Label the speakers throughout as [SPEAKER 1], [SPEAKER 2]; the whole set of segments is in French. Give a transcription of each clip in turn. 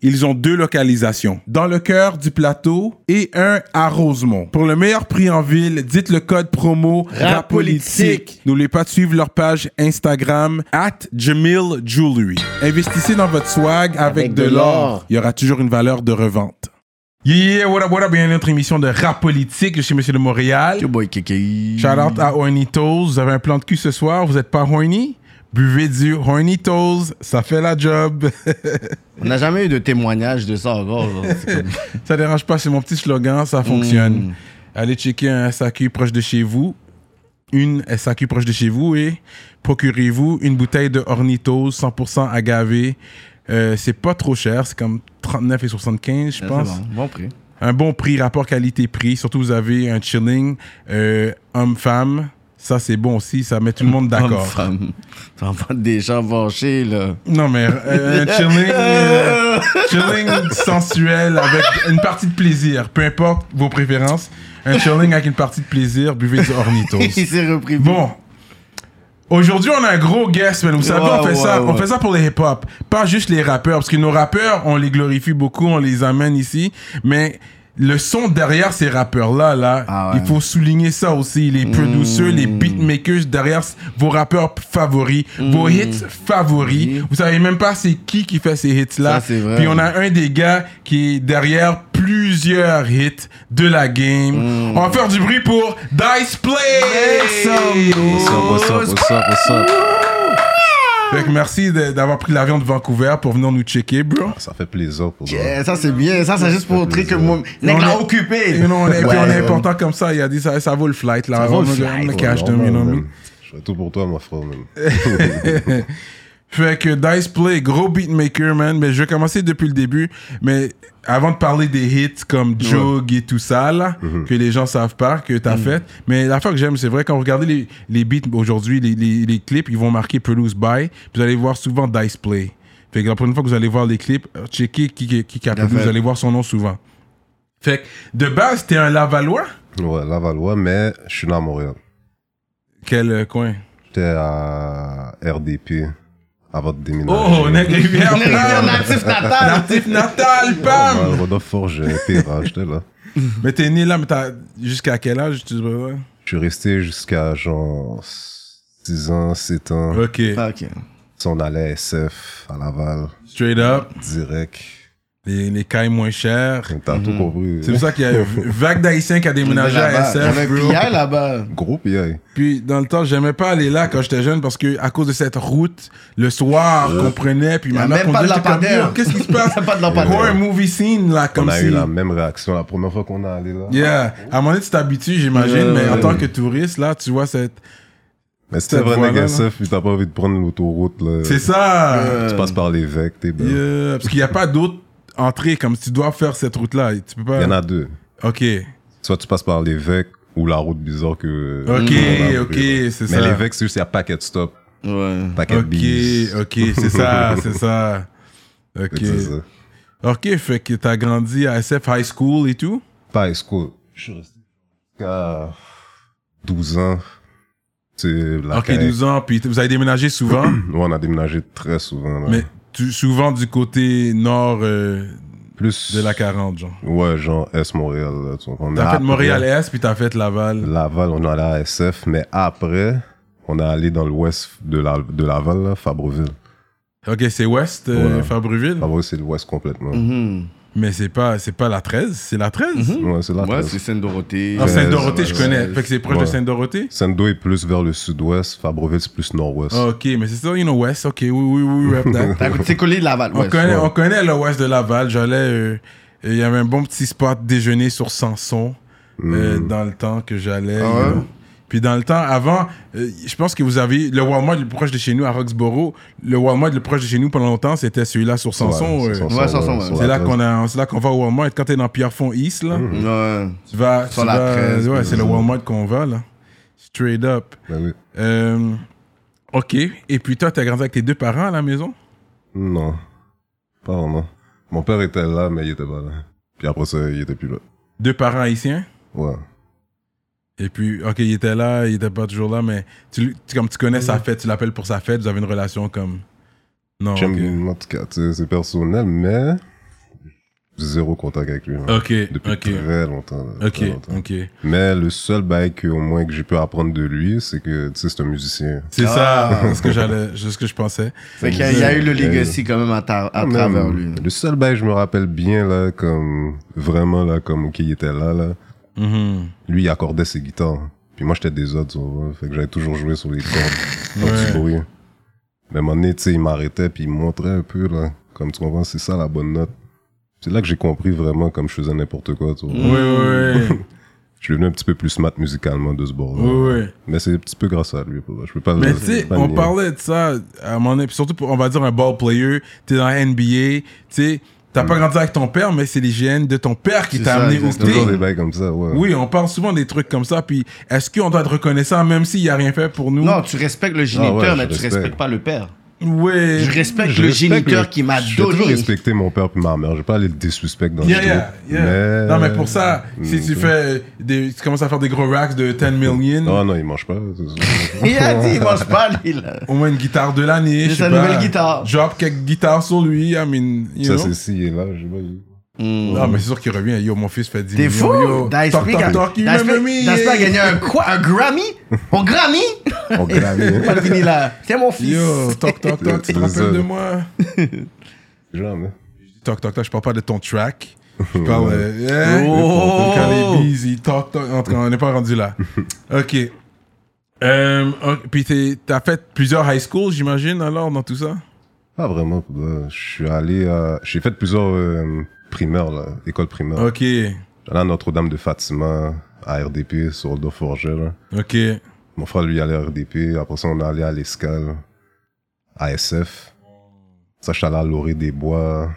[SPEAKER 1] ils ont deux localisations, dans le cœur du plateau et un à Rosemont. Pour le meilleur prix en ville, dites le code promo RAPOLITIQUE. N'oubliez pas de suivre leur page Instagram at Jamil Jewelry. Investissez dans votre swag avec,
[SPEAKER 2] Avec
[SPEAKER 1] de
[SPEAKER 2] de
[SPEAKER 1] l'or
[SPEAKER 2] l'or.
[SPEAKER 1] il y aura toujours une valeur de revente. Yeah, yeah, what up, what up, bienvenue à notre émission de rap politique. Je suis Monsieur de Montréal.
[SPEAKER 2] boy, Kiki.
[SPEAKER 1] Shout out à Hornitos. Vous avez un plan de cul ce soir, vous n'êtes pas horny? Buvez du Hornitos, ça fait la job.
[SPEAKER 2] On n'a jamais eu de témoignage de ça encore. là. C'est comme-
[SPEAKER 1] ça dérange pas, c'est mon petit slogan, ça fonctionne.
[SPEAKER 2] Hmm.
[SPEAKER 1] Allez checker un SAQ proche de chez vous, une SAQ proche de chez vous et procurez-vous une bouteille de Hornitos 100% agavé. Euh, c'est pas trop cher, c'est comme 39 et 75, je
[SPEAKER 2] C'est
[SPEAKER 1] pense.
[SPEAKER 2] bon, bon prix.
[SPEAKER 1] un bon prix, rapport qualité-prix. Surtout, vous avez un chilling euh, homme-femme. Ça, c'est bon aussi. Ça met tout le monde d'accord.
[SPEAKER 2] Homme, femme. Tu vas vendre des gens fâchés, là.
[SPEAKER 1] Non, mais euh, un chilling, euh, chilling sensuel avec une partie de plaisir. Peu importe vos préférences. Un chilling avec une partie de plaisir. Buvez du
[SPEAKER 2] Il
[SPEAKER 1] Hornitos.
[SPEAKER 2] s'est repris.
[SPEAKER 1] Bon. Aujourd'hui, on a un gros guest, man. Vous savez, on,
[SPEAKER 2] Ouais,
[SPEAKER 1] fait ça,
[SPEAKER 2] ouais,
[SPEAKER 1] on
[SPEAKER 2] ouais.
[SPEAKER 1] fait ça pour les hip-hop. Pas juste les rappeurs, parce que nos rappeurs, on les glorifie beaucoup, on les amène ici. Mais le son derrière ces rappeurs-là, là,
[SPEAKER 2] Ah ouais. Mm.
[SPEAKER 1] il faut souligner ça aussi. Les producers, les beatmakers derrière s- vos rappeurs favoris, vos
[SPEAKER 2] Mm.
[SPEAKER 1] hits favoris.
[SPEAKER 2] Mhm.
[SPEAKER 1] Vous savez même pas c'est qui qui fait ces hits-là.
[SPEAKER 2] Ça, c'est vrai.
[SPEAKER 1] Puis on a un des gars qui est derrière plusieurs hits de la game.
[SPEAKER 2] Mm.
[SPEAKER 1] On va faire du bruit pour Dice Play!
[SPEAKER 2] What's up, what's up, what's up, what's up?
[SPEAKER 1] Fait que merci de- d'avoir pris l'avion de Vancouver pour venir nous checker, bro.
[SPEAKER 3] Ça fait plaisir pour moi.
[SPEAKER 2] Yeah, ça c'est bien, ça c'est juste pour montrer que moi. Nègre
[SPEAKER 1] on
[SPEAKER 2] l'a
[SPEAKER 1] est-
[SPEAKER 2] occupé!
[SPEAKER 1] You know, on est, puis on est
[SPEAKER 2] Ouais.
[SPEAKER 1] important comme ça. Il a dit ça, ça vaut le flight là.
[SPEAKER 2] Ça vaut
[SPEAKER 1] on
[SPEAKER 2] le
[SPEAKER 1] on-
[SPEAKER 2] flight,
[SPEAKER 1] on
[SPEAKER 2] ouais,
[SPEAKER 1] cash them, you know what I mean?
[SPEAKER 3] Je fais tout pour toi, mon frère. man.
[SPEAKER 1] Fait que Dice Play, gros beatmaker, man. Mais je vais commencer depuis le début. Mais avant de parler des hits comme Jog et tout ça, là, que les gens savent pas, que t'as fait. Mais la fois que j'aime, c'est vrai, quand vous regardez les, les beats aujourd'hui, les, les, les clips, ils vont marquer Pelouse By. Vous allez voir souvent Dice Play. Fait que la première fois que vous allez voir les clips, euh, checkez qui, qui, qui, a Pelouse,
[SPEAKER 2] fait.
[SPEAKER 1] vous allez voir son nom souvent. Fait que de base, t'es un Lavallois?
[SPEAKER 3] Ouais, Lavallois, mais je suis né à Montréal.
[SPEAKER 1] Quel euh, coin?
[SPEAKER 3] J'étais à RDP avant de déménager.
[SPEAKER 1] Oh, Nègre Rivière,
[SPEAKER 2] Nègre,
[SPEAKER 1] pam!
[SPEAKER 2] natif natal!
[SPEAKER 1] Natif natal, pam!
[SPEAKER 3] Ouais, Rodolphe Forge, Péra, j'étais là.
[SPEAKER 1] Mais t'es né là, mais t'as jusqu'à quel âge tu ouais.
[SPEAKER 3] Je suis resté jusqu'à genre 6 ans, 7 ans.
[SPEAKER 1] Ok,
[SPEAKER 2] Ok.
[SPEAKER 3] Si on allait à SF, à Laval,
[SPEAKER 1] straight up,
[SPEAKER 3] direct.
[SPEAKER 1] les, les cailles moins chères.
[SPEAKER 3] T'as
[SPEAKER 2] Mm-hmm.
[SPEAKER 3] tout compris.
[SPEAKER 1] C'est pour ça qu'il y a une vague d'Haïtiens qui a déménagé à
[SPEAKER 2] Là-bas, Il y avait
[SPEAKER 1] SF.
[SPEAKER 2] un
[SPEAKER 1] bro.
[SPEAKER 2] pillage là-bas.
[SPEAKER 3] Gros PI.
[SPEAKER 1] Puis dans le temps, j'aimais pas aller là quand j'étais jeune parce que à cause de cette route, le soir qu'on prenait, puis
[SPEAKER 2] y a
[SPEAKER 1] ma mère
[SPEAKER 2] même pas
[SPEAKER 1] conduisait,
[SPEAKER 2] de
[SPEAKER 1] j'étais comme,
[SPEAKER 2] lampadaire.
[SPEAKER 1] Yo, qu'est-ce qui se passe?
[SPEAKER 2] Il y a pas de lampadaire.
[SPEAKER 1] Gros, un movie scene là,
[SPEAKER 3] On
[SPEAKER 1] comme
[SPEAKER 3] a
[SPEAKER 1] si.
[SPEAKER 3] eu la même réaction la première fois qu'on est allé là.
[SPEAKER 1] Yeah, à un moment donné, tu t'habitues, j'imagine,
[SPEAKER 2] Ouais,
[SPEAKER 1] mais en
[SPEAKER 2] ouais,
[SPEAKER 1] tant
[SPEAKER 2] ouais.
[SPEAKER 1] que touriste, là, tu vois cette.
[SPEAKER 3] Mais si t'es
[SPEAKER 1] Cette
[SPEAKER 3] vraiment
[SPEAKER 1] voie-là, là.
[SPEAKER 3] agressif, puis t'as pas envie de prendre l'autoroute, là.
[SPEAKER 1] C'est ça!
[SPEAKER 3] Tu passes par l'évêque, t'es bien. Il
[SPEAKER 1] Euh, Yeah, Parce qu'il n'y a pas d'autre entrée, comme si tu dois faire cette route-là. Tu peux pas.
[SPEAKER 3] y en a deux.
[SPEAKER 1] Ok.
[SPEAKER 3] Soit tu passes par l'évêque ou la route bizarre que.
[SPEAKER 1] Ok,
[SPEAKER 3] qu'on a
[SPEAKER 1] ok,
[SPEAKER 3] pris.
[SPEAKER 1] c'est
[SPEAKER 3] Mais
[SPEAKER 1] ça.
[SPEAKER 3] l'évêque, c'est juste, il y a paquet de stop,
[SPEAKER 2] Ouais.
[SPEAKER 3] paquet de
[SPEAKER 1] Ok,
[SPEAKER 3] bis.
[SPEAKER 1] ok, c'est ça, c'est ça. Ok.
[SPEAKER 3] C'est ça.
[SPEAKER 1] Ok, fait que t'as grandi à SF High School et tout.
[SPEAKER 3] Pas high school. Je suis resté jusqu'à 12 ans. C'est la
[SPEAKER 1] Ok,
[SPEAKER 3] caille.
[SPEAKER 1] 12 ans, puis t- vous avez déménagé souvent,
[SPEAKER 3] Ouais, on a déménagé très souvent. là.
[SPEAKER 1] mais tu- souvent du côté nord euh,
[SPEAKER 3] Plus.
[SPEAKER 1] de la 40, genre.
[SPEAKER 3] Ouais, genre S Montréal. là, tu comprends. Mais
[SPEAKER 1] T'as fait
[SPEAKER 3] après,
[SPEAKER 1] Montréal-Est, puis t'as fait Laval.
[SPEAKER 3] Laval, on est allé à SF, mais après, on est allé dans l'ouest de, la, de Laval, là, Fabreville.
[SPEAKER 1] Ok, c'est Ouest, euh,
[SPEAKER 3] Ouais.
[SPEAKER 1] Fabreville.
[SPEAKER 3] Fabreville, c'est l'ouest complètement.
[SPEAKER 2] Mhm.
[SPEAKER 1] Mais c'est pas, c'est pas la 13, c'est la 13.
[SPEAKER 3] Ouais, c'est là.
[SPEAKER 2] Ouais, c'est Sainte-Dorothée.
[SPEAKER 1] Ah, Sainte-Dorothée,
[SPEAKER 3] ouais,
[SPEAKER 1] je
[SPEAKER 3] ouais.
[SPEAKER 1] connais. Fait que c'est proche de
[SPEAKER 3] Ouais.
[SPEAKER 1] Sainte-Dorothée.
[SPEAKER 3] Sando est plus vers le sud-ouest, Fabreville, c'est plus nord-ouest.
[SPEAKER 1] Ok, mais c'est ça, you know, Ouest. Ok, oui, oui, oui, rap that.
[SPEAKER 2] T'as écouté collé de Laval.
[SPEAKER 1] On
[SPEAKER 2] ouais.
[SPEAKER 1] connaît, on connaît l'ouest de Laval. J'allais, euh, et il y avait un bon petit spot déjeuner sur Sanson euh, dans le temps que j'allais.
[SPEAKER 2] Hmm. Ah ouais?
[SPEAKER 1] you know. Puis dans le temps, avant, euh, je pense que vous avez le Walmart le plus proche de chez nous à Roxborough. Le Walmart le plus proche de chez nous pendant longtemps, c'était celui-là sur Samson. euh,
[SPEAKER 2] ouais, Samson, ouais.
[SPEAKER 1] c'est là qu'on a, c'est là qu'on va au Walmart. Quand t'es dans Pierrefonds East, là,
[SPEAKER 2] Ouais.
[SPEAKER 1] tu vas, tu
[SPEAKER 2] Hmm. Sur la
[SPEAKER 1] vas-
[SPEAKER 2] 13,
[SPEAKER 1] ouais,
[SPEAKER 2] puis-
[SPEAKER 1] c'est le Walmart qu'on va là, straight up.
[SPEAKER 3] Ben oui.
[SPEAKER 1] Euh, ok. Et puis toi, t'as grandi avec tes deux parents à la maison.
[SPEAKER 3] Non. Pas vraiment. Mon père était là, mais il était pas là. Puis après ça, il était plus là.
[SPEAKER 1] Deux parents haïtiens.
[SPEAKER 3] Ouais.
[SPEAKER 1] Et puis, ok, il était là, il était pas toujours là, mais tu, lui- tu- comme tu connais sa fête, tu l'appelles pour sa fête, vous avez une relation comme. Non.
[SPEAKER 3] J'aime,
[SPEAKER 1] Ah, ok.
[SPEAKER 3] en tout cas, tu sais, c'est personnel, mais zéro contact avec lui. hein.
[SPEAKER 1] Ok,
[SPEAKER 3] Depuis
[SPEAKER 1] ok,
[SPEAKER 3] très longtemps. là,
[SPEAKER 1] ok,
[SPEAKER 3] très longtemps.
[SPEAKER 1] ok.
[SPEAKER 3] Mais le seul bail que, au moins que j'ai pu apprendre de lui, c'est que, tu sais, c'est un musicien.
[SPEAKER 1] C'est
[SPEAKER 2] Ah.
[SPEAKER 1] ça, ce que j'allais, ce que je pensais.
[SPEAKER 2] Fait qu'il y a- il y a eu le legacy quand même à, ta- à
[SPEAKER 3] Même,
[SPEAKER 2] travers lui.
[SPEAKER 3] Ah, Le seul bail, je me rappelle bien, là, comme, vraiment, là, comme, ok, il était là, là.
[SPEAKER 1] Mhm.
[SPEAKER 3] Lui, il accordait ses guitares. hein. Puis moi, j'étais des autres, tu vois. Fait que j'avais toujours joué sur les cordes. Comme
[SPEAKER 1] Ouais.
[SPEAKER 3] du bruit. Mais à un moment donné, tu sais, il m'arrêtait, puis il me montrait un peu, là. Comme tu comprends, c'est ça la bonne note. C'est là que j'ai compris vraiment comme je faisais n'importe quoi, tu vois.
[SPEAKER 1] Oui, oui, oui.
[SPEAKER 3] Je suis devenu un petit peu plus smart musicalement de ce bord-là.
[SPEAKER 1] oui, oui.
[SPEAKER 3] Mais c'est un petit peu grâce à lui, pour vrai. Je peux pas le
[SPEAKER 1] Mais tu sais,
[SPEAKER 3] pas le
[SPEAKER 1] on
[SPEAKER 3] nier.
[SPEAKER 1] parlait de ça à mon avis, surtout pour, on va dire, un ball player, t'es dans la NBA, tu sais, t'as pas grandi avec ton père, mais c'est les gènes de ton père qui
[SPEAKER 2] C'est
[SPEAKER 1] t'a
[SPEAKER 2] ça,
[SPEAKER 1] amené où
[SPEAKER 3] C'est toujours
[SPEAKER 1] t'es.
[SPEAKER 3] des bails comme ça, ouais.
[SPEAKER 1] Oui, on parle souvent des trucs comme ça, puis est-ce qu'on doit être reconnaissant même s'il a rien fait pour nous?
[SPEAKER 2] Non, tu respectes le géniteur,
[SPEAKER 3] ouais, je
[SPEAKER 2] mais tu
[SPEAKER 3] respecte.
[SPEAKER 2] respectes pas le père.
[SPEAKER 1] Oui.
[SPEAKER 2] Je respecte
[SPEAKER 3] Je
[SPEAKER 2] le
[SPEAKER 3] respecte
[SPEAKER 2] géniteur
[SPEAKER 3] le-
[SPEAKER 2] qui m'a
[SPEAKER 3] Je vais toujours
[SPEAKER 2] donné.
[SPEAKER 3] respecter mon père puis ma mère. Je vais pas aller le disrespect dans
[SPEAKER 1] Yeah,
[SPEAKER 3] le
[SPEAKER 1] yeah,
[SPEAKER 3] truc.
[SPEAKER 1] yeah. Non, mais pour ça, si
[SPEAKER 3] Mm-hmm.
[SPEAKER 1] tu fais des, tu commences à faire des gros racks de 10 million,
[SPEAKER 3] Ah Non, non, il mange pas. c'est ça.
[SPEAKER 2] Il a dit, il mange pas, lui, là.
[SPEAKER 1] au moins une guitare de l'année,
[SPEAKER 2] C'est
[SPEAKER 1] je sais
[SPEAKER 2] sa
[SPEAKER 1] pas.
[SPEAKER 2] nouvelle guitare.
[SPEAKER 1] Drop quelques guitares sur lui, I mean, you
[SPEAKER 3] Ça,
[SPEAKER 1] know.
[SPEAKER 3] c'est si, il est là, je sais pas. il-
[SPEAKER 2] Hmm.
[SPEAKER 1] Non, mais c'est sûr qu'il revient. Yo, mon fils fait 10
[SPEAKER 2] T'es
[SPEAKER 1] millions.
[SPEAKER 2] fou?
[SPEAKER 1] Yo,
[SPEAKER 2] Dice
[SPEAKER 1] toc,
[SPEAKER 2] Pick a-
[SPEAKER 1] toc, toc, il
[SPEAKER 2] Dice
[SPEAKER 1] m'a
[SPEAKER 2] Pick-
[SPEAKER 1] mis.
[SPEAKER 2] Dice Pick a gagné un quoi? Un Grammy? Un Grammy?
[SPEAKER 3] On gravit.
[SPEAKER 2] On le finit là. C'est mon fils.
[SPEAKER 1] Yo, toc, toc, toc, tu te
[SPEAKER 3] C'est ça.
[SPEAKER 1] rappelles de moi?
[SPEAKER 3] Jamais.
[SPEAKER 1] Toc, toc, toc, je parle pas de ton track. Je parle de... hein?
[SPEAKER 2] Oh!
[SPEAKER 1] Quand les bees, ils toc, toc. En tout cas, on n'est pas rendu là. OK. Euh, ok, Puis t'es- t'as fait plusieurs high schools, j'imagine, alors, dans tout ça?
[SPEAKER 3] Pas vraiment. pour de vrai. Je suis allé à. J'ai fait plusieurs euh, primaires, là, écoles primaires.
[SPEAKER 1] OK.
[SPEAKER 3] J'allais à Notre-Dame de Fatima, à RDP, sur le Forger. là.
[SPEAKER 1] OK.
[SPEAKER 3] Mon frère, lui, allait à RDP. Après ça, on est allé à l'Escale, à SF. Ça, je suis allé à Lauré des Bois,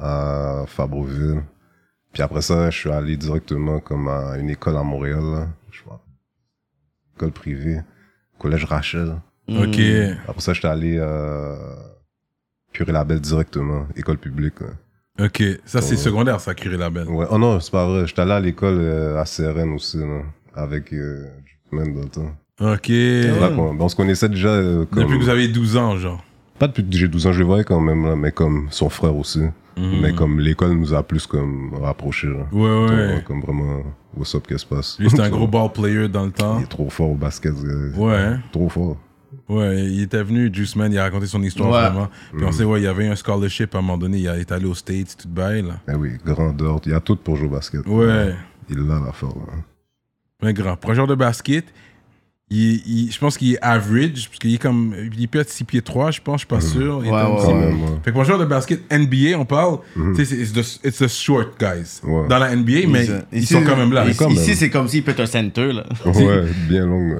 [SPEAKER 3] à Fabreville. Puis après ça, je suis allé directement comme à une école à Montréal. là. Je crois. École privée. Collège Rachel.
[SPEAKER 1] OK.
[SPEAKER 3] Après ça, j'étais allé euh, Curé-Label directement, école publique. hein.
[SPEAKER 1] OK. Ça, c'est
[SPEAKER 3] Ouais.
[SPEAKER 1] secondaire, ça, Curie Label.
[SPEAKER 3] Ouais. Oh non, c'est pas vrai. J'étais allé à l'école euh, à CRN aussi, là, avec euh, même dans le temps.
[SPEAKER 1] OK.
[SPEAKER 3] C'est là qu'on- on se connaissait déjà. euh, comme...
[SPEAKER 1] Depuis que vous avez 12 ans, genre.
[SPEAKER 3] Pas depuis que j'ai 12 ans, je le voyais quand même, là, mais comme son frère aussi.
[SPEAKER 1] Mhm.
[SPEAKER 3] Mais comme l'école nous a plus comme rapprochés. Là.
[SPEAKER 1] Ouais,
[SPEAKER 3] On voit
[SPEAKER 1] ouais.
[SPEAKER 3] Comme vraiment, what's up, qu'est-ce qui se passe.
[SPEAKER 1] Lui, c'était un gros ball player dans le temps.
[SPEAKER 3] Il est trop fort au basket, ce gars.
[SPEAKER 1] Ouais. hein.
[SPEAKER 3] Trop fort.
[SPEAKER 1] Ouais, il était venu, Juice Man, il a raconté son histoire
[SPEAKER 2] Ouais.
[SPEAKER 1] vraiment. Puis on sait, ouais, il y avait un scholarship à un moment donné, il a- il est allé aux States, tout de bail, là.
[SPEAKER 3] Eh oui, grandeur. Il y a tout pour jouer au basket.
[SPEAKER 1] Ouais,
[SPEAKER 3] Il a la forme. hein.
[SPEAKER 1] un grand. Pour un joueur de basket, il, il- je pense qu'il est average, parce qu'il est comme. Il peut être 6 pieds 3, je pense, je suis pas sûr. Il est
[SPEAKER 2] Ouais,
[SPEAKER 1] comme
[SPEAKER 2] ouais,
[SPEAKER 1] six-
[SPEAKER 3] Quand même, ouais.
[SPEAKER 1] Fait que pour un joueur de basket NBA, on parle, tu sais, c'est- it's the, it's the short guys.
[SPEAKER 3] Mhm. Ouais.
[SPEAKER 1] Dans la NBA, mais
[SPEAKER 2] Ici-
[SPEAKER 1] ils sont quand même là.
[SPEAKER 2] Ici,
[SPEAKER 3] Quand même.
[SPEAKER 2] ici, c'est comme s'il peut être un center, là.
[SPEAKER 3] Ouais, bien longue.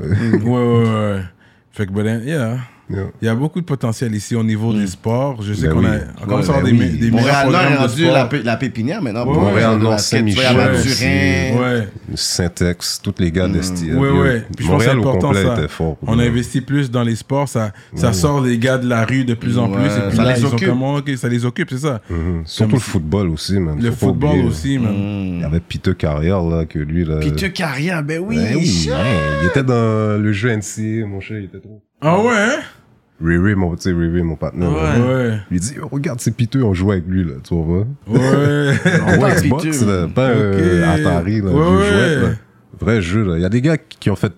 [SPEAKER 1] Ouais, ouais, ouais. Fait que, but then, yeah.
[SPEAKER 3] Yeah.
[SPEAKER 1] Il y a beaucoup de potentiel ici au niveau des sports. Je sais
[SPEAKER 3] Ben
[SPEAKER 1] qu'on
[SPEAKER 3] oui.
[SPEAKER 1] a, on commence à
[SPEAKER 3] Ouais,
[SPEAKER 1] avoir des,
[SPEAKER 3] ben oui.
[SPEAKER 1] me- des meilleurs
[SPEAKER 2] Montréal, Nord est
[SPEAKER 1] programmes de
[SPEAKER 2] rendu la,
[SPEAKER 1] sport.
[SPEAKER 2] pé- la pépinière maintenant. pour
[SPEAKER 3] Montréal,
[SPEAKER 2] le
[SPEAKER 3] Nord,
[SPEAKER 2] basket. Tu vois,
[SPEAKER 3] Saint-Michel.
[SPEAKER 2] Il y a
[SPEAKER 3] Ouais.
[SPEAKER 2] Maturin.
[SPEAKER 1] Ouais.
[SPEAKER 3] Syntex, toutes les gars d'Esti.
[SPEAKER 1] Mm. Ouais,
[SPEAKER 3] yo,
[SPEAKER 1] ouais. Puis je pense que c'est
[SPEAKER 3] Montréal au
[SPEAKER 1] important
[SPEAKER 3] complet
[SPEAKER 1] ça.
[SPEAKER 3] était fort. pour
[SPEAKER 1] On
[SPEAKER 3] nous.
[SPEAKER 1] investit plus dans les sports, ça, ça sort les gars de la rue de plus en
[SPEAKER 2] Ouais,
[SPEAKER 1] plus. Et puis
[SPEAKER 2] ça
[SPEAKER 1] là,
[SPEAKER 2] les
[SPEAKER 1] ils ont
[SPEAKER 2] occupe.
[SPEAKER 1] comme, oh, ok, ça les occupe, c'est ça.
[SPEAKER 3] Mhm. Surtout
[SPEAKER 1] Comme
[SPEAKER 3] le football aussi, man.
[SPEAKER 1] Le
[SPEAKER 3] Faut pas
[SPEAKER 1] football
[SPEAKER 3] oublier.
[SPEAKER 1] aussi, même.
[SPEAKER 3] Il y avait Peter Carrière, là, que lui, là.
[SPEAKER 2] Peter Carrière, ben oui.
[SPEAKER 3] Ben oui,
[SPEAKER 1] hein.
[SPEAKER 2] chat.
[SPEAKER 3] man, il était dans le jeu NCA, mon chat, il était trop.
[SPEAKER 1] Ah ouais? hein?
[SPEAKER 3] Riri, mon, tu sais, Riri, mon partenaire. là,
[SPEAKER 1] Ouais.
[SPEAKER 3] Lui dit, Oh, regarde, c'est Peter, on joue avec lui, là, tu vois.
[SPEAKER 1] Ah Ouais.
[SPEAKER 3] On
[SPEAKER 2] Pas
[SPEAKER 3] voit Xbox,
[SPEAKER 2] Peter.
[SPEAKER 3] là, pas euh,
[SPEAKER 1] Ok.
[SPEAKER 3] Atari,
[SPEAKER 1] Ouais,
[SPEAKER 3] là, jeu
[SPEAKER 1] ouais.
[SPEAKER 3] jouette, là. Vrai jeu, là. Il y a des gars qui ont fait.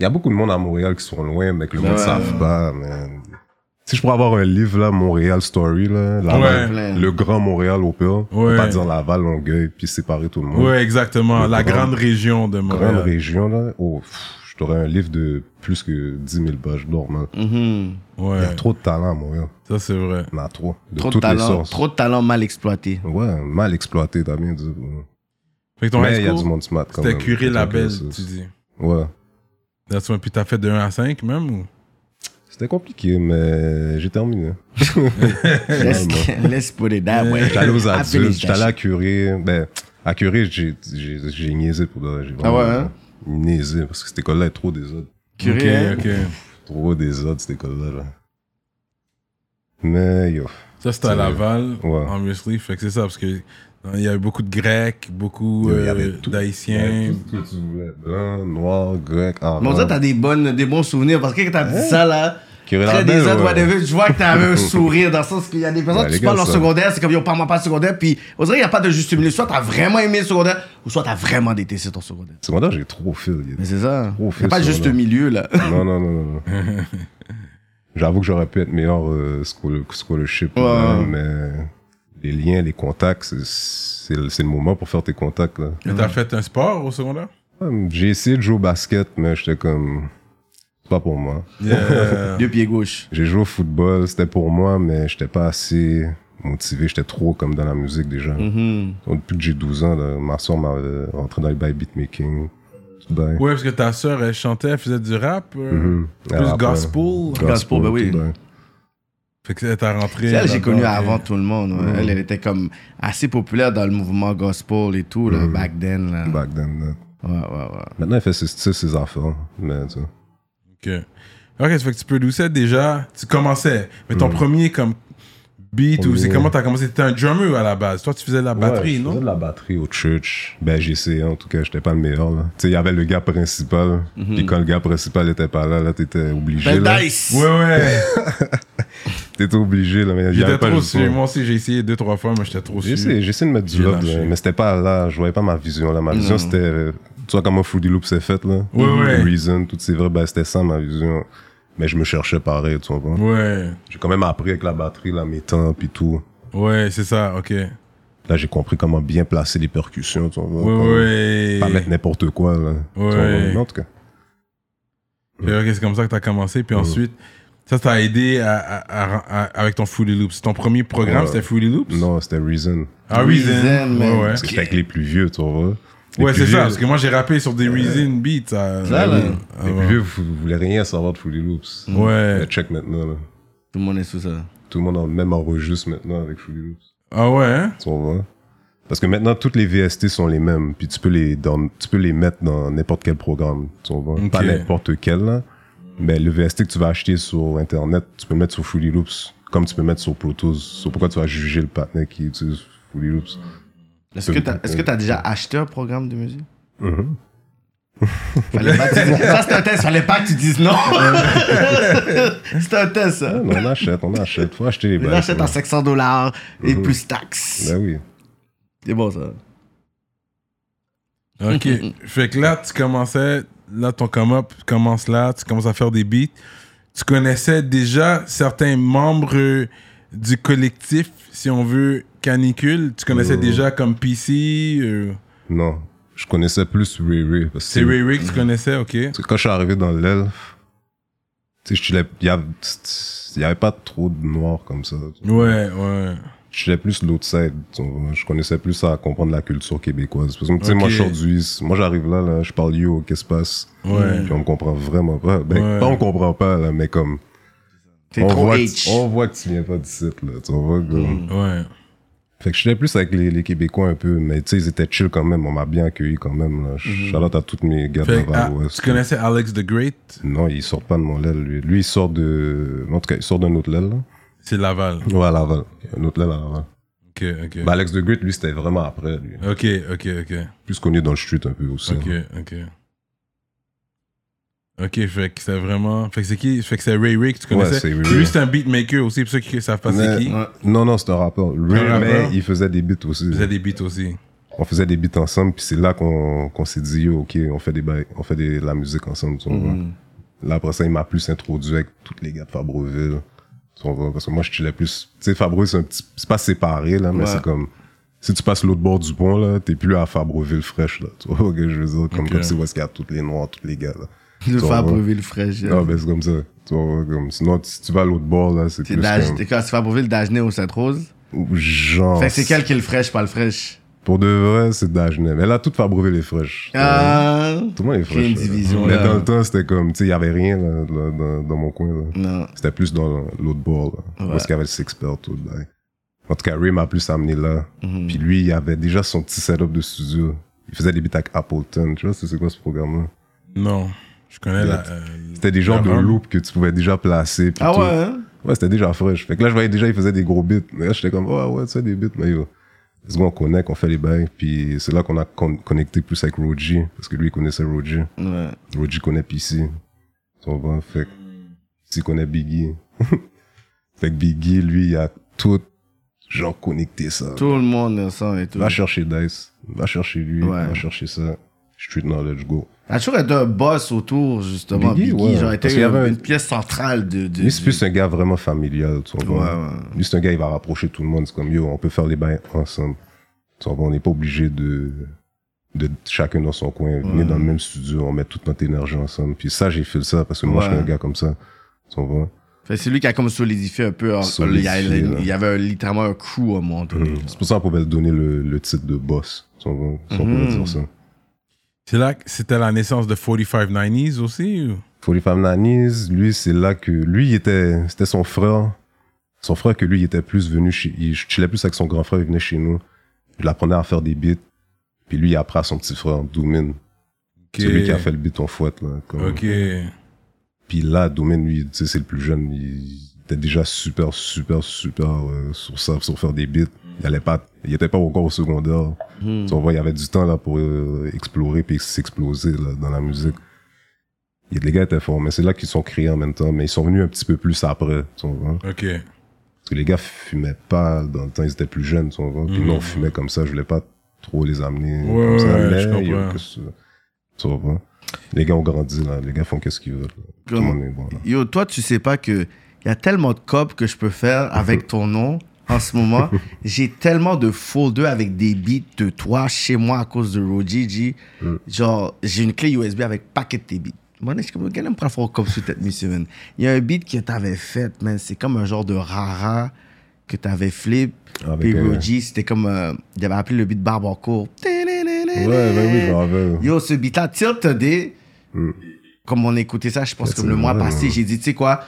[SPEAKER 3] Il y a beaucoup de monde à Montréal qui sont loin, mais que le monde ne
[SPEAKER 2] Ouais.
[SPEAKER 3] savent pas, man. Si je pourrais avoir un livre, là, Montréal Story, là, Laval,
[SPEAKER 2] Ouais.
[SPEAKER 3] le grand Montréal au pire,
[SPEAKER 1] Ouais.
[SPEAKER 3] on va dire Laval, Longueuil, puis séparer tout le monde.
[SPEAKER 1] ouais, exactement. La
[SPEAKER 3] grand-
[SPEAKER 1] grande région de
[SPEAKER 3] grande
[SPEAKER 1] Montréal.
[SPEAKER 3] région, là, oh, pff, je t'aurais un livre de plus que 10 000 pages d'or, man.
[SPEAKER 2] Mhm.
[SPEAKER 3] Il y a
[SPEAKER 1] Ouais,
[SPEAKER 3] trop de talent à Montréal.
[SPEAKER 1] ça c'est vrai.
[SPEAKER 3] Il y en a trop. De
[SPEAKER 2] Trop de
[SPEAKER 3] toutes les
[SPEAKER 2] talent,
[SPEAKER 3] sources.
[SPEAKER 2] trop de talent mal exploité.
[SPEAKER 3] Ouais, mal exploité, t'as bien dit. ouais.
[SPEAKER 1] Fait que ton
[SPEAKER 3] Mais il y
[SPEAKER 1] high
[SPEAKER 3] a du
[SPEAKER 1] school,
[SPEAKER 3] monde smart quand même.
[SPEAKER 1] c'était curé
[SPEAKER 3] Donc,
[SPEAKER 1] label,
[SPEAKER 3] euh,
[SPEAKER 1] tu dis.
[SPEAKER 3] Ouais.
[SPEAKER 1] That's when- Puis t'as fait de 1 à 5 même ou?
[SPEAKER 3] C'était compliqué, mais j'ai terminé.
[SPEAKER 2] Let's,
[SPEAKER 3] Vraiment.
[SPEAKER 2] let's put it that way.
[SPEAKER 3] J'allais aux
[SPEAKER 2] I
[SPEAKER 3] adultes,
[SPEAKER 2] finished that
[SPEAKER 3] j'étais allé à Curie. Ben, à Curie, j'ai j'ai- j'ai niaisé pour de vrai, j'ai
[SPEAKER 2] Ah ouais,
[SPEAKER 3] vraiment
[SPEAKER 2] hein?
[SPEAKER 3] Niaisé, parce que cette école-là est trop des autres. hein?
[SPEAKER 2] Curieux,
[SPEAKER 1] Ok, ok.
[SPEAKER 3] Trop des autres, cette école-là. là. Mais yo,
[SPEAKER 1] Ça, c'était à
[SPEAKER 3] C'est-
[SPEAKER 1] Laval,
[SPEAKER 3] ouais.
[SPEAKER 1] obviously. Fait que c'est ça, parce que euh, il y avait beaucoup de Grecs, beaucoup
[SPEAKER 3] Il y
[SPEAKER 1] euh,
[SPEAKER 3] avait tout. il y avait
[SPEAKER 1] d'Haïtiens.
[SPEAKER 3] tout ce que tu voulais. Blanc, noir, grec, arabe.
[SPEAKER 2] Mais on dirait que t'as des, bonnes, des bons souvenirs parce que quand t'as dit ça là,
[SPEAKER 3] Curie
[SPEAKER 2] très
[SPEAKER 3] Labelle,
[SPEAKER 2] des autres,
[SPEAKER 3] ouais.
[SPEAKER 2] whatever, je vois que t'avais un sourire dans le sens qu'il y a des personnes,
[SPEAKER 3] Ouais,
[SPEAKER 2] tu
[SPEAKER 3] les
[SPEAKER 2] parles
[SPEAKER 3] gars,
[SPEAKER 2] leur
[SPEAKER 3] ça.
[SPEAKER 2] secondaire, c'est comme yo, parle-moi pas de secondaire, puis on dirait qu'il n'y a pas de juste milieu. Soit t'as vraiment aimé le secondaire ou soit t'as vraiment détesté ton secondaire.
[SPEAKER 3] Secondaire, j'ai trop fil. il y a-
[SPEAKER 2] Mais c'est ça.
[SPEAKER 3] Oh,
[SPEAKER 2] Il n'y a
[SPEAKER 3] fais
[SPEAKER 2] pas de
[SPEAKER 3] ça,
[SPEAKER 2] juste
[SPEAKER 3] là.
[SPEAKER 2] milieu là.
[SPEAKER 3] Non, non, non, non. non. J'avoue que j'aurais pu être meilleur euh, school- scholarship,
[SPEAKER 2] Ouais.
[SPEAKER 3] là, mais les liens, les contacts, c'est- c'est le c'est le moment pour faire tes contacts. là.
[SPEAKER 1] Mais t'as fait un sport au secondaire?
[SPEAKER 3] Hum, J'ai essayé de jouer au basket, mais j'étais comme. C'est pas pour moi.
[SPEAKER 1] Yeah.
[SPEAKER 2] Deux pieds gauche.
[SPEAKER 3] J'ai joué au football, c'était pour moi, mais j'étais pas assez motivé. J'étais trop comme dans la musique déjà.
[SPEAKER 1] Mm.
[SPEAKER 2] Mhm.
[SPEAKER 3] Donc, depuis que j'ai 12 ans, là, ma soeur m'a euh, rentré dans le bail beatmaking. Tout bail.
[SPEAKER 1] ouais, parce que ta sœur, elle chantait, elle faisait du rap. euh,
[SPEAKER 3] Mhm.
[SPEAKER 1] Plus
[SPEAKER 3] Ah, après,
[SPEAKER 1] gospel. bah
[SPEAKER 2] Gospel, ben oui.
[SPEAKER 3] tout bail.
[SPEAKER 1] Fait que t'as rentré.
[SPEAKER 2] C'est elle, j'ai
[SPEAKER 1] là-dedans,
[SPEAKER 2] connu
[SPEAKER 1] ok.
[SPEAKER 2] avant tout le monde. ouais. Elle, elle était comme assez populaire dans le mouvement gospel et tout, là,
[SPEAKER 3] Mm.
[SPEAKER 2] back then. Là.
[SPEAKER 3] Back then, là.
[SPEAKER 2] Ouais, ouais, ouais.
[SPEAKER 3] Maintenant, il fait ses, tu sais, ses affaires. Mais, tu vois.
[SPEAKER 1] Ok. Ok, ça fait que tu peux doucet déjà. Tu commençais. Mais ton premier comme beat, ou c'est
[SPEAKER 3] Mm. Premier.
[SPEAKER 1] comment t'as commencé T'étais un drummer à la base. Toi, tu faisais de la batterie,
[SPEAKER 3] Ouais, je
[SPEAKER 1] non
[SPEAKER 3] faisais de la batterie au church. Ben, j'ai essayé, en tout cas, j'étais pas le meilleur, là. Tu sais, il y avait le gars principal.
[SPEAKER 1] Mhm.
[SPEAKER 3] Puis quand le gars principal était pas là, là, t'étais obligé.
[SPEAKER 1] Ben,
[SPEAKER 2] Belle
[SPEAKER 3] là.
[SPEAKER 2] Ben, dice!
[SPEAKER 1] Ouais, ouais.
[SPEAKER 3] T'étais obligé, là. Mais il y
[SPEAKER 1] J'étais
[SPEAKER 3] avait pas
[SPEAKER 1] trop
[SPEAKER 3] le
[SPEAKER 1] sûr.
[SPEAKER 3] choix.
[SPEAKER 1] Moi aussi, j'ai essayé deux, trois fois, mais j'étais trop
[SPEAKER 3] J'ai
[SPEAKER 1] sûr.
[SPEAKER 3] essayé, j'ai essayé de mettre du
[SPEAKER 1] J'ai
[SPEAKER 3] lobe,
[SPEAKER 1] lâché. Mhm.
[SPEAKER 3] là, mais c'était pas là, je voyais pas ma vision. Là. Ma vision, c'était. euh, Tu vois comment Fruity Loop s'est faite, là
[SPEAKER 1] Ouais, ouais.
[SPEAKER 3] Reason, toutes ces vrais, ben, c'était ça ma vision. Mais je me cherchais pareil, tu vois.
[SPEAKER 1] Ouais.
[SPEAKER 3] J'ai quand même appris avec la batterie, là, mes temps, puis tout.
[SPEAKER 1] Ouais, c'est ça, ok. Ouais,
[SPEAKER 3] Là, j'ai compris comment bien placer les percussions, tu vois. comment
[SPEAKER 1] ouais.
[SPEAKER 3] euh, Pas mettre n'importe quoi, là. tu vois.
[SPEAKER 1] Ouais.
[SPEAKER 3] Mais En tout cas.
[SPEAKER 1] Puis, ok, c'est comme ça que t'as commencé.
[SPEAKER 3] Mm.
[SPEAKER 1] Puis ensuite, ça, ça a aidé à, à- à- à- avec ton Fully Loops. Ton premier programme,
[SPEAKER 3] Ouais.
[SPEAKER 1] c'était Fully Loops
[SPEAKER 3] Non, c'était Reason.
[SPEAKER 1] Ah, Reason.
[SPEAKER 2] Reason, man.
[SPEAKER 1] ouais, ouais.
[SPEAKER 3] Parce que c'était avec les plus vieux, tu vois. Les
[SPEAKER 1] Ouais,
[SPEAKER 3] plus
[SPEAKER 1] c'est ça,
[SPEAKER 3] vieux-
[SPEAKER 1] parce que moi j'ai rappé sur des Reason Beats. à-
[SPEAKER 2] Ça, là.
[SPEAKER 1] Ah,
[SPEAKER 3] Les
[SPEAKER 1] ouais.
[SPEAKER 3] plus vieux, vous vous voulez rien savoir de Fruity Loops.
[SPEAKER 1] Ouais.
[SPEAKER 3] Mais check maintenant, là.
[SPEAKER 2] Tout le monde est sous ça.
[SPEAKER 3] Tout le monde en- même enregistre maintenant avec Fruity Loops.
[SPEAKER 1] Ah ouais, hein?
[SPEAKER 3] Tu vois? Parce que maintenant, toutes les VST sont les mêmes. Puis tu peux les, dans- tu peux les mettre dans n'importe quel programme. Tu vois?
[SPEAKER 1] Ok.
[SPEAKER 3] Pas n'importe quel, là. Mais le VST que tu vas acheter sur Internet, tu peux le mettre sur Fully Loops. Comme tu peux le mettre sur Pro Tools. So, pourquoi tu vas juger le partenaire qui utilise Fully Loops?
[SPEAKER 2] Est-ce que t'as est-ce que t'as déjà acheté un programme de musique?
[SPEAKER 3] Mhm.
[SPEAKER 2] Fallait pas que tu dises- Ça, c'est un test. Fallait pas que tu dises non. c'est un test, ça.
[SPEAKER 3] Ah, non, on achète, on achète. Faut acheter les
[SPEAKER 2] Les
[SPEAKER 3] bails,
[SPEAKER 2] achètes
[SPEAKER 3] quoi.
[SPEAKER 2] à 500 dollars et
[SPEAKER 3] Mhm.
[SPEAKER 2] plus taxes.
[SPEAKER 3] Ben oui.
[SPEAKER 2] C'est bon, ça.
[SPEAKER 1] Ok. fait que là, tu commençais, là, ton come-up commence là, tu commences à faire des beats. Tu connaissais déjà certains membres euh, du collectif, si on veut, Canicule. Tu connaissais déjà comme PC. euh,
[SPEAKER 3] Non. Je connaissais plus Ray Ray. parce que-
[SPEAKER 1] c'est Ray Ray que tu connaissais, ok.
[SPEAKER 3] Parce que quand je suis arrivé dans l'elfe, tu sais, je chillais- il y avait- il y avait pas trop de noirs comme ça.
[SPEAKER 1] Ouais, ouais.
[SPEAKER 3] je suis plus l'autre side. tu vois. Je connaissais plus à comprendre la culture québécoise. Parce que, tu sais,
[SPEAKER 1] Ok.
[SPEAKER 3] moi, je suis aujourd'hui, moi, j'arrive là, là, je parle yo, qu'est-ce qui se passe?
[SPEAKER 1] Ouais.
[SPEAKER 3] Puis on me comprend vraiment pas. Ben,
[SPEAKER 1] Ouais.
[SPEAKER 3] pas on comprend pas, là, mais comme,
[SPEAKER 2] T'es
[SPEAKER 3] on
[SPEAKER 2] trop
[SPEAKER 3] voit,
[SPEAKER 2] H.
[SPEAKER 3] que- on voit que tu viens pas d'ici, là, tu vois. comme-
[SPEAKER 1] Ouais.
[SPEAKER 3] Fait que je suis plus avec les, les Québécois un peu, mais tu sais, ils étaient chill quand même, on m'a bien accueilli quand même, là. Shout-out à tous mes gars de
[SPEAKER 1] Mhm. Fait que, ah,
[SPEAKER 3] Laval Ouest.
[SPEAKER 1] tu connaissais Alex the Great,
[SPEAKER 3] Non, il sort pas de mon l'aile, lui. Lui, il sort de, en tout cas, il sort d'un autre l'aile, là.
[SPEAKER 1] c'est Laval.
[SPEAKER 3] Ouais, à Laval. Un autre l'aile à Laval.
[SPEAKER 1] Ok, ok.
[SPEAKER 3] Ben, Alex de Great, lui, c'était vraiment après, lui.
[SPEAKER 1] Ok, ok, ok.
[SPEAKER 3] Plus connu dans le street un peu aussi.
[SPEAKER 1] Ok, ok. Ok, fait que c'est vraiment. Fait que c'est qui Fait que c'est Ray Ray que tu
[SPEAKER 3] Ouais,
[SPEAKER 1] connaissais.
[SPEAKER 3] c'est Ray
[SPEAKER 1] Lui,
[SPEAKER 3] Ray.
[SPEAKER 1] c'est un beatmaker aussi, pour ceux qui savent pas c'est
[SPEAKER 3] Mais-
[SPEAKER 1] qui.
[SPEAKER 2] Ouais.
[SPEAKER 3] Non, non, c'est un rappeur. Ray,
[SPEAKER 1] Un rappeur.
[SPEAKER 3] mais il faisait des beats aussi.
[SPEAKER 1] Il faisait des beats aussi.
[SPEAKER 3] On faisait des beats ensemble, puis c'est là qu'on qu'on s'est dit, yo, ok, on fait, des bails- on fait des- de la musique ensemble. Tu vois.
[SPEAKER 2] Mm-hmm.
[SPEAKER 3] Là, après ça, il m'a plus introduit avec tous les gars de Fabroville. Tu vois, parce que moi, je chillais plus. Tu sais, Fabroville, c'est un petit. C'est pas séparé, là, mais
[SPEAKER 2] Ouais.
[SPEAKER 3] c'est comme. Si tu passes l'autre bord du pont, là, t'es plus à Fabroville fraîche, là. Tu vois ce que je veux dire? Comme,
[SPEAKER 1] Ok.
[SPEAKER 3] comme c'est où est-ce qu'il y a tous les noirs, tous les gars, là.
[SPEAKER 2] Le
[SPEAKER 3] Tu vois.
[SPEAKER 2] Fabreville fraîche.
[SPEAKER 3] Non, ben, c'est comme ça. Tu vois, comme. Sinon, tu- si tu vas à l'autre bord, là, c'est
[SPEAKER 2] C'est
[SPEAKER 3] plus.
[SPEAKER 2] d'Aj-
[SPEAKER 3] Comme,
[SPEAKER 2] c'est quoi, c'est Fabreville, Dagenais ou Sainte-Rose?
[SPEAKER 3] genre.
[SPEAKER 2] Fait que c'est quel qui est le fraîche, pas le fraîche?
[SPEAKER 3] Pour de vrai, c'est d'Agenais. Mais là, toute Fabreville est fraîche.
[SPEAKER 2] Ah.
[SPEAKER 3] Tout le monde est
[SPEAKER 2] Créer
[SPEAKER 3] fraîche.
[SPEAKER 2] une
[SPEAKER 3] là.
[SPEAKER 2] division,
[SPEAKER 3] Mais
[SPEAKER 2] là.
[SPEAKER 3] dans le temps, c'était comme, tu sais, il n'y avait rien là, dans, dans- dans mon coin. là.
[SPEAKER 2] Non.
[SPEAKER 3] C'était plus dans l'autre bord, là.
[SPEAKER 2] Mm. Ouais.
[SPEAKER 3] Parce qu'il y avait le Six-Pair, tout. là. En tout cas, Ray m'a plus amené là.
[SPEAKER 2] Mm-hmm.
[SPEAKER 3] Puis lui, il avait déjà son petit setup de studio. Il faisait des beats avec Appleton. Tu vois, c'est c'est quoi ce programme-là?
[SPEAKER 1] Non, je connais la. euh,
[SPEAKER 3] C'était des genres de
[SPEAKER 1] Vraiment?
[SPEAKER 3] loops que tu pouvais déjà placer. puis
[SPEAKER 2] Ah
[SPEAKER 3] tout.
[SPEAKER 2] ouais, hein?
[SPEAKER 3] Ouais, c'était déjà fraîche. Fait que là, je voyais déjà, il faisait des gros beats. Mais là, j'étais comme, ouais, ouais, tu fais des beats, mais yo. Parce qu'on connecte, on fait les bails. Puis c'est là qu'on a con- connecté plus avec Roji. Parce que lui, il connaissait Roji.
[SPEAKER 2] Ouais.
[SPEAKER 3] Roji connaît PC. Tu comprends? Fait que, s'il connaît Biggie. fait que Biggie, lui, il a tout, genre, connecté ça.
[SPEAKER 2] Tout le monde ensemble et tout.
[SPEAKER 3] Va chercher Dice. Va chercher lui.
[SPEAKER 2] Ouais.
[SPEAKER 3] Va chercher ça. Street knowledge, go.
[SPEAKER 2] Il a toujours été un boss autour, justement. Biggie,
[SPEAKER 3] Biggie, ouais.
[SPEAKER 2] genre, était
[SPEAKER 3] Parce qu'il y avait
[SPEAKER 2] une
[SPEAKER 3] un-
[SPEAKER 2] pièce centrale de. de
[SPEAKER 3] Lui, c'est plus un gars vraiment familial, tu
[SPEAKER 2] Ouais,
[SPEAKER 3] comprends?
[SPEAKER 2] ouais.
[SPEAKER 3] Lui, c'est un gars, il va rapprocher tout le monde. C'est comme, yo, on peut faire les bains ensemble. Tu vois, on n'est pas obligé de, de chacun dans son coin. Venir
[SPEAKER 2] Ouais.
[SPEAKER 3] dans le même studio, on met toute notre énergie ensemble. Puis ça, j'ai fait ça parce que moi, je suis
[SPEAKER 2] Ouais.
[SPEAKER 3] un gars comme ça. Tu vois?
[SPEAKER 2] Fait que c'est lui qui a comme solidifié un peu. hein,
[SPEAKER 3] Solidifié,
[SPEAKER 2] il, y a-
[SPEAKER 3] là.
[SPEAKER 2] il y avait un- littéralement un crew à un moment donné.
[SPEAKER 3] C'est pour ça qu'on pouvait se donner le, le titre de boss. Tu vois? Si on
[SPEAKER 2] Mhm.
[SPEAKER 3] pouvait dire ça.
[SPEAKER 1] C'est là que c'était la naissance de 4590s aussi ou?
[SPEAKER 3] Folie Femme Nanis, lui, c'est là que, lui, il était, c'était son frère. Son frère que lui, il était plus venu chez, il, je chillais plus avec son grand frère, il venait chez nous. Je l'apprenais à faire des beats. Puis lui, il apprend à son petit frère, Doomin. Celui qui a fait le beat en fouette, là. comme-
[SPEAKER 1] Ok.
[SPEAKER 3] Puis là, Domaine, lui, tu sais, c'est le plus jeune. Il était déjà super, super, super euh, sur ça, sur faire des beats. Il allait pas, il était pas encore au secondaire.
[SPEAKER 2] Mhm.
[SPEAKER 3] Tu vois, il y avait du temps, là, pour euh, explorer puis s'exploser, là, dans la musique. Et les gars étaient forts, mais c'est là qu'ils sont créés en même temps. Mais ils sont venus un petit peu plus après, tu vois.
[SPEAKER 1] Ok.
[SPEAKER 3] Parce que les gars fumaient pas dans le temps, ils étaient plus jeunes, tu vois. Puis
[SPEAKER 1] Mhm.
[SPEAKER 3] nous, on fumait comme ça, je voulais pas trop les amener
[SPEAKER 1] Ouais,
[SPEAKER 3] comme ça.
[SPEAKER 1] ouais,
[SPEAKER 3] mais
[SPEAKER 1] je comprends.
[SPEAKER 3] yo, qu'est-ce que- tu vois. Les gars ont grandi, là. Les gars font qu'est-ce qu'ils veulent. là. Tout le
[SPEAKER 2] Comme-
[SPEAKER 3] monde est bon, là.
[SPEAKER 2] Yo, toi, tu sais pas que il y a tellement de copes que je peux faire avec ton nom en ce moment. J'ai tellement de folders avec des beats de toi chez moi à cause de Roji. G.
[SPEAKER 3] Mm.
[SPEAKER 2] Genre, j'ai une clé USB avec paquet de tes beats. Moi, je suis comme, quel est le fort comme sur tête, monsieur, man? Il y a un beat que t'avais fait, man. C'est comme un genre de rara que t'avais flip.
[SPEAKER 3] Avec,
[SPEAKER 2] Puis
[SPEAKER 3] euh,
[SPEAKER 2] Roji, c'était comme, euh, il avait appelé le beat Barbancourt.
[SPEAKER 3] Ouais, ben oui, je me rappelle.
[SPEAKER 2] Yo, ce beat-là, Tilt D,
[SPEAKER 3] Hmm.
[SPEAKER 2] comme on écoutait ça, je pense que le mois
[SPEAKER 3] vrai,
[SPEAKER 2] passé, j'ai dit, tu sais quoi,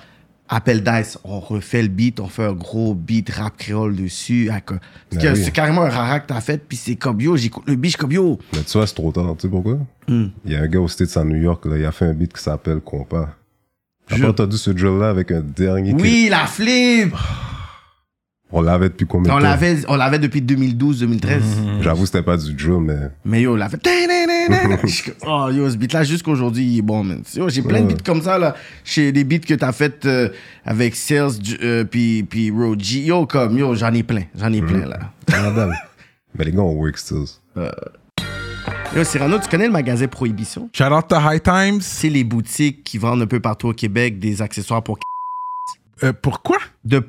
[SPEAKER 2] appelle Dice, on refait le beat, on fait un gros beat rap créole dessus. avec un- Parce
[SPEAKER 3] Ben
[SPEAKER 2] que
[SPEAKER 3] oui.
[SPEAKER 2] C'est carrément un rara que t'as fait, puis c'est comme yo, j'écoute le beat, je suis comme yo.
[SPEAKER 3] Mais tu vois, c'est trop tard, tu sais pourquoi? Il
[SPEAKER 1] Hmm.
[SPEAKER 3] y a un gars au States à New York, là, il a fait un beat qui s'appelle Compas. T'as
[SPEAKER 2] Je-
[SPEAKER 3] pas entendu ce drill-là avec un dernier clip?
[SPEAKER 2] Oui, la flip!
[SPEAKER 3] On l'avait depuis combien de
[SPEAKER 2] On
[SPEAKER 3] temps?
[SPEAKER 2] l'avait, on l'avait depuis 2012, 2013.
[SPEAKER 3] J'avoue, c'était pas du drill, mais
[SPEAKER 2] Mais yo, la fait. Je suis comme, Oh yo, ce beat là jusqu'aujourd'hui, il est bon, man. Yo, j'ai plein de beats comme ça là. Chez des beats que t'as fait euh, avec Sales du- euh, puis puis Roji. Yo, comme yo, j'en ai plein. J'en ai
[SPEAKER 3] Mm-hmm.
[SPEAKER 2] plein là.
[SPEAKER 1] Ah, ben.
[SPEAKER 3] madame. mais les gars, on work still.
[SPEAKER 2] Yo, Cyrano, tu connais le magasin Prohibition?
[SPEAKER 1] Shout out to High Times.
[SPEAKER 2] C'est les boutiques qui vendent un peu partout au Québec des accessoires pour
[SPEAKER 1] Euh, pourquoi?
[SPEAKER 2] de p-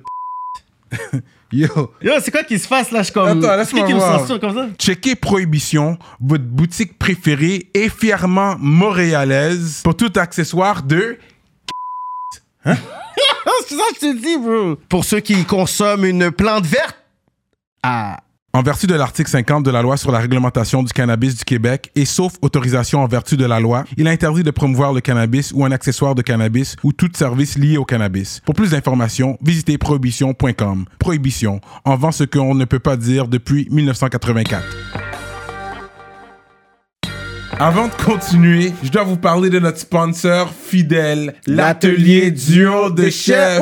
[SPEAKER 1] Yo.
[SPEAKER 2] Yo, c'est quoi qui se passe là? Je suis comme.
[SPEAKER 1] Attends,
[SPEAKER 2] C'est qui
[SPEAKER 1] laisse-moi
[SPEAKER 2] qui me
[SPEAKER 1] voir.
[SPEAKER 2] censure comme ça?
[SPEAKER 1] Checkez Prohibition, votre boutique préférée et fièrement montréalaise pour tout accessoire de.
[SPEAKER 2] Ah, c'est ça que je te dis, bro. Pour ceux qui consomment une plante verte. Ah.
[SPEAKER 1] En vertu de l'article 50 de la loi sur la réglementation du cannabis du Québec et sauf autorisation en vertu de la loi, il est interdit de promouvoir le cannabis ou un accessoire de cannabis ou tout service lié au cannabis. Pour plus d'informations, visitez prohibition.com. Prohibition, en vend ce qu'on ne peut pas dire depuis 1984. Avant de continuer, je dois vous parler de notre sponsor fidèle, l'atelier duo de chef.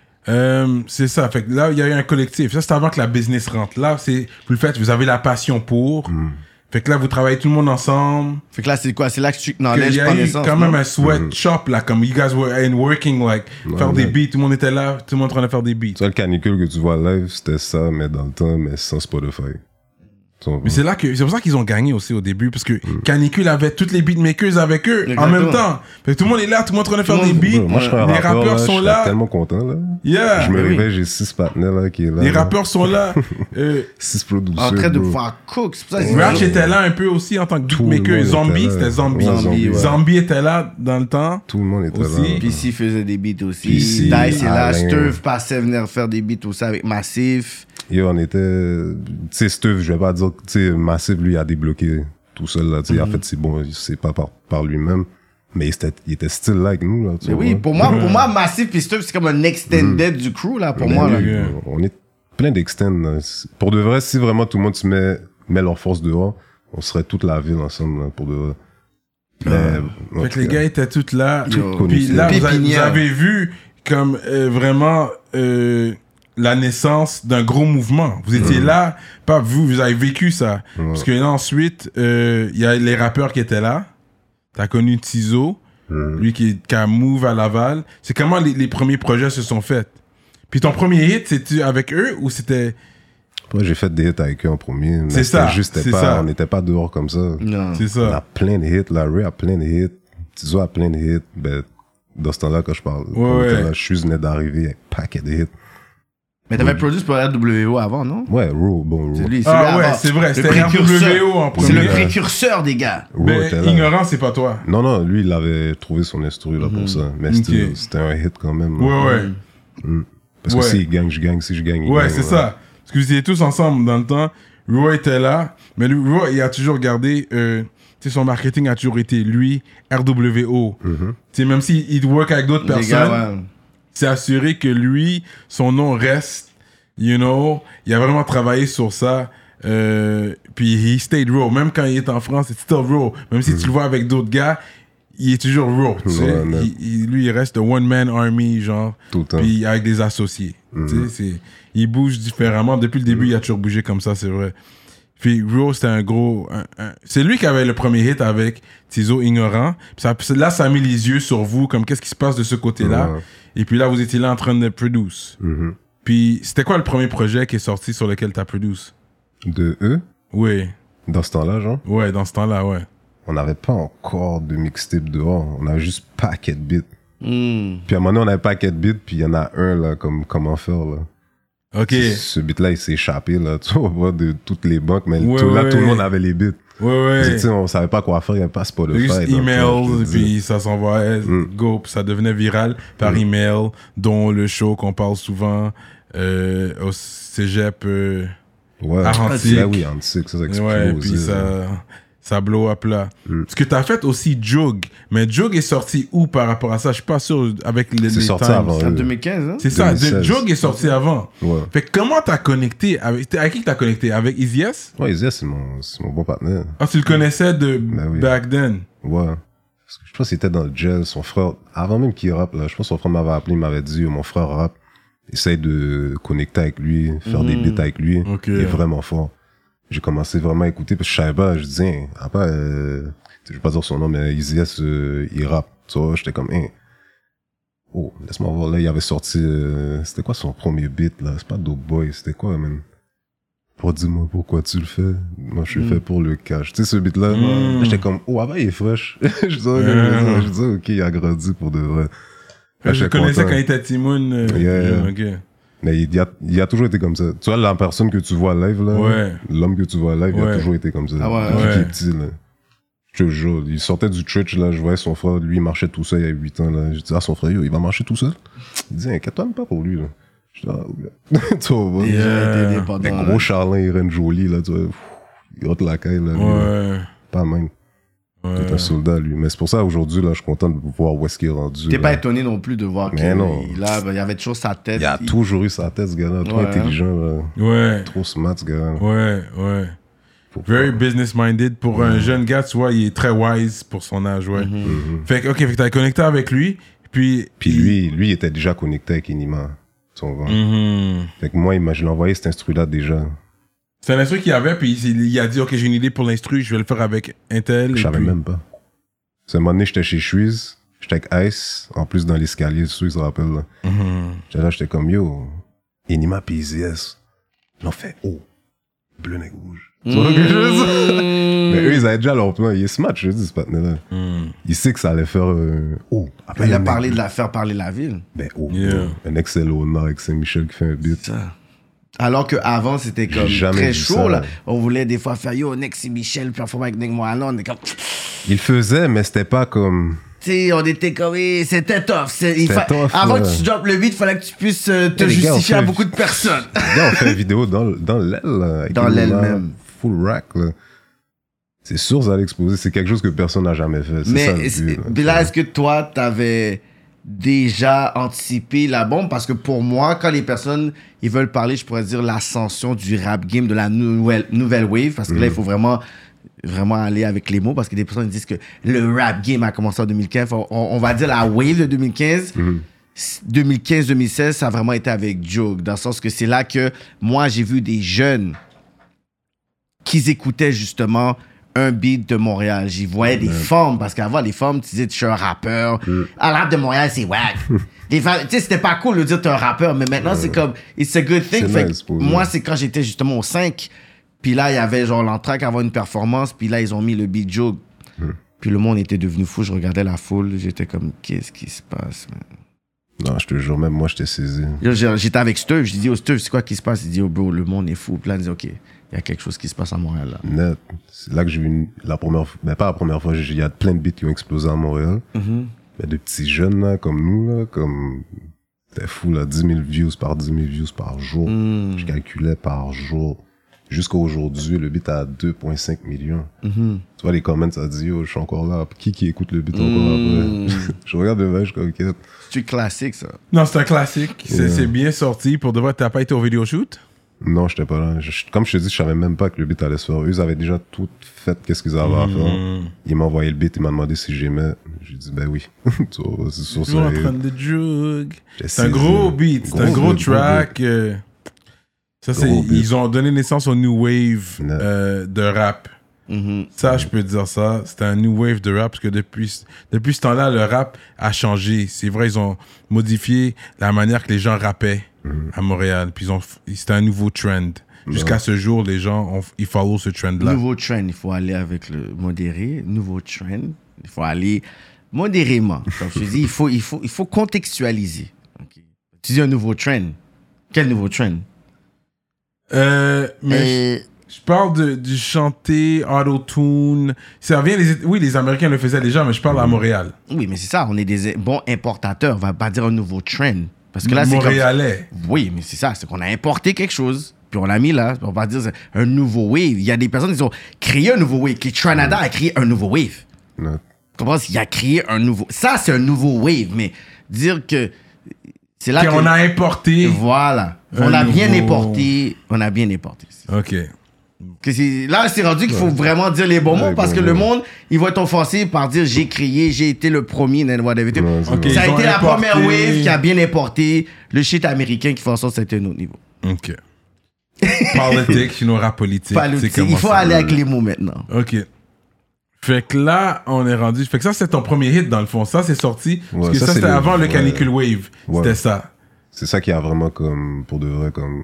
[SPEAKER 1] euh, c'est ça. Fait que là, il y a eu un collectif. Ça, c'est avant que la business rentre. Là, c'est vous le faites, vous avez la passion pour. Fait que là, vous travaillez tout le monde ensemble.
[SPEAKER 2] Fait que là, c'est quoi? C'est là que tu
[SPEAKER 1] Qu'il
[SPEAKER 2] n'enlèves
[SPEAKER 1] y
[SPEAKER 2] pas
[SPEAKER 1] a eu
[SPEAKER 2] naissance.
[SPEAKER 1] quand même
[SPEAKER 2] non?
[SPEAKER 1] un sweatshop là, comme you guys were in working, like, faire des
[SPEAKER 3] ouais.
[SPEAKER 1] beats, tout le monde était là, tout le monde en train de faire des beats.
[SPEAKER 3] Tu vois, le canicule que tu vois live, c'était ça, mais dans le temps, mais sans Spotify. So,
[SPEAKER 1] Mais c'est là que c'est pour ça qu'ils ont gagné aussi au début parce que
[SPEAKER 3] Mm.
[SPEAKER 1] Canicule avait toutes les beatmakers avec eux en
[SPEAKER 2] Exactement.
[SPEAKER 1] même temps. Fait que tout le monde est là, tout le monde est en train de faire
[SPEAKER 2] Tout le
[SPEAKER 1] des
[SPEAKER 2] monde-
[SPEAKER 1] beats.
[SPEAKER 3] Bro, moi, je suis un
[SPEAKER 1] euh, les
[SPEAKER 3] rappeur,
[SPEAKER 1] rappeurs
[SPEAKER 3] là,
[SPEAKER 1] sont
[SPEAKER 3] je
[SPEAKER 1] là.
[SPEAKER 3] suis tellement content, là.
[SPEAKER 1] Yeah.
[SPEAKER 3] Je me
[SPEAKER 2] oui.
[SPEAKER 3] réveille, j'ai six partenaires, là, qui est là.
[SPEAKER 1] Les
[SPEAKER 3] là.
[SPEAKER 1] rappeurs sont là. Euh,
[SPEAKER 3] Six producteurs.
[SPEAKER 2] En train de
[SPEAKER 3] bro.
[SPEAKER 2] pouvoir cook. C'est pour ça que
[SPEAKER 1] Ratch
[SPEAKER 2] c'est-
[SPEAKER 1] était là un peu aussi en tant que
[SPEAKER 3] Tout le monde
[SPEAKER 1] beatmaker.
[SPEAKER 3] était
[SPEAKER 1] Zombie,
[SPEAKER 3] là.
[SPEAKER 1] c'était Zombie.
[SPEAKER 3] Ouais,
[SPEAKER 2] Zombie, ouais.
[SPEAKER 1] Zombie était là dans le temps.
[SPEAKER 3] Tout le monde était
[SPEAKER 1] Aussi.
[SPEAKER 3] là, là.
[SPEAKER 2] PC faisait des beats aussi.
[SPEAKER 3] PC,
[SPEAKER 2] Dice est là.
[SPEAKER 3] Alain.
[SPEAKER 2] Sturve passait venir faire des beats aussi avec Massif.
[SPEAKER 3] Yo, on était. Tu sais, Stuff, je vais pas dire. que, Tu sais, Massive, lui, a débloqué tout seul, là. Tu sais, en
[SPEAKER 1] Mhm.
[SPEAKER 3] fait, c'est bon, c'est pas par, par lui-même. Mais il était, il était still là avec nous, là. tu
[SPEAKER 2] Mais oui,
[SPEAKER 3] vois.
[SPEAKER 2] pour moi, pour moi Massif et Sturve, c'est comme un extended du crew, là, pour
[SPEAKER 3] Mais
[SPEAKER 2] moi. là.
[SPEAKER 3] oui, On est plein d'extends. là. C'est- Pour de vrai, si vraiment tout le monde se met, met leur force dehors, on serait toute la ville ensemble, là, pour de vrai. Mais, en
[SPEAKER 1] Ah. Fait
[SPEAKER 3] tout
[SPEAKER 1] que les
[SPEAKER 3] cas,
[SPEAKER 1] gars étaient toutes là.
[SPEAKER 2] Yo.
[SPEAKER 1] Puis là, vous, a- vous
[SPEAKER 2] Pépinière.
[SPEAKER 1] avez vu comme euh, vraiment euh, la naissance d'un gros mouvement. Vous
[SPEAKER 3] Mm.
[SPEAKER 1] étiez là, pas vous, vous avez vécu ça. Parce que là, ensuite, euh, il y a les rappeurs qui étaient là. T'as connu Tizo,
[SPEAKER 3] Mm. Hum.
[SPEAKER 1] lui qui, qui a Move à Laval. C'est comment les, les premiers projets se sont faits. Puis ton premier hit, c'était avec eux ou c'était...
[SPEAKER 3] Moi, j'ai fait des hits avec eux en premier. mais
[SPEAKER 1] C'est
[SPEAKER 3] c'était
[SPEAKER 1] ça,
[SPEAKER 3] Juste, c'était
[SPEAKER 1] c'est
[SPEAKER 3] pas,
[SPEAKER 1] ça.
[SPEAKER 3] On n'était pas dehors comme ça.
[SPEAKER 2] Non.
[SPEAKER 1] C'est
[SPEAKER 3] On a
[SPEAKER 1] ça.
[SPEAKER 3] plein de hits. Larry a plein de hits. Tizo a plein de hits. Ben, dans ce temps-là, quand je parle, quand on était
[SPEAKER 1] ouais.
[SPEAKER 3] là, je suis venu d'arriver avec un paquet de hits.
[SPEAKER 2] Mais t'avais produit pour RWO avant, non?
[SPEAKER 3] Ouais, Raw, bon,
[SPEAKER 2] C'est
[SPEAKER 3] Raw.
[SPEAKER 2] lui,
[SPEAKER 1] Ah
[SPEAKER 2] lui
[SPEAKER 1] ouais,
[SPEAKER 2] avant.
[SPEAKER 1] c'est vrai,
[SPEAKER 2] Le
[SPEAKER 1] c'était
[SPEAKER 2] précurseur.
[SPEAKER 1] RWO en
[SPEAKER 2] C'est
[SPEAKER 1] premier.
[SPEAKER 2] le précurseur des gars.
[SPEAKER 3] Raw
[SPEAKER 1] Ben,
[SPEAKER 3] était là.
[SPEAKER 1] ignorant, c'est pas toi.
[SPEAKER 3] Non, non, lui, il avait trouvé son instru là pour ça. Mais
[SPEAKER 1] Mhm. Ok.
[SPEAKER 3] c'était- c'était un hit quand même. là.
[SPEAKER 1] Ouais, ouais.
[SPEAKER 3] Parce que
[SPEAKER 1] Ouais.
[SPEAKER 3] s'il gagne, je gagne. Si je gagne, il
[SPEAKER 1] Ouais,
[SPEAKER 3] gagne,
[SPEAKER 1] c'est ça. Parce que vous étiez tous ensemble dans le temps. Roy était là, mais lui, Roy, il a toujours gardé. Euh, tu sais, son marketing a toujours été lui, RWO. Tu sais, même s'il il work avec d'autres
[SPEAKER 2] Mm-hmm. Les
[SPEAKER 1] personnes,
[SPEAKER 2] gars, ouais.
[SPEAKER 1] c'est assuré que lui, son nom reste. You know, il a vraiment travaillé sur ça. Euh, puis he stayed raw. Même quand il est en France, c'est still raw. Même si tu le vois avec d'autres gars, il est toujours raw. tu sais.
[SPEAKER 3] Ouais, man.
[SPEAKER 1] Il- il- lui, il reste un one-man army, genre.
[SPEAKER 3] Tout le temps. Mm-hmm.
[SPEAKER 1] Puis avec des associés. Tu sais, c'est- il bouge différemment. Depuis le début, il a toujours bougé comme ça, c'est vrai. Puis Raw, c'était un gros. un- un- C'est lui qui avait le premier hit avec Tizo Ignorant. Puis ça, là, ça a mis les yeux sur vous, comme qu'est-ce qui se passe de ce côté-là.
[SPEAKER 3] Ouais.
[SPEAKER 1] Et puis là, vous étiez là en train de produce.
[SPEAKER 3] Mhm.
[SPEAKER 1] Puis c'était quoi le premier projet qui est sorti sur lequel t'as produce
[SPEAKER 3] De eux,
[SPEAKER 1] Oui,
[SPEAKER 3] dans ce temps-là, genre,
[SPEAKER 1] ouais, dans ce temps-là, ouais.
[SPEAKER 3] on n'avait pas encore de mixtape dehors. On avait juste paquet de beats.
[SPEAKER 2] Hmm.
[SPEAKER 3] Puis à un moment donné, on avait paquet de beats, puis il y en a un, là, comme comment faire, là.
[SPEAKER 1] Ok.
[SPEAKER 3] Ce beat-là, il s'est échappé, là, tu vois, de toutes les banques, mais
[SPEAKER 1] Ouais,
[SPEAKER 3] tout- là,
[SPEAKER 1] ouais.
[SPEAKER 3] tout le monde avait les beats.
[SPEAKER 1] Ouais, ouais.
[SPEAKER 3] Tu sais, on savait pas quoi faire, il n'y avait pas Spotify.
[SPEAKER 1] Juste
[SPEAKER 3] donc, euh,
[SPEAKER 1] email,
[SPEAKER 3] je te dis.
[SPEAKER 1] puis ça s'envoyait, go, puis ça devenait viral par email, dont le show qu'on parle souvent euh, au cégep. euh,
[SPEAKER 3] Ouais,
[SPEAKER 1] Arantique.
[SPEAKER 3] Ah, oui, Antique, ça, ça explose.
[SPEAKER 1] ouais, puis ça, ça blow up là.
[SPEAKER 3] Mm.
[SPEAKER 1] Parce que t'as fait aussi Jog, mais Jog est sorti où par rapport à ça Je suis pas sûr avec les.
[SPEAKER 3] C'est
[SPEAKER 1] les
[SPEAKER 3] sorti
[SPEAKER 1] times.
[SPEAKER 3] avant
[SPEAKER 2] En
[SPEAKER 3] eux.
[SPEAKER 2] 2015, hein?
[SPEAKER 1] C'est ça,
[SPEAKER 3] 2016.
[SPEAKER 1] Jog est sorti avant.
[SPEAKER 3] Ouais.
[SPEAKER 1] Fait que comment t'as connecté avec. t'es- Avec qui que t'as connecté Avec Easy S
[SPEAKER 3] Ouais, Izia, c'est mon, c'est mon bon partenaire.
[SPEAKER 1] Ah, tu le connaissais de
[SPEAKER 3] Mm. Ben oui.
[SPEAKER 1] back then
[SPEAKER 3] Ouais. Parce que je pense qu'il était dans le gel. Son frère, avant même qu'il rappe, là, je pense que son frère m'avait appelé, il m'avait dit, oh, mon frère rappe, essaye de connecter avec lui, faire
[SPEAKER 1] Mm.
[SPEAKER 3] des beats avec lui.
[SPEAKER 1] Ok.
[SPEAKER 3] Il est vraiment fort. J'ai commencé vraiment à écouter, parce que je savais pas, je disais, hein, ah pas, euh, je vais pas dire son nom, mais Izias, euh, il rappe. Tu vois, j'étais comme, hein. Oh, laisse-moi voir, là, il avait sorti, euh, c'était quoi son premier beat, là? C'est pas Dope Boy, c'était quoi, man? Pour dis-moi pourquoi tu le fais. Moi, je suis
[SPEAKER 1] Hmm.
[SPEAKER 3] fait pour le cash. Tu sais, ce beat-là,
[SPEAKER 1] Mm.
[SPEAKER 3] là, j'étais comme, oh, avant, il est fraîche. je disais, ok,
[SPEAKER 1] Ah.
[SPEAKER 3] je disais, ok, il a grandi pour de vrai. Là,
[SPEAKER 1] Je le
[SPEAKER 3] j'étais
[SPEAKER 1] connaissais
[SPEAKER 3] content.
[SPEAKER 1] quand il était à Timoun. euh,
[SPEAKER 3] Yeah, yeah.
[SPEAKER 1] ok.
[SPEAKER 3] Mais il y a, il a toujours été comme ça. Tu vois, la personne que tu vois live, là,
[SPEAKER 1] Ouais.
[SPEAKER 3] l'homme que tu vois live, il
[SPEAKER 1] Ouais.
[SPEAKER 3] a toujours été comme ça.
[SPEAKER 2] Ah ouais,
[SPEAKER 3] Depuis
[SPEAKER 1] ouais.
[SPEAKER 3] qu'il est petit, là. Je te jure, il sortait du church, là, je voyais son frère, lui, il marchait tout seul il y a 8 ans, là. Je disais à son frère, yo, il va marcher tout seul. Il disait, inquiète-toi même pas pour lui, là. Je dis, ah, ouais. tu vois,
[SPEAKER 2] Déjà
[SPEAKER 1] Yeah.
[SPEAKER 2] été dépendant,
[SPEAKER 3] un
[SPEAKER 2] là.
[SPEAKER 3] gros charlin, il rend joli, là, tu vois. Pff, Il hâte la caille, là. lui, là.
[SPEAKER 1] Ouais.
[SPEAKER 3] Pas même. Il est
[SPEAKER 1] ouais.
[SPEAKER 3] un soldat, lui. Mais c'est pour ça, aujourd'hui, là, je suis content de voir où est-ce qu'il est rendu.
[SPEAKER 2] T'es
[SPEAKER 3] là.
[SPEAKER 2] pas étonné non plus de voir
[SPEAKER 3] Mais
[SPEAKER 2] qu'il
[SPEAKER 3] non.
[SPEAKER 2] il a- il avait toujours sa tête.
[SPEAKER 3] Il a
[SPEAKER 2] Il-
[SPEAKER 3] toujours eu sa tête, ce gars-là. Trop
[SPEAKER 2] Ouais.
[SPEAKER 3] intelligent, là.
[SPEAKER 1] Ouais.
[SPEAKER 3] Trop smart, ce gars-là.
[SPEAKER 1] Ouais, ouais.
[SPEAKER 3] Faut pas-
[SPEAKER 1] Very business minded pour un jeune gars, tu vois, il est très wise pour son âge, ouais. Fait que, ok, fait que t'as connecté avec lui, puis.
[SPEAKER 3] Mhm. Puis lui, lui il était déjà connecté avec Inima. Tu comprends?
[SPEAKER 1] Mhm.
[SPEAKER 3] Fait que moi, il m'a- je l'ai envoyé cet instru-là déjà.
[SPEAKER 1] C'est un instru qu'il avait, puis il, il a dit, ok, j'ai une idée pour l'instru, je vais le faire avec Intel.
[SPEAKER 3] Je savais même pas. C'est un moment donné, j'étais chez Shuiz, j'étais avec Ice, en plus dans l'escalier, ceux qui se rappellent. là.
[SPEAKER 1] Mhm.
[SPEAKER 3] J'étais là, j'étais comme, yo, Inima PZS. Ils l'ont fait, oh. bleu, nègre, rouge. Tu vois ce que je veux dire?
[SPEAKER 1] Mhm.
[SPEAKER 3] Mais eux, ils avaient déjà leur plan. Ils se matchent, je dis, ce partenaire-là. Ils savent que ça allait faire. euh, oh, après,
[SPEAKER 2] Il a
[SPEAKER 3] un
[SPEAKER 2] parlé
[SPEAKER 3] nègre-
[SPEAKER 2] de la faire parler la ville.
[SPEAKER 3] Ben, oh,
[SPEAKER 1] Yeah.
[SPEAKER 3] un excellent nord avec Saint-Michel qui fait un beat.
[SPEAKER 2] Alors qu'avant, c'était comme
[SPEAKER 3] J'ai jamais
[SPEAKER 2] très
[SPEAKER 3] vu
[SPEAKER 2] chaud.
[SPEAKER 3] ça,
[SPEAKER 2] là.
[SPEAKER 3] là.
[SPEAKER 2] On voulait des fois faire Yo, Nex et Michel, performer avec Nick Moana. On, est comme, tu
[SPEAKER 3] Il faisait, mais c'était pas comme.
[SPEAKER 2] sais, on était comme, eh, c'était tough. C'est- il
[SPEAKER 3] C'était
[SPEAKER 2] fa-
[SPEAKER 3] tough,
[SPEAKER 2] Avant
[SPEAKER 3] ouais.
[SPEAKER 2] que tu droppes le beat, il fallait que tu puisses euh, te
[SPEAKER 3] Eh, les gars, on
[SPEAKER 2] justifier à
[SPEAKER 3] fait-
[SPEAKER 2] beaucoup de personnes.
[SPEAKER 3] Là, on fait une vidéo dans, l- dans l'aile. là, avec
[SPEAKER 2] Dans
[SPEAKER 3] une
[SPEAKER 2] l'aile
[SPEAKER 3] lumière
[SPEAKER 2] même.
[SPEAKER 3] Full rack, là. C'est sûr, ça allait exploser. C'est quelque chose que personne n'a jamais fait. C'est
[SPEAKER 2] Mais
[SPEAKER 3] ça, le
[SPEAKER 2] est-ce-
[SPEAKER 3] but, là.
[SPEAKER 2] puis là, est-ce que toi, t'avais déjà anticipé la bombe? Parce que pour moi, quand les personnes ils veulent parler, je pourrais dire l'ascension du rap game, de la nouvelle, nouvelle wave, parce que
[SPEAKER 3] Mm.
[SPEAKER 2] là, il faut vraiment vraiment aller avec les mots parce que des personnes disent que le rap game a commencé en 2015 on, on va dire la wave de 2015
[SPEAKER 3] Mm.
[SPEAKER 2] 2015-2016 ça a vraiment été avec Joke dans le sens que c'est là que moi j'ai vu des jeunes qu'ils écoutaient justement un beat de Montréal. J'y voyais des formes, parce qu'avant, les formes, tu disais, je suis un rappeur. Ah, le rap de Montréal, c'est wack. Les femmes- tu sais, c'était pas cool de dire, t'es un rappeur, mais maintenant, c'est comme, it's a good thing.
[SPEAKER 3] C'est
[SPEAKER 2] Fait que
[SPEAKER 3] nice pour eux.
[SPEAKER 2] moi, c'est quand j'étais justement au 5, puis là, il y avait genre l'entraque avant une performance, puis là, ils ont mis le beat joke. Puis le monde était devenu fou, je regardais la foule, j'étais comme, qu'est-ce qui se passe, man?
[SPEAKER 3] Non, je te jure, même moi, je t'ai saisi.
[SPEAKER 2] Yo, j'ai- J'étais avec Steve, je dis, oh, Steve, c'est quoi qui se passe? Il dit, oh, bro, le monde est fou. Puis là, il dit, ok, il y a quelque chose qui se passe à Montréal, là.
[SPEAKER 3] Net. C'est là que j'ai eu une- la première fois, mais pas la première fois, j'ai- il y a plein de beats qui ont explosé à Montréal.
[SPEAKER 2] Mm-hmm.
[SPEAKER 3] Mais de petits jeunes, là, comme nous, là, comme, c'était fou, là, 10 000 views par 10 000 views par jour.
[SPEAKER 2] Mm.
[SPEAKER 3] Je calculais par jour. Jusqu'à aujourd'hui, le beat à 2,5 millions.
[SPEAKER 1] Mhm.
[SPEAKER 3] Tu vois, les comments, ça dit, yo, je suis encore là. Qui qui écoute le beat
[SPEAKER 1] Mhm.
[SPEAKER 3] encore après? je regarde le mec, je suis comme, Qu'est-ce que-
[SPEAKER 2] C'est classique, ça.
[SPEAKER 1] Non, c'est un classique. C'est c'est bien sorti. Pour de vrai, t'as pas été au vidéo shoot?
[SPEAKER 3] Non, j'étais pas là. Je- comme je te dis, je savais même pas que le beat allait se faire. Eux, ils avaient déjà tout fait, qu'est-ce qu'ils avaient à
[SPEAKER 1] Mhm.
[SPEAKER 3] faire. Ils m'ont envoyé le beat, ils m'ont demandé si j'aimais. J'ai dit, ben oui. Tu vois, c'est sûr,
[SPEAKER 1] Toujours en
[SPEAKER 3] c'est-
[SPEAKER 1] train de drug.
[SPEAKER 3] j'ai
[SPEAKER 1] C'est un
[SPEAKER 3] saisi.
[SPEAKER 1] gros beat, c'est un
[SPEAKER 3] Gros
[SPEAKER 1] gros
[SPEAKER 3] beat,
[SPEAKER 1] track. euh, Ça, c'est,
[SPEAKER 3] Gros beat.
[SPEAKER 1] ils ont donné naissance au new wave
[SPEAKER 3] Ouais.
[SPEAKER 1] euh, de rap.
[SPEAKER 2] Mhm.
[SPEAKER 1] Ça, je peux dire ça. C'était un new wave de rap parce que depuis, depuis ce temps-là, le rap a changé. C'est vrai, ils ont modifié la manière que les gens rappaient
[SPEAKER 3] Mm-hmm.
[SPEAKER 1] à Montréal. Puis ils ont, f- c'était un nouveau trend. Jusqu'à ce jour, les gens, ont, ils follow ce trend-là.
[SPEAKER 2] Nouveau trend, il faut aller avec le modéré. Nouveau trend, il faut aller modérément. Comme je te dis, il faut, il faut, il faut contextualiser. Ok. Tu dis un nouveau trend. Quel nouveau trend
[SPEAKER 1] Euh, mais
[SPEAKER 2] Euh,
[SPEAKER 1] je parle de, du chanter, auto-tune. Ça vient, les- oui, les Américains le faisaient déjà, mais je
[SPEAKER 3] Mm-hmm.
[SPEAKER 1] parle à Montréal.
[SPEAKER 2] Oui, mais c'est ça, on est des bons importateurs. On va pas dire un nouveau trend. Parce que là, c'est comme...
[SPEAKER 1] Montréalais.
[SPEAKER 2] Oui, mais c'est ça, c'est qu'on a importé quelque chose, puis on l'a mis là, on va dire c'est un nouveau wave. Il y a des personnes qui ont créé un nouveau wave, qui Trinidad a créé un nouveau wave.
[SPEAKER 3] gros beat. Ouais.
[SPEAKER 2] Tu comprends? Il a créé un nouveau... Ça, c'est un nouveau wave, mais dire que... C'est là
[SPEAKER 1] Puis
[SPEAKER 2] que...
[SPEAKER 1] on a importé.
[SPEAKER 2] Voilà.
[SPEAKER 1] Un
[SPEAKER 2] On a bien
[SPEAKER 1] nouveau-
[SPEAKER 2] importé. On a bien importé.
[SPEAKER 1] Ok.
[SPEAKER 2] Que c'est- là, c'est rendu qu'il faut vraiment dire les bons
[SPEAKER 3] Ouais,
[SPEAKER 2] mots parce
[SPEAKER 3] bon,
[SPEAKER 2] que le
[SPEAKER 3] ouais.
[SPEAKER 2] monde, il va être offensé par dire j'ai crié, j'ai été le premier, nan, whatever.
[SPEAKER 3] Ouais, c'est
[SPEAKER 1] Ok,
[SPEAKER 2] Ça a
[SPEAKER 1] ils ont
[SPEAKER 2] été la
[SPEAKER 1] importé.
[SPEAKER 2] première wave qui a bien importé le shit américain qui fait en sorte que c'était un autre niveau.
[SPEAKER 1] Ok. Politics, you know, rap politique.
[SPEAKER 2] Pas
[SPEAKER 1] c'est
[SPEAKER 2] l'outil.
[SPEAKER 1] comment
[SPEAKER 2] Il faut
[SPEAKER 1] ça.
[SPEAKER 2] aller avec les mots maintenant.
[SPEAKER 1] Ok. Fait que là, on est rendu. Fait que ça, c'est ton premier hit dans le fond. Ça, c'est sorti. parce
[SPEAKER 3] Ouais,
[SPEAKER 1] que ça,
[SPEAKER 3] ça, c'est
[SPEAKER 1] c'était
[SPEAKER 3] le-
[SPEAKER 1] avant le
[SPEAKER 3] ouais.
[SPEAKER 1] canicule wave.
[SPEAKER 3] Ouais.
[SPEAKER 1] C'était ça.
[SPEAKER 3] C'est ça qui a vraiment comme, pour de vrai, comme,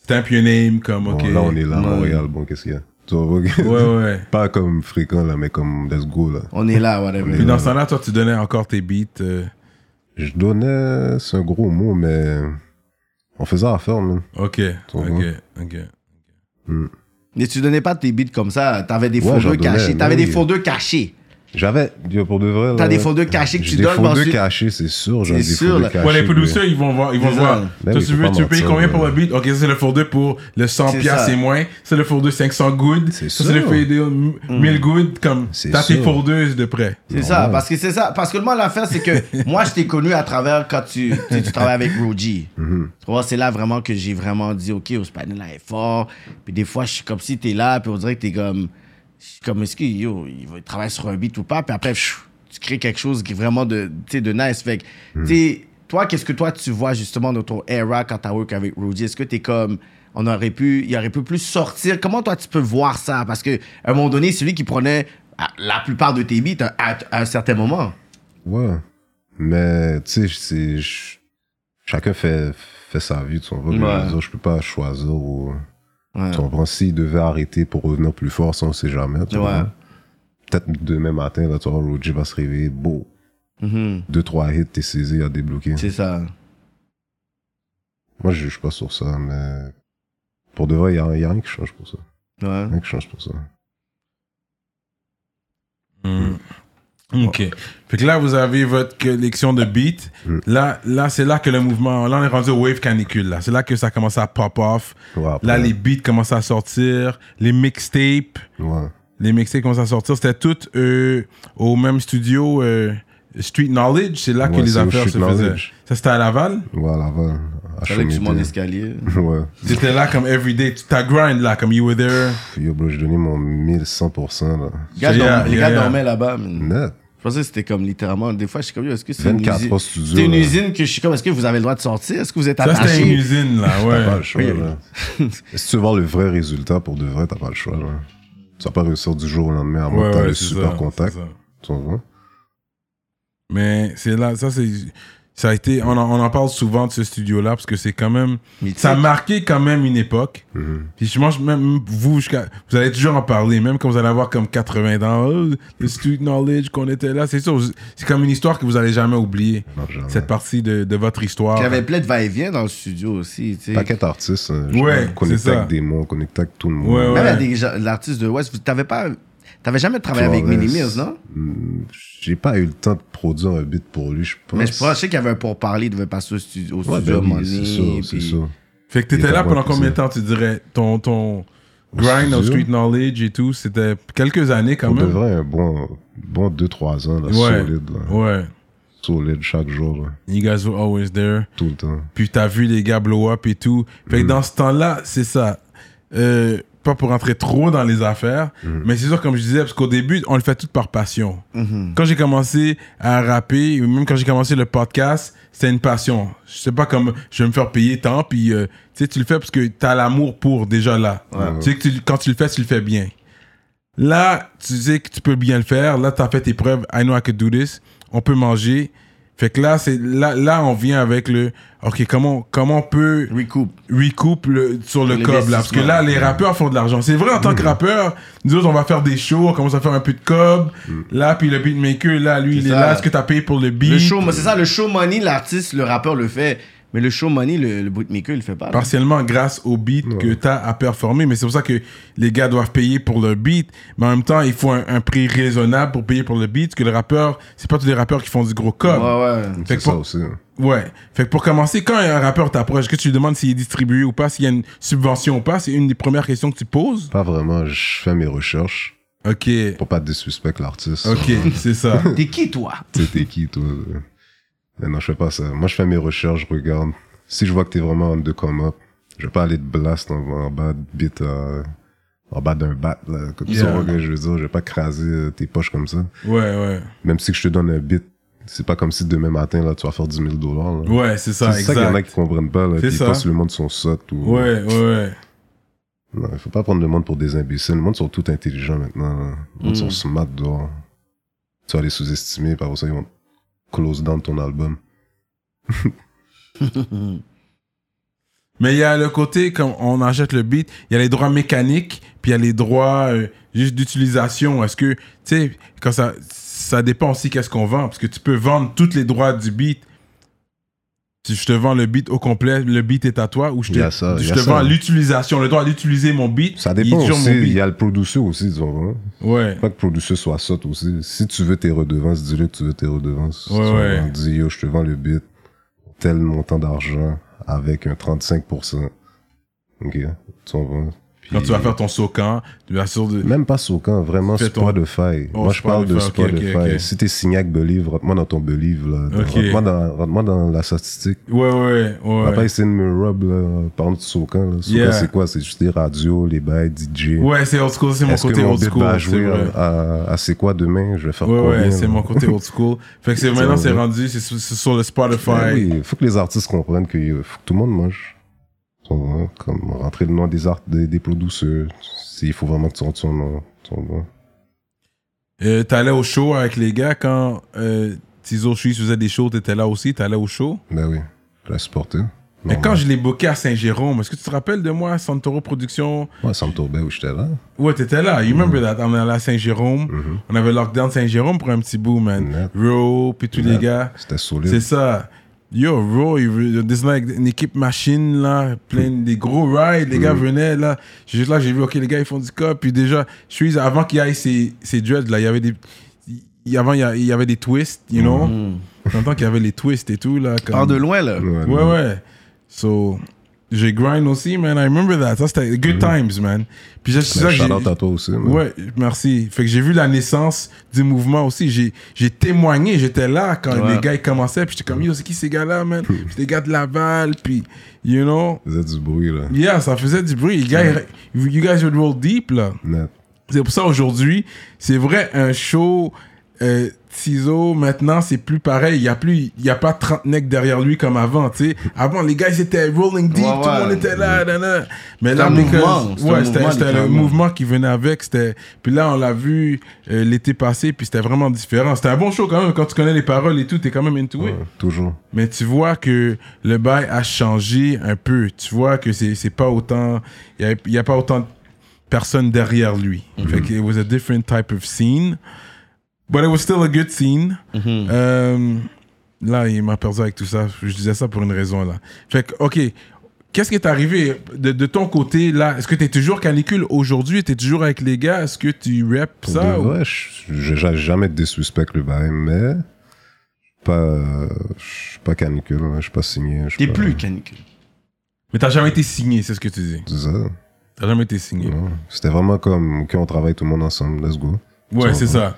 [SPEAKER 1] C'était un pure name, comme,
[SPEAKER 3] bon,
[SPEAKER 1] ok.
[SPEAKER 3] là, on est là, à Montréal, bon, qu'est-ce qu'il y a? Tu vois, ok.
[SPEAKER 1] Ouais, ouais.
[SPEAKER 3] Pas comme fréquent, là, mais comme, let's go, là.
[SPEAKER 2] On est là, whatever.
[SPEAKER 1] Puis dans ce temps-là, toi, tu donnais encore tes beats. euh,
[SPEAKER 3] Je donnais, c'est un gros mot, mais on faisait affaire, même.
[SPEAKER 1] Ok. Ok. Ok.
[SPEAKER 2] Mais tu donnais pas tes beats comme ça. T'avais des
[SPEAKER 3] Ouais, j'en
[SPEAKER 2] fondeurs
[SPEAKER 3] donnais,
[SPEAKER 2] cachés.
[SPEAKER 3] mais
[SPEAKER 2] T'avais des
[SPEAKER 3] oui.
[SPEAKER 2] fondeurs cachés.
[SPEAKER 3] J'avais, yo, pour de vrai, là.
[SPEAKER 2] T'as des fondeurs cachés que
[SPEAKER 3] j'ai
[SPEAKER 2] tu
[SPEAKER 3] des
[SPEAKER 2] donnes
[SPEAKER 3] fondeurs
[SPEAKER 2] ensuite.
[SPEAKER 3] cachés, c'est sûr, j'en ai
[SPEAKER 2] C'est
[SPEAKER 3] des
[SPEAKER 2] sûr,
[SPEAKER 3] fondeurs
[SPEAKER 2] là.
[SPEAKER 3] cachés,
[SPEAKER 1] Ouais, les
[SPEAKER 3] mais-
[SPEAKER 1] producers, ils vont voir. Ils vont
[SPEAKER 2] C'est
[SPEAKER 1] voir.
[SPEAKER 2] ça.
[SPEAKER 3] Ben
[SPEAKER 1] Toi,
[SPEAKER 3] oui,
[SPEAKER 1] tu
[SPEAKER 3] faut
[SPEAKER 1] veux,
[SPEAKER 3] pas
[SPEAKER 1] tu payes
[SPEAKER 3] mentir,
[SPEAKER 1] combien pour
[SPEAKER 3] ouais.
[SPEAKER 1] le beat Ok, ça, c'est le four 2 pour le 100
[SPEAKER 2] C'est
[SPEAKER 1] piastres,
[SPEAKER 2] ça.
[SPEAKER 1] c'est moins. C'est le four 2 500 good.
[SPEAKER 3] C'est
[SPEAKER 1] Ça, c'est le
[SPEAKER 3] sûr. Mm.
[SPEAKER 1] four 2 1000 good. Comme,
[SPEAKER 3] C'est
[SPEAKER 1] t'as tes
[SPEAKER 3] sûr.
[SPEAKER 1] four 2 de près.
[SPEAKER 2] C'est ça, parce que c'est ça. Parce que le mal l'affaire, c'est que moi, je t'ai connu à travers quand tu, tu, sais, tu travailles avec Roji. Tu vois, c'est là vraiment que j'ai vraiment dit, OK, au panel là est fort. Puis des fois, je suis comme si t'es là, puis on dirait que t'es comme, je suis comme, est-ce qu'il yo, il va travailler sur un beat ou pas? Puis après, pfiou, tu crées quelque chose qui est vraiment de, tu sais, de nice. Fait que, tu sais, toi, qu'est-ce que toi, tu vois justement dans ton era quand t'as work avec Roji? Est-ce que t'es comme, on aurait pu, il aurait pu plus sortir. Comment toi, tu peux voir ça? Parce que, à un moment donné, celui qui prenait à- Ah, la plupart de tes beats à, à un certain moment.
[SPEAKER 3] Ouais. Mais, tu sais, c'est. ch- Chacun fait, fait sa vie, tu vois. mais
[SPEAKER 2] Ouais.
[SPEAKER 3] Je, veux dire, je peux pas choisir ou.
[SPEAKER 2] Ouais.
[SPEAKER 3] Tu comprends? S'il devait arrêter pour revenir plus fort, ça, on sait jamais. tu
[SPEAKER 2] Ouais.
[SPEAKER 3] comprends? Peut-être demain matin, là, tu vois, Roger va se réveiller. Beau.
[SPEAKER 2] Mhm.
[SPEAKER 3] Deux, trois hits, t'es saisi, il a débloqué.
[SPEAKER 2] C'est ça.
[SPEAKER 3] Moi, je juge pas sur ça, mais pour de vrai, il n'y a, rien qui change pour ça.
[SPEAKER 2] Ouais.
[SPEAKER 3] Rien qui change pour ça.
[SPEAKER 1] Mm. Ok. Fait que là, vous avez votre collection de beats.
[SPEAKER 3] Mm.
[SPEAKER 1] Là, là c'est là que le mouvement. Là, on est rendu au wave canicule. Là, c'est là que ça commence à pop off.
[SPEAKER 3] Ouais, après,
[SPEAKER 1] Là, les beats commencent à sortir. Les mixtapes.
[SPEAKER 3] ouais.
[SPEAKER 1] Les mixtapes commencent à sortir. C'était tout euh, au même studio. euh, Street Knowledge, c'est là que
[SPEAKER 3] Ouais,
[SPEAKER 1] les
[SPEAKER 3] c'est au
[SPEAKER 1] affaires
[SPEAKER 3] Street
[SPEAKER 1] se faisaient.
[SPEAKER 3] Knowledge.
[SPEAKER 1] Ça, c'était à Laval.
[SPEAKER 3] Ouais, Laval. À
[SPEAKER 2] Fallait que tu
[SPEAKER 3] Chomedey.
[SPEAKER 2] montes l'escalier.
[SPEAKER 3] Ouais.
[SPEAKER 1] C'était là comme everyday. Tu t'as grind là, comme you were there.
[SPEAKER 3] Pff, Yo, bro, j'ai donné mon 1100%, là.
[SPEAKER 2] Les gars,
[SPEAKER 1] Yeah,
[SPEAKER 2] dorm- les
[SPEAKER 1] yeah,
[SPEAKER 2] gars
[SPEAKER 1] yeah.
[SPEAKER 2] dormaient là-bas. man.
[SPEAKER 3] Net.
[SPEAKER 2] Je pensais que c'était comme littéralement. Des fois, je suis comme, yo, est-ce que c'est une
[SPEAKER 3] 24
[SPEAKER 2] usine
[SPEAKER 3] heures studio.
[SPEAKER 2] C'est une
[SPEAKER 3] là.
[SPEAKER 2] usine que je suis comme, est-ce que vous avez le droit de sortir Est-ce que vous êtes
[SPEAKER 1] Ça, c'était une
[SPEAKER 2] attaché
[SPEAKER 1] usine là,
[SPEAKER 3] T'as pas
[SPEAKER 1] ouais.
[SPEAKER 3] le choix,
[SPEAKER 2] Oui.
[SPEAKER 3] là. si tu veux voir le vrai résultat pour de vrai, t'as pas le choix, là. Tu vas pas réussir du jour au lendemain à moins
[SPEAKER 1] Ouais,
[SPEAKER 3] que t'as
[SPEAKER 1] ouais,
[SPEAKER 3] le
[SPEAKER 1] c'est
[SPEAKER 3] super
[SPEAKER 1] ça,
[SPEAKER 3] contact.
[SPEAKER 1] c'est ça.
[SPEAKER 3] Tu vois?
[SPEAKER 1] Mais c'est là, ça c'est. Ça a été, on en, on en parle souvent de ce studio-là parce que c'est quand même.
[SPEAKER 2] Mythique.
[SPEAKER 1] Ça a marqué quand même une époque.
[SPEAKER 3] Mhm.
[SPEAKER 1] Puis je mange même vous, jusqu'à- vous allez toujours en parler, même quand vous allez avoir comme 80 ans. Oh, le street knowledge qu'on était là, c'est sûr. vous- C'est comme une histoire que vous allez jamais oublier.
[SPEAKER 3] Non, jamais.
[SPEAKER 1] Cette partie de, de votre histoire.
[SPEAKER 2] Il y avait plein de va-et-vient dans le studio aussi. Tu sais.
[SPEAKER 3] Paquet d'artistes, hein, je
[SPEAKER 1] Ouais,
[SPEAKER 3] crois, connecté
[SPEAKER 1] c'est ça.
[SPEAKER 3] avec des mots, connecté avec tout le monde.
[SPEAKER 1] Ouais, ouais.
[SPEAKER 2] Même avec des gens- l'artiste de West, t'avais pas. T'avais jamais travaillé avec
[SPEAKER 3] Flores.
[SPEAKER 2] Minimils, non
[SPEAKER 3] Hmm, J'ai pas eu le temps de produire un beat pour lui, je pense.
[SPEAKER 2] Mais je pensais qu'il y avait un pourparler, il devait passer au studio. Au
[SPEAKER 3] Ouais,
[SPEAKER 2] studio
[SPEAKER 3] ben
[SPEAKER 2] à un moment
[SPEAKER 3] oui, c'est
[SPEAKER 2] donné,
[SPEAKER 3] sûr, c'est
[SPEAKER 2] puis-
[SPEAKER 3] sûr.
[SPEAKER 1] Fait que
[SPEAKER 3] Il
[SPEAKER 1] t'étais
[SPEAKER 3] était
[SPEAKER 1] là pendant
[SPEAKER 3] bon,
[SPEAKER 1] combien de
[SPEAKER 3] ça.
[SPEAKER 1] temps, tu dirais Ton, ton grind au
[SPEAKER 3] studio?
[SPEAKER 1] street knowledge et tout, c'était quelques années quand
[SPEAKER 3] Pour de
[SPEAKER 1] même.
[SPEAKER 3] vrai, un bon, bon 2-3 ans, là,
[SPEAKER 1] Ouais.
[SPEAKER 3] solide, là.
[SPEAKER 1] Ouais.
[SPEAKER 3] Solide chaque jour, là,
[SPEAKER 1] You guys were always there.
[SPEAKER 3] tout le temps.
[SPEAKER 1] puis t'as vu les gars blow up et tout. Fait que
[SPEAKER 3] Mm.
[SPEAKER 1] dans ce temps-là, c'est ça. Euh, pas pour rentrer trop dans les affaires, mais c'est sûr, comme je disais, parce qu'au début, on le fait tout par passion. Quand j'ai commencé à rapper, ou même quand j'ai commencé le podcast, c'était une passion. Je sais pas comme je vais me faire payer tant, puis euh, tu sais, tu le fais parce que t'as l'amour pour déjà là. Tu sais que tu- quand tu le fais, tu le fais bien. Là, tu sais que tu peux bien le faire. Là, tu as fait tes preuves. I know I could do this. On peut manger. Fait que là, c'est là, là, on vient avec le. Ok, comment, comment on peut
[SPEAKER 2] Recoup.
[SPEAKER 1] recoupe le- sur le cob là Parce que là, les rappeurs font de l'argent. C'est vrai, en tant que rappeur, nous autres, on va faire des shows, on commence à faire un peu de cob. Là, puis le beatmaker, là, lui,
[SPEAKER 2] C'est
[SPEAKER 1] il est
[SPEAKER 2] ça.
[SPEAKER 1] là. Est-ce que tu as payé pour le beat
[SPEAKER 2] Le show, c'est ça, le show money, l'artiste, le rappeur le fait. Mais le show money, le, le beatmaker, il le fait pas. là.
[SPEAKER 1] partiellement grâce au beat que tu as à performer. Mais c'est pour ça que les gars doivent payer pour le beat. Mais en même temps, il faut un, un prix raisonnable pour payer pour le beat. Parce que le rappeur, c'est pas tous les rappeurs qui font du gros cob. Ouais.
[SPEAKER 2] Ouais, ouais.
[SPEAKER 1] Fait
[SPEAKER 3] C'est
[SPEAKER 1] que
[SPEAKER 3] ça
[SPEAKER 1] pour-
[SPEAKER 3] aussi. hein.
[SPEAKER 1] Fait que pour commencer, quand un rappeur t'approche, est-ce que tu lui demandes s'il est distribué ou pas, s'il y a une subvention ou pas C'est une des premières questions que tu poses.
[SPEAKER 3] Pas vraiment, je fais mes recherches
[SPEAKER 1] Ok.
[SPEAKER 3] pour pas disrespecter l'artiste.
[SPEAKER 1] Ok, c'est ça.
[SPEAKER 2] T'es qui, toi
[SPEAKER 3] Tu sais, t'es qui, toi Mais non, je fais pas ça. Moi, je fais mes recherches, je regarde. Si je vois que t'es vraiment en de come up, je vais pas aller te blast en, en bas de bit, euh, en bas d'un bat, là. Comme
[SPEAKER 1] Yeah.
[SPEAKER 3] ça, je veux dire, je vais pas craser euh, tes poches comme ça.
[SPEAKER 1] Ouais, ouais.
[SPEAKER 3] Même si que je te donne un bit, c'est pas comme si demain matin, là, tu vas faire 10 000 dollars, là.
[SPEAKER 1] Ouais, c'est ça,
[SPEAKER 3] c'est ça
[SPEAKER 1] exact.
[SPEAKER 3] qu'il y en a qui comprennent pas, là.
[SPEAKER 1] C'est
[SPEAKER 3] Puis ils
[SPEAKER 1] ça.
[SPEAKER 3] pensent que le monde sont sottes ou.
[SPEAKER 1] Ouais, ouais, ouais.
[SPEAKER 3] Non, il faut pas prendre le monde pour des imbéciles. Le monde sont tout intelligents maintenant. là. Le
[SPEAKER 1] Hmm.
[SPEAKER 3] monde
[SPEAKER 2] Mm.
[SPEAKER 3] sont smart dehors. Tu vas les sous-estimer, par ça, ils vont te close down ton album.
[SPEAKER 1] Mais il y a le côté, quand on achète le beat, il y a les droits mécaniques, puis il y a les droits euh, juste d'utilisation. Est-ce que, tu sais, quand ça, ça dépend aussi qu'est-ce qu'on vend, parce que tu peux vendre tous les droits du beat. Si je te vends le beat au complet, le beat est à toi, ou je te,
[SPEAKER 3] Il y a ça, il
[SPEAKER 1] je
[SPEAKER 3] y a
[SPEAKER 1] te
[SPEAKER 3] ça.
[SPEAKER 1] vends l'utilisation, le droit d'utiliser mon beat.
[SPEAKER 3] Ça dépend
[SPEAKER 1] il est toujours
[SPEAKER 3] aussi.
[SPEAKER 1] mon
[SPEAKER 3] Il
[SPEAKER 1] beat.
[SPEAKER 3] y a le producer aussi, disons. Hein?
[SPEAKER 1] Ouais.
[SPEAKER 3] Pas que le producer soit sotte aussi. Si tu veux tes redevances, dis-le que tu veux tes redevances.
[SPEAKER 1] Ouais,
[SPEAKER 3] Tu
[SPEAKER 1] ouais.
[SPEAKER 3] vas Dis, yo, je te vends le beat. Tel montant d'argent avec un 35%. Ok. Tu comprends? Puis-
[SPEAKER 1] Quand tu vas faire ton socan, tu vas sur de...
[SPEAKER 3] Même pas Socan, vraiment
[SPEAKER 1] Fais ton-
[SPEAKER 3] Spotify.
[SPEAKER 1] Oh,
[SPEAKER 3] moi, je parle de
[SPEAKER 1] Spotify, ok, ok,
[SPEAKER 3] Spotify.
[SPEAKER 1] ok.
[SPEAKER 3] Si t'es signé avec Believe, rentre-moi dans ton Believe. Là.
[SPEAKER 1] Ok.
[SPEAKER 3] Rentre-moi, dans, rentre-moi dans la statistique.
[SPEAKER 1] Ouais, ouais,
[SPEAKER 3] On va
[SPEAKER 1] ouais.
[SPEAKER 3] pas essayer de me rob, là, parlant de Socan. Là. Socan,
[SPEAKER 1] Yeah.
[SPEAKER 3] c'est quoi C'est juste des radios, les bails, DJ.
[SPEAKER 1] Ouais, c'est old school, c'est mon
[SPEAKER 3] Est-ce que
[SPEAKER 1] côté
[SPEAKER 3] mon
[SPEAKER 1] old
[SPEAKER 3] beat
[SPEAKER 1] school.
[SPEAKER 3] va
[SPEAKER 1] c'est
[SPEAKER 3] jouer euh,
[SPEAKER 1] vrai.
[SPEAKER 3] à, à- à c'est quoi demain Je vais faire
[SPEAKER 1] Ouais,
[SPEAKER 3] combien
[SPEAKER 1] ouais, c'est
[SPEAKER 3] là?
[SPEAKER 1] mon côté old school. Fait que c'est maintenant, c'est rendu, c'est sur, c'est sur le Spotify.
[SPEAKER 3] Ben oui, faut que les artistes comprennent que euh, faut que tout le monde mange. Tu vois, hein, Comme rentrer le nom des, art, des, des producers. S'il faut vraiment que tu rentres son nom. tu vois.
[SPEAKER 1] Euh, t'allais au show avec les gars quand euh, Tizo Suisse faisait des shows, t'étais là aussi, t'allais au show.
[SPEAKER 3] Ben oui, je l'ai supporté.
[SPEAKER 1] Mais quand je l'ai booké à Saint-Jérôme, est-ce que tu te rappelles de moi, Santoro Productions
[SPEAKER 3] Ouais, ça me tourbait où j'étais là.
[SPEAKER 1] Ouais, t'étais là. You remember that? On est allé à Saint-Jérôme. On avait Lockdown Saint-Jérôme pour un petit bout, man.
[SPEAKER 3] Mm-hmm. Net.
[SPEAKER 1] Ro, puis tous les
[SPEAKER 3] Net.
[SPEAKER 1] gars.
[SPEAKER 3] C'était
[SPEAKER 1] C'est
[SPEAKER 3] solide.
[SPEAKER 1] ça. Yo, Ro, il veut- this like une équipe machine, là, plein des gros rides. Les gars venaient, là. J'ai Juste là, j'ai vu, OK, les gars, ils font du cop. Puis déjà, je suis avant qu'il y ait ces, ces dreads, là, il y avait des... il- Avant, il y a- il y avait des twists, you know? J'entends qu'il y avait les twists et tout, là.
[SPEAKER 2] Par
[SPEAKER 1] comme-
[SPEAKER 2] de loin, là.
[SPEAKER 1] Ouais, ouais. So, j'ai grind aussi, man. I remember that. Ça, c'était good times, man. Puis j'ai- c'est ça que j'ai-
[SPEAKER 3] Shout-out à toi aussi. man.
[SPEAKER 1] Ouais, merci. Fait que j'ai vu la naissance du mouvement aussi. J'ai- J'ai témoigné, j'étais là quand
[SPEAKER 2] Ouais.
[SPEAKER 1] les gars ils commençaient. Puis j'étais comme, yo, c'est qui ces gars-là, man? Puis des gars de Laval, puis, you know.
[SPEAKER 3] Vous êtes du bruit, là.
[SPEAKER 1] Yeah, ça faisait du bruit. Les gars, ils- you guys would roll deep, là.
[SPEAKER 3] Net.
[SPEAKER 1] C'est pour ça aujourd'hui, c'est vrai, un show euh, Tizo, maintenant, c'est plus pareil. Il n'y a, plus- il y a pas 30 necks derrière lui comme avant. tu sais. Avant, les gars, ils étaient rolling deep,
[SPEAKER 2] Ouais,
[SPEAKER 1] tout le monde
[SPEAKER 2] ouais.
[SPEAKER 1] était là. nan, nan. Mais là,
[SPEAKER 2] un
[SPEAKER 1] because-
[SPEAKER 2] mouvement, c'était un
[SPEAKER 1] ouais, c'était
[SPEAKER 2] mouvement,
[SPEAKER 1] c'était le
[SPEAKER 2] littéralement.
[SPEAKER 1] mouvement qui venait avec. c'était- Puis là, on l'a vu euh, l'été passé, puis c'était vraiment différent. C'était un bon show quand même. Quand tu connais les paroles et tout, t'es quand même into it.
[SPEAKER 3] Ouais, Toujours.
[SPEAKER 1] Mais tu vois que le bail a changé un peu. Tu vois que c'est c'est pas autant. Il n'y a, pas autant de personnes derrière lui.
[SPEAKER 3] Mhm.
[SPEAKER 1] Fait que it was a different type of scene. But it was still a good scene.
[SPEAKER 3] Mhm.
[SPEAKER 1] Euh, là, il m'a perdu avec tout ça. Je disais ça pour une raison, là. Fait que, OK. Qu'est-ce qui est arrivé de, de ton côté, là? Est-ce que tu es toujours canicule aujourd'hui? Tu es toujours avec les gars? Est-ce que tu rap
[SPEAKER 3] Pour
[SPEAKER 1] ça?
[SPEAKER 3] de
[SPEAKER 1] ou-
[SPEAKER 3] vrai, je- je- j'ai jamais désuspect le bail, mais pas, euh, je suis pas canicule, hein, je suis pas signé. je suis
[SPEAKER 2] T'es
[SPEAKER 3] pas-
[SPEAKER 2] plus canicule.
[SPEAKER 1] Mais t'as jamais été signé, c'est ce que tu dis.
[SPEAKER 3] C'est ça.
[SPEAKER 1] T'as jamais été signé.
[SPEAKER 3] Non. C'était vraiment comme, ok, on travaille tout le monde ensemble, let's go.
[SPEAKER 1] Ouais,
[SPEAKER 3] Tu
[SPEAKER 1] c'est
[SPEAKER 3] vois.
[SPEAKER 1] ça.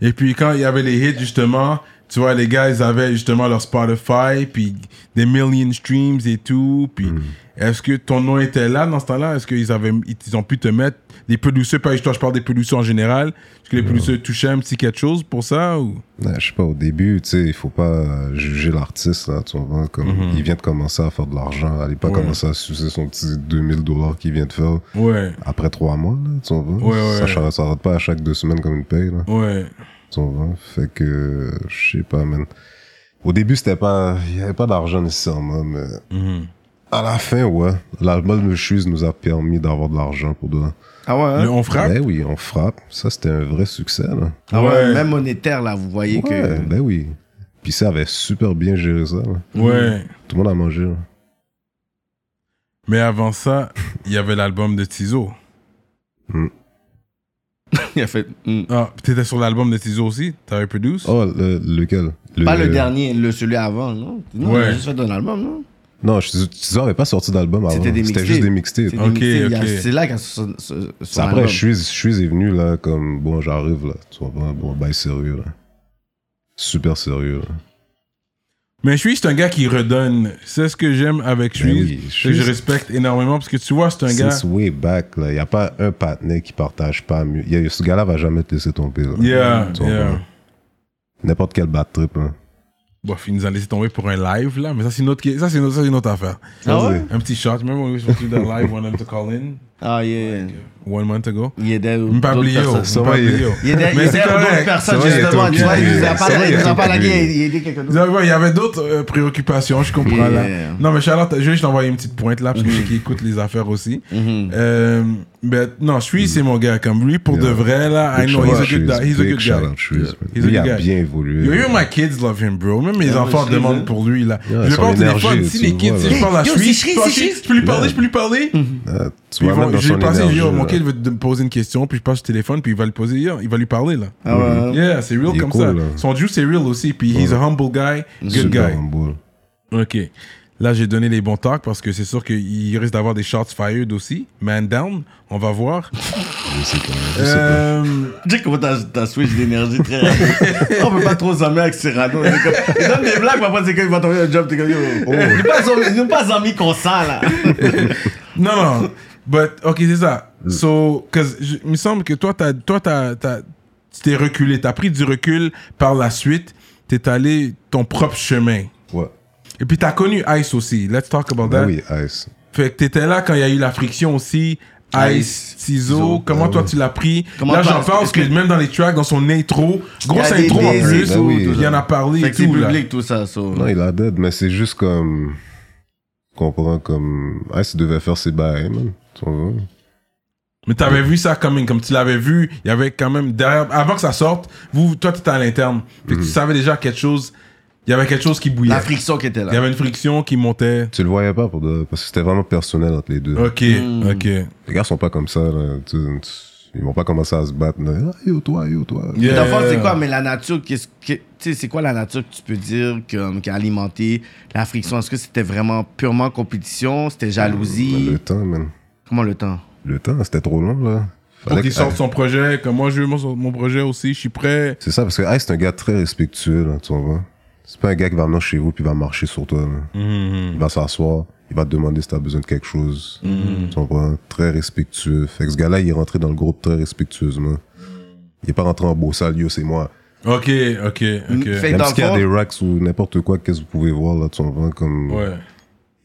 [SPEAKER 1] Et puis quand il y avait les hits, justement, tu vois, les gars, ils avaient justement leur Spotify, puis des million streams et tout. Puis est-ce que ton nom était là dans ce temps-là Est-ce qu'ils avaient, ils ont pu te mettre des producers Pas toi, je parle des producers en général. Est-ce que les producers touchaient un petit quelque chose pour ça ou...
[SPEAKER 3] Ouais, je sais pas, au début, tu sais, il faut pas euh, juger l'artiste, là, tu vois, comme, il vient de commencer à faire de l'argent, allez pas
[SPEAKER 1] Mhm. Ouais.
[SPEAKER 3] commencer à sucer son petit 2000 dollars qu'il vient de faire
[SPEAKER 1] Ouais,
[SPEAKER 3] après trois mois, là, tu vois.
[SPEAKER 1] Ouais, ouais,
[SPEAKER 3] ça s'arrête ça s'arrête pas à chaque deux semaines comme une paye, là,
[SPEAKER 1] ouais.
[SPEAKER 3] tu vois. Fait que, euh, je sais pas, man. Au début, c'était pas, il y avait pas d'argent nécessairement, mais
[SPEAKER 1] Mhm.
[SPEAKER 3] à la fin, ouais, l'album Le Shoes nous a permis d'avoir de l'argent pour de...
[SPEAKER 2] Ah ouais, hein?
[SPEAKER 1] Le on frappe
[SPEAKER 3] Ben oui, on frappe. Ça, c'était un vrai succès, là.
[SPEAKER 2] Ah ouais,
[SPEAKER 1] Ouais.
[SPEAKER 2] Même monétaire, là, vous voyez
[SPEAKER 3] Ouais,
[SPEAKER 2] que.
[SPEAKER 3] ben oui. Puis ça avait super bien géré ça, là.
[SPEAKER 1] Ouais. Mm.
[SPEAKER 3] Tout le monde a mangé. là.
[SPEAKER 1] Mais avant ça, il y avait l'album de Tizo.
[SPEAKER 2] Il a fait. hmm.
[SPEAKER 1] Ah, t'étais sur l'album de Tizo aussi T'avais produit
[SPEAKER 3] Oh, le- lequel
[SPEAKER 2] Pas le dernier, le celui avant, non? Non,
[SPEAKER 1] Ouais.
[SPEAKER 2] il a juste fait un album, non?
[SPEAKER 3] Non, je- Tizor avait pas sorti d'album avant.
[SPEAKER 2] C'était des
[SPEAKER 3] C'était
[SPEAKER 2] mixtapes.
[SPEAKER 3] juste des mixtapes.
[SPEAKER 2] C'est
[SPEAKER 1] Ok,
[SPEAKER 2] des mixtapes, il y a-
[SPEAKER 1] ok.
[SPEAKER 2] C'est là qu'il y a son, son- son
[SPEAKER 3] C'est après,
[SPEAKER 2] album.
[SPEAKER 3] je suis, je suis est venu là comme bon, j'arrive là. Tu vois, bon, bon bail sérieux là. Super sérieux là.
[SPEAKER 1] Mais Shui, c'est un gars qui redonne. C'est ce que j'aime avec Shui.
[SPEAKER 3] Ben oui,
[SPEAKER 1] c'est que
[SPEAKER 3] Shui,
[SPEAKER 1] je
[SPEAKER 3] c'est-
[SPEAKER 1] respecte énormément parce que tu vois, c'est un gars.
[SPEAKER 3] Since way back là, y a pas un partenaire qui partage pas mieux. Y a- ce gars-là va jamais te laisser tomber là.
[SPEAKER 1] Yeah,
[SPEAKER 3] Tu vois,
[SPEAKER 1] yeah.
[SPEAKER 3] bon. N'importe quel bad trip. Hein.
[SPEAKER 1] Bon, il nous a laissé tomber pour un live là, mais ça, c'est une autre, ça, c'est une autre, ça, c'est une autre affaire.
[SPEAKER 2] Ah ouais?
[SPEAKER 1] Un petit shot. Remember when we were supposed to do that live, one them to call in
[SPEAKER 2] Ah, yeah.
[SPEAKER 1] one month ago?
[SPEAKER 2] Il aidait
[SPEAKER 1] Même pas
[SPEAKER 2] d'autres
[SPEAKER 1] oublié, oh,
[SPEAKER 2] personnes.
[SPEAKER 1] même pas
[SPEAKER 3] il-
[SPEAKER 1] oublié, oh.
[SPEAKER 2] Il aidait, il
[SPEAKER 1] Mais c'est
[SPEAKER 2] aidait d'autres
[SPEAKER 1] correct.
[SPEAKER 2] personnes,
[SPEAKER 3] Ça va, il est
[SPEAKER 2] justement. Tu vois,
[SPEAKER 3] occupé.
[SPEAKER 2] il nous a pas
[SPEAKER 3] Ça va, il est
[SPEAKER 2] il nous a pas
[SPEAKER 3] occupé.
[SPEAKER 2] lagué, il aidait quelqu'un
[SPEAKER 1] Vous
[SPEAKER 2] d'autre.
[SPEAKER 1] savez quoi, Il y avait d'autres euh, préoccupations, je comprends là.
[SPEAKER 2] Yeah.
[SPEAKER 1] Non, mais Charlotte, je vais juste t'envoyer une petite pointe là parce
[SPEAKER 3] Mhm.
[SPEAKER 1] que je sais qu'il écoute les affaires aussi. Euh, mais non, Shui, c'est mon gars. Comme lui, pour de
[SPEAKER 3] Yeah.
[SPEAKER 1] vrai là, I know, he's a good guy. He's a good guy. He's a
[SPEAKER 3] Il
[SPEAKER 1] good
[SPEAKER 3] a
[SPEAKER 1] guy.
[SPEAKER 3] bien évolué.
[SPEAKER 1] Yo,
[SPEAKER 3] là.
[SPEAKER 1] yo, my kids love him, bro. Même mes
[SPEAKER 2] Ah,
[SPEAKER 1] enfants
[SPEAKER 2] je les
[SPEAKER 1] demandent
[SPEAKER 2] aime.
[SPEAKER 1] pour lui, là.
[SPEAKER 3] Yeah,
[SPEAKER 1] je le
[SPEAKER 3] son
[SPEAKER 1] parle au téléphone.
[SPEAKER 3] énergie,
[SPEAKER 1] Si
[SPEAKER 3] tu
[SPEAKER 1] les kids,
[SPEAKER 3] vois,
[SPEAKER 1] si
[SPEAKER 3] là.
[SPEAKER 1] je parle à Shui,
[SPEAKER 2] Yo, c'est Shui,
[SPEAKER 1] je parle à
[SPEAKER 2] c'est
[SPEAKER 1] Shui,
[SPEAKER 2] Shui.
[SPEAKER 1] je peux lui parler, je peux lui parler.
[SPEAKER 3] Ah, tu
[SPEAKER 1] Puis ils
[SPEAKER 3] vois, même
[SPEAKER 1] vont-
[SPEAKER 3] dans
[SPEAKER 1] Je
[SPEAKER 3] son
[SPEAKER 1] vais passer,
[SPEAKER 3] énergie,
[SPEAKER 1] yo,
[SPEAKER 3] là.
[SPEAKER 1] mon kid veut te poser une question, puis je passe le téléphone, puis il va le poser, yo, il va lui parler, là.
[SPEAKER 2] Ah ouais.
[SPEAKER 1] Yeah, c'est real
[SPEAKER 3] Il est
[SPEAKER 1] comme
[SPEAKER 3] cool,
[SPEAKER 1] ça.
[SPEAKER 3] là.
[SPEAKER 1] Son Jew, c'est real aussi, puis he's a humble guy, good
[SPEAKER 3] Super
[SPEAKER 1] guy.
[SPEAKER 3] humble.
[SPEAKER 1] Ok. Là, j'ai donné les bons talks parce que c'est sûr qu'il risque d'avoir des shots fired aussi. Man down, on va voir.
[SPEAKER 3] Je sais pas, je sais pas.
[SPEAKER 1] Euh,
[SPEAKER 2] Tu sais comment t'as t'as switch d'énergie très rapide. On peut pas trop s'emmener avec Cyrano. Il est comme- il donne des blagues, mais après, c'est quand il va tomber un job, t'es comme, yo,
[SPEAKER 1] Oh.
[SPEAKER 2] ils sont pas amis- ils sont pas amis qu'on sent, là.
[SPEAKER 1] Non, non. But, ok, c'est ça.
[SPEAKER 3] Mm.
[SPEAKER 1] So, cause je- il me semble que toi, t'as, toi t'as, t'as- tu t'es reculé. T'as pris du recul par la suite. T'es allé ton propre chemin.
[SPEAKER 3] Ouais.
[SPEAKER 1] Et puis, t'as connu Ice aussi. Let's talk about
[SPEAKER 3] Ben
[SPEAKER 1] that.
[SPEAKER 3] oui, Ice.
[SPEAKER 1] Fait que t'étais là quand il y a eu la friction aussi. Ice,
[SPEAKER 2] Ice, euh,
[SPEAKER 1] ciseaux, comment toi tu l'as pris
[SPEAKER 2] Comment
[SPEAKER 1] Là
[SPEAKER 2] toi,
[SPEAKER 1] j'en parle parce que
[SPEAKER 2] est-ce que-
[SPEAKER 1] même dans les tracks, dans son intro, grosse
[SPEAKER 2] Il y a des-
[SPEAKER 1] intro
[SPEAKER 2] des
[SPEAKER 1] en plus,
[SPEAKER 3] Ben oui.
[SPEAKER 1] il y en a parlé
[SPEAKER 2] Fait
[SPEAKER 1] et
[SPEAKER 2] que c'est
[SPEAKER 1] tout. là.
[SPEAKER 2] public, tout ça, so.
[SPEAKER 3] Non, il a dead, mais c'est juste comme. comprends comme. Ah, tu devais faire ses bails, man. Tu vois?
[SPEAKER 1] Mais t'avais vu ça coming, comme tu l'avais vu, il y avait quand même derrière, avant que ça sorte, vous, toi t'étais à l'interne, Fait que tu savais déjà quelque chose, il y avait quelque chose qui bouillait.
[SPEAKER 2] Mhm. La friction qui était
[SPEAKER 1] Il y
[SPEAKER 2] là.
[SPEAKER 1] avait une friction qui montait.
[SPEAKER 3] Tu le voyais pas pour de. Parce que c'était vraiment personnel entre les deux.
[SPEAKER 1] Ok,
[SPEAKER 2] Mhm.
[SPEAKER 1] ok.
[SPEAKER 3] Les gars sont pas comme ça, là. Tu- tu- Ils vont pas commencer à se battre. là. Ah, yo, toi, yo, toi.
[SPEAKER 1] Yeah.
[SPEAKER 2] Dans le fond, c'est quoi, mais la nature, qu'est-ce que, tu sais, c'est quoi la nature que tu peux dire comme, qui a alimenté la friction? Est-ce que c'était vraiment purement compétition? C'était
[SPEAKER 3] Mais
[SPEAKER 1] Euh,
[SPEAKER 2] jalousie?
[SPEAKER 3] Le temps, man.
[SPEAKER 2] Comment le temps?
[SPEAKER 3] Le temps, c'était trop long, là.
[SPEAKER 1] Pour
[SPEAKER 3] Fallait
[SPEAKER 1] qu'il
[SPEAKER 3] que-
[SPEAKER 1] sorte son projet, comme moi je veux mon, mon projet aussi, je suis prêt.
[SPEAKER 3] C'est ça, parce que Ice, c'est un gars très respectueux, là, tu vois. C'est pas un gars qui va venir chez vous puis va marcher sur toi.
[SPEAKER 1] Mm-hmm,
[SPEAKER 3] là. Il va s'asseoir, il va te demander si t'as besoin de quelque chose.
[SPEAKER 1] Mm-hmm.
[SPEAKER 3] Tu comprends? Très respectueux. Fait que ce gars-là, il est rentré dans le groupe très respectueusement. Il est pas rentré en beau sale, yo, c'est moi.
[SPEAKER 1] Ok, ok, ok.
[SPEAKER 2] Fait- Et
[SPEAKER 3] Même
[SPEAKER 2] dans
[SPEAKER 3] s'il y a
[SPEAKER 2] le fond-
[SPEAKER 3] des racks ou n'importe quoi, qu'est-ce que vous pouvez voir, là, tu comprends? Comme...
[SPEAKER 1] Ouais.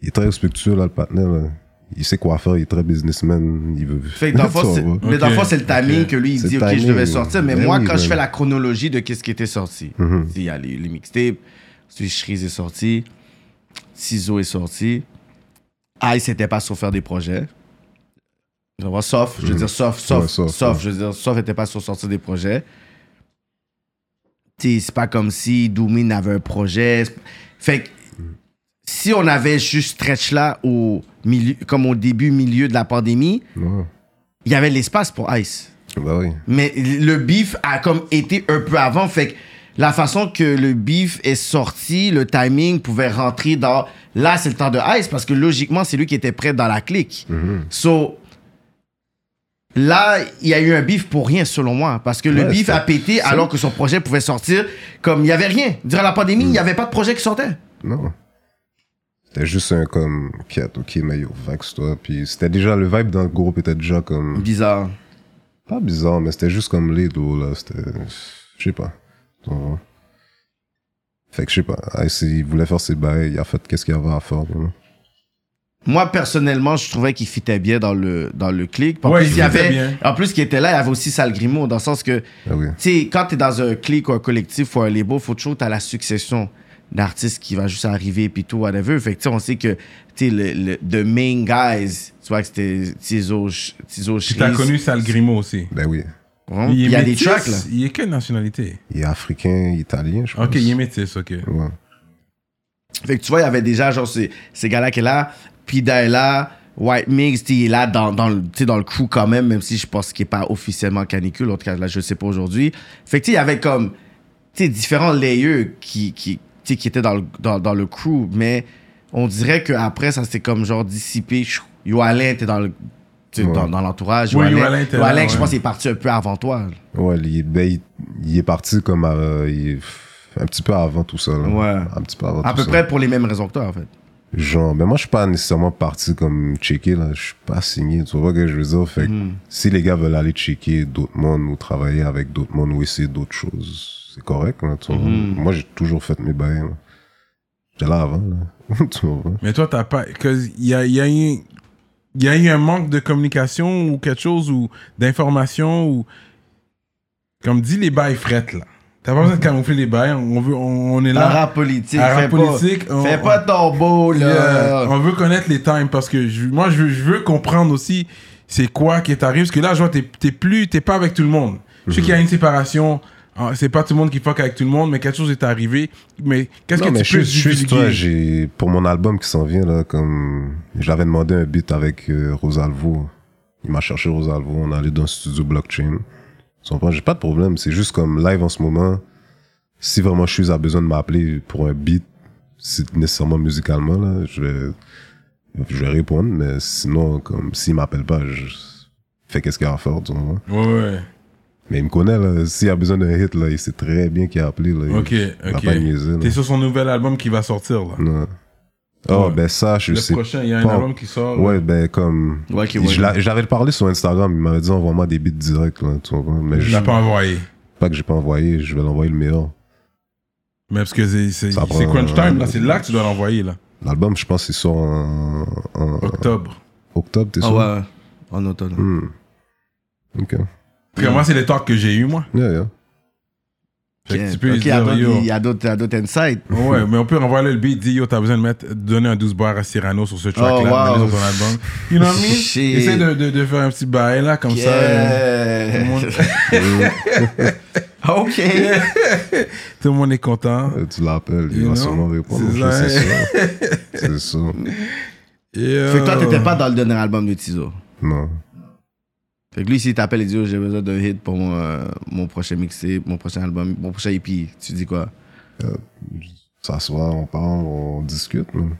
[SPEAKER 3] Il est très respectueux, là, le partenaire, là. Il sait quoi faire, il est très businessman, il veut...
[SPEAKER 2] Fait que dans le fond,
[SPEAKER 3] Tu
[SPEAKER 2] c'est-
[SPEAKER 3] vois?
[SPEAKER 2] mais dans le
[SPEAKER 1] Ok.
[SPEAKER 2] fond, c'est le timing
[SPEAKER 1] Ok.
[SPEAKER 2] que lui, il
[SPEAKER 3] C'est
[SPEAKER 2] dit,
[SPEAKER 3] le
[SPEAKER 2] OK, je
[SPEAKER 3] timing,
[SPEAKER 2] devais sortir. Mais
[SPEAKER 3] ben
[SPEAKER 2] moi,
[SPEAKER 3] oui,
[SPEAKER 2] quand je
[SPEAKER 3] ben
[SPEAKER 2] fais
[SPEAKER 3] oui.
[SPEAKER 2] la chronologie de qu'est-ce qui était sorti,
[SPEAKER 3] Mhm.
[SPEAKER 2] il y a les, les mixtapes, Suisse est sorti, Ciseaux est sorti, Ice n'était Ah, pas sur faire des projets. Je vois, Sauf, je veux dire, sauf, sauf,
[SPEAKER 3] Mhm. Ouais, sauf,
[SPEAKER 2] sauf,
[SPEAKER 3] ouais.
[SPEAKER 2] je veux dire, sauf n'était pas sur sortir des projets. T'sais, c'est pas comme si Doomin avait un projet. C'est- Fait que si on avait juste stretch là au milieu, comme au début, milieu de la pandémie,
[SPEAKER 3] Ouais.
[SPEAKER 2] il y avait l'espace pour Ice.
[SPEAKER 3] Bah oui.
[SPEAKER 2] Mais le beef a comme été un peu avant. Fait que la façon que le beef est sorti, le timing pouvait rentrer dans. Là, c'est le temps de Ice parce que logiquement, c'est lui qui était prêt dans la clique.
[SPEAKER 3] Mhm.
[SPEAKER 2] So. Là, il y a eu un beef pour rien, selon moi. Parce que le
[SPEAKER 3] Ouais,
[SPEAKER 2] beef
[SPEAKER 3] c'est-
[SPEAKER 2] a pété alors que son projet pouvait sortir. Comme il n'y avait rien. Durant la pandémie,
[SPEAKER 3] Mm.
[SPEAKER 2] il n'y avait pas de projet qui sortait.
[SPEAKER 3] Non. C'était juste un comme, Piat, ok, mais yo, vax toi. Puis c'était déjà, le vibe dans le groupe était déjà comme,
[SPEAKER 2] Bizarre.
[SPEAKER 3] pas bizarre, mais c'était juste comme les dos, là. C'était, je sais pas. Tu vois. Fait que je sais pas. Ah, c'est- il voulait faire ses bails, il a fait qu'est-ce qu'il y avait à faire. tu vois.
[SPEAKER 2] Moi, personnellement, je trouvais qu'il fitait bien dans le, dans le clic. En
[SPEAKER 1] Ouais, il
[SPEAKER 2] plus, il y
[SPEAKER 1] fitait
[SPEAKER 2] avait,
[SPEAKER 1] bien.
[SPEAKER 2] en plus, qui était là, il y avait aussi Sal Grimaud, dans le sens que,
[SPEAKER 3] Ah oui.
[SPEAKER 2] tu sais, quand t'es dans un clic ou un collectif ou un label, faut toujours que t'as la succession d'artistes qui va juste arriver puis tout, whatever. Fait que, tu sais, on sait que, tu sais, le, le- the main guys, tu vois que c'était Tizo, Ch- Tizo
[SPEAKER 1] Puis t'as
[SPEAKER 2] Cherise.
[SPEAKER 1] connu Sal Grimaud aussi.
[SPEAKER 3] Ben oui.
[SPEAKER 2] Hein? Il y a des tracks, là.
[SPEAKER 1] Il est quelle nationalité
[SPEAKER 3] Il est africain, italien, je pense.
[SPEAKER 1] Ok, il est métis, ok.
[SPEAKER 3] Ouais.
[SPEAKER 2] Fait que tu vois, il y avait déjà genre ces, ces gars-là qui est là, Pida est là, White Mix, tu sais, il est là dans, dans, le, tu sais, dans le crew quand même, même si je pense qu'il n'est pas officiellement canicule, en tout cas là je ne sais pas aujourd'hui. Fait que tu sais, il y avait comme tu sais, différents layers qui, qui, tu sais, qui étaient dans le, dans, dans le crew, mais on dirait qu'après ça s'est comme genre dissipé. Chou, Yo Alain était dans le tu sais,
[SPEAKER 3] Ouais.
[SPEAKER 2] dans, dans l'entourage.
[SPEAKER 1] Oui, Yo
[SPEAKER 2] Yo Alain,
[SPEAKER 1] Alain était
[SPEAKER 2] Yo
[SPEAKER 1] là,
[SPEAKER 2] Alain, je
[SPEAKER 1] ouais.
[SPEAKER 2] pense, il est parti un peu avant toi.
[SPEAKER 3] Ouais, il, est- ben, il, il est parti comme, euh, il est un petit peu avant tout ça, là.
[SPEAKER 2] Ouais.
[SPEAKER 3] Un petit peu avant
[SPEAKER 2] À
[SPEAKER 3] tout
[SPEAKER 2] peu
[SPEAKER 3] ça.
[SPEAKER 2] près pour les mêmes raisons que toi, en fait.
[SPEAKER 3] Genre, ben moi, je suis pas nécessairement parti comme checker, là. Je suis pas signé, tu vois ce que je veux dire. Fait que
[SPEAKER 2] Mhm. Hmm.
[SPEAKER 3] si les gars veulent aller checker d'autres mondes ou travailler avec d'autres mondes ou essayer d'autres choses, c'est correct, là, tu vois.
[SPEAKER 2] Mhm.
[SPEAKER 3] Moi, j'ai toujours fait mes bails, là. J'étais là avant, là. tu vois.
[SPEAKER 1] Mais toi, t'as pas. cause Il y a, il y, a eu- il y a eu un manque de communication ou quelque chose ou d'information ou. Comme dit les bails frettes, là. T'as pas besoin de camoufler les bails. On, veut, on, on est là.
[SPEAKER 2] Arabe politique,
[SPEAKER 1] Arabe
[SPEAKER 2] fais
[SPEAKER 1] politique,
[SPEAKER 2] pas,
[SPEAKER 1] on-
[SPEAKER 2] fais pas ton
[SPEAKER 3] Oh
[SPEAKER 2] beau, là.
[SPEAKER 1] Yeah. On veut connaître les times parce que je- moi, je veux, je veux comprendre aussi c'est quoi qui t'arrive. Parce que là, je vois, t'es t'es plus, t'es pas avec tout le monde. Je
[SPEAKER 3] Mhm.
[SPEAKER 1] sais qu'il y a une séparation. hein, C'est pas tout le monde qui fuck avec tout le monde, mais quelque chose est arrivé. Mais qu'est-ce
[SPEAKER 3] Non,
[SPEAKER 1] que
[SPEAKER 3] mais
[SPEAKER 1] tu peux
[SPEAKER 3] juste, juste toi,
[SPEAKER 1] divulguer
[SPEAKER 3] j'ai, pour mon album qui s'en vient, là, comme, je l'avais demandé un beat avec euh, Rosalvo. Il m'a cherché Rosalvo, on est allé dans le studio blockchain. Tu comprends? J'ai pas de problème, c'est juste comme live en ce moment. Si vraiment je suis à besoin de m'appeler pour un beat, c'est nécessairement musicalement, là, je vais, je vais répondre, mais sinon, comme, s'il m'appelle pas, je fais qu'est-ce qu'il y a à faire, tu vois.
[SPEAKER 1] Ouais, ouais.
[SPEAKER 3] Mais il me connaît, là, s'il a besoin d'un hit, là, il sait très bien qu'il a appelé, là. Il-
[SPEAKER 1] Ok,
[SPEAKER 3] il va
[SPEAKER 1] ok.
[SPEAKER 3] pas niaiser, là.
[SPEAKER 1] T'es sur son nouvel album qui va sortir, là.
[SPEAKER 3] Non. Oh,
[SPEAKER 1] Ouais.
[SPEAKER 3] ben ça, je
[SPEAKER 1] Le
[SPEAKER 3] sais.
[SPEAKER 1] prochain, il y a un
[SPEAKER 3] pas.
[SPEAKER 1] album qui sort.
[SPEAKER 3] Ouais, ben comme.
[SPEAKER 2] Ouais, qui- ouais.
[SPEAKER 3] je l'a- je l'avais parlé sur Instagram, il m'avait dit envoie-moi des beats directs, là, tu vois. Mais
[SPEAKER 1] Je
[SPEAKER 3] je
[SPEAKER 1] l'ai pas envoyé.
[SPEAKER 3] pas que j'ai pas envoyé, je vais l'envoyer le meilleur.
[SPEAKER 1] Mais parce que c'est- c'est
[SPEAKER 3] Ça
[SPEAKER 1] c'est
[SPEAKER 3] prend-
[SPEAKER 1] crunch time, là. C'est là que tu dois l'envoyer, là.
[SPEAKER 3] L'album, je pense, il sort en, en
[SPEAKER 1] Octobre.
[SPEAKER 3] octobre, t'es
[SPEAKER 2] Ah
[SPEAKER 3] sûr?
[SPEAKER 2] ouais, en automne.
[SPEAKER 3] Hmm. Ok.
[SPEAKER 1] Parce que moi, c'est les talks que j'ai eu, moi.
[SPEAKER 3] Yeah, yeah.
[SPEAKER 1] Fait que tu
[SPEAKER 2] Ok,
[SPEAKER 1] peux
[SPEAKER 2] ok,
[SPEAKER 1] dire,
[SPEAKER 2] à d'autres-
[SPEAKER 1] yo.
[SPEAKER 2] il y a d'autres il y a d'autres insights.
[SPEAKER 1] Ouais, mais on peut renvoyer le beat, dire yo, t'as besoin de mettre, donner un 12 bar à Cyrano sur ce track-là,
[SPEAKER 2] Oh, wow.
[SPEAKER 1] mets-le sur ton album. You know what I mean?
[SPEAKER 2] Shit.
[SPEAKER 1] Essaye de, de, de faire un petit bail là, comme ça. euh, tout, le
[SPEAKER 2] Yeah.
[SPEAKER 1] monde,
[SPEAKER 2] Ok.
[SPEAKER 1] tout le monde est content.
[SPEAKER 3] Euh, Tu l'appelles,
[SPEAKER 1] You
[SPEAKER 3] il va
[SPEAKER 1] know?
[SPEAKER 3] sûrement répondre.
[SPEAKER 1] C'est
[SPEAKER 3] Je
[SPEAKER 1] ça, hein.
[SPEAKER 3] sais ça. C'est ça.
[SPEAKER 1] Yo.
[SPEAKER 2] Fait que toi, t'étais pas dans le dernier album de Tizo.
[SPEAKER 3] Non.
[SPEAKER 2] Fait que lui, s'il t'appelle et dit Oh, j'ai besoin d'un hit pour mon, euh, mon prochain mixtape, mon prochain album, mon prochain EP, tu dis quoi
[SPEAKER 3] S'asseoir, on parle, on discute. man.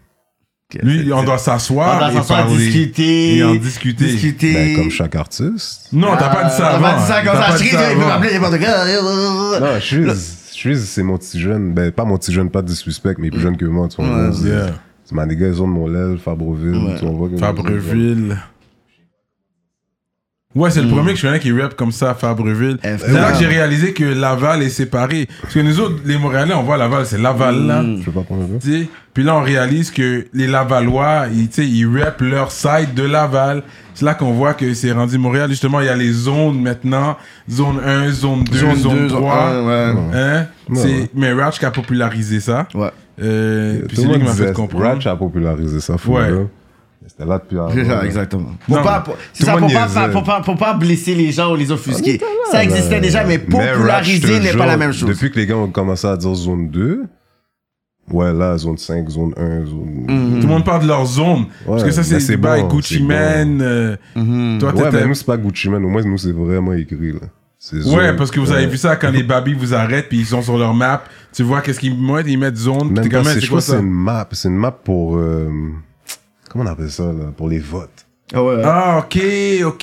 [SPEAKER 2] Ok,
[SPEAKER 1] Lui,
[SPEAKER 2] c'est-
[SPEAKER 1] on doit
[SPEAKER 2] on
[SPEAKER 1] s'asseoir
[SPEAKER 2] doit
[SPEAKER 1] et
[SPEAKER 2] s'asseoir,
[SPEAKER 1] parler.
[SPEAKER 2] discuter.
[SPEAKER 1] Et en discuter.
[SPEAKER 2] Discuter.
[SPEAKER 3] Ben, comme chaque artiste.
[SPEAKER 1] Non, t'as
[SPEAKER 2] Ah,
[SPEAKER 1] pas dit ça
[SPEAKER 2] t'as
[SPEAKER 1] avant.
[SPEAKER 2] pas dit ça comme
[SPEAKER 1] T'as
[SPEAKER 2] ça.
[SPEAKER 1] pas
[SPEAKER 2] Je
[SPEAKER 1] dit
[SPEAKER 2] crie, il peut
[SPEAKER 1] avant.
[SPEAKER 2] m'appeler n'importe quoi.
[SPEAKER 3] Non, je suis, c'est mon petit jeune. Ben, pas mon petit jeune, pas de suspect, mais plus jeune que moi, tu vois.
[SPEAKER 2] Ouais,
[SPEAKER 3] C'est-
[SPEAKER 1] Yeah.
[SPEAKER 3] C'est ma nigga, ils ont de Montréal, Fabreville,
[SPEAKER 2] Ouais.
[SPEAKER 3] tu vois. que-
[SPEAKER 1] Fabreville. Ouais,
[SPEAKER 2] Hmm.
[SPEAKER 1] c'est le premier que je connais qui rap comme ça, Fabreville.
[SPEAKER 2] Eh,
[SPEAKER 1] C'est là
[SPEAKER 2] frère.
[SPEAKER 1] que j'ai réalisé que Laval est séparé. Parce que nous autres, les Montréalais, on voit Laval, c'est Laval là.
[SPEAKER 2] Hmm.
[SPEAKER 3] Je sais pas comment dire.
[SPEAKER 1] Tu sais, Puis là, on réalise que les Lavalois, ils, tu sais, ils rappent leur side de Laval. C'est là qu'on voit que c'est rendu Montréal. Justement, il y a les zones maintenant. Zone 1, zone 2, zone, 3.
[SPEAKER 2] Ouais.
[SPEAKER 1] Hein?
[SPEAKER 3] Ouais,
[SPEAKER 1] C'est-
[SPEAKER 3] ouais.
[SPEAKER 1] Mais Ratch qui a popularisé ça.
[SPEAKER 2] Ouais.
[SPEAKER 1] Euh, puis
[SPEAKER 3] Tout
[SPEAKER 1] c'est
[SPEAKER 3] le
[SPEAKER 1] lui
[SPEAKER 3] monde
[SPEAKER 1] qui m'a
[SPEAKER 3] disait,
[SPEAKER 1] fait comprendre.
[SPEAKER 3] Ratch a popularisé ça, fou,
[SPEAKER 1] Ouais.
[SPEAKER 3] là. C'était là depuis avant. hein.
[SPEAKER 2] C'est ça,
[SPEAKER 3] là.
[SPEAKER 2] exactement.
[SPEAKER 1] Non,
[SPEAKER 2] Pour pas,
[SPEAKER 1] mais
[SPEAKER 2] pour- c'est
[SPEAKER 3] tout
[SPEAKER 2] ça,
[SPEAKER 3] le
[SPEAKER 2] pour
[SPEAKER 3] monde
[SPEAKER 2] pas,
[SPEAKER 3] niaisait.
[SPEAKER 2] faire- pour, pas, pour pas blesser les gens ou les offusquer. ça existait
[SPEAKER 3] là.
[SPEAKER 2] déjà, mais populariser
[SPEAKER 3] Ratch, je
[SPEAKER 2] n'est
[SPEAKER 3] te
[SPEAKER 2] pas la
[SPEAKER 3] jure,
[SPEAKER 2] même chose.
[SPEAKER 3] Depuis que les gars ont commencé à dire zone 2, ouais, là, zone 5, zone 1, zone.
[SPEAKER 2] Mhm.
[SPEAKER 1] Tout le monde parle de leur zone. parce que ça,
[SPEAKER 3] mais
[SPEAKER 1] c'est
[SPEAKER 3] c'est
[SPEAKER 1] des bails
[SPEAKER 3] bon,
[SPEAKER 1] Gucci
[SPEAKER 3] c'est bon. Mm.
[SPEAKER 1] Man. euh,
[SPEAKER 2] Mhm.
[SPEAKER 1] toi,
[SPEAKER 3] Ouais,
[SPEAKER 1] t'étais-
[SPEAKER 3] mais nous, c'est pas Gucci Man. Au moins, nous, c'est vraiment écrit, là. C'est
[SPEAKER 1] Ouais,
[SPEAKER 3] zone,
[SPEAKER 1] parce que vous
[SPEAKER 3] euh,
[SPEAKER 1] avez vu ça quand les babies vous arrêtent puis ils sont sur leur map. Tu vois qu'est-ce qu'ils mettent Ils mettent zone. puis
[SPEAKER 3] Même
[SPEAKER 1] t'es
[SPEAKER 3] pas,
[SPEAKER 1] comme,
[SPEAKER 3] c'est,
[SPEAKER 1] c'est
[SPEAKER 3] je
[SPEAKER 1] quoi
[SPEAKER 3] crois que
[SPEAKER 1] ça
[SPEAKER 3] c'est une map. C'est une map pour. euh, comment on appelle ça, là Pour les votes.
[SPEAKER 2] Ah ouais.
[SPEAKER 1] Ah, ok, ok,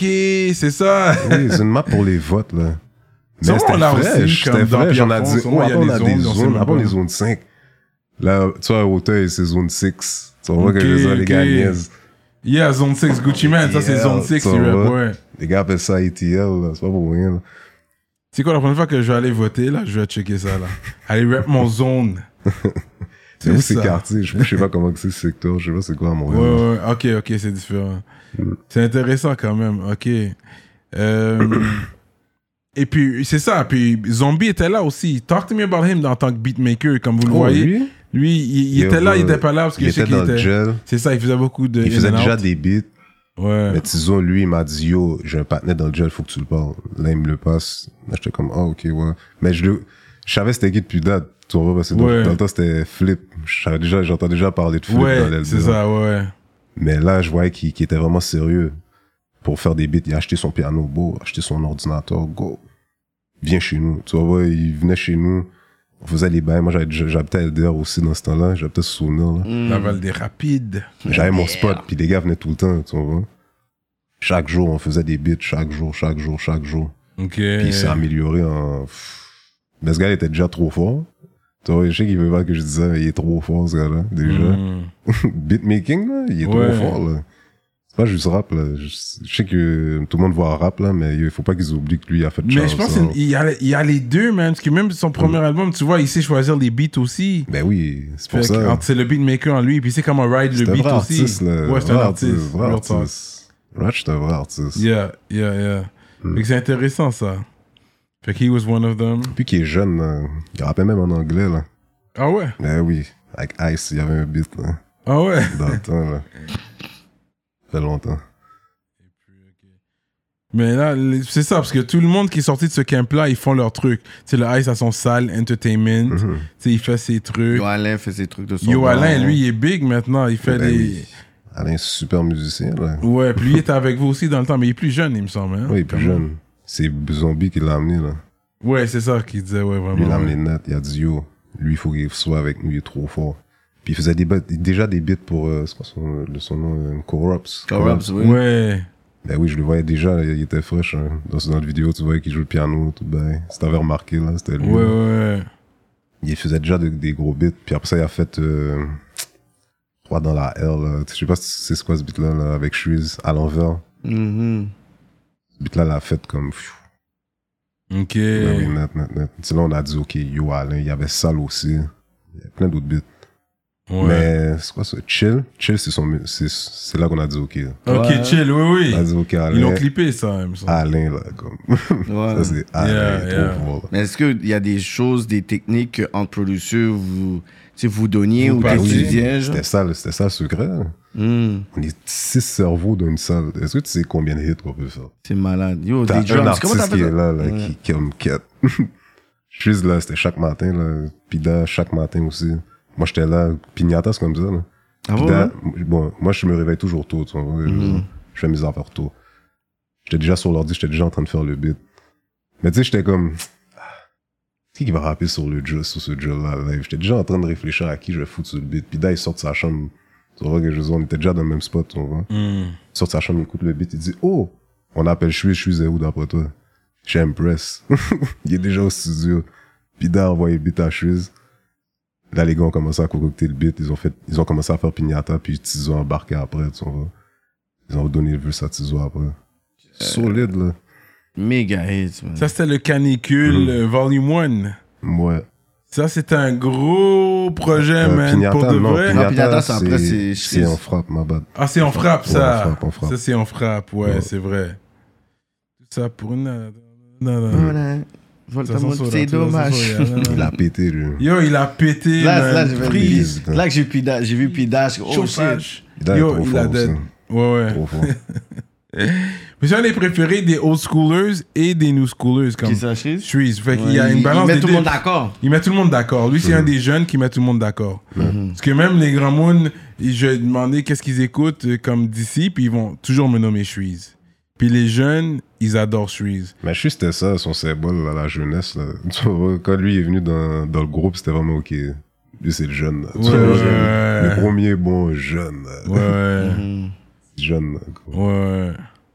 [SPEAKER 1] c'est ça.
[SPEAKER 3] Oui, c'est une map pour les votes, là.
[SPEAKER 1] Sûrement,
[SPEAKER 3] Mais c'était
[SPEAKER 1] on l'a
[SPEAKER 3] fraîche,
[SPEAKER 1] aussi, comme
[SPEAKER 3] c'était
[SPEAKER 1] dans
[SPEAKER 3] fraîche. On a
[SPEAKER 1] Pierrefonds,
[SPEAKER 3] dit,
[SPEAKER 1] sûrement,
[SPEAKER 3] oh,
[SPEAKER 1] il y a
[SPEAKER 3] après, on
[SPEAKER 1] des
[SPEAKER 3] a
[SPEAKER 1] zones,
[SPEAKER 3] des
[SPEAKER 1] on sait
[SPEAKER 3] zones.
[SPEAKER 1] même
[SPEAKER 3] Après, on
[SPEAKER 1] pas.
[SPEAKER 3] est zone 5. Là, tu vois, à Hauteuil, c'est zone 6. Tu vois que
[SPEAKER 1] Ok,
[SPEAKER 3] je veux dire, les gars
[SPEAKER 1] ok.
[SPEAKER 3] niaisent.
[SPEAKER 1] Yeah, Zone 6, Gucci Man, ça c'est
[SPEAKER 3] Yeah,
[SPEAKER 1] Zone 6,
[SPEAKER 3] ça
[SPEAKER 1] ils
[SPEAKER 3] va.
[SPEAKER 1] rap, ouais.
[SPEAKER 3] Les gars appellent ça ATL, là. C'est pas pour rien, là.
[SPEAKER 1] C'est quoi la première fois que je vais aller voter là Je vais checker ça là. Allez, rap mon zone.
[SPEAKER 3] C'est où ces
[SPEAKER 1] ça.
[SPEAKER 3] quartiers? Je je sais pas comment que c'est ce secteur. Je sais pas c'est quoi à
[SPEAKER 1] Ouais,
[SPEAKER 3] Montréal.
[SPEAKER 1] ouais, ok, ok, c'est différent.
[SPEAKER 3] Mm.
[SPEAKER 1] C'est intéressant quand même, ok. Euh, et puis, c'est ça, puis Zombie était là aussi. Talk to me about him en tant que beatmaker, comme vous le
[SPEAKER 3] Oh,
[SPEAKER 1] voyez. Lui,
[SPEAKER 3] lui?
[SPEAKER 1] il, il était
[SPEAKER 3] Yo,
[SPEAKER 1] là, il
[SPEAKER 3] euh,
[SPEAKER 1] était pas là parce que
[SPEAKER 3] il
[SPEAKER 1] je sais
[SPEAKER 3] était
[SPEAKER 1] qu'il
[SPEAKER 3] dans le
[SPEAKER 1] était.
[SPEAKER 3] gel.
[SPEAKER 1] C'est ça, il faisait beaucoup de.
[SPEAKER 3] Il
[SPEAKER 1] in
[SPEAKER 3] faisait
[SPEAKER 1] and
[SPEAKER 3] déjà
[SPEAKER 1] out.
[SPEAKER 3] des beats.
[SPEAKER 1] Ouais.
[SPEAKER 3] Mais Tizon, lui, il m'a dit, yo, j'ai un partenaire dans le gel, faut que tu le parles. Là, il me le passe. Là, j'étais comme, ah, ok, ouais. Mais je le, je savais c'était qui depuis date. Tu vois, parce que dans-
[SPEAKER 1] Ouais.
[SPEAKER 3] dans le temps, c'était Flip. Je savais déjà, j'entends déjà parler de Flip dans
[SPEAKER 1] Ouais,
[SPEAKER 3] l'album.
[SPEAKER 1] c'est ça, ouais.
[SPEAKER 3] Mais là, je voyais qu'il qu'il était vraiment sérieux. Pour faire des beats, il a acheté son piano beau, acheté son ordinateur, go. Viens chez nous. Tu vois, ouais, il venait chez nous. On faisait les bails. Moi, j'avais- j'habitais à LDR aussi dans ce temps-là. J'habitais sous souvenir, là.
[SPEAKER 2] Mhm.
[SPEAKER 1] Laval des rapides.
[SPEAKER 3] J'avais mon spot, puis les gars venaient tout le temps, tu vois. Chaque jour, on faisait des beats, chaque jour, chaque jour, chaque jour.
[SPEAKER 1] Ok.
[SPEAKER 3] Puis il s'est amélioré en... pff. Mais ce gars était déjà trop fort. Tu vois, je sais qu'il veut pas que je dise ça, mais il est trop fort, ce gars-là, déjà.
[SPEAKER 1] Mm.
[SPEAKER 3] Beatmaking, là, il est
[SPEAKER 1] Ouais.
[SPEAKER 3] trop fort, là. C'est pas juste rap, là. Je je sais que tout le monde voit rap, là, mais il faut pas qu'ils oublient que lui a fait hein.
[SPEAKER 1] Mais je pense
[SPEAKER 3] Charles Sound.
[SPEAKER 1] qu'il y, a- il y a les deux, man. Parce que même son premier album, tu vois, il sait choisir les beats aussi.
[SPEAKER 3] Ben oui, c'est
[SPEAKER 1] Fait
[SPEAKER 3] pour
[SPEAKER 1] que,
[SPEAKER 3] ça.
[SPEAKER 1] entre- C'est le beatmaker en lui, puis il sait comment ride le
[SPEAKER 3] C'est un
[SPEAKER 1] beat
[SPEAKER 3] vrai
[SPEAKER 1] aussi.
[SPEAKER 3] artiste, là.
[SPEAKER 1] Ouais, c'est un
[SPEAKER 3] Vrai
[SPEAKER 1] artiste.
[SPEAKER 3] vrai
[SPEAKER 1] real talk.
[SPEAKER 3] artiste. Ratch, c'est un vrai artiste.
[SPEAKER 1] Yeah, yeah, yeah.
[SPEAKER 3] Hmm.
[SPEAKER 1] Fait que c'est intéressant, ça. Fait que he was one of them.
[SPEAKER 3] Depuis qu'il est jeune, là, il rappelle même en anglais, là.
[SPEAKER 1] Ah ouais?
[SPEAKER 3] Ben oui, avec Ice, il y avait un beat là,
[SPEAKER 1] Ah ouais?
[SPEAKER 3] dans le temps. Là. Ça fait longtemps.
[SPEAKER 1] Mais là, les- c'est ça, parce que tout le monde qui est sorti de ce camp-là, ils font leur truc. Tu sais, le Ice a son salle, entertainment.
[SPEAKER 3] Hmm.
[SPEAKER 1] Tu sais, il fait ses trucs.
[SPEAKER 2] Yo Alain fait ses trucs de son
[SPEAKER 1] Yo
[SPEAKER 2] bord,
[SPEAKER 1] Alain,
[SPEAKER 2] hein.
[SPEAKER 1] lui, il est big maintenant. Il fait
[SPEAKER 3] Ben
[SPEAKER 1] des.
[SPEAKER 3] oui. Alain est un super musicien. Là.
[SPEAKER 1] Ouais, puis lui il était avec vous aussi dans le temps, mais il est plus jeune, il me semble. Hein?
[SPEAKER 3] Oui, il est plus jeune. C'est Zombie qui l'a amené. Là.
[SPEAKER 1] Ouais, c'est ça qu'il disait, ouais, vraiment.
[SPEAKER 3] Lui, il l'a
[SPEAKER 1] ouais.
[SPEAKER 3] amené net. Il a dit Yo, lui, il faut qu'il soit avec nous, il est trop fort. Puis il faisait des beats- déjà des beats pour euh, c'est quoi son, le- son nom euh, Corrupts.
[SPEAKER 2] Corrupts, oui.
[SPEAKER 1] Ouais.
[SPEAKER 3] Ben oui, je le voyais déjà, là, il était fraîche. hein. Dans, dans la vidéo, tu voyais qu'il joue le piano, tout ben. Si t'avais remarqué, là, c'était lui.
[SPEAKER 1] Ouais, ouais, ouais.
[SPEAKER 3] il faisait déjà de- des gros beats. Puis après ça, il a fait euh, Trois dans la L. là. Je sais pas si c'est c'est quoi ce beat-là là, avec Shreeze à l'envers.
[SPEAKER 2] Mhm.
[SPEAKER 3] Ce beat-là, l'a fait comme. pfiou,
[SPEAKER 1] Ok.
[SPEAKER 3] ben oui, net, net, net. C'est là, on a dit, OK, yo, Alain, il y avait Sal aussi. Il y a plein d'autres beats.
[SPEAKER 1] Ouais.
[SPEAKER 3] Mais c'est quoi ça? Chill? Chill, c'est son mu- c'est- c'est là qu'on a dit OK. là.
[SPEAKER 1] Ok, chill, oui,
[SPEAKER 3] On a
[SPEAKER 1] oui.
[SPEAKER 3] dit OK à
[SPEAKER 1] Ils l'ont
[SPEAKER 3] Alain.
[SPEAKER 1] clippé, ça, il me semble.
[SPEAKER 3] Alain, là, comme. ça, c'est Alain,
[SPEAKER 1] Yeah,
[SPEAKER 3] trop
[SPEAKER 1] yeah.
[SPEAKER 3] fort, là.
[SPEAKER 2] Mais est-ce qu'il y a des choses, des techniques que, entre producteurs, vous, tu sais, vous donniez
[SPEAKER 1] Vous
[SPEAKER 2] ou
[SPEAKER 3] Ah oui,
[SPEAKER 2] t'étudiais, genre?
[SPEAKER 3] C'était ça, le- c'était ça le secret. là.
[SPEAKER 2] Hmm,
[SPEAKER 3] On est six cerveaux dans une salle. Est-ce que tu sais combien de hits qu'on peut faire?
[SPEAKER 2] c'est malade. Yo,
[SPEAKER 3] T'as
[SPEAKER 2] des drums,
[SPEAKER 3] un
[SPEAKER 2] comment
[SPEAKER 3] artiste
[SPEAKER 2] t'appelles
[SPEAKER 3] qui est
[SPEAKER 2] ça?
[SPEAKER 3] là, là qui, qui a une quête. Je suis là, c'était chaque matin, là. Pida, chaque matin aussi. Moi, j'étais là, pignata, c'est comme ça, là.
[SPEAKER 2] Ah
[SPEAKER 3] Puis
[SPEAKER 2] ouais,
[SPEAKER 3] dans-
[SPEAKER 2] ouais? Mm-hmm.
[SPEAKER 3] bon, moi, je me réveille toujours tôt. tu vois, je, je fais mes affaires tôt. J'étais déjà sur l'ordi, j'étais déjà en train de faire le beat. Mais tu sais, j'étais comme. Ah, Qui va rapper sur le drill, sur ce drill-là live? J'étais déjà en train de réfléchir à qui je vais foutre sur le beat. Puis là, il sort de sa chambre. Tu vois que je veux dire, on était déjà dans le même spot, tu vois.
[SPEAKER 1] Hmm.
[SPEAKER 3] Il sort de sa chambre, il écoute le beat, il dit Oh, on appelle Chui, Chui est où d'après toi? Chez Impress. il est déjà au studio. Puis là, on envoyé le beat à Chui. Là, les gars ont commencé à concocter le beat. Ils ont, fait, ils ont commencé à faire Pignata, puis Tizo a embarqué après, tu vois. Ils ont donné le vœu à Tizo après.
[SPEAKER 2] Euh,
[SPEAKER 3] Solide, là.
[SPEAKER 2] Méga hits, man.
[SPEAKER 1] Ça, c'était le
[SPEAKER 3] Hmm.
[SPEAKER 1] canicule euh, Volume 1.
[SPEAKER 3] Ouais.
[SPEAKER 1] Ça, c'était un gros projet,
[SPEAKER 3] Euh,
[SPEAKER 1] Eh, man,
[SPEAKER 3] Pignata,
[SPEAKER 1] pour de
[SPEAKER 3] non,
[SPEAKER 1] vrai.
[SPEAKER 3] Pignata,
[SPEAKER 2] Ah, Pignata, c'est après, c'est-
[SPEAKER 3] c'est... C'est en frappe, ma bad.
[SPEAKER 1] Ah, c'est on frappe, ça.
[SPEAKER 3] Ouais, on frappe, on frappe.
[SPEAKER 1] Ça, c'est on frappe, ouais,
[SPEAKER 3] Ouais.
[SPEAKER 1] c'est vrai. Tout ça pour une. Non,
[SPEAKER 3] Hmm.
[SPEAKER 1] non.
[SPEAKER 2] Voilà.
[SPEAKER 1] Ça
[SPEAKER 2] Volta
[SPEAKER 1] sent
[SPEAKER 2] Mondo,
[SPEAKER 1] sur la-
[SPEAKER 2] C'est
[SPEAKER 1] tout ça
[SPEAKER 2] dommage.
[SPEAKER 1] sent sur la- non, non.
[SPEAKER 3] Il a pété, lui.
[SPEAKER 1] Yo, il a pété.
[SPEAKER 2] Là,
[SPEAKER 1] man.
[SPEAKER 2] là, j'ai fait-
[SPEAKER 1] Prise.
[SPEAKER 2] là que j'ai pu da- j'ai vu Pidash. Oh shit.
[SPEAKER 1] Chauffage.
[SPEAKER 3] Là, il est
[SPEAKER 1] Yo,
[SPEAKER 3] trop
[SPEAKER 1] il a
[SPEAKER 3] fort, Oh.
[SPEAKER 1] dead.
[SPEAKER 3] ça.
[SPEAKER 1] Ouais, ouais.
[SPEAKER 3] Trop fort.
[SPEAKER 1] Mais c'est un des préférés des old schoolers et des new schoolers, comme.
[SPEAKER 2] Qui s'achève?
[SPEAKER 1] Suisse. Fait qu'il y a
[SPEAKER 2] Ouais,
[SPEAKER 1] une
[SPEAKER 2] il-
[SPEAKER 1] balance.
[SPEAKER 2] Il
[SPEAKER 1] des
[SPEAKER 2] met tout le
[SPEAKER 1] deux.
[SPEAKER 2] monde d'accord.
[SPEAKER 1] Il met tout le monde d'accord. Lui, c'est un des jeunes qui met tout le monde d'accord.
[SPEAKER 2] Mhm.
[SPEAKER 1] Parce que même les grands mounes, ils- je demandais qu'est-ce qu'ils écoutent euh, comme d'ici, puis ils vont toujours me nommer Suisse. Puis les jeunes, ils adorent Suisse.
[SPEAKER 3] Mais juste c'était ça, son symbole à la jeunesse. Là. Tu vois, quand lui est venu dans, dans le groupe, c'était vraiment OK. Lui, c'est le jeune. là. Tu
[SPEAKER 1] Ouais.
[SPEAKER 3] vois,
[SPEAKER 1] Ouais.
[SPEAKER 3] Le premier bon jeune. là.
[SPEAKER 1] Ouais, ouais,
[SPEAKER 2] Hmm.
[SPEAKER 3] Jeune. là, quoi.
[SPEAKER 1] ouais,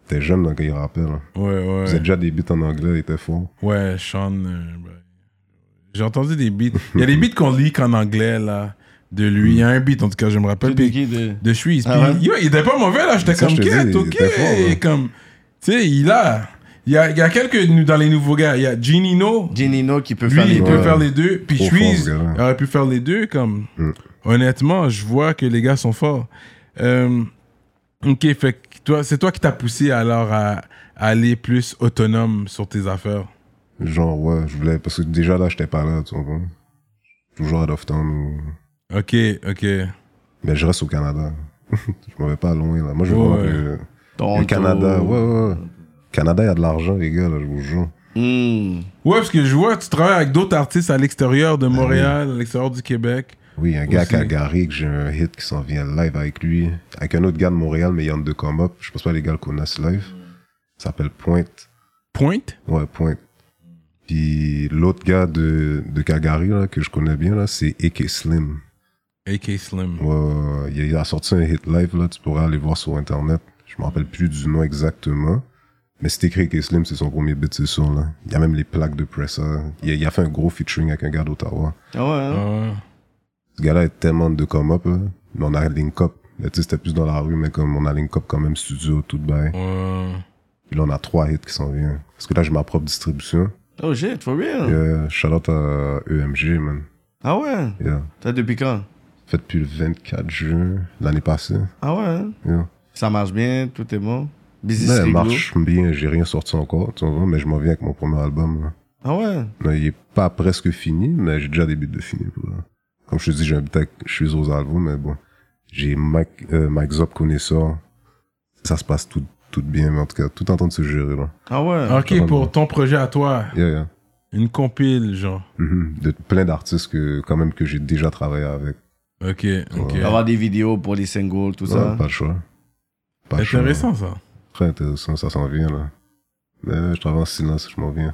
[SPEAKER 3] T'es jeune là, quand il rappelle. là.
[SPEAKER 1] ouais.
[SPEAKER 3] Vous avez déjà des beats en anglais, il était fort.
[SPEAKER 1] Ouais, Sean. euh, bah, J'ai entendu des beats. Il y a des beats qu'on lit en anglais, là, de lui. Il y a un beat, en tout cas, je me rappelle.
[SPEAKER 2] Tout est
[SPEAKER 1] Puis,
[SPEAKER 2] qui de-
[SPEAKER 1] de Suisse. Puis,
[SPEAKER 2] Ah ouais?
[SPEAKER 1] yo, il était pas mauvais, là. J'étais
[SPEAKER 3] Ça,
[SPEAKER 1] comme,
[SPEAKER 3] je te
[SPEAKER 1] quête,
[SPEAKER 3] dis, il
[SPEAKER 1] ok.
[SPEAKER 3] était fort, ouais.
[SPEAKER 1] Comme, tu sais, il a. Il y a, il y a quelques nous, dans les nouveaux gars. Il y a Ginino.
[SPEAKER 2] Genino qui peut
[SPEAKER 1] Lui,
[SPEAKER 2] faire les
[SPEAKER 1] il peut
[SPEAKER 3] deux.
[SPEAKER 1] faire les deux. Puis
[SPEAKER 3] Trop
[SPEAKER 1] Suisse
[SPEAKER 3] fort, ce gars-là.
[SPEAKER 1] il aurait pu faire les deux. Comme,
[SPEAKER 3] Mm.
[SPEAKER 1] honnêtement, je vois que les gars sont forts. Euh, ok, fait que toi, c'est toi qui t'as poussé alors à, à aller plus autonome sur tes affaires.
[SPEAKER 3] Genre, ouais, je voulais. Parce que déjà là, j'étais pas là, tu vois. Toujours out of town. ou-
[SPEAKER 1] Ok, ok.
[SPEAKER 3] Mais je reste au Canada. je m'en vais pas loin, là. Moi, je veux
[SPEAKER 1] Ouais,
[SPEAKER 3] voir
[SPEAKER 1] ouais.
[SPEAKER 3] le- le,
[SPEAKER 2] Toronto.
[SPEAKER 3] Canada. Ouais, ouais, ouais. Canada, il y a de l'argent, les gars, là, je vous jure.
[SPEAKER 2] Hmm.
[SPEAKER 1] Ouais, parce que je vois, tu travailles avec d'autres artistes à l'extérieur
[SPEAKER 3] Ah
[SPEAKER 1] de Montréal, à l'extérieur du Québec.
[SPEAKER 3] Oui, un gars à
[SPEAKER 1] Aussi.
[SPEAKER 3] Calgary, que j'ai un hit qui s'en vient live avec lui, avec un autre gars de Montréal, mais il y en a deux comme up. Je pense pas les gars le connaissent live. Il s'appelle Pointe.
[SPEAKER 1] Pointe
[SPEAKER 3] Ouais, Pointe. Puis l'autre gars de, de Calgary, là, que je connais bien, là, c'est AK Slim.
[SPEAKER 1] AK Slim.
[SPEAKER 3] Ouais, ouais, ouais. il a- il a sorti un hit live, là, tu pourras aller voir sur Internet. Je me rappelle plus du nom exactement. Mais c'est écrit AK Slim, c'est son premier beat, c'est sûr, là. Il y a même les plaques de presse, là. Il a, il a fait un gros featuring avec un gars d'Ottawa.
[SPEAKER 2] Ah ouais, hein?
[SPEAKER 1] Ah.
[SPEAKER 3] Ce gars-là est tellement de come-up, là. Mais on a Link Up. Là, tu sais, c'était plus dans la rue, mais comme on a Link Up quand même, studio, tout bail.
[SPEAKER 1] Ouais.
[SPEAKER 3] Puis là, on a trois hits qui s'en viennent. Parce que là, j'ai ma propre distribution.
[SPEAKER 2] Oh shit, for real.
[SPEAKER 3] Yeah, shout out à EMG, man.
[SPEAKER 2] Ah ouais.
[SPEAKER 3] Yeah.
[SPEAKER 2] T'as depuis quand?
[SPEAKER 3] Fait depuis le 24 juin, l'année passée.
[SPEAKER 2] Ah ouais. hein?
[SPEAKER 3] Yeah.
[SPEAKER 2] Ça marche bien, tout est bon. Business
[SPEAKER 3] Là, Ben, elle
[SPEAKER 2] réglo.
[SPEAKER 3] marche bien, j'ai rien sorti encore, tu vois, mais je m'en viens avec mon premier album. là.
[SPEAKER 2] Ah ouais.
[SPEAKER 3] Là, il est pas presque fini, mais j'ai déjà des buts de fini. pour ça. Comme je te dis, j'ai un beat avec- je suis aux albums, mais bon. J'ai Mike, euh, Mike Zop connaisseur. Ça se passe tout, tout bien, mais en tout cas, tout en train de se gérer, là.
[SPEAKER 2] Ah ouais.
[SPEAKER 1] Ok, pour ton projet à toi,
[SPEAKER 3] Yeah, yeah.
[SPEAKER 1] une compile, genre.
[SPEAKER 3] Mhm. De plein d'artistes que, quand même, que j'ai déjà travaillé avec.
[SPEAKER 1] Ok, ok.
[SPEAKER 3] Ouais.
[SPEAKER 2] Avoir des vidéos pour les singles, tout ça.
[SPEAKER 3] Ouais, bah. pas le choix. Pas le choix.
[SPEAKER 1] Intéressant ça.
[SPEAKER 3] Très intéressant, ça s'en vient, là. Mais je travaille en silence, je m'en viens.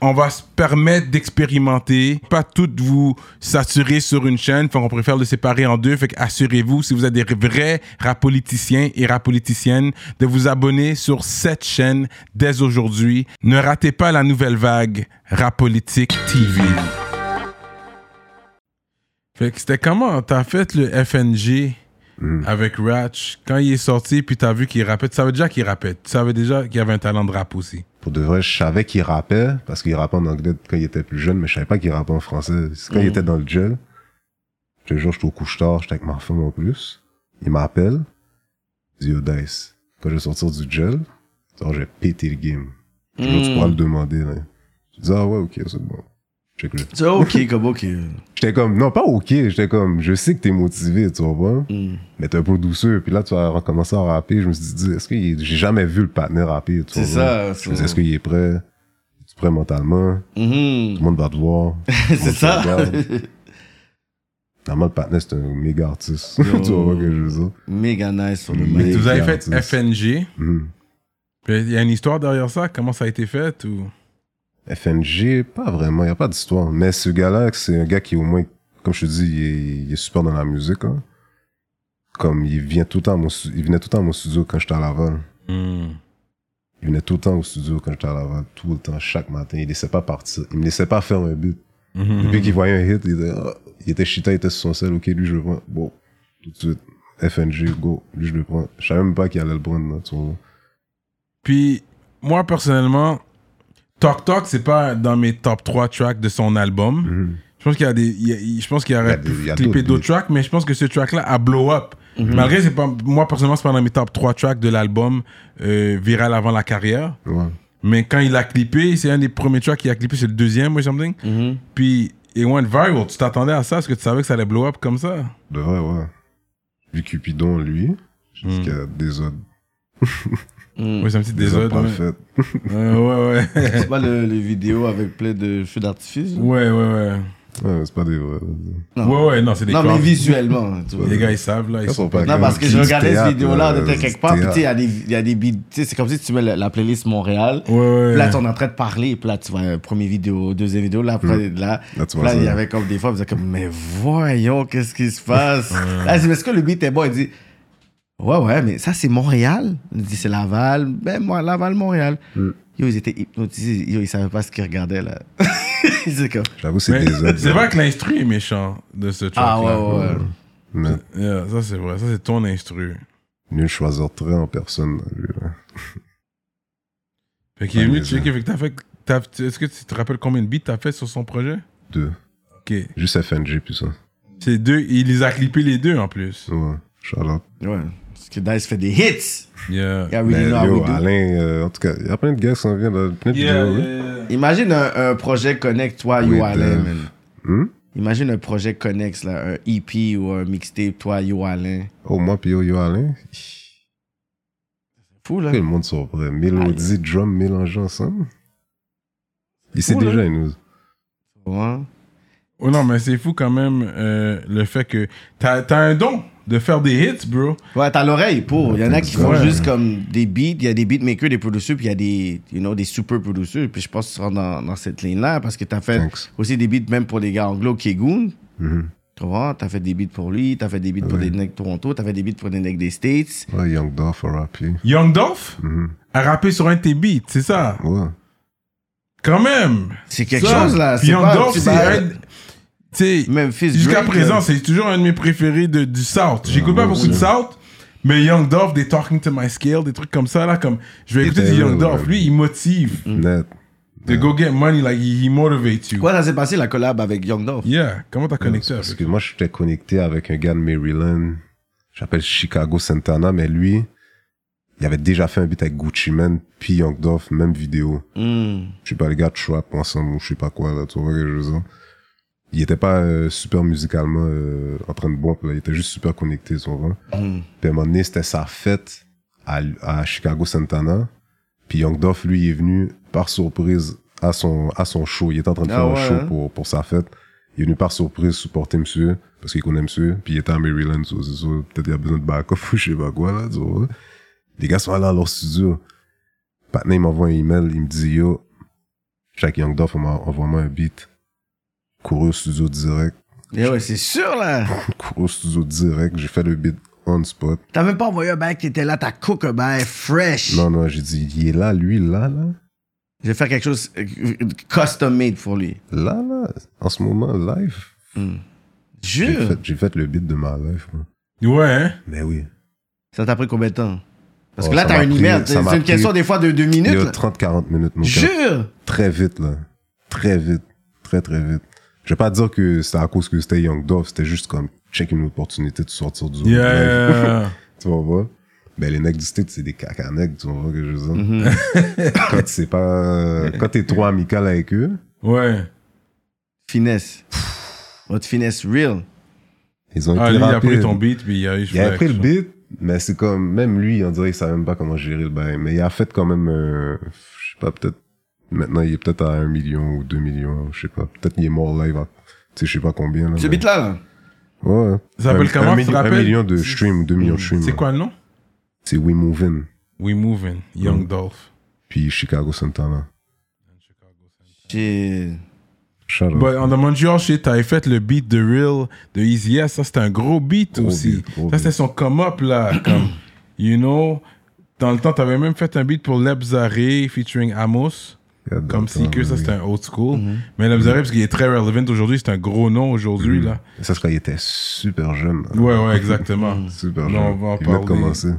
[SPEAKER 1] on va se permettre d'expérimenter, pas toutes vous saturer sur une chaîne, enfin on préfère le séparer en deux, fait assurez-vous si vous êtes des vrais rap politiciens et rap politiciennes de vous abonner sur cette chaîne dès aujourd'hui. Ne ratez pas la nouvelle vague Rap Politique TV. Fait que c'était comment t'as fait le FNG
[SPEAKER 3] Hmm.
[SPEAKER 1] avec Ratch quand il est sorti puis t'as vu qu'il rappait, tu savais déjà qu'il rappait, tu savais déjà qu'il avait un talent de rap aussi.
[SPEAKER 3] Pour de vrai, je savais qu'il rappait, parce qu'il rappait en anglais quand il était plus jeune, mais je savais pas qu'il rappait en français. C'est
[SPEAKER 2] Mm.
[SPEAKER 3] quand il était dans le gel. Je te jure, j'étais au couche-tard, j'étais avec ma femme en plus. Il m'appelle. Il dit, Yo, Dice, quand je vais sortir du gel, genre, j'ai pété le game. Je dis,
[SPEAKER 2] Mm.
[SPEAKER 3] Tu pourras
[SPEAKER 2] Hmm.
[SPEAKER 3] le demander, là. Je dis, ah ouais, ok, c'est bon. Check le.
[SPEAKER 2] C'est ok, comme ok.
[SPEAKER 3] J'étais comme, non, pas ok, j'étais comme, je sais que t'es motivé, tu vois,
[SPEAKER 2] Hmm.
[SPEAKER 3] mais t'es un peu douceur. Puis là, tu vas recommencer à rapper. Je me suis dit, est-ce que il- j'ai jamais vu le partenaire rapper, tu
[SPEAKER 2] C'est
[SPEAKER 3] vois.
[SPEAKER 2] ça,
[SPEAKER 3] Je me
[SPEAKER 2] c'est-
[SPEAKER 3] dis, est-ce qu'il est prêt? Tu prêt mentalement?
[SPEAKER 2] Mhm.
[SPEAKER 3] Tout le monde va te voir.
[SPEAKER 2] C'est ça.
[SPEAKER 3] Normalement, le partenaire, c'est un méga
[SPEAKER 2] Oh.
[SPEAKER 3] artiste. tu vois ce que je veux dire.
[SPEAKER 2] Méga nice sur le
[SPEAKER 3] Mais-
[SPEAKER 2] mic.
[SPEAKER 3] Et
[SPEAKER 1] Vous avez
[SPEAKER 3] puis,
[SPEAKER 1] fait
[SPEAKER 3] en plus-
[SPEAKER 1] FNG.
[SPEAKER 3] Mhm.
[SPEAKER 1] Puis Il y a une histoire derrière ça. Comment ça a été fait ou
[SPEAKER 3] FNG, pas vraiment, il n'y a pas d'histoire. Mais ce gars-là, c'est un gars qui, au moins, comme je te dis, il est, il est super dans la musique. hein. Comme il, vient tout le temps à mon, stu- il venait tout le temps à mon studio quand j'étais à Laval. Hmm. Il venait tout le temps au studio quand j'étais à Laval, tout le temps, chaque matin. Il ne laissait pas partir. Il me laissait pas faire un beat.
[SPEAKER 1] Mhm. Hmm.
[SPEAKER 3] Depuis qu'il voyait un hit, il était, ah, il était chita, il était sur son sel. Ok, lui, je le prends. Bon, tout de suite. FNG, go. Lui, je le prends. Je savais même pas qu'il allait le prendre. là, tu vois.
[SPEAKER 1] Puis moi personnellement, Talk Talk c'est pas dans mes top 3 tracks de son album.
[SPEAKER 3] Mhm.
[SPEAKER 1] Je pense qu'il y a des, il y a- il- je pense qu'il
[SPEAKER 3] Il y a
[SPEAKER 1] aurait
[SPEAKER 3] des- il y
[SPEAKER 1] pu
[SPEAKER 3] a
[SPEAKER 1] clipper
[SPEAKER 3] d'autres Hmm.
[SPEAKER 1] d'autres tracks, mais je pense que ce track là a blow up. Malgré c'est pas, moi personnellement c'est pas dans mes top 3 tracks de l'album euh, viral avant la carrière.
[SPEAKER 3] Ouais.
[SPEAKER 1] Mais quand il a clippé, c'est un des premiers tracks qu'il a clippé, c'est le deuxième ou something.
[SPEAKER 2] Mhm.
[SPEAKER 1] Puis it went viral. Tu t'attendais à ça Est-ce que tu savais que ça allait blow up comme ça
[SPEAKER 3] De vrai, ouais. Vu Cupidon, lui, jusqu'à des autres.
[SPEAKER 1] Oui, c'est un petit désordre.
[SPEAKER 3] pas le
[SPEAKER 1] Mhm. ouais.
[SPEAKER 3] fait.
[SPEAKER 1] Euh, ouais, ouais.
[SPEAKER 2] C'est pas le, le vidéo avec plein de feux d'artifice. là?
[SPEAKER 1] Ouais, ouais, ouais.
[SPEAKER 3] Ouais, c'est pas des vrais.
[SPEAKER 2] Non.
[SPEAKER 1] Ouais, ouais, non, c'est des
[SPEAKER 2] Non, mais euh,
[SPEAKER 1] corps.
[SPEAKER 2] visuellement. tu vois.
[SPEAKER 1] Les gars, ils savent, là. Ils
[SPEAKER 3] Ils
[SPEAKER 1] sont
[SPEAKER 3] sont pas
[SPEAKER 2] Non,
[SPEAKER 3] comme-
[SPEAKER 2] parce que je
[SPEAKER 3] du
[SPEAKER 2] regardais
[SPEAKER 3] théâtre,
[SPEAKER 2] cette vidéo-là,
[SPEAKER 3] euh,
[SPEAKER 2] on était
[SPEAKER 3] du
[SPEAKER 2] quelque part, puis tu
[SPEAKER 3] théâtre.
[SPEAKER 2] sais, il y a des- il y a des beats, tu sais, c'est comme si tu mets la, la playlist Montréal,
[SPEAKER 1] Ouais, ouais.
[SPEAKER 2] puis là, on est en train de parler, puis là, tu vois, euh, première vidéo, deuxième vidéo, là, après, là,
[SPEAKER 3] Là, tu
[SPEAKER 2] puis
[SPEAKER 3] vois
[SPEAKER 2] là, il y
[SPEAKER 3] ça.
[SPEAKER 2] avait comme des fois, vous êtes comme, mais voyons, qu'est-ce qui se passe? là, je dis, mais est-ce que le beat est bon? Il dit, ouais, ouais, mais ça, c'est Montréal. Il dit, c'est Laval, ben, moi, Laval, Montréal.
[SPEAKER 3] Mm.
[SPEAKER 2] Yo, ils étaient hypnotisés, yo, ils savaient pas ce qu'ils regardaient, là. ils étaient comme,
[SPEAKER 3] J'avoue, c'est
[SPEAKER 1] Mais
[SPEAKER 3] des autres.
[SPEAKER 1] C'est vrai que l'instru est méchant de ce track.
[SPEAKER 2] ah, ouais, ouais, ouais.
[SPEAKER 3] Mais
[SPEAKER 1] Yeah, ça, c'est vrai. Ça, c'est ton instru.
[SPEAKER 3] nul choisir très en personne. lui, là.
[SPEAKER 1] Fait qu'il est
[SPEAKER 3] Ouais,
[SPEAKER 1] venu
[SPEAKER 3] mais
[SPEAKER 1] checker. Fait que t'as fait. t'as- Est-ce que tu te rappelles combien de beats t'as fait sur son projet
[SPEAKER 3] Deux.
[SPEAKER 1] Ok.
[SPEAKER 3] Juste FNG, puis ça.
[SPEAKER 1] C'est deux. Il les a clippés les deux en plus.
[SPEAKER 3] Ouais. Charlotte.
[SPEAKER 2] Ouais. Parce que Dice fait des hits.
[SPEAKER 1] Yeah.
[SPEAKER 2] Yeah, really
[SPEAKER 3] Mais
[SPEAKER 2] know how we
[SPEAKER 3] yo,
[SPEAKER 2] do.
[SPEAKER 3] Alain, euh, en tout cas, il y a plein de gars qui s'en viennent, là, plein de
[SPEAKER 1] Yeah,
[SPEAKER 3] vidéos. là.
[SPEAKER 1] yeah.
[SPEAKER 2] Imagine un, un projet Connect, toi,
[SPEAKER 3] With
[SPEAKER 2] Yo Alain,
[SPEAKER 3] Dev.
[SPEAKER 2] man.
[SPEAKER 3] Hmm?
[SPEAKER 2] Imagine un projet Connect, là, un EP ou un mixtape, toi, Yo Alain.
[SPEAKER 3] Oh, moi, puis yo, yo, Alain.
[SPEAKER 2] Fou, là.
[SPEAKER 3] Tout le monde sont vrai. Mélodie, drum mélangés ensemble. Il sait
[SPEAKER 2] Cool,
[SPEAKER 3] déjà, il nous.
[SPEAKER 2] Ouais.
[SPEAKER 1] Oh non, mais c'est fou quand même euh, le fait que t'as t'as un don de faire des hits, bro.
[SPEAKER 2] Ouais, t'as l'oreille pour. Il y en a qui font
[SPEAKER 1] Ouais.
[SPEAKER 2] juste comme des beats. Il y a des beatmakers, des producers, puis il y a des, you know, des super producers. Puis je pense que tu rentres dans, dans cette ligne-là parce que t'as fait
[SPEAKER 3] Thanks.
[SPEAKER 2] aussi des beats même pour les gars anglo, Kegoon.
[SPEAKER 3] Mhm.
[SPEAKER 2] Tu vois, t'as fait des beats pour lui, t'as fait des beats pour des necks Toronto, t'as fait des beats pour des necks des States.
[SPEAKER 3] Ouais, Young Dolph, a rappé.
[SPEAKER 1] Young Dolph
[SPEAKER 3] Mhm.
[SPEAKER 1] a rappé sur un de tes beats, c'est ça
[SPEAKER 3] Ouais.
[SPEAKER 1] Quand même.
[SPEAKER 2] C'est quelque
[SPEAKER 1] Ça,
[SPEAKER 2] chose,
[SPEAKER 3] Ah,
[SPEAKER 2] là.
[SPEAKER 1] puis
[SPEAKER 2] C'est
[SPEAKER 1] Young
[SPEAKER 2] pas-
[SPEAKER 1] Dolph,
[SPEAKER 2] tu
[SPEAKER 1] c'est
[SPEAKER 2] vas-
[SPEAKER 1] un- tu sais,
[SPEAKER 2] Memphis
[SPEAKER 1] jusqu'à
[SPEAKER 2] Drake, euh,
[SPEAKER 1] présent,
[SPEAKER 2] là.
[SPEAKER 1] c'est toujours un de mes préférés de, du South. J'écoute
[SPEAKER 3] euh. Ah, Ouais,
[SPEAKER 1] pas
[SPEAKER 3] moi
[SPEAKER 1] beaucoup de
[SPEAKER 3] aussi.
[SPEAKER 1] South, mais Young Dolph, des Talking to My Scale, des trucs comme ça, là, comme je vais écouter du
[SPEAKER 3] était
[SPEAKER 1] Young
[SPEAKER 3] là,
[SPEAKER 1] Dolph.
[SPEAKER 3] ouais.
[SPEAKER 1] Lui, il motive.
[SPEAKER 3] Net.
[SPEAKER 1] De go get money, like, he, he motivates you.
[SPEAKER 2] Quoi, ça s'est passé, la collab avec Young Dolph?
[SPEAKER 1] Yeah, comment t'as connecté
[SPEAKER 3] Parce
[SPEAKER 1] avec
[SPEAKER 3] que moi, j'étais connecté avec un gars de Maryland. J'appelle Chicago Santana, mais lui, il avait déjà fait un beat avec Gucci Mane, puis Young Dolph, même vidéo.
[SPEAKER 2] Hmm.
[SPEAKER 3] Je sais pas, les gars de Trap ensemble, ou je sais pas quoi, là, tu vois, quelque chose. Il était pas euh, super musicalement euh, en train de bomber, là. Il était juste super connecté, tu vois.
[SPEAKER 2] Mm.
[SPEAKER 3] Puis à un moment donné, c'était sa fête à, à Chicago Santana. Puis Young Dolph, lui, il est venu par surprise à son, à son show. Il était en train de
[SPEAKER 2] Ah
[SPEAKER 3] faire
[SPEAKER 2] ouais,
[SPEAKER 3] un show
[SPEAKER 2] hein?
[SPEAKER 3] pour, pour sa fête. Il est venu par surprise supporter monsieur, parce qu'il connaît monsieur. Puis il était à Maryland, so- so- so, peut-être il a besoin de backup ou je sais pas quoi, là, hein. tu vois. Les gars sont allés à leur studio. Maintenant, il m'envoie un email, il me dit, yo, Chaque Young Dolph envoie- envoie-moi un beat. Couru au studio direct.
[SPEAKER 2] Eh ouais, c'est sûr, là.
[SPEAKER 3] Couru au studio direct. J'ai fait le beat on spot.
[SPEAKER 2] T'as même pas envoyé un bail qui était là, t'as cook un bail fresh.
[SPEAKER 3] Non, non, j'ai dit, il est là, lui, là, là.
[SPEAKER 2] Je vais faire quelque chose euh, custom made pour lui.
[SPEAKER 3] Là, là. En ce moment, live. J'ai
[SPEAKER 2] Jure.
[SPEAKER 3] fait, j'ai fait le beat de ma life. moi.
[SPEAKER 1] Ouais, hein?
[SPEAKER 3] Mais oui.
[SPEAKER 2] Ça t'a pris combien de temps? Parce
[SPEAKER 3] Oh,
[SPEAKER 2] que là,
[SPEAKER 3] ça
[SPEAKER 2] t'as
[SPEAKER 3] m'a
[SPEAKER 2] un
[SPEAKER 3] pris-
[SPEAKER 2] email.
[SPEAKER 3] ça
[SPEAKER 2] C'est
[SPEAKER 3] m'a
[SPEAKER 2] une
[SPEAKER 3] pris-
[SPEAKER 2] question des fois de deux
[SPEAKER 3] Il
[SPEAKER 2] minutes.
[SPEAKER 3] y a
[SPEAKER 2] là.
[SPEAKER 3] 30-40 minutes, mon gars.
[SPEAKER 2] Jure.
[SPEAKER 3] Très vite, là. Très vite. Très, très vite. Je vais pas dire que c'est à cause que c'était Young Dove, c'était juste comme check une opportunité de sortir du live.
[SPEAKER 1] Yeah.
[SPEAKER 3] tu vas voir. Ben, les necks du state, c'est des cacanecs, tu vas voir que je veux dire. quand tu sais pas, quand t'es trop amical avec eux,
[SPEAKER 1] ouais.
[SPEAKER 2] Finesse. Votre finesse real.
[SPEAKER 3] ils ont été
[SPEAKER 1] Ah, lui, il a
[SPEAKER 3] rapides.
[SPEAKER 1] pris ton beat, puis il a eu
[SPEAKER 3] Il a pris le beat, mais c'est comme, même lui, on dirait qu'il savait même pas comment gérer le bail. Mais il a fait quand même, euh, je sais pas, peut-être, maintenant il est peut-être à 1 million ou 2 millions, je sais pas. Peut-être il est mort live à, tu sais, je sais pas combien, là.
[SPEAKER 2] Ce
[SPEAKER 3] mais-
[SPEAKER 2] beat-là, là.
[SPEAKER 3] Ouais. ouais.
[SPEAKER 1] Ça s'appelle
[SPEAKER 3] Un-
[SPEAKER 1] comment,
[SPEAKER 3] un
[SPEAKER 1] tu te
[SPEAKER 3] million, un
[SPEAKER 1] rappelles? Mm.
[SPEAKER 3] million de streams, 2 millions de streams.
[SPEAKER 1] C'est
[SPEAKER 3] là.
[SPEAKER 1] quoi le nom?
[SPEAKER 3] C'est We Movin',
[SPEAKER 1] We Moving, Young
[SPEAKER 3] Mm.
[SPEAKER 1] Dolph.
[SPEAKER 3] puis Chicago Santana.
[SPEAKER 2] J'ai-
[SPEAKER 3] Shout out.
[SPEAKER 1] But on the Montreal shit, t'avais fait le beat de Real de Easy S. Ça, c'était un gros beat
[SPEAKER 3] Gros
[SPEAKER 1] aussi.
[SPEAKER 3] beat, gros
[SPEAKER 1] ça, c'était
[SPEAKER 3] beat.
[SPEAKER 1] son come-up, là. comme, you know, dans le temps, t'avais même fait un beat pour Lebzare featuring Amos.
[SPEAKER 3] God
[SPEAKER 1] Comme
[SPEAKER 3] damn,
[SPEAKER 1] si que ça,
[SPEAKER 3] oui.
[SPEAKER 1] c'était un old school.
[SPEAKER 3] Mm-hmm.
[SPEAKER 1] Mais Lebzare, parce qu'il est très relevant aujourd'hui, c'est un gros nom aujourd'hui,
[SPEAKER 3] Mm.
[SPEAKER 1] là.
[SPEAKER 3] Ça, c'est quand il était super jeune. là.
[SPEAKER 1] Ouais, ouais, exactement.
[SPEAKER 3] Super jeune.
[SPEAKER 1] Là, on va en
[SPEAKER 3] il venait de
[SPEAKER 1] parler.
[SPEAKER 3] commencer.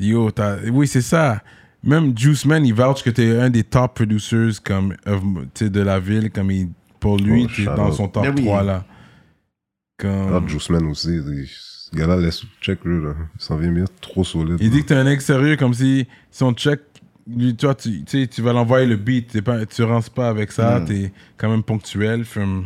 [SPEAKER 1] Yo, t'as- oui, c'est ça. Même Juice Man, il vouch que t'es un des top producers comme, of- tu sais, de la ville. Comme il, pour lui,
[SPEAKER 3] Oh,
[SPEAKER 1] t'es
[SPEAKER 3] shout
[SPEAKER 1] dans
[SPEAKER 3] out.
[SPEAKER 1] son top
[SPEAKER 2] Ben oui.
[SPEAKER 1] 3, là.
[SPEAKER 3] Ah,
[SPEAKER 1] Comme...
[SPEAKER 3] Juice Man aussi. il- Ce gars-là, laisse check lui, là. Il s'en vient bien trop solide.
[SPEAKER 1] Il
[SPEAKER 3] là.
[SPEAKER 1] dit que t'es un ex sérieux, comme si, si on check, lui, toi, tu, tu sais, tu vas l'envoyer le beat, t'es pas, tu rentres pas avec ça,
[SPEAKER 3] Hmm.
[SPEAKER 1] t'es quand même ponctuel. From...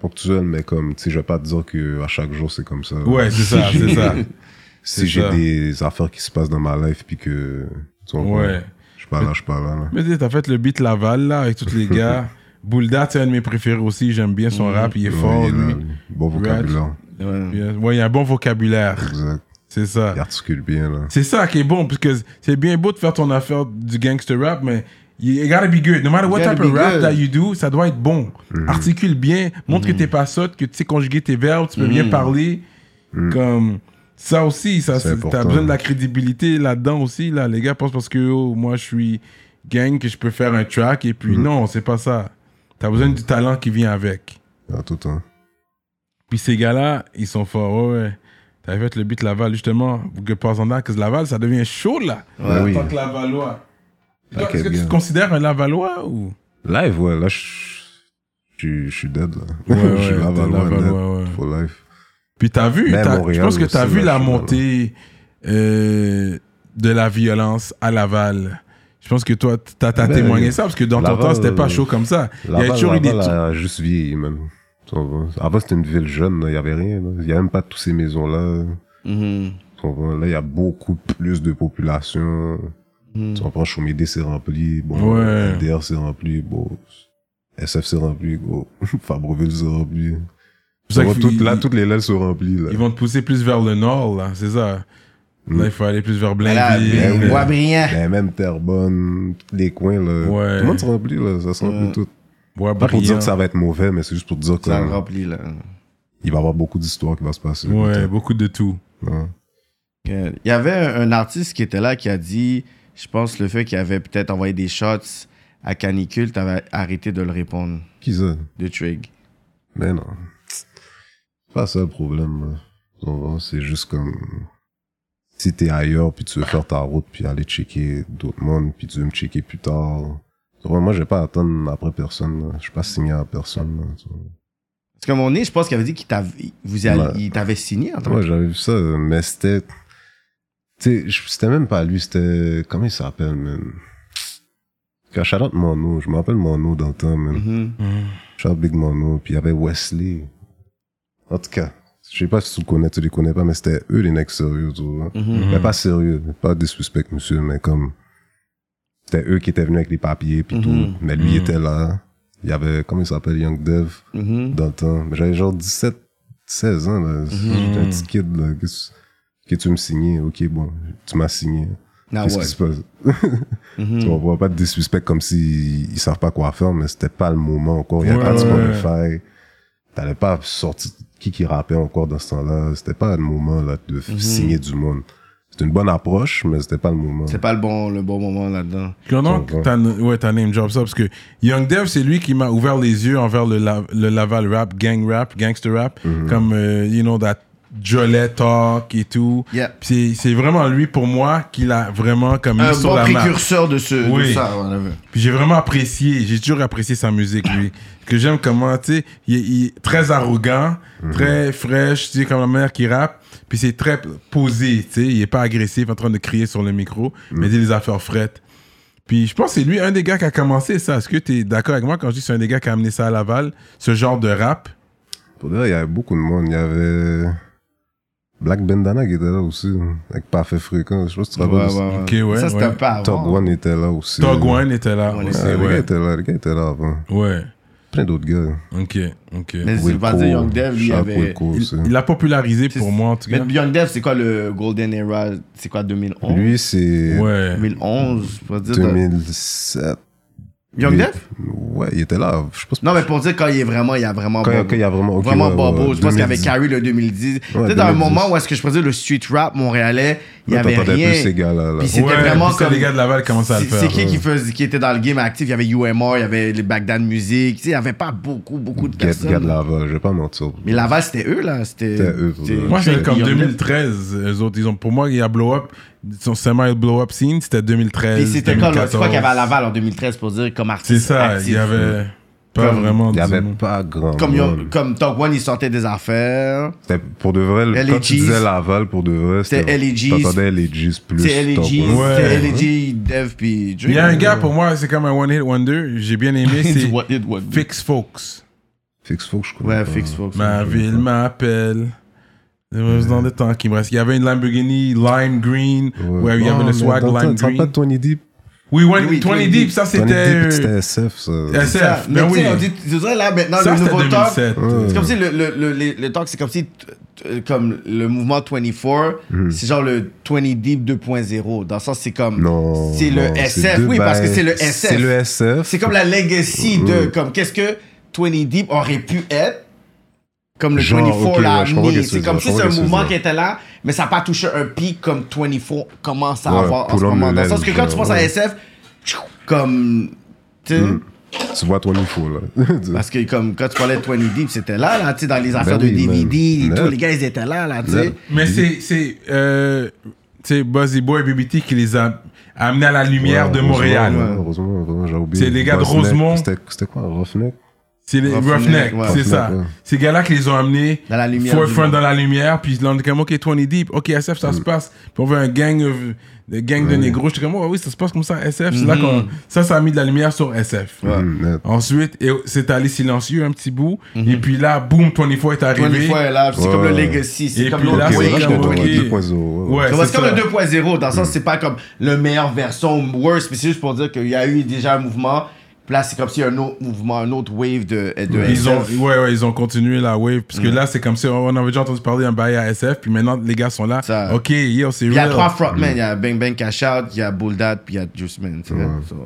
[SPEAKER 3] Ponctuel, mais comme, tu sais, je vais pas te dire que à chaque jour, c'est comme ça.
[SPEAKER 1] Ouais, c'est ça, c'est ça. c'est
[SPEAKER 3] Si j'ai
[SPEAKER 1] ça.
[SPEAKER 3] des affaires qui se passent dans ma life, puis que. tu vois,
[SPEAKER 1] Ouais.
[SPEAKER 3] Je suis pas là, je suis pas là. là.
[SPEAKER 1] Mais tu sais, t'as fait le beat Laval, là, avec tous les gars. Boulda, c'est un de mes préférés aussi, j'aime bien son rap, il est
[SPEAKER 3] Ouais,
[SPEAKER 1] fort,
[SPEAKER 3] il est Hmm. là,
[SPEAKER 1] lui.
[SPEAKER 3] lui. Bon vocabulaire.
[SPEAKER 2] Ouais.
[SPEAKER 1] Puis, euh, Ouais, il a un bon vocabulaire,
[SPEAKER 3] Exact.
[SPEAKER 1] c'est ça.
[SPEAKER 3] Il articule bien, là.
[SPEAKER 1] C'est ça qui est bon, parce que c'est bien beau de faire ton affaire du gangster rap, mais you, it gotta be good. No matter what
[SPEAKER 2] Gotta
[SPEAKER 1] type of
[SPEAKER 2] be
[SPEAKER 1] rap
[SPEAKER 2] good.
[SPEAKER 1] that you do, ça doit être bon.
[SPEAKER 3] Mm.
[SPEAKER 1] Articule bien, montre que t'es pas sotte, que tu sais conjuguer tes verbes, tu peux bien parler. Comme ça aussi, ça,
[SPEAKER 3] Mm. C'est
[SPEAKER 1] c'est- t'as
[SPEAKER 3] important.
[SPEAKER 1] besoin de la crédibilité là-dedans aussi. Là, les gars pensent parce que oh, moi je suis gang que je peux faire un track, et
[SPEAKER 3] Mm.
[SPEAKER 1] puis non, c'est pas ça. T'as besoin du talent qui vient avec.
[SPEAKER 3] En tout hein. temps.
[SPEAKER 1] Puis ces gars-là, ils sont forts. Ouais, ouais. T'avais fait le but Laval, justement, pour que pas en là, que Laval, ça devient chaud, là.
[SPEAKER 3] Ouais,
[SPEAKER 1] en
[SPEAKER 3] Ben oui.
[SPEAKER 1] tant que Lavalois. Toi,
[SPEAKER 3] Ok,
[SPEAKER 1] Est-ce que tu
[SPEAKER 3] bien.
[SPEAKER 1] te considères un Lavalois ou.
[SPEAKER 3] Live, ouais, là, je je- je suis dead, là.
[SPEAKER 1] Ouais,
[SPEAKER 3] je suis
[SPEAKER 1] ouais,
[SPEAKER 3] là,
[SPEAKER 1] t'es là,
[SPEAKER 3] vraiment dead,
[SPEAKER 1] ouais, ouais.
[SPEAKER 3] for life.
[SPEAKER 1] Puis t'as vu,
[SPEAKER 3] Mais
[SPEAKER 1] t'as- je
[SPEAKER 3] Montréal
[SPEAKER 1] pense que t'as
[SPEAKER 3] aussi,
[SPEAKER 1] vu
[SPEAKER 3] là,
[SPEAKER 1] la
[SPEAKER 3] je suis
[SPEAKER 1] montée euh, de la violence à Laval. Je pense que toi, t'as t'as
[SPEAKER 3] Ben,
[SPEAKER 1] témoigné ça, parce que dans ton
[SPEAKER 3] Laval,
[SPEAKER 1] temps, c'était pas
[SPEAKER 3] euh,
[SPEAKER 1] chaud comme ça. Il y a
[SPEAKER 3] Laval,
[SPEAKER 1] toujours eu des.
[SPEAKER 3] Laval a juste vieilli, même. Tu vois. Avant, c'était une ville jeune, là, il y avait rien. là. Il y a même pas toutes ces maisons-là.
[SPEAKER 2] Mhm.
[SPEAKER 3] Tu comprends? Là, il y a beaucoup plus de population.
[SPEAKER 2] Mm-hmm.
[SPEAKER 3] Tu comprends? Choumédé, c'est rempli. Bon,
[SPEAKER 1] Mm. Ouais.
[SPEAKER 3] LDR, c'est rempli. Bon, SF, c'est rempli. Bon, Fabreville, c'est rempli.
[SPEAKER 1] C'est pour ça
[SPEAKER 3] Tu vois,
[SPEAKER 1] qu'il-
[SPEAKER 3] toutes- là,
[SPEAKER 1] il-
[SPEAKER 3] toutes les lèvres sont remplies. Là.
[SPEAKER 1] Ils vont te pousser plus vers le nord, là, c'est ça. Là, il faut aller plus vers
[SPEAKER 2] Là,
[SPEAKER 1] Blainville.
[SPEAKER 3] Blainville.
[SPEAKER 2] bois brillant.
[SPEAKER 3] Ah, Ben, même Terrebonne, tous les coins. Là.
[SPEAKER 1] Ouais.
[SPEAKER 3] Tout le monde se remplit. Là. Ça se remplit tout.
[SPEAKER 1] Ouais,
[SPEAKER 3] Pas pour dire
[SPEAKER 1] Briand.
[SPEAKER 3] que ça va être mauvais, mais c'est juste pour dire qu'il
[SPEAKER 2] Ça remplit, là.
[SPEAKER 3] va y avoir beaucoup d'histoires qui vont se passer.
[SPEAKER 1] Ouais, beaucoup de tout.
[SPEAKER 3] Ouais.
[SPEAKER 2] Il y avait un, un artiste qui était là qui a dit, je pense, le fait qu'il avait peut-être envoyé des shots à Canicule, t'avais arrêté de le répondre,
[SPEAKER 3] Qui ça?
[SPEAKER 2] de Trig.
[SPEAKER 3] Mais non. C'est Pas ça le problème. là. Souvent, C'est juste comme. Si t'es ailleurs, puis tu veux faire ta route, puis aller checker d'autres mondes, puis tu veux me checker plus tard. Souvent, Moi, je vais pas attendre après personne. là. Je suis pas signé à personne. là, tu vois.
[SPEAKER 2] Parce qu'à un moment donné, je pense qu'il avait dit qu'il t'avait, vous y allez-
[SPEAKER 3] Ouais.
[SPEAKER 2] il t'avait signé en tant
[SPEAKER 3] Ouais, j'avais vu ça, mais c'était. Tu sais, je- c'était même pas lui, c'était. Comment il s'appelle, man? Quand Charlotte Mono, je me rappelle Mono dans le temps, man.
[SPEAKER 2] Mhm.
[SPEAKER 3] Charles Big Mono, puis il y avait Wesley. En tout cas, je sais pas si tu le connais, tu les connais pas, mais c'était eux les necks sérieux, tu vois.
[SPEAKER 2] Mhm.
[SPEAKER 3] Mais pas sérieux, pas des suspects, monsieur, mais comme. C'était eux qui étaient venus avec les papiers, puis
[SPEAKER 2] Mhm.
[SPEAKER 3] tout. Mais lui, il était là. Il y avait, comment il s'appelle, Young Dev,
[SPEAKER 2] Mhm.
[SPEAKER 3] dans le temps. Mais J'avais genre 17, 16 ans, là. J'étais un petit kid, là. Qu'est-ce que tu veux me signer? Ok, bon, tu m'as signé.
[SPEAKER 2] Now
[SPEAKER 3] Qu'est-ce
[SPEAKER 2] what?
[SPEAKER 3] qui se passe?
[SPEAKER 2] Mhm. Hmm.
[SPEAKER 3] Tu vois, on voit pas de disrespect comme s'ils ils savent pas quoi faire, mais c'était pas le moment encore. Il y avait
[SPEAKER 1] Ouais,
[SPEAKER 3] pas de
[SPEAKER 1] ouais.
[SPEAKER 3] Spotify. T'allais pas sortir qui qui rappait encore dans ce temps-là. C'était pas le moment, là, de
[SPEAKER 2] Hmm.
[SPEAKER 3] f- signer du monde. C'était une bonne approche, mais c'était pas le moment.
[SPEAKER 2] C'est pas le bon, le bon moment là-dedans.
[SPEAKER 1] Content
[SPEAKER 3] Je vois.
[SPEAKER 1] que t'as ouais, t'as name drop ça parce que Young Dev, c'est lui qui m'a ouvert les yeux envers le, la- le Laval rap, gang rap, gangster rap, comme, euh, you know, that Jolet talk et tout.
[SPEAKER 2] Yeah.
[SPEAKER 1] Puis C'est c'est vraiment lui, pour moi, qui l'a vraiment comme mis
[SPEAKER 2] Un
[SPEAKER 1] sur
[SPEAKER 2] bon
[SPEAKER 1] la map.
[SPEAKER 2] précurseur de, ce, de
[SPEAKER 1] Oui.
[SPEAKER 2] ça. whatever.
[SPEAKER 1] Puis j'ai vraiment apprécié, j'ai toujours apprécié sa musique, lui. que j'aime comment, tu sais, il, est- il est très arrogant,
[SPEAKER 2] Mhm.
[SPEAKER 1] très fraîche, tu sais, comme la mère qui rappe. Puis c'est très posé, tu sais, il est pas agressif, en train de crier sur le micro,
[SPEAKER 2] Mhm.
[SPEAKER 1] mais il dit les affaires frettes. Puis je pense que c'est lui un des gars qui a commencé ça. Est-ce que tu es d'accord avec moi quand je dis que c'est un des gars qui a amené ça à Laval, ce genre de rap
[SPEAKER 3] Pour de vrai, il y avait beaucoup de monde. Il y avait Black Bandana qui était là aussi, avec Parfait Fréquent. Je sais pas si tu te
[SPEAKER 2] Ouais,
[SPEAKER 3] rappelles.
[SPEAKER 2] ouais,
[SPEAKER 1] Ok, ouais,
[SPEAKER 2] ça, c'était
[SPEAKER 1] ouais.
[SPEAKER 2] un peu avant.
[SPEAKER 3] Tog bah, One était là aussi.
[SPEAKER 1] Tog One était là. Ouais,
[SPEAKER 2] Ouais,
[SPEAKER 3] Ouais, les gars
[SPEAKER 1] ouais.
[SPEAKER 3] étaient là, les gars étaient là avant.
[SPEAKER 1] Ouais.
[SPEAKER 3] Plein d'autres gars.
[SPEAKER 1] ok, ok.
[SPEAKER 2] Mais c'est pas
[SPEAKER 3] Wilco,
[SPEAKER 2] dire Young Dev, lui, il
[SPEAKER 3] Shaq
[SPEAKER 2] avait...
[SPEAKER 3] Wilco aussi.
[SPEAKER 1] Il l'a popularisé
[SPEAKER 2] C'est-
[SPEAKER 1] pour moi, en tout
[SPEAKER 2] Mais
[SPEAKER 1] cas.
[SPEAKER 2] Young Dev, c'est quoi le Golden Era C'est quoi, 2011
[SPEAKER 3] Lui, c'est
[SPEAKER 1] Ouais.
[SPEAKER 2] 2011, je pourrais dire. de-
[SPEAKER 3] 2007.
[SPEAKER 2] Young
[SPEAKER 3] Mais-
[SPEAKER 2] Dev
[SPEAKER 3] Ouais, il était là. Je pense
[SPEAKER 2] Non, mais pour dire quand il est vraiment, il y a vraiment.
[SPEAKER 3] Quand il y a-
[SPEAKER 2] Bobo.
[SPEAKER 3] quand il y a vraiment- ok,
[SPEAKER 2] vraiment
[SPEAKER 3] ouais,
[SPEAKER 2] Bobo.
[SPEAKER 3] ouais,
[SPEAKER 2] je pense qu'il y avait
[SPEAKER 3] 2010.
[SPEAKER 2] Carrie le 2010. tu sais, dans un
[SPEAKER 3] 2010.
[SPEAKER 2] moment où est-ce que je faisais le street rap montréalais, il y
[SPEAKER 3] Là,
[SPEAKER 2] avait
[SPEAKER 3] t'entendais
[SPEAKER 2] rien.
[SPEAKER 3] plus ces gars-là, là.
[SPEAKER 2] Puis c'était
[SPEAKER 1] Ouais,
[SPEAKER 2] vraiment
[SPEAKER 1] puis ça,
[SPEAKER 2] comme.
[SPEAKER 1] les gars de Laval commençaient à le
[SPEAKER 2] C'est-
[SPEAKER 1] faire, euh.
[SPEAKER 2] C'est qui
[SPEAKER 1] ouais.
[SPEAKER 2] qui, faisait, qui était dans le game actif Il y avait UMR, il y avait les Bagdad Music. Tu sais, il n'y avait pas beaucoup, beaucoup de
[SPEAKER 3] Get,
[SPEAKER 2] personnes.
[SPEAKER 3] get Lava, je vais pas mentir.
[SPEAKER 2] Mais Laval, c'était eux, là. C'était
[SPEAKER 3] C'était eux, pour
[SPEAKER 2] c'était-
[SPEAKER 3] vrai.
[SPEAKER 1] Moi, c'est
[SPEAKER 2] Young
[SPEAKER 1] comme
[SPEAKER 2] Dev.
[SPEAKER 1] 2013. Eux autres, ils ont, pour moi, il y a Blow Up. Son semi Blow Up Scene, c'était 2013.
[SPEAKER 2] Puis c'était quand là,
[SPEAKER 1] 2014.
[SPEAKER 2] Tu crois qu'il y avait à Laval en 2013 pour dire comme artiste.
[SPEAKER 1] C'est ça,
[SPEAKER 2] actif.
[SPEAKER 1] il y avait pas
[SPEAKER 2] Comme-
[SPEAKER 1] vraiment
[SPEAKER 3] Il y
[SPEAKER 1] de-
[SPEAKER 3] avait pas grand
[SPEAKER 2] Comme,
[SPEAKER 3] monde.
[SPEAKER 2] Young- comme Talk One, il sortait des affaires.
[SPEAKER 3] C'était pour de vrai, le-
[SPEAKER 2] L.A.
[SPEAKER 3] quand tu
[SPEAKER 2] G's.
[SPEAKER 3] disais Laval, pour de vrai,
[SPEAKER 2] C'était L.A. G's.
[SPEAKER 3] T'entendais LAGs plus.
[SPEAKER 2] C'est
[SPEAKER 3] Top hein.
[SPEAKER 2] LG,
[SPEAKER 3] One.
[SPEAKER 1] Ouais.
[SPEAKER 2] c'est LG, Dev, puis Drake.
[SPEAKER 1] Il y a un gars, pour moi, c'est comme un One Hit Wonder. J'ai bien aimé,
[SPEAKER 2] It's
[SPEAKER 1] c'est
[SPEAKER 2] what it would be.
[SPEAKER 1] Fix Folks.
[SPEAKER 3] Fix Fox, je crois.
[SPEAKER 2] Ouais, fixe Fox.
[SPEAKER 1] Ma ville m'appelle. It was dans le temps qui me reste. Il y avait une Lamborghini Lime Green, où il y avait le swag Lime
[SPEAKER 3] pas
[SPEAKER 1] Green.
[SPEAKER 3] de 20 Deep.
[SPEAKER 1] Oui, one-
[SPEAKER 2] Oui,
[SPEAKER 1] 20
[SPEAKER 2] Deep.
[SPEAKER 1] Deep, ça
[SPEAKER 3] 20 Deep,
[SPEAKER 1] c'était. euh,
[SPEAKER 3] c'était SF, ça.
[SPEAKER 1] SF,
[SPEAKER 2] Mais
[SPEAKER 1] mais euh, ben
[SPEAKER 2] tu
[SPEAKER 1] oui.
[SPEAKER 2] sais, on dit, c'est vrai, là, maintenant,
[SPEAKER 1] Ça,
[SPEAKER 2] le
[SPEAKER 1] c'était
[SPEAKER 2] nouveau talk.
[SPEAKER 1] 2007.
[SPEAKER 2] C'est comme si le, le, le, le, le talk, c'est comme si, t- t- comme le mouvement 24,
[SPEAKER 3] Hmm.
[SPEAKER 2] c'est genre le 20 Deep 2.0. Dans le sens, c'est comme.
[SPEAKER 3] Non.
[SPEAKER 2] C'est le
[SPEAKER 3] non,
[SPEAKER 2] SF,
[SPEAKER 3] deux
[SPEAKER 2] oui, parce que
[SPEAKER 3] bails.
[SPEAKER 2] c'est le SF.
[SPEAKER 3] C'est le SF.
[SPEAKER 2] C'est comme la legacy
[SPEAKER 3] Mm.
[SPEAKER 2] de. Comme, qu'est-ce que 20 Deep aurait pu être? Comme le
[SPEAKER 3] Genre,
[SPEAKER 2] 24
[SPEAKER 3] ok,
[SPEAKER 2] l'a
[SPEAKER 3] ouais, je comprends
[SPEAKER 2] amené.
[SPEAKER 3] qu'est-ce que
[SPEAKER 2] C'est
[SPEAKER 3] tu
[SPEAKER 2] comme
[SPEAKER 3] veux
[SPEAKER 2] si
[SPEAKER 3] dire,
[SPEAKER 2] c'est
[SPEAKER 3] je
[SPEAKER 2] un
[SPEAKER 3] comprends
[SPEAKER 2] mouvement
[SPEAKER 3] qu'est-ce
[SPEAKER 2] qui
[SPEAKER 3] que
[SPEAKER 2] était là, mais ça n'a pas touché un pic comme 24 commence à
[SPEAKER 3] Ouais,
[SPEAKER 2] avoir en ce
[SPEAKER 3] Poulon
[SPEAKER 2] moment.
[SPEAKER 3] me
[SPEAKER 2] Dans le sens
[SPEAKER 3] lève,
[SPEAKER 2] que quand tu
[SPEAKER 3] genre,
[SPEAKER 2] penses à
[SPEAKER 3] ouais.
[SPEAKER 2] SF, tchou, comme. Tu sais,
[SPEAKER 3] Mm. Tu vois 24, là.
[SPEAKER 2] Parce que comme quand tu parlais de 20 Deep, c'était là, là, tu sais, dans les affaires
[SPEAKER 3] Ben oui,
[SPEAKER 2] de
[SPEAKER 3] man.
[SPEAKER 2] DVD et
[SPEAKER 3] Net.
[SPEAKER 2] tout, les gars, ils étaient là, là, tu sais.
[SPEAKER 3] Net.
[SPEAKER 1] Mais c'est, c'est, euh, c'est Buzzy Boy et BBT qui les a amenés à la lumière de Montréal.
[SPEAKER 3] Heureusement, ouais, heureusement, vraiment, j'ai oublié.
[SPEAKER 1] C'est les gars de
[SPEAKER 3] Roughneck,
[SPEAKER 1] Rosemont.
[SPEAKER 3] C'était c'était quoi, Roughneck
[SPEAKER 1] C'est les
[SPEAKER 2] Roughneck,
[SPEAKER 1] Roughneck,
[SPEAKER 2] ouais.
[SPEAKER 1] c'est
[SPEAKER 3] Roughneck,
[SPEAKER 1] ça.
[SPEAKER 3] ouais.
[SPEAKER 1] Ces gars-là qui les ont amenés
[SPEAKER 2] Dans la lumière du
[SPEAKER 1] forefront
[SPEAKER 2] monde.
[SPEAKER 1] dans la lumière. Puis là, on est comme, OK, 20 Deep, OK, SF, ça
[SPEAKER 3] Mm.
[SPEAKER 1] se passe. Puis on veut un gang, of, des gangs de négros. J'étais comme, oh, oui, ça se passe comme ça, SF. C'est là
[SPEAKER 2] Mm-hmm.
[SPEAKER 1] qu'on, ça, ça a mis de la lumière sur SF.
[SPEAKER 3] Hum, net.
[SPEAKER 1] Ensuite, et- c'est allé silencieux un petit bout.
[SPEAKER 2] Mm-hmm.
[SPEAKER 1] Et puis là, boum, 24 est arrivé.
[SPEAKER 2] 24 est là, c'est
[SPEAKER 3] Ouais.
[SPEAKER 2] comme le legacy, c'est
[SPEAKER 1] Et
[SPEAKER 2] comme
[SPEAKER 1] puis
[SPEAKER 2] le
[SPEAKER 1] là,
[SPEAKER 3] Ok,
[SPEAKER 1] c'est
[SPEAKER 3] ouais,
[SPEAKER 2] wave
[SPEAKER 3] je
[SPEAKER 1] comme,
[SPEAKER 2] de
[SPEAKER 3] comprends,
[SPEAKER 2] 20
[SPEAKER 1] ok.
[SPEAKER 2] Deep.
[SPEAKER 3] 2.0, ouais,
[SPEAKER 1] Ouais,
[SPEAKER 2] Comme-
[SPEAKER 1] c'est
[SPEAKER 2] C'est comme
[SPEAKER 1] ça.
[SPEAKER 2] le 2.0, dans le
[SPEAKER 3] Mm.
[SPEAKER 2] sens, c'est pas comme le meilleure version ou worse, mais c'est juste pour dire qu'il y a eu déjà un mouvement. Puis là, c'est comme s'il y a un autre mouvement, un autre wave de, de
[SPEAKER 3] Mm.
[SPEAKER 1] Ils ont,
[SPEAKER 2] SF.
[SPEAKER 1] ouais, ouais, ils ont continué la wave. Parce que
[SPEAKER 2] Mm.
[SPEAKER 1] là, c'est comme si on on avait déjà entendu parler d'un bail à SF. Puis maintenant, les gars sont là.
[SPEAKER 2] Ça.
[SPEAKER 1] Ok, yo, c'est
[SPEAKER 2] Il y a
[SPEAKER 1] real.
[SPEAKER 2] trois
[SPEAKER 3] Mm.
[SPEAKER 2] frontmen, il y a Bang Bang Cash Out, il y a Bulldad, puis il y a Juice Man, tu sais. So,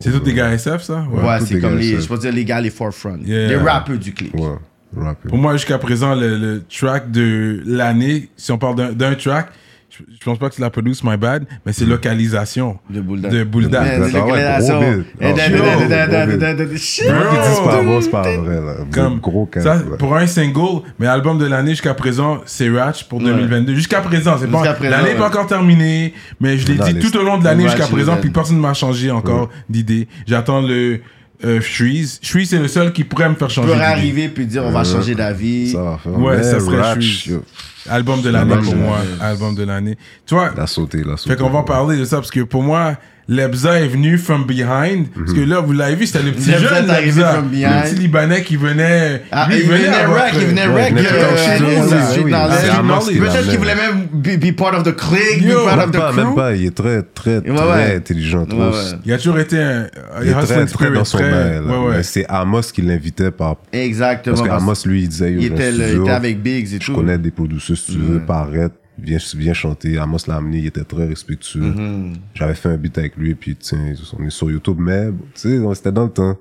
[SPEAKER 1] C'est tous des gars à SF, ça? Ouais.
[SPEAKER 2] Ouais,
[SPEAKER 3] tous
[SPEAKER 2] c'est
[SPEAKER 3] des
[SPEAKER 2] comme
[SPEAKER 3] gars,
[SPEAKER 2] les,
[SPEAKER 3] ça.
[SPEAKER 2] je peux dire les gars, les forefront.
[SPEAKER 1] Yeah.
[SPEAKER 2] Les rappeurs du clic.
[SPEAKER 3] Ouais, rapide.
[SPEAKER 1] Pour moi, jusqu'à présent, le, le track de l'année, si on parle d'un- d'un track, je, je pense pas que c'est la produce, my bad, mais c'est localisation.
[SPEAKER 2] Mm. De Bulldad.
[SPEAKER 1] De Bulldad.
[SPEAKER 2] Man,
[SPEAKER 3] Ah ouais,
[SPEAKER 2] localisation.
[SPEAKER 3] gros bide.
[SPEAKER 2] Eh,
[SPEAKER 3] Ah,
[SPEAKER 2] da,
[SPEAKER 3] shit.
[SPEAKER 2] da, da, da,
[SPEAKER 3] Gros
[SPEAKER 2] da, da, da, shit.
[SPEAKER 3] Comment qu'ils disent pas
[SPEAKER 1] Bro.
[SPEAKER 3] bon, c'est pas vrai, là.
[SPEAKER 1] Comme
[SPEAKER 3] Gros cap,
[SPEAKER 1] ça,
[SPEAKER 3] ouais.
[SPEAKER 1] pour un single, mais album de l'année jusqu'à présent, c'est Ratch pour 2022. Jusqu'à présent, c'est pas
[SPEAKER 2] Jusqu'à présent,
[SPEAKER 1] l'année n'est pas
[SPEAKER 2] ouais.
[SPEAKER 1] encore terminée, mais je l'ai
[SPEAKER 3] Non,
[SPEAKER 1] dit
[SPEAKER 3] les-
[SPEAKER 1] tout au long de l'année
[SPEAKER 2] Ratch,
[SPEAKER 1] jusqu'à
[SPEAKER 2] il est
[SPEAKER 1] présent,
[SPEAKER 2] dead.
[SPEAKER 1] puis personne ne m'a changé encore d'idée. J'attends le euh, Shreeze. Shreeze, c'est le seul qui pourrait me faire
[SPEAKER 2] On
[SPEAKER 1] changer
[SPEAKER 2] peut
[SPEAKER 1] d'idée.
[SPEAKER 2] arriver puis dire on va changer d'avis.
[SPEAKER 3] Ça va faire.
[SPEAKER 1] Ouais,
[SPEAKER 3] Mais
[SPEAKER 1] ça serait
[SPEAKER 3] Ratch,
[SPEAKER 1] Shreeze.
[SPEAKER 3] yo,
[SPEAKER 1] Album de l'année
[SPEAKER 3] Album
[SPEAKER 1] pour
[SPEAKER 3] de
[SPEAKER 1] moi. Album de l'année. Tu vois,
[SPEAKER 3] Il a sauté, il a sauté.
[SPEAKER 1] Fait qu'on va en parler de ça parce que pour moi, Lebza est venu from behind.
[SPEAKER 3] Mhm.
[SPEAKER 1] Parce que là, vous l'avez vu, c'était le petit
[SPEAKER 2] Lebza
[SPEAKER 1] jeune
[SPEAKER 2] est arrivé
[SPEAKER 1] Lebza.
[SPEAKER 2] from behind.
[SPEAKER 1] Le petit Libanais qui venait.
[SPEAKER 2] Ah,
[SPEAKER 1] lui,
[SPEAKER 2] il venait
[SPEAKER 1] avoir-
[SPEAKER 2] wreck, il venait
[SPEAKER 3] Ouais,
[SPEAKER 2] wreck.
[SPEAKER 3] il venait
[SPEAKER 2] euh,
[SPEAKER 3] tout en
[SPEAKER 2] euh,
[SPEAKER 3] shit,
[SPEAKER 2] street
[SPEAKER 3] ouais, oui,
[SPEAKER 2] knowledge.
[SPEAKER 3] c'est vraiment ce qu'il
[SPEAKER 2] Peut-être
[SPEAKER 3] amenait.
[SPEAKER 2] qu'il voulait même be, be part of the clique, be
[SPEAKER 1] Yo,
[SPEAKER 2] part
[SPEAKER 3] Même
[SPEAKER 2] of
[SPEAKER 3] pas,
[SPEAKER 2] the
[SPEAKER 3] même
[SPEAKER 2] crew.
[SPEAKER 3] pas. Il est très, très,
[SPEAKER 2] Ouais,
[SPEAKER 3] très
[SPEAKER 2] ouais.
[SPEAKER 3] intelligent. trop.
[SPEAKER 2] Ouais, ouais.
[SPEAKER 1] Il a toujours été un.
[SPEAKER 3] Il est
[SPEAKER 1] un
[SPEAKER 3] très,
[SPEAKER 1] hustling
[SPEAKER 3] très
[SPEAKER 1] spirit,
[SPEAKER 3] dans son
[SPEAKER 1] très-
[SPEAKER 3] bail. là.
[SPEAKER 1] Ouais, ouais.
[SPEAKER 3] Mais c'est Amos qui l'invitait par.
[SPEAKER 2] Exactement.
[SPEAKER 3] Parce que Amos, lui, il disait, yo,
[SPEAKER 2] il
[SPEAKER 3] j'ai un
[SPEAKER 2] était, le- il
[SPEAKER 3] studio,
[SPEAKER 2] était avec Biggs et
[SPEAKER 3] Je
[SPEAKER 1] Mhm.
[SPEAKER 2] tout.
[SPEAKER 3] connais des producteurs, si tu veux, paraître. viens, viens chanter. Amos Lamni, il était très respectueux.
[SPEAKER 1] Mhm.
[SPEAKER 3] J'avais fait un beat avec lui, puis tiens, on est sur YouTube, mais tu sais, on- c'était dans le temps.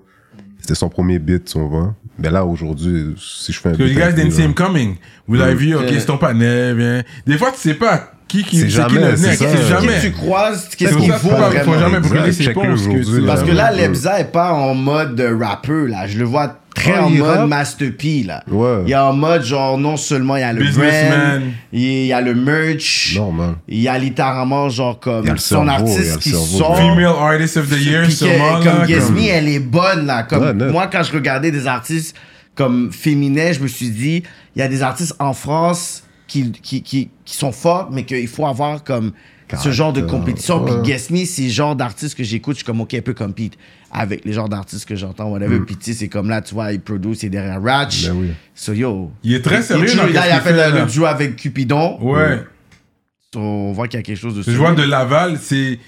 [SPEAKER 3] C'était son premier beat, tu vois. Mais là, aujourd'hui, si je fais un
[SPEAKER 1] Because
[SPEAKER 3] beat.
[SPEAKER 1] you guys
[SPEAKER 3] avec lui,
[SPEAKER 1] didn't see
[SPEAKER 3] là,
[SPEAKER 1] him coming. Vous l'avez vu, ok, c'est ton panel, bien. Des fois, tu sais pas qui qui
[SPEAKER 3] C'est
[SPEAKER 1] c'est qui
[SPEAKER 3] jamais,
[SPEAKER 1] le
[SPEAKER 3] c'est
[SPEAKER 1] mec,
[SPEAKER 3] ça.
[SPEAKER 1] c'est jamais.
[SPEAKER 2] Qui tu croises, qu'est-ce
[SPEAKER 1] C'est pour
[SPEAKER 2] qu'il
[SPEAKER 1] ça
[SPEAKER 2] vaut
[SPEAKER 1] faut pas- faut
[SPEAKER 2] vraiment.
[SPEAKER 1] jamais
[SPEAKER 3] Exact,
[SPEAKER 1] brûler ses
[SPEAKER 3] checker
[SPEAKER 1] ponts.
[SPEAKER 3] aujourd'hui,
[SPEAKER 2] Parce que
[SPEAKER 3] Ouais,
[SPEAKER 2] là,
[SPEAKER 3] ouais.
[SPEAKER 2] Lebza est pas en mode euh, rappeur, là. Je le vois très
[SPEAKER 3] Ah,
[SPEAKER 2] en
[SPEAKER 3] il
[SPEAKER 2] mode
[SPEAKER 3] rappe?
[SPEAKER 2] Master P, là.
[SPEAKER 3] Ouais.
[SPEAKER 2] Il est en mode, genre, non seulement il y a le brand,
[SPEAKER 1] Businessman.
[SPEAKER 2] il il y a le merch,
[SPEAKER 3] Normal.
[SPEAKER 2] il y a littéralement, genre, comme
[SPEAKER 3] Il y a le
[SPEAKER 2] son
[SPEAKER 3] cerveau, il y a
[SPEAKER 2] artiste
[SPEAKER 3] le
[SPEAKER 2] qui
[SPEAKER 3] cerveau.
[SPEAKER 2] sort.
[SPEAKER 3] Female
[SPEAKER 1] Female Artist of the Year,
[SPEAKER 2] Puis que-
[SPEAKER 1] sûrement, là.
[SPEAKER 2] comme Yasmi,
[SPEAKER 1] comme-
[SPEAKER 2] elle est bonne, là. Comme
[SPEAKER 3] Ouais, neuf.
[SPEAKER 2] moi, quand je regardais des artistes comme féminins, je me suis dit, il y a des artistes en France qui, qui, qui, qui sont forts, mais qu'il faut avoir comme ce
[SPEAKER 3] Caractère,
[SPEAKER 2] genre de compétition.
[SPEAKER 3] ouais.
[SPEAKER 2] Puis Yasmi, c'est le genre d'artiste que j'écoute, je suis comme, OK, elle peut compete avec les genres d'artistes que j'entends, whatever.
[SPEAKER 1] Mm.
[SPEAKER 2] Puis tu sais, c'est comme là, tu vois, il produit, c'est derrière Ratch.
[SPEAKER 3] Ben oui.
[SPEAKER 2] So yo.
[SPEAKER 1] Il est très sérieux
[SPEAKER 2] Il,
[SPEAKER 1] dans
[SPEAKER 2] là,
[SPEAKER 1] qu'est-ce
[SPEAKER 2] il a
[SPEAKER 1] qu'il
[SPEAKER 2] fait,
[SPEAKER 1] fait,
[SPEAKER 2] le,
[SPEAKER 1] là.
[SPEAKER 2] le duo avec Cupidon.
[SPEAKER 1] Ouais.
[SPEAKER 2] On voit qu'il y a quelque chose de
[SPEAKER 1] Je vois de Laval, c'est.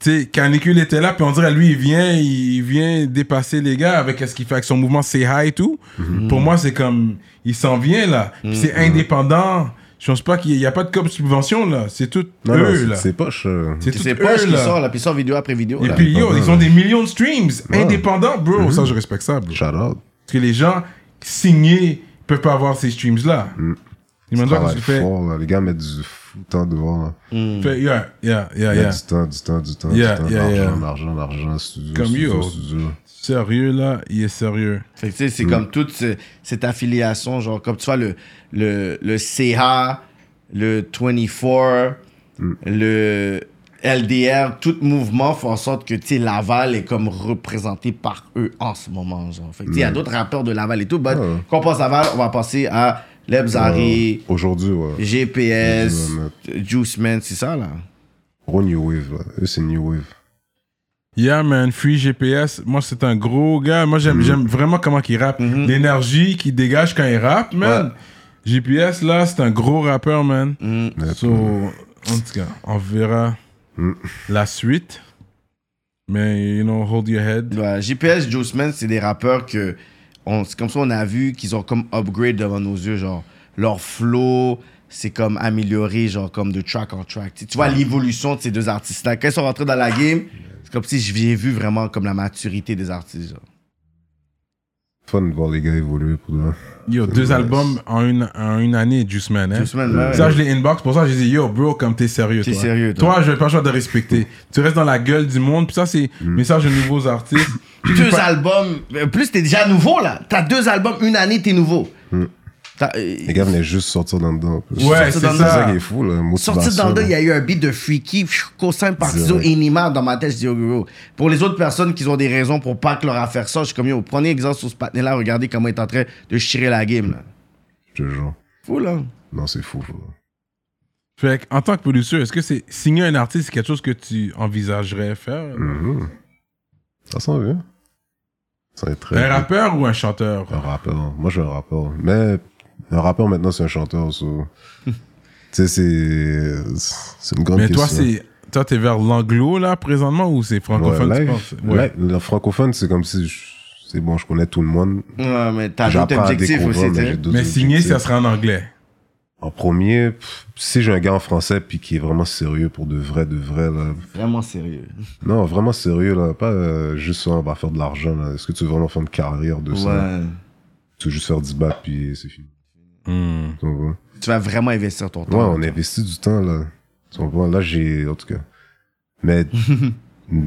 [SPEAKER 1] Tu sais, Canicule était là, puis on dirait, lui, il vient, il vient dépasser les gars avec ce qu'il fait avec son mouvement C'est High et tout.
[SPEAKER 2] Mhm.
[SPEAKER 1] Pour moi, c'est comme. Il s'en vient, là. Puis c'est indépendant. Je pense pas qu'il n'y a pas de cop subvention, là. C'est tout
[SPEAKER 3] Non, non,
[SPEAKER 1] eux,
[SPEAKER 3] c'est-
[SPEAKER 1] là.
[SPEAKER 3] c'est pas cher.
[SPEAKER 1] C'est
[SPEAKER 2] C'est
[SPEAKER 1] tout
[SPEAKER 2] pas ce
[SPEAKER 1] eux,
[SPEAKER 2] qui sort,
[SPEAKER 1] là.
[SPEAKER 2] là, puis il sort vidéo après vidéo.
[SPEAKER 1] Et
[SPEAKER 2] là.
[SPEAKER 1] puis, yo, ils ont des millions de streams
[SPEAKER 3] Ouais. Mhm.
[SPEAKER 1] indépendants, bro. Ça, je respecte ça, bro.
[SPEAKER 3] Shout out.
[SPEAKER 1] Parce que les gens signés peuvent pas avoir ces streams-là.
[SPEAKER 3] Mhm.
[SPEAKER 1] Ils m'ont dit,
[SPEAKER 3] Travaille
[SPEAKER 1] tu fais.
[SPEAKER 3] fort, là. Les gars mettent du fou temps devant. là.
[SPEAKER 1] fais- Yeah, yeah, yeah,
[SPEAKER 3] Il y a
[SPEAKER 1] yeah.
[SPEAKER 3] du temps, du temps, du temps,
[SPEAKER 1] Yeah,
[SPEAKER 3] du temps.
[SPEAKER 1] yeah,
[SPEAKER 3] l'argent,
[SPEAKER 1] yeah.
[SPEAKER 3] l'argent, l'argent, studio,
[SPEAKER 1] Comme
[SPEAKER 3] studio,
[SPEAKER 1] you.
[SPEAKER 3] studio.
[SPEAKER 1] Sérieux, là, il est sérieux.
[SPEAKER 2] Fait que, tu sais, c'est comme toute ce- cette affiliation, genre, comme tu vois, le, le, le CH, le 24, le LDR, tout mouvement fait en sorte que, tu sais, Laval est comme représenté par eux en ce moment, genre. Fait que, tu sais, il y a d'autres rappeurs de Laval et tout, mais
[SPEAKER 3] Ouais.
[SPEAKER 2] quand on pense à Laval, on va passer à Lebzari,
[SPEAKER 3] Euh, Aujourd'hui, ouais.
[SPEAKER 2] GPS,
[SPEAKER 3] Ouais,
[SPEAKER 2] Juice Man, c'est ça, là.
[SPEAKER 3] Gros New Wave, là. Eux, c'est New Wave.
[SPEAKER 1] Yeah, man, Free GPS, moi, c'est un gros gars. Moi,
[SPEAKER 2] Mm-hmm.
[SPEAKER 1] j'aime j'aime vraiment comment il rappe. L'énergie qu'il dégage quand il rappe, man. GPS, là, c'est un gros rappeur, man.
[SPEAKER 2] Mm.
[SPEAKER 3] Net,
[SPEAKER 1] So,
[SPEAKER 3] là.
[SPEAKER 1] en tout cas, on verra
[SPEAKER 3] Mm.
[SPEAKER 1] la suite. Mais, you know, hold your head.
[SPEAKER 2] Ouais, GPS, Juice Man, c'est des rappeurs que. on- C'est comme ça on a vu qu'ils ont comme upgrade devant nos yeux, genre. Leur flow, c'est comme amélioré, genre, comme de track en track. Tu, tu vois l'évolution de ces deux artistes-là. Quand ils sont rentrés dans la game, c'est comme si j'ai vu vraiment comme la maturité des artistes. genre.
[SPEAKER 3] Fun de voir les gars évoluer pour de vrai.
[SPEAKER 1] Yo, deux
[SPEAKER 3] nice.
[SPEAKER 1] albums en une, en une année, Juice Man. Hein?
[SPEAKER 2] Juice Man, ouais.
[SPEAKER 1] Ça, je l'ai inbox. Pour ça, j'ai dit, yo, bro, comme t'es sérieux.
[SPEAKER 2] T'es
[SPEAKER 1] toi.
[SPEAKER 2] sérieux, toi.
[SPEAKER 1] toi. je vais pas le choix de respecter. tu restes dans la gueule du monde. Puis ça, c'est message aux nouveaux artistes.
[SPEAKER 2] Deux albums. euh, Plus, t'es déjà nouveau, là. T'as deux albums, une année, t'es nouveau. T'as, euh,
[SPEAKER 3] Les gars venaient juste sortir dans le dos.
[SPEAKER 1] Ouais,
[SPEAKER 3] c'est
[SPEAKER 1] c'est
[SPEAKER 2] dans le
[SPEAKER 3] ça.
[SPEAKER 1] ça.
[SPEAKER 3] qui est fou, là. Motivation,
[SPEAKER 2] Sorti dans le dos,
[SPEAKER 3] là.
[SPEAKER 2] il y a eu un beat de Freaky, pfiou, cosign partisan,
[SPEAKER 3] Direct.
[SPEAKER 2] Enima dans ma tête. Je dis, oh, gros. Pour les autres personnes qui ont des raisons pour pas que leur affaire sorte, je suis comme, yo, prenez exemple sur ce patin-là, regardez comment il est en train de chirer la game. Là.
[SPEAKER 3] Je te jure.
[SPEAKER 2] Fou, là.
[SPEAKER 3] Non, c'est fou, fou.
[SPEAKER 1] Fait que, en tant que producteur, est-ce que c'est signer un artiste, c'est quelque chose que tu envisagerais faire
[SPEAKER 3] Mhm. Ça sent bien. Ça va être très.
[SPEAKER 1] Un rappeur ou un chanteur
[SPEAKER 3] Un rappeur. Moi, je suis un rappeur. Mais un rappeur, maintenant, c'est un chanteur. so. tu sais, c'est. C'est une grande
[SPEAKER 1] Mais
[SPEAKER 3] question.
[SPEAKER 1] toi, c'est. Toi, t'es vers l'anglo, là, présentement, ou c'est francophone,
[SPEAKER 3] Ouais,
[SPEAKER 1] tu
[SPEAKER 3] live,
[SPEAKER 1] penses Ouais.
[SPEAKER 3] live, le francophone, c'est comme si. je- C'est bon, je connais tout le monde.
[SPEAKER 2] Ouais, mais t'as d'autres
[SPEAKER 3] J'apprends à
[SPEAKER 2] objectifs
[SPEAKER 3] découvrir,
[SPEAKER 2] aussi,
[SPEAKER 3] mais j'ai
[SPEAKER 2] t'sais.
[SPEAKER 3] d'autres
[SPEAKER 1] Mais signer,
[SPEAKER 3] objectifs.
[SPEAKER 1] ça sera en anglais.
[SPEAKER 3] En premier, pff, si j'ai un gars en français puis qui est vraiment sérieux pour de vrai, de vrai, là.
[SPEAKER 2] Vraiment sérieux.
[SPEAKER 3] Non, vraiment sérieux, là. Pas euh, juste, on va faire de l'argent, là. Est-ce que tu veux vraiment faire une carrière de ça?
[SPEAKER 2] Ouais.
[SPEAKER 3] Tu veux juste faire 10 bahts puis c'est fini.
[SPEAKER 1] Hmm.
[SPEAKER 3] Tu comprends?
[SPEAKER 2] Tu vas vraiment investir ton
[SPEAKER 3] Ouais,
[SPEAKER 2] temps.
[SPEAKER 3] on investit du temps, là. Tu comprends? Là, j'ai, en tout cas. Mais,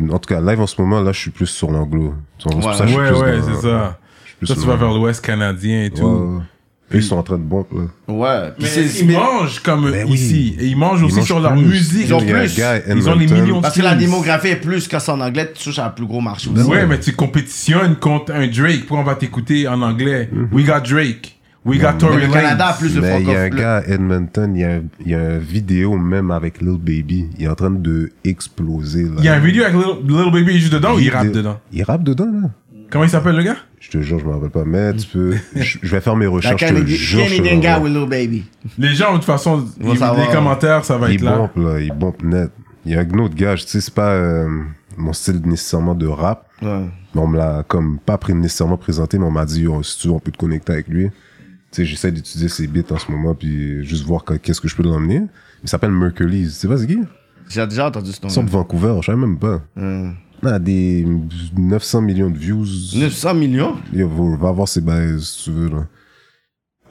[SPEAKER 3] en tout cas, live en ce moment, là, je suis plus sur l'anglo. Tu comprends? C'est pour ça que Ah, je suis
[SPEAKER 1] Ouais,
[SPEAKER 3] plus
[SPEAKER 1] ouais,
[SPEAKER 3] dans-
[SPEAKER 1] c'est ça.
[SPEAKER 3] je suis plus
[SPEAKER 1] Toi, tu
[SPEAKER 3] sur
[SPEAKER 1] vas vers
[SPEAKER 3] l'anglo.
[SPEAKER 1] l'ouest canadien et tout.
[SPEAKER 3] Ouais, ouais. Puis ils sont en train de bomber, là.
[SPEAKER 2] Ouais. Puis
[SPEAKER 1] Mais
[SPEAKER 2] c'est-
[SPEAKER 1] ils mangent comme
[SPEAKER 3] Ben oui.
[SPEAKER 1] ici. Et ils mangent
[SPEAKER 3] Ils
[SPEAKER 1] aussi
[SPEAKER 3] mangent
[SPEAKER 1] sur leur
[SPEAKER 3] plus.
[SPEAKER 1] musique.
[SPEAKER 2] Ils ont
[SPEAKER 3] Il y a un
[SPEAKER 2] plus.
[SPEAKER 3] gars à
[SPEAKER 1] Ils ont les
[SPEAKER 3] Edmonton.
[SPEAKER 1] millions de
[SPEAKER 2] Parce que la
[SPEAKER 1] streams.
[SPEAKER 2] démographie est plus quand c'est en anglais, tu touches à un plus gros marché
[SPEAKER 3] Ben
[SPEAKER 2] aussi.
[SPEAKER 1] Ouais, mais tu compétitionnes contre un Drake. Pourquoi on va t'écouter en anglais
[SPEAKER 3] Mm-hmm.
[SPEAKER 1] We got Drake. We got Tory
[SPEAKER 2] Mais le Canada a
[SPEAKER 1] Lanez.
[SPEAKER 2] plus de
[SPEAKER 3] Mais il y a un
[SPEAKER 2] francophones.
[SPEAKER 3] gars à Edmonton, il y a, il y a une vidéo même avec Lil Baby. Il est en train de exploser. Là.
[SPEAKER 1] Il y a un vidéo avec Little, Little Baby il est juste dedans ou il rappe dedans
[SPEAKER 3] Il rappe dedans, là.
[SPEAKER 1] Comment il s'appelle le gars
[SPEAKER 3] Je te jure, je me rappelle pas. Mais tu peux. je, je vais faire mes
[SPEAKER 2] La
[SPEAKER 3] recherches. je te
[SPEAKER 2] Canadi-
[SPEAKER 3] jure, je te
[SPEAKER 2] Canadian guy
[SPEAKER 3] l'envoie.
[SPEAKER 2] with no baby.
[SPEAKER 1] Les gens, de toute façon,
[SPEAKER 2] On va
[SPEAKER 1] ils-
[SPEAKER 2] savoir.
[SPEAKER 1] les commentaires, ça va être
[SPEAKER 3] Il
[SPEAKER 1] là.
[SPEAKER 3] bombe, là. Il bombe net. Il y a un autre gars, je sais, c'est pas euh, mon style nécessairement de rap.
[SPEAKER 2] Ouais.
[SPEAKER 3] oh, Mais on me l'a comme pas pré- nécessairement présenté, mais on m'a dit, Yo, si tu veux, on peut te connecter avec lui. sais, j'essaie d'étudier ses beats en ce moment, puis juste voir que- qu'est-ce que je peux l'emmener. Il s'appelle Mercules. Tu sais pas c'est qui?
[SPEAKER 2] J'ai déjà entendu ce nom.
[SPEAKER 3] Ils sont de Vancouver, je savais même pas.
[SPEAKER 2] Euh,
[SPEAKER 3] On a des 900 millions de views.
[SPEAKER 2] 900 millions
[SPEAKER 3] Yo, va va voir ses bails, si tu veux, là.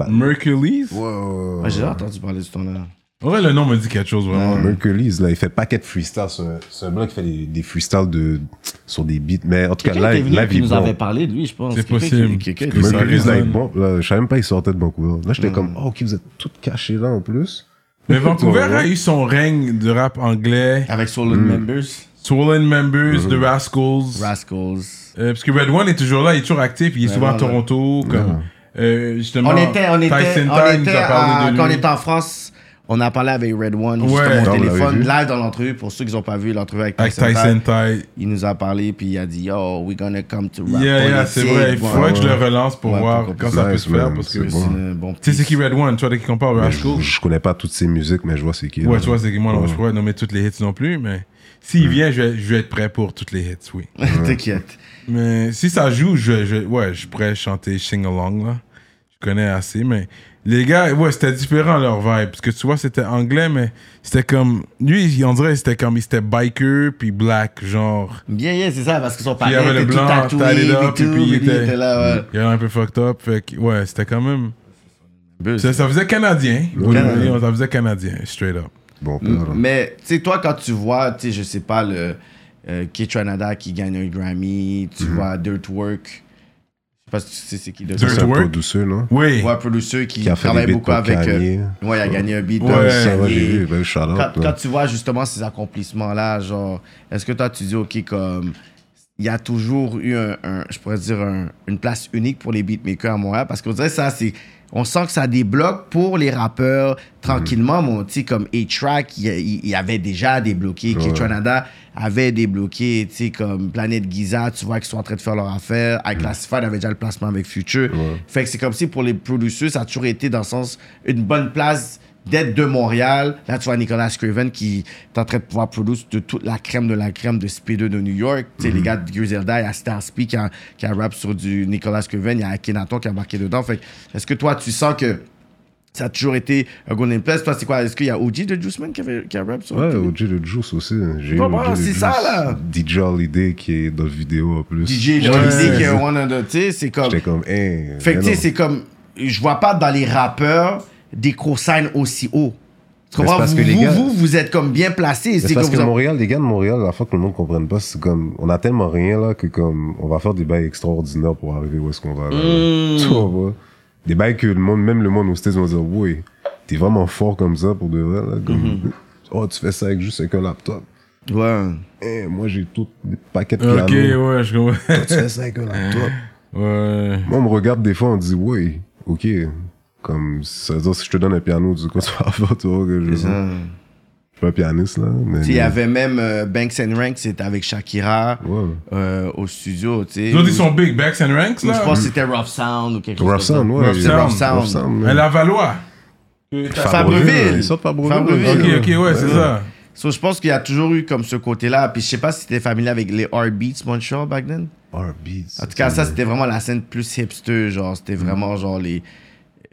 [SPEAKER 1] Mercules?
[SPEAKER 3] Wow.
[SPEAKER 2] Ah, J'ai déjà entendu parler de ce nom-là.
[SPEAKER 1] Ouais, le nom me dit quelque chose,
[SPEAKER 3] Ah,
[SPEAKER 1] vraiment.
[SPEAKER 3] Mercules, là, il fait paquet de freestyle. C'est un- c'est un blanc qui fait des, des freestyles de, sur des beats. Mais en tout cas,
[SPEAKER 2] Quelqu'un
[SPEAKER 3] là,
[SPEAKER 2] était venu
[SPEAKER 3] là,
[SPEAKER 2] puis
[SPEAKER 3] il est
[SPEAKER 2] nous
[SPEAKER 3] bon.
[SPEAKER 2] avait parlé de lui, je pense.
[SPEAKER 1] C'est
[SPEAKER 2] Quelqu'un qui-
[SPEAKER 1] possible.
[SPEAKER 2] quelqu'un
[SPEAKER 1] Parce
[SPEAKER 2] qui-
[SPEAKER 1] que ça
[SPEAKER 3] Mercules, là, il est
[SPEAKER 1] résonne.
[SPEAKER 3] bon. Là, je savais même pas, il sortait de Vancouver. Là, j'étais
[SPEAKER 2] Mm.
[SPEAKER 3] comme, oh, ok, vous êtes toutes cachées là, en plus.
[SPEAKER 1] Mais Vancouver
[SPEAKER 3] Ouais.
[SPEAKER 1] a eu son règne de rap anglais.
[SPEAKER 2] Avec Solid
[SPEAKER 1] Mm.
[SPEAKER 2] Members,
[SPEAKER 1] Swollen Members, The Rascals.
[SPEAKER 2] Rascals.
[SPEAKER 1] Euh, parce que Red One est toujours là, il est toujours actif, il est
[SPEAKER 2] Ouais,
[SPEAKER 1] souvent à
[SPEAKER 2] ouais,
[SPEAKER 1] Toronto. Comme, euh, justement,
[SPEAKER 2] On était, on était,
[SPEAKER 1] Tyson
[SPEAKER 2] on
[SPEAKER 1] Time
[SPEAKER 2] était
[SPEAKER 1] nous a
[SPEAKER 2] à-
[SPEAKER 1] parlé de
[SPEAKER 2] quand on
[SPEAKER 1] lui.
[SPEAKER 2] était en France, on a parlé avec Red One,
[SPEAKER 1] Ouais.
[SPEAKER 2] juste
[SPEAKER 3] Ah,
[SPEAKER 2] à
[SPEAKER 3] on
[SPEAKER 2] mon téléphone,
[SPEAKER 3] l'avait vu.
[SPEAKER 2] live dans l'entrevue. Pour ceux qui n'ont pas vu l'entrevue avec
[SPEAKER 1] Avec
[SPEAKER 2] Tyson,
[SPEAKER 1] Tyson
[SPEAKER 2] Tide,
[SPEAKER 1] Tide.
[SPEAKER 2] il nous a parlé, puis il a dit Yo, we're gonna come to rap.
[SPEAKER 1] Yeah, yeah, c'est
[SPEAKER 2] politique.
[SPEAKER 1] vrai. Il
[SPEAKER 2] Ouais,
[SPEAKER 1] faudrait que je le relance pour
[SPEAKER 2] Ouais,
[SPEAKER 1] voir
[SPEAKER 2] pour qu'on
[SPEAKER 1] quand
[SPEAKER 2] puisse-
[SPEAKER 1] ça peut
[SPEAKER 3] Nice,
[SPEAKER 1] se faire.
[SPEAKER 3] man,
[SPEAKER 1] Parce que
[SPEAKER 3] c'est
[SPEAKER 1] tu
[SPEAKER 3] bon.
[SPEAKER 2] C'est un bon
[SPEAKER 1] sais,
[SPEAKER 2] petit-
[SPEAKER 1] c'est qui Red One Tu vois, dès qu'il compare au
[SPEAKER 3] Mais
[SPEAKER 1] Rascals.
[SPEAKER 3] je, je connais pas toutes ses musiques, mais je vois c'est qui.
[SPEAKER 1] Ouais,
[SPEAKER 3] là.
[SPEAKER 1] tu vois, c'est que moi, non,
[SPEAKER 3] Ouais.
[SPEAKER 1] je pourrais nommer toutes les hits non plus, mais s'il vient, je vais, je vais être prêt pour toutes les hits, oui.
[SPEAKER 2] T'inquiète.
[SPEAKER 1] Mais si ça joue, je, je, ouais, je pourrais chanter Sing Along, là. Je connais assez, mais les gars, ouais, c'était différent leur vibe. Parce que tu vois, c'était anglais, mais c'était comme. Lui, il- on dirait, c'était comme. Il était biker, puis black, genre.
[SPEAKER 2] Yeah, yeah, c'est ça, parce que son
[SPEAKER 1] il y
[SPEAKER 2] parrain
[SPEAKER 1] avait le
[SPEAKER 2] était tout
[SPEAKER 1] blanc,
[SPEAKER 2] tatoué,
[SPEAKER 1] tatted
[SPEAKER 2] et
[SPEAKER 1] up,
[SPEAKER 2] tout,
[SPEAKER 1] et puis il
[SPEAKER 2] lui,
[SPEAKER 1] était-
[SPEAKER 2] là, ouais.
[SPEAKER 1] Il avait un peu fucked up. Fait que, ouais, c'était quand même.
[SPEAKER 2] Buzz.
[SPEAKER 1] Ça, ça faisait canadien.
[SPEAKER 2] Canadien.
[SPEAKER 1] Ça faisait canadien, straight up.
[SPEAKER 3] Bon, père, là.
[SPEAKER 2] Mais, tu sais, toi, quand tu vois, tu sais, je sais pas, le euh, Kid Tranada qui gagne un Grammy, tu
[SPEAKER 3] Mhm.
[SPEAKER 2] vois Dirtwork, je sais pas si tu sais c'est qui Dirtwork.
[SPEAKER 3] C'est un peu
[SPEAKER 1] Dirtwork.
[SPEAKER 3] douceux, là.
[SPEAKER 1] Oui.
[SPEAKER 2] Ouais, producer qui,
[SPEAKER 3] Qui a fait
[SPEAKER 2] travaille
[SPEAKER 3] des beats
[SPEAKER 2] beaucoup
[SPEAKER 3] pour
[SPEAKER 2] avec.
[SPEAKER 3] Kanye.
[SPEAKER 2] euh, ouais, il a gagné un beat. euh,
[SPEAKER 1] Ouais,
[SPEAKER 2] pour
[SPEAKER 3] Ça, ouais,
[SPEAKER 2] Kanye.
[SPEAKER 3] j'ai vu. Ben, shout out,
[SPEAKER 2] quand,
[SPEAKER 3] là.
[SPEAKER 2] quand tu vois justement ces accomplissements-là, genre, est-ce que toi, tu dis, OK, comme. Il y a toujours eu, un, un- je pourrais dire, un- une place unique pour les beatmakers à Montréal parce qu'on dirait ça, c'est. On sent que ça débloque pour les rappeurs tranquillement, mon petit, comme A-Track, il y a- il il avait déjà débloqué, Kid Canada avait débloqué, tu sais, comme Planète Giza, tu vois, qu'ils sont en train de faire leur affaire. Avec Classified avait déjà le placement avec Future. Fait que c'est comme si pour les producers, ça a toujours été dans le sens une bonne place d'être de Montréal. Là, tu vois Nicolas Craven qui est en train de pouvoir produire de toute la crème de la crème de Speedo de New York. Tu
[SPEAKER 3] Mm-hmm.
[SPEAKER 2] sais, les gars de Griselda, il y a Star Speak qui a, qui a rap sur du Nicolas Craven, il y a Akhenaton qui a marqué dedans. Fait que, est-ce que toi, tu sens que ça a toujours été un golden place? Toi, c'est quoi? Est-ce qu'il y a OG de Juiceman qui, avait- qui a rap sur
[SPEAKER 3] Ouais,
[SPEAKER 2] le-
[SPEAKER 3] OJ de Juice aussi. hein. J'ai
[SPEAKER 2] Bon,
[SPEAKER 3] eu
[SPEAKER 2] bon,
[SPEAKER 3] OJ de
[SPEAKER 2] c'est
[SPEAKER 3] Juice,
[SPEAKER 2] ça, là.
[SPEAKER 3] DJ Holiday qui est dans la vidéo en plus.
[SPEAKER 2] DJ
[SPEAKER 1] Ouais.
[SPEAKER 2] Johnny qui est one of the- tu sais, c'est comme.
[SPEAKER 3] J'étais comme, hey.
[SPEAKER 2] Fait que,
[SPEAKER 3] mais
[SPEAKER 2] tu sais,
[SPEAKER 3] non.
[SPEAKER 2] c'est comme. Je vois pas dans les rappeurs des cosignes aussi hauts. Tu
[SPEAKER 3] Mais c'est
[SPEAKER 2] comprends?
[SPEAKER 3] parce
[SPEAKER 2] vous,
[SPEAKER 3] que les
[SPEAKER 2] vous,
[SPEAKER 3] gars-
[SPEAKER 2] vous, vous êtes comme bien placés.
[SPEAKER 3] Mais
[SPEAKER 2] C'est
[SPEAKER 3] C'est parce
[SPEAKER 2] comme
[SPEAKER 3] que
[SPEAKER 2] vous en-
[SPEAKER 3] Montréal, les gars de Montréal, la fois que le monde comprenne pas, c'est comme, on a tellement rien là que comme, on va faire des bails extraordinaires pour arriver où est-ce qu'on va. là.
[SPEAKER 2] Hmm.
[SPEAKER 3] Tu vois, pas? Des bails que le monde, même le monde aux States vont dire, ouais, t'es vraiment fort comme ça pour de vrai, là. Comme,
[SPEAKER 2] Mhm.
[SPEAKER 3] Oh, tu fais ça avec juste avec un laptop.
[SPEAKER 2] Ouais.
[SPEAKER 3] Eh, moi, j'ai tout, des paquets de
[SPEAKER 1] Ok,
[SPEAKER 3] piano.
[SPEAKER 1] ouais, je comprends.
[SPEAKER 3] Tu fais ça avec un laptop.
[SPEAKER 1] Ouais.
[SPEAKER 3] Moi, on me regarde des fois, on dit, ouais, ok. Comme, ça veut dire, si je te donne un piano, du coup, tu vas avoir, tu vois, que je, je suis
[SPEAKER 2] Ça.
[SPEAKER 3] pas un pianiste, là. Mais,
[SPEAKER 2] Tu sais, Il y avait même euh, Banks and Ranks, c'était avec Shakira
[SPEAKER 3] Mm. Ouais.
[SPEAKER 2] euh, au studio. tu sais.
[SPEAKER 1] Les autres, ils sont big, backs and ranks,
[SPEAKER 2] Ou Je
[SPEAKER 1] là.
[SPEAKER 2] pense que c'était Rough Sound ou quelque chose.
[SPEAKER 3] Rough
[SPEAKER 2] comme ça.
[SPEAKER 3] Sound, ouais.
[SPEAKER 1] Rough
[SPEAKER 3] il-
[SPEAKER 1] Sound.
[SPEAKER 3] Rough Sound,
[SPEAKER 1] À
[SPEAKER 3] ouais.
[SPEAKER 1] la Valois.
[SPEAKER 2] Fabreville.
[SPEAKER 3] Ils sortent
[SPEAKER 1] Ok,
[SPEAKER 3] Fabreville.
[SPEAKER 2] Fabreville.
[SPEAKER 1] ok, ouais, c'est ça.
[SPEAKER 2] So, je pense qu'il y a toujours eu comme ce côté-là. Puis je sais pas si t'es familier avec les R-Beats Montreal back then.
[SPEAKER 3] R&B's.
[SPEAKER 2] En tout cas, ça, c'était vraiment la scène plus hipster. Genre, c'était
[SPEAKER 3] Mm.
[SPEAKER 2] vraiment genre les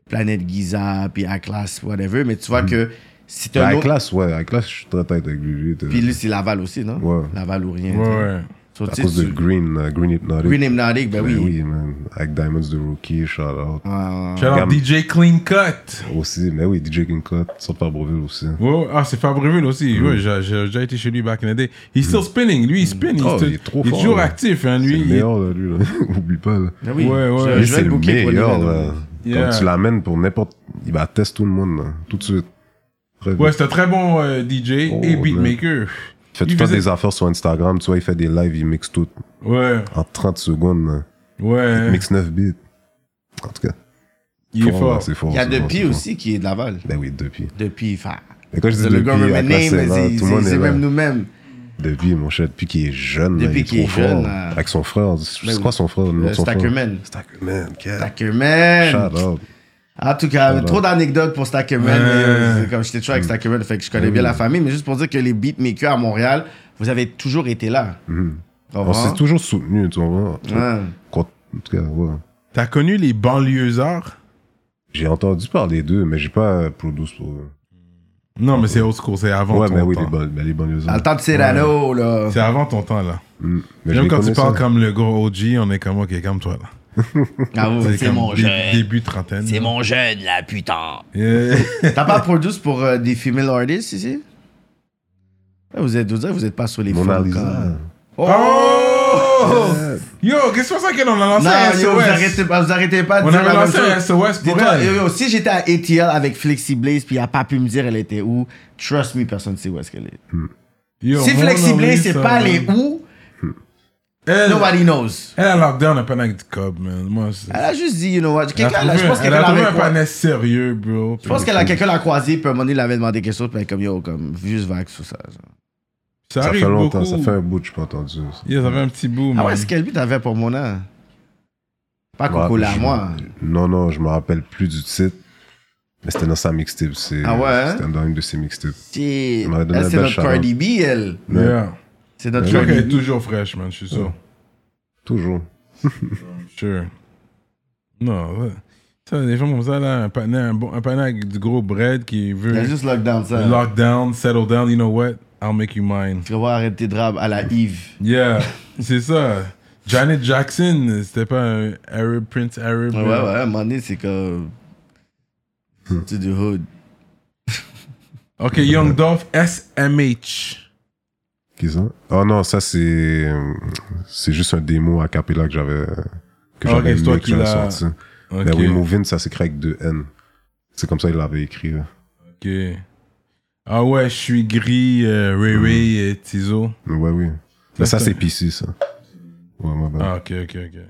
[SPEAKER 2] Planète Giza, puis Atlas, whatever. Mais tu vois
[SPEAKER 3] Mm.
[SPEAKER 2] que c'est un
[SPEAKER 3] High
[SPEAKER 2] autre.
[SPEAKER 3] class, Ben, ouais. High class, je suis très tête avec euh, lui. lui, t'es-
[SPEAKER 2] Puis lui, c'est Laval aussi, non
[SPEAKER 3] Ouais.
[SPEAKER 2] Laval ou rien.
[SPEAKER 1] Ouais, ouais.
[SPEAKER 2] So,
[SPEAKER 3] À
[SPEAKER 2] tu sais,
[SPEAKER 3] cause de
[SPEAKER 2] tu-
[SPEAKER 3] Green, euh, Green Hypnotic.
[SPEAKER 2] Green Hypnotic, ben
[SPEAKER 3] Ben
[SPEAKER 2] oui.
[SPEAKER 3] oui, man. Avec Diamonds de Rookie, shout out.
[SPEAKER 2] Ah,
[SPEAKER 1] Shout out
[SPEAKER 3] Gamme.
[SPEAKER 1] DJ Clean Cut.
[SPEAKER 3] Aussi, mais oui, DJ King Cut, sort de Fabreville aussi.
[SPEAKER 1] Ouais, ah, c'est Fabreville
[SPEAKER 3] Mm.
[SPEAKER 1] aussi. Ouais, j'ai j'ai déjà été chez lui back in the day. He's still spinning. Lui, il spin.
[SPEAKER 3] Oh,
[SPEAKER 1] il, est
[SPEAKER 3] il est trop
[SPEAKER 1] il est
[SPEAKER 3] fort,
[SPEAKER 1] toujours
[SPEAKER 3] là.
[SPEAKER 1] actif, hein,
[SPEAKER 3] C'est
[SPEAKER 1] lui.
[SPEAKER 3] le
[SPEAKER 1] Il-
[SPEAKER 3] meilleur, là, lui, là. Oublie pas, là.
[SPEAKER 2] ben oui.
[SPEAKER 1] Ouais, ouais.
[SPEAKER 2] Je-
[SPEAKER 3] Lui,
[SPEAKER 2] Je vais
[SPEAKER 3] c'est
[SPEAKER 2] le
[SPEAKER 3] le
[SPEAKER 2] booker pour
[SPEAKER 3] meilleur, euh,
[SPEAKER 2] lui.
[SPEAKER 3] là.
[SPEAKER 1] Yeah.
[SPEAKER 3] Quand tu l'amènes pour n'importe. Il va tester tout le monde, là. Tout de suite. Très
[SPEAKER 1] Ouais,
[SPEAKER 3] vite.
[SPEAKER 1] c'est un très bon euh, DJ
[SPEAKER 3] Oh,
[SPEAKER 1] et beatmaker.
[SPEAKER 3] Fait
[SPEAKER 1] il
[SPEAKER 3] tout faire
[SPEAKER 1] faisait-
[SPEAKER 3] des affaires sur Instagram, tu vois, il fait des lives, il mixe tout.
[SPEAKER 1] Ouais,
[SPEAKER 3] En 30 secondes, là.
[SPEAKER 1] ouais.
[SPEAKER 3] Mixe 9 bits. En tout cas.
[SPEAKER 1] il est fort.
[SPEAKER 3] là, c'est fort.
[SPEAKER 2] Il y a
[SPEAKER 3] c'est fort,
[SPEAKER 2] Depi
[SPEAKER 3] c'est fort.
[SPEAKER 2] aussi qui est de Laval.
[SPEAKER 3] Ben oui, depuis.
[SPEAKER 2] Depuis, enfin.
[SPEAKER 3] Et quand je dis
[SPEAKER 2] C'est le
[SPEAKER 3] depuis,
[SPEAKER 2] government
[SPEAKER 3] à
[SPEAKER 2] name,
[SPEAKER 3] classe
[SPEAKER 2] mais
[SPEAKER 3] là,
[SPEAKER 2] c'est-
[SPEAKER 3] tout le monde
[SPEAKER 2] c'est
[SPEAKER 3] est
[SPEAKER 2] c'est
[SPEAKER 3] là.
[SPEAKER 2] même nous-mêmes.
[SPEAKER 3] Depuis, mon chat, depuis qu'il est jeune, là,
[SPEAKER 2] Depuis
[SPEAKER 3] il est
[SPEAKER 2] qu'il
[SPEAKER 3] trop
[SPEAKER 2] est jeune,
[SPEAKER 3] fort.
[SPEAKER 2] là.
[SPEAKER 3] Avec son frère, c'est
[SPEAKER 2] Ben
[SPEAKER 3] quoi
[SPEAKER 2] oui.
[SPEAKER 3] son frère, le nom
[SPEAKER 2] Euh,
[SPEAKER 3] de son frère?
[SPEAKER 2] Stackerman.
[SPEAKER 3] Stackerman, cat.
[SPEAKER 2] Stackerman.
[SPEAKER 3] Shout out.
[SPEAKER 2] En tout cas,
[SPEAKER 3] Shout out. Mm.
[SPEAKER 2] trop d'anecdotes pour Stackerman.
[SPEAKER 1] Ouais.
[SPEAKER 2] euh, c'est Comme j'étais toujours avec Stackerman, fait que je connais bien la famille. Mais juste pour dire que les beatmakers à Montréal, vous avez toujours été là. Au
[SPEAKER 3] Mm. On
[SPEAKER 2] revoir.
[SPEAKER 3] s'est toujours soutenu, tu vois.
[SPEAKER 2] Ouais.
[SPEAKER 3] Quand- En tout cas, ouais.
[SPEAKER 1] T'as connu les banlieusards?
[SPEAKER 3] J'ai entendu parler d'eux, mais j'ai pas produit pour eux.
[SPEAKER 1] Non, mais c'est old school, c'est avant
[SPEAKER 3] Ouais,
[SPEAKER 1] ton
[SPEAKER 3] mais oui,
[SPEAKER 1] temps.
[SPEAKER 3] les bonnes, mais les bonnes
[SPEAKER 2] Dans le temps de Cyrano, là.
[SPEAKER 1] C'est avant ton temps, là.
[SPEAKER 3] Mm. Mais je
[SPEAKER 1] Même
[SPEAKER 3] les
[SPEAKER 1] quand tu
[SPEAKER 3] connais,
[SPEAKER 1] parles
[SPEAKER 3] ça.
[SPEAKER 1] comme le gros OG, on est comme, ok, comme toi, là.
[SPEAKER 2] Ah ouais.
[SPEAKER 4] C'est
[SPEAKER 1] comme
[SPEAKER 4] mon
[SPEAKER 1] dé-
[SPEAKER 4] jeune.
[SPEAKER 1] Début trentaine.
[SPEAKER 4] C'est mon jeune, là, putain.
[SPEAKER 1] Yeah.
[SPEAKER 2] T'as pas produit pour euh, des female artists ici? Ah, Vous êtes, vous êtes- vous êtes pas sur les
[SPEAKER 3] Mona
[SPEAKER 2] fonds,
[SPEAKER 3] Lisa.
[SPEAKER 2] quand- Oh!
[SPEAKER 1] Oh! Yo, qu'est-ce que c'est qu'on a lancé
[SPEAKER 2] Non,
[SPEAKER 1] un
[SPEAKER 2] yo, vous
[SPEAKER 1] SOS?
[SPEAKER 2] arrêtez pas, vous arrêtez pas de
[SPEAKER 1] On
[SPEAKER 2] dire
[SPEAKER 1] avait
[SPEAKER 2] la même
[SPEAKER 1] lancé un
[SPEAKER 2] chose.
[SPEAKER 1] SOS pour
[SPEAKER 2] Dis-toi, yo,
[SPEAKER 1] elle.
[SPEAKER 2] yo, si j'étais à ATL avec Flexi Blaze puis il a pas pu me dire elle était où, trust me, personne ne sait où est-ce qu'elle est.
[SPEAKER 1] Yo,
[SPEAKER 2] si
[SPEAKER 1] mon
[SPEAKER 2] Flexi
[SPEAKER 1] Lisa,
[SPEAKER 2] Blaze c'est pas les où,
[SPEAKER 1] Elle,
[SPEAKER 2] nobody knows.
[SPEAKER 1] elle a lockdown un panic de cob, man. Moi, c'est-
[SPEAKER 2] Elle a juste dit, you know what,
[SPEAKER 1] elle a
[SPEAKER 2] quelqu'un, Ah, là, je
[SPEAKER 1] trouvé,
[SPEAKER 2] pense
[SPEAKER 1] elle
[SPEAKER 2] qu'elle
[SPEAKER 1] a trouvé
[SPEAKER 2] l'avait
[SPEAKER 1] un
[SPEAKER 2] croisé.
[SPEAKER 1] panel sérieux, bro.
[SPEAKER 2] Je pense qu'elle a quelqu'un l'a croisé, puis à un moment donné, il avait demandé quelque chose, puis elle est comme yo, comme juste vague sur ça. genre.
[SPEAKER 1] Ça
[SPEAKER 3] Ça fait
[SPEAKER 1] arrive
[SPEAKER 3] longtemps,
[SPEAKER 1] beaucoup.
[SPEAKER 3] ça fait un bout que je pas entendu. ça.
[SPEAKER 1] Yo, ça fait un petit bout,
[SPEAKER 2] Ah ouais,
[SPEAKER 1] man.
[SPEAKER 2] c'est quel but t'avais pour mon âme? Pas
[SPEAKER 1] Bah,
[SPEAKER 3] Je me rappelle-
[SPEAKER 2] Coco la
[SPEAKER 3] je-
[SPEAKER 2] moi.
[SPEAKER 3] Non, non, je me rappelle plus du titre. Mais c'était dans sa mixtape. c'est-
[SPEAKER 2] Ah ouais, hein?
[SPEAKER 3] C'était dans une de ses mixtapes.
[SPEAKER 2] Shit.
[SPEAKER 3] Elle m'avait donné
[SPEAKER 2] Elle,
[SPEAKER 3] un
[SPEAKER 2] c'est
[SPEAKER 3] bel
[SPEAKER 2] notre
[SPEAKER 3] shout-out.
[SPEAKER 2] Cardi B, elle.
[SPEAKER 3] Mais
[SPEAKER 1] Yeah.
[SPEAKER 2] C'est notre
[SPEAKER 1] Je crois qu'elle
[SPEAKER 2] Cardi
[SPEAKER 1] est
[SPEAKER 2] B.
[SPEAKER 1] toujours fraîche, man, je suis sûr.
[SPEAKER 3] Toujours.
[SPEAKER 1] Sure. Non, ça- ça, des gens comme ça, là, un panel, un, bon, un panel avec du gros bread qui
[SPEAKER 2] Elle a
[SPEAKER 1] veut
[SPEAKER 2] juste euh, lockdown, ça.
[SPEAKER 1] lockdown, settle down, you know what? I'll make you mine.
[SPEAKER 2] Tu vas voir arrêter de rab à la Yves.
[SPEAKER 1] Yeah, c'est ça. Janet Jackson, c'était pas un Arab Prince Arab.
[SPEAKER 2] Ouais, ouais, ouais,
[SPEAKER 1] euh,
[SPEAKER 2] à un moment donné, c'est comme.
[SPEAKER 3] Hmm.
[SPEAKER 2] C'est du hood.
[SPEAKER 1] Ok, Young Dolph, SMH.
[SPEAKER 3] Qu'ils ont. Oh non, ça c'est. C'est juste un démo à capella que j'avais. Que
[SPEAKER 1] Ah, ok,
[SPEAKER 3] j'avais
[SPEAKER 1] c'est toi
[SPEAKER 3] mis, que
[SPEAKER 1] qui
[SPEAKER 3] j'avais
[SPEAKER 1] l'as-
[SPEAKER 3] sorti.
[SPEAKER 1] Ok.
[SPEAKER 2] Ben
[SPEAKER 3] Mais oui, Movin, ça s'écrit avec deux N. C'est comme ça qu'il l'avait écrit. là.
[SPEAKER 1] ok. Ah ouais, je suis gris, euh, Ray Ray
[SPEAKER 2] Mm.
[SPEAKER 1] et Tizo.
[SPEAKER 3] Ouais, oui. Mais ça,
[SPEAKER 1] c'est-
[SPEAKER 3] c'est PC, ça. Ouais, ouais, ouais.
[SPEAKER 1] Ah, ok, ok, ok.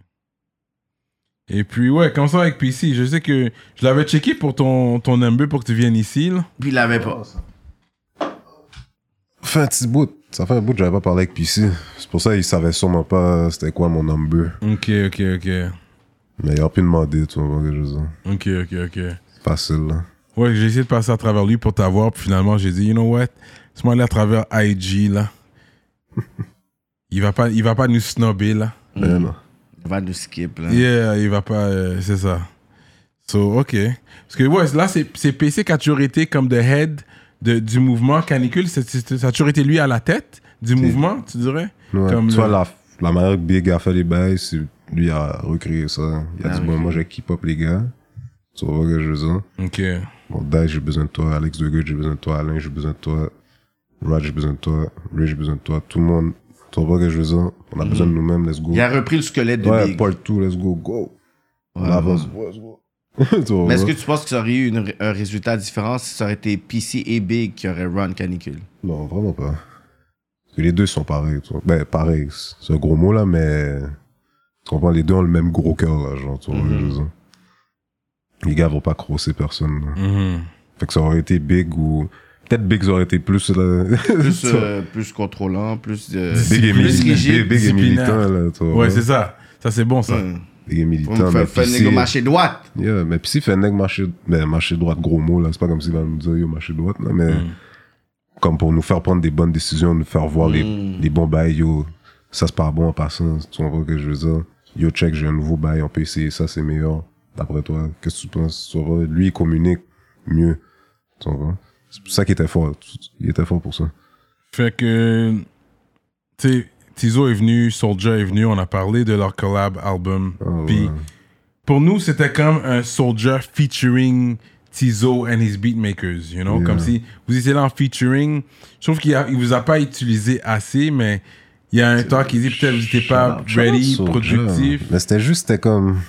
[SPEAKER 1] Et puis, ouais, comme ça avec PC, je sais que je l'avais checké pour ton, ton MB pour que tu viennes ici, là.
[SPEAKER 2] Puis il l'avait pas.
[SPEAKER 3] Fait un petit bout. Ça fait un bout que j'avais pas parlé avec PC. C'est pour ça qu'il savait sûrement pas c'était quoi mon number.
[SPEAKER 1] Ok, ok, ok.
[SPEAKER 3] Mais il a pu demander, tu vois, quelque chose. hein.
[SPEAKER 1] Ok, ok, ok.
[SPEAKER 3] Facile, là.
[SPEAKER 1] Ouais, j'ai essayé de passer à travers lui pour t'avoir, puis finalement, j'ai dit, you know what, laisse-moi aller à travers IG, là. il, va pas, il va pas nous snobber, là.
[SPEAKER 3] Ben, non.
[SPEAKER 2] Hmm. Il va nous skip,
[SPEAKER 3] Mm.
[SPEAKER 2] là.
[SPEAKER 1] Yeah, il va pas. euh, c'est ça. So, ok. Parce que, ouais, là, c'est c'est PC qui a toujours été comme the head de, du mouvement canicule. c'est- c'est- Ça a toujours été lui à la tête du mouvement, tu dirais
[SPEAKER 3] Ouais.
[SPEAKER 1] Comme
[SPEAKER 3] tu vois,
[SPEAKER 1] le-
[SPEAKER 3] la, la manière que Big a fait les bails, c'est lui a recréé ça. Il
[SPEAKER 2] Ah
[SPEAKER 3] a dit, bon, moi, j'ai keep up les gars. Tu vois que je veux dire.
[SPEAKER 1] Ok.
[SPEAKER 3] Bon, Dai, j'ai besoin de toi. Alex Degueux, j'ai besoin de toi. Alain, j'ai besoin de toi. Raj, j'ai besoin de toi. Ray, j'ai besoin de toi. Tout le monde. Tu vois que je veux dire. On a besoin de nous-mêmes. Let's go.
[SPEAKER 2] Il a repris le squelette Mm. de
[SPEAKER 3] ouais,
[SPEAKER 2] Big.
[SPEAKER 3] part two, let's go, go. On
[SPEAKER 2] Ouais,
[SPEAKER 3] avance, let's go. Tu vois,
[SPEAKER 2] Mais est-ce que
[SPEAKER 3] ouais.
[SPEAKER 2] tu penses que ça aurait eu une- un résultat différent si ça aurait été PC et Big qui auraient run Canicule
[SPEAKER 3] Non, vraiment pas. Parce que les deux sont pareils. tu vois. Ben, pareil, c'est un gros mot là, mais. Tu comprends, les deux ont le même gros cœur là, genre, tu vois,
[SPEAKER 1] Mhm.
[SPEAKER 3] je veux dire. Les gars vont pas crosser personne. là.
[SPEAKER 1] Mhm.
[SPEAKER 3] Fait que ça aurait été Big ou. Peut-être Big, ça aurait été plus. Là...
[SPEAKER 2] Plus,
[SPEAKER 3] tu vois.
[SPEAKER 2] euh, plus contrôlant, plus. euh,
[SPEAKER 3] Big et
[SPEAKER 1] plus
[SPEAKER 3] mili-
[SPEAKER 1] rigide,
[SPEAKER 3] Big- Big et
[SPEAKER 1] disciplinaire.
[SPEAKER 3] militant, là, tu vois.
[SPEAKER 1] Ouais, c'est ça. Ça, c'est bon, ça.
[SPEAKER 2] Ouais.
[SPEAKER 3] Big et
[SPEAKER 2] hmm, Pour
[SPEAKER 3] militant.
[SPEAKER 2] me
[SPEAKER 3] Mais
[SPEAKER 2] faire faire négo
[SPEAKER 3] PC,
[SPEAKER 2] marcher droite.
[SPEAKER 3] yeah, mais PC fait nègre marcher, ben, marcher droite, gros mot, là. C'est pas comme s'il va nous dire, yo, marcher droite, là, mais.
[SPEAKER 1] Mhm.
[SPEAKER 3] comme pour nous faire prendre des bonnes décisions, nous faire voir les,
[SPEAKER 2] Mm.
[SPEAKER 3] les bons bails, yo, ça c'est pas bon en passant, tu comprends ce que je veux dire? Yo, check, j'ai un nouveau bail, on peut essayer ça, c'est meilleur, d'après toi, qu'est-ce que tu penses? Tu comprends? Lui, il communique mieux, tu comprends? C'est pour ça qu'il était fort, il était fort pour ça.
[SPEAKER 1] Fait que. Tu sais, Tizo est venu, Soldier est venu, on a parlé de leur collab album.
[SPEAKER 3] Ah, ouais.
[SPEAKER 1] Puis, pour nous, c'était comme un Soldier featuring Tizo and his beatmakers, you know?
[SPEAKER 3] Yeah.
[SPEAKER 1] Comme si vous étiez là en featuring. Je trouve qu'il ne vous a pas utilisé assez, mais il y a un temps qu'il dit peut-être que vous n'étiez pas
[SPEAKER 3] Shout out,
[SPEAKER 1] ready,
[SPEAKER 3] shout out,
[SPEAKER 1] productif.
[SPEAKER 3] Soulja. Mais c'était juste, c'était comme,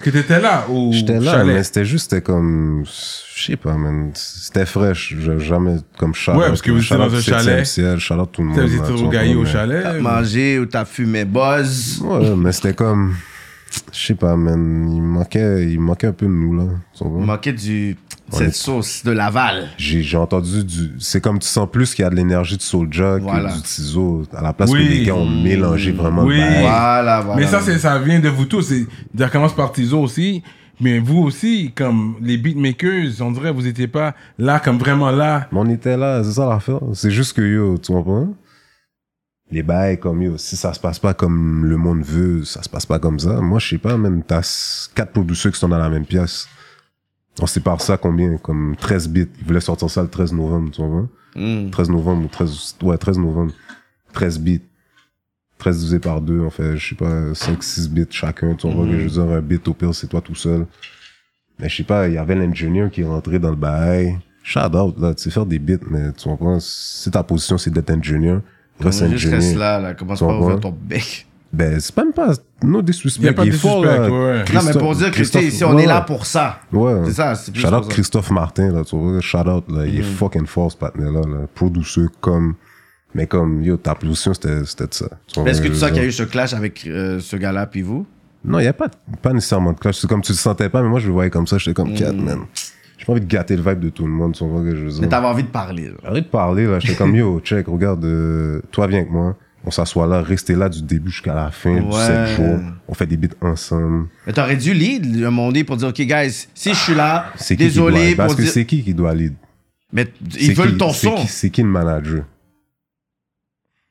[SPEAKER 1] Que tu étais là au
[SPEAKER 3] j'étais là,
[SPEAKER 1] chalet.
[SPEAKER 3] mais c'était juste, c'était comme, je sais pas, man, c'était fraîche, j'ai jamais, comme Charlotte.
[SPEAKER 1] Ouais, parce que vous étiez dans un chalet.
[SPEAKER 3] Ciel, Charlotte, tout le monde.
[SPEAKER 1] Peut-être que
[SPEAKER 3] là,
[SPEAKER 1] vous
[SPEAKER 3] tu
[SPEAKER 1] étiez au
[SPEAKER 3] comprends,
[SPEAKER 1] gaillot au
[SPEAKER 3] mais-
[SPEAKER 1] chalet.
[SPEAKER 2] T'as mangé ou t'as fumé buzz.
[SPEAKER 3] Ouais, mais c'était comme. Je sais pas, man. Il manquait, il manquait un peu de nous, là. tu
[SPEAKER 2] Il
[SPEAKER 3] comprends?
[SPEAKER 2] manquait du. Cette
[SPEAKER 3] est-
[SPEAKER 2] sauce de Laval.
[SPEAKER 3] J'ai j'ai entendu du. C'est comme tu sens plus qu'il y a de l'énergie de Soulja
[SPEAKER 2] Voilà.
[SPEAKER 3] que du Tizo. À la place
[SPEAKER 1] Oui.
[SPEAKER 3] que les gars ont mélangé vraiment.
[SPEAKER 1] Oui.
[SPEAKER 3] le bail.
[SPEAKER 2] Voilà, voilà.
[SPEAKER 1] Mais ça, c'est- ça vient de vous tous. C'est- Ça commence par Tizo aussi. Mais vous aussi, comme les beatmakers, on dirait que vous n'étiez pas là, comme vraiment là.
[SPEAKER 3] Mais on était là, c'est ça l'affaire. C'est juste que yo, tu comprends? Les bails comme yo, si ça se passe pas comme le monde veut, ça se passe pas comme ça. Moi, je sais pas, même t'as s- quatre producteurs qui sont dans la même pièce. On sépare ça combien Comme 13 bits. Ils voulaient sortir ça le 13 novembre, tu vois.
[SPEAKER 2] Mm.
[SPEAKER 3] 13 novembre ou 13. Ouais, 13 novembre. 13 bits. 13 divisé par 2, en fait, je sais pas, 5-6 bits chacun. Tu vois,
[SPEAKER 2] Mhm.
[SPEAKER 3] que je veux dire, un bit au pire, c'est toi tout seul. Mais je sais pas, il y avait l'ingénieur qui est rentré dans le bail. Shout out, là, tu sais faire des bits, mais tu comprends, si ta position c'est d'être ingénieur, reste
[SPEAKER 2] Juste reste
[SPEAKER 3] ingénieur.
[SPEAKER 2] là, là. Commence
[SPEAKER 3] Tu
[SPEAKER 2] pas à ouvrir
[SPEAKER 3] vois?
[SPEAKER 2] ton bec.
[SPEAKER 3] Ben, c'est même pas, non, des
[SPEAKER 1] Il y
[SPEAKER 3] suspects,
[SPEAKER 1] a pas
[SPEAKER 3] il
[SPEAKER 1] de
[SPEAKER 3] est fort,
[SPEAKER 1] disrespect, ouais.
[SPEAKER 3] là.
[SPEAKER 2] Non, mais
[SPEAKER 3] Christophe-
[SPEAKER 2] pour dire que
[SPEAKER 3] Christophe-
[SPEAKER 2] tu sais, si on
[SPEAKER 3] ouais,
[SPEAKER 2] est là
[SPEAKER 3] ouais.
[SPEAKER 2] pour ça.
[SPEAKER 3] Ouais.
[SPEAKER 2] C'est ça, c'est plus
[SPEAKER 3] Shout out
[SPEAKER 2] pour ça. Mm-hmm.
[SPEAKER 3] Christophe Martin, là, tu vois. Shout out, là. Il est fucking fort, ce partenaire-là, là. Produceux comme, mais comme, yo, ta production, c'était, c'était de ça. Tu vois,
[SPEAKER 2] Mais Est-ce que
[SPEAKER 3] je
[SPEAKER 2] tu
[SPEAKER 3] veux
[SPEAKER 2] sens qu'il y a
[SPEAKER 3] dire.
[SPEAKER 2] eu ce clash avec euh, ce gars-là, puis vous
[SPEAKER 3] Non, il n'y a pas, pas nécessairement de clash. C'est comme, tu le sentais pas, mais moi, je le voyais comme ça. J'étais comme, cat, man. J'ai pas envie de gâter le vibe de tout le monde, tu vois, que je veux dire.
[SPEAKER 2] Mm. Mais t'avais envie de parler. là.
[SPEAKER 3] Arrête de parler, là. J'étais comme, yo, check, regarde, euh, toi, viens avec moi. On s'assoit là, restez là du début jusqu'à la fin du
[SPEAKER 2] Ouais.
[SPEAKER 3] 7 jours. On fait des beats ensemble.
[SPEAKER 2] Mais t'aurais dû lead un moment donné pour dire, OK, guys, si je suis là,
[SPEAKER 3] Ah, C'est qui qui doit
[SPEAKER 2] désolé
[SPEAKER 3] lead? Parce
[SPEAKER 2] pour
[SPEAKER 3] que
[SPEAKER 2] dire.
[SPEAKER 3] c'est qui qui doit lead?
[SPEAKER 2] Mais
[SPEAKER 3] C'est
[SPEAKER 2] ils veulent
[SPEAKER 3] qui-
[SPEAKER 2] ton
[SPEAKER 3] c'est
[SPEAKER 2] son.
[SPEAKER 3] qui- C'est qui le manager?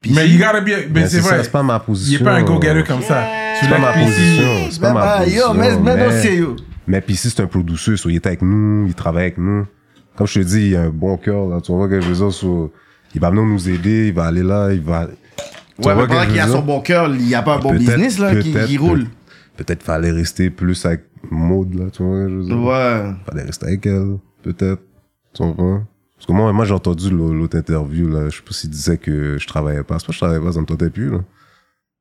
[SPEAKER 2] Puis
[SPEAKER 1] Mais
[SPEAKER 2] si-
[SPEAKER 1] you gotta be. Mais Eh ben, c'est
[SPEAKER 3] ça,
[SPEAKER 1] vrai.
[SPEAKER 3] Ben, C'est pas ma
[SPEAKER 1] Il
[SPEAKER 3] position.
[SPEAKER 1] est pas un go-getter comme ça. Tu
[SPEAKER 3] C'est pas
[SPEAKER 1] l'as
[SPEAKER 3] ma
[SPEAKER 1] PC.
[SPEAKER 3] position. C'est pas ma
[SPEAKER 2] Ben,
[SPEAKER 3] position.
[SPEAKER 2] yo, mais- mais non, c'est yo.
[SPEAKER 3] Mais puis ici, c'est un producteur, so, il était avec nous, il travaille avec nous. Comme je te dis, il a un bon cœur, là. Tu vois que je veux dire, so, il va venir nous aider, il va aller là, il va. Tu
[SPEAKER 2] Ouais,
[SPEAKER 3] vois
[SPEAKER 2] mais
[SPEAKER 3] que
[SPEAKER 2] pendant
[SPEAKER 3] je
[SPEAKER 2] qu'il a
[SPEAKER 3] veux
[SPEAKER 2] son
[SPEAKER 3] dire?
[SPEAKER 2] bon cœur, il n'y a pas un bon
[SPEAKER 3] Peut-être-
[SPEAKER 2] business là, qui,
[SPEAKER 3] peut-être-
[SPEAKER 2] qui roule.
[SPEAKER 3] peut- Peut-être fallait rester plus avec Maud, là, tu vois, je veux dire.
[SPEAKER 2] Ouais.
[SPEAKER 3] Fallait rester avec elle, peut-être. Tu comprends? Parce que moi, moi j'ai entendu l'au- l'autre interview, là, je sais pas s'il disait que je travaillais pas. C'est pas que je travaillais pas, ça me tentait plus, là.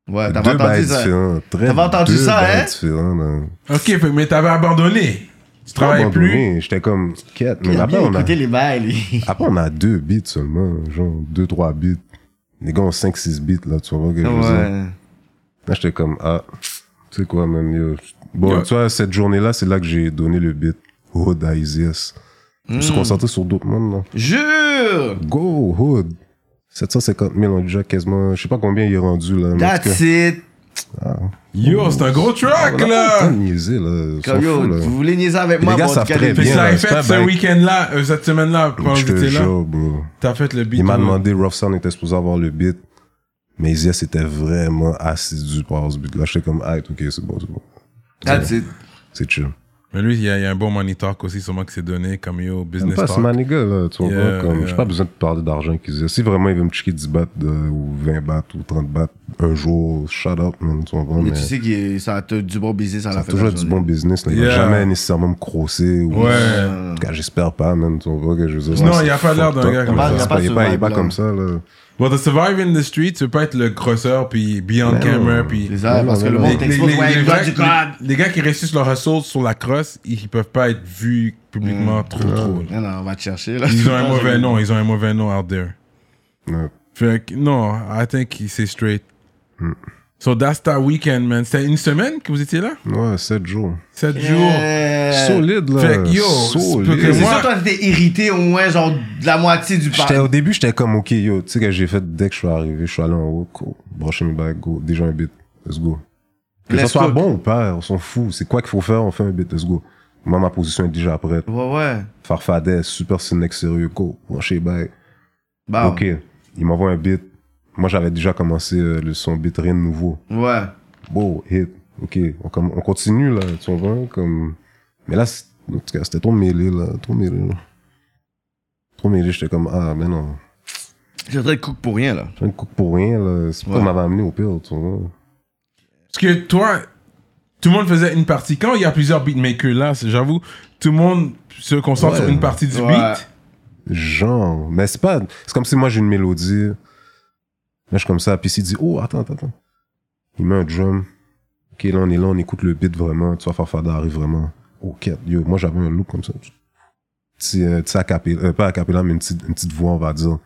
[SPEAKER 2] Ouais,
[SPEAKER 3] Deux
[SPEAKER 2] Ah, t'avais
[SPEAKER 3] bails
[SPEAKER 2] entendu ça. hein?
[SPEAKER 3] différents, très-
[SPEAKER 2] T'avais entendu
[SPEAKER 3] deux
[SPEAKER 2] ça,
[SPEAKER 3] bails
[SPEAKER 2] hein?
[SPEAKER 3] différents, là.
[SPEAKER 1] Ok, fait- mais t'avais abandonné. Tu travailles plus.
[SPEAKER 3] abandonné, J'étais comme, quête, mais
[SPEAKER 2] Il a
[SPEAKER 3] après
[SPEAKER 2] bien
[SPEAKER 3] on a,
[SPEAKER 2] écouté les bails, lui.
[SPEAKER 3] après, on a deux beats seulement, genre deux, trois beats. Les gars ont cinq, six beats, là, tu vois, que je veux dire.
[SPEAKER 2] Ouais.
[SPEAKER 3] Là, j'étais comme, ah, tu sais quoi, même, yo. Bon,
[SPEAKER 1] Yo.
[SPEAKER 3] tu vois, cette journée-là, c'est là que j'ai donné le beat. Hood à Isis. Je me suis
[SPEAKER 2] Hmm.
[SPEAKER 3] concentré sur d'autres mondes, là.
[SPEAKER 2] Jure!
[SPEAKER 3] Go, Hood. 750 000, on est déjà quasiment, je sais pas combien il est rendu, là. mais en tout cas,
[SPEAKER 2] That's it!
[SPEAKER 1] Yo, c'est un gros
[SPEAKER 3] on
[SPEAKER 1] track
[SPEAKER 3] a pas le temps
[SPEAKER 1] là.
[SPEAKER 3] de niaiser, là.
[SPEAKER 2] Comme
[SPEAKER 3] S'en
[SPEAKER 2] yo,
[SPEAKER 3] fout, là.
[SPEAKER 2] vous voulez niaiser avec
[SPEAKER 3] Les
[SPEAKER 2] moi,
[SPEAKER 3] gars
[SPEAKER 2] bon,
[SPEAKER 3] savent
[SPEAKER 2] calme.
[SPEAKER 1] Fait
[SPEAKER 3] très
[SPEAKER 1] que
[SPEAKER 3] bien,
[SPEAKER 1] ça a
[SPEAKER 3] là, c'est
[SPEAKER 1] fait
[SPEAKER 3] pas
[SPEAKER 1] ce
[SPEAKER 3] bien.
[SPEAKER 1] week-end là, cette semaine là, pendant
[SPEAKER 3] Je
[SPEAKER 1] que
[SPEAKER 3] te
[SPEAKER 1] t'étais là.
[SPEAKER 3] jure, bro.
[SPEAKER 1] T'as fait le beat.
[SPEAKER 3] Il m'a
[SPEAKER 1] ouais.
[SPEAKER 3] demandé, Rough Sound était supposé avoir le beat. Mais Isias était vraiment assidu pour avoir ce beat-là. J'étais comme, ah, ok, c'est bon, c'est bon.
[SPEAKER 1] Ah,
[SPEAKER 2] That's it.
[SPEAKER 3] C'est chill.
[SPEAKER 1] Mais lui, il y, a il y a un bon money talk aussi, sûrement, qui s'est donné comme yo,
[SPEAKER 3] Même
[SPEAKER 1] business
[SPEAKER 3] pas, c'est
[SPEAKER 1] talk.
[SPEAKER 3] ma nigga, là. Tu vois,
[SPEAKER 1] Yeah,
[SPEAKER 3] comme,
[SPEAKER 1] yeah.
[SPEAKER 3] j'ai pas besoin de parler d'argent qu'Isias. Si vraiment il veut me chiquer 10 bahts de- ou 20 bahts ou 30 bahts un jour, shout out, man, tu vois,
[SPEAKER 2] Mais
[SPEAKER 3] mais,
[SPEAKER 2] tu sais que ça a t- du bon business à
[SPEAKER 3] ça
[SPEAKER 2] la
[SPEAKER 3] a
[SPEAKER 2] fin. de la
[SPEAKER 3] toujours du bon
[SPEAKER 2] journée.
[SPEAKER 3] business, là. Il
[SPEAKER 1] Yeah.
[SPEAKER 3] va jamais nécessairement me crosser ou.
[SPEAKER 1] Ouais.
[SPEAKER 2] Euh,
[SPEAKER 3] En tout cas, j'espère pas, man, tu vois, que je veux dire,
[SPEAKER 1] Non,
[SPEAKER 3] ça,
[SPEAKER 1] il a
[SPEAKER 3] c'est
[SPEAKER 1] pas l'air
[SPEAKER 3] fucked
[SPEAKER 1] d'un
[SPEAKER 3] up,
[SPEAKER 1] gars
[SPEAKER 3] là.
[SPEAKER 1] comme
[SPEAKER 2] ça.
[SPEAKER 3] Il a pas- Il est pas- il est pas
[SPEAKER 2] Ouais.
[SPEAKER 3] comme ça, là.
[SPEAKER 1] Well, to survive in the street, tu peux pas être le crosseur, puis beyond
[SPEAKER 3] Mais
[SPEAKER 1] camera,
[SPEAKER 3] non.
[SPEAKER 1] puis.
[SPEAKER 2] C'est ça,
[SPEAKER 3] Non,
[SPEAKER 2] parce que
[SPEAKER 3] non,
[SPEAKER 2] le
[SPEAKER 3] non.
[SPEAKER 2] monde
[SPEAKER 3] Les-
[SPEAKER 2] est exposé. Ouais,
[SPEAKER 1] les
[SPEAKER 2] il
[SPEAKER 1] gars,
[SPEAKER 2] du
[SPEAKER 1] qui-
[SPEAKER 2] code.
[SPEAKER 1] les gars qui réussissent leur hustle sur la crosse, ils, ils peuvent pas être vus publiquement
[SPEAKER 2] Hmm.
[SPEAKER 1] trop, trop. là.
[SPEAKER 2] Non, non, on va te chercher, là.
[SPEAKER 1] Ils ont un mauvais nom, ils ont un mauvais nom out there.
[SPEAKER 3] Ouais.
[SPEAKER 1] Fait que, non, I think c'est straight.
[SPEAKER 2] Hmm.
[SPEAKER 1] So that's that weekend, man. C'était une semaine que vous étiez là?
[SPEAKER 3] Ouais, 7 jours.
[SPEAKER 1] Sept jours?
[SPEAKER 2] Yeah.
[SPEAKER 3] Solide, là.
[SPEAKER 1] Fait que, yo, c'est pas que
[SPEAKER 3] solide.
[SPEAKER 2] C'est
[SPEAKER 1] Moi-
[SPEAKER 2] sûr, toi, t'étais irrité au moins, genre, de la moitié du
[SPEAKER 3] J'étais,
[SPEAKER 2] parc.
[SPEAKER 3] au début, j'étais comme, ok, yo, tu sais, que j'ai fait, dès que je suis arrivé, je suis allé en haut, cool, brocher mes bagues, go, déjà un beat, let's go. Que ça
[SPEAKER 2] Let's
[SPEAKER 3] soit
[SPEAKER 2] cook.
[SPEAKER 3] bon ou pas, on s'en fout, c'est quoi qu'il faut faire, on fait un beat, let's go. Moi, ma position est déjà prête.
[SPEAKER 2] Ouais, ouais.
[SPEAKER 3] Farfadet, super cynique, sérieux, go, brocher les bagues.
[SPEAKER 2] Bah,
[SPEAKER 3] Ok, il m'envoie un beat. Moi, j'avais déjà commencé euh, le son beat, rien de nouveau.
[SPEAKER 2] ouais.
[SPEAKER 3] Wow, hit. Ok, on, comme, on continue, là, tu vois, comme... Mais là, c'est- en tout cas, c'était trop mêlé, là, trop mêlé, là. Trop mêlé, j'étais comme, ah, mais non.
[SPEAKER 2] J'ai très cook pour rien, là.
[SPEAKER 3] Je ne coupe pour rien, là. C'est pas
[SPEAKER 2] Ouais.
[SPEAKER 3] qu'on m'avait amené au pire, tu vois.
[SPEAKER 1] Parce que toi, tout le monde faisait une partie. Quand il y a plusieurs beatmakers là, c'est- j'avoue, tout le monde se concentre
[SPEAKER 3] Ouais.
[SPEAKER 1] sur une partie du
[SPEAKER 2] Ouais.
[SPEAKER 1] beat.
[SPEAKER 3] Genre. Mais c'est pas. C'est comme si moi j'ai une mélodie. Là, je suis comme ça. Puis s'il dit, oh, attends, attends, attends. Il met un drum. Ok, là, on est là, on écoute le beat vraiment. Tu vois, Farfada arrive vraiment. Ok, yo, moi j'avais un look comme ça. Petit, euh, petit acapella, euh, pas acapella, mais une petite, une petite voix, on va dire.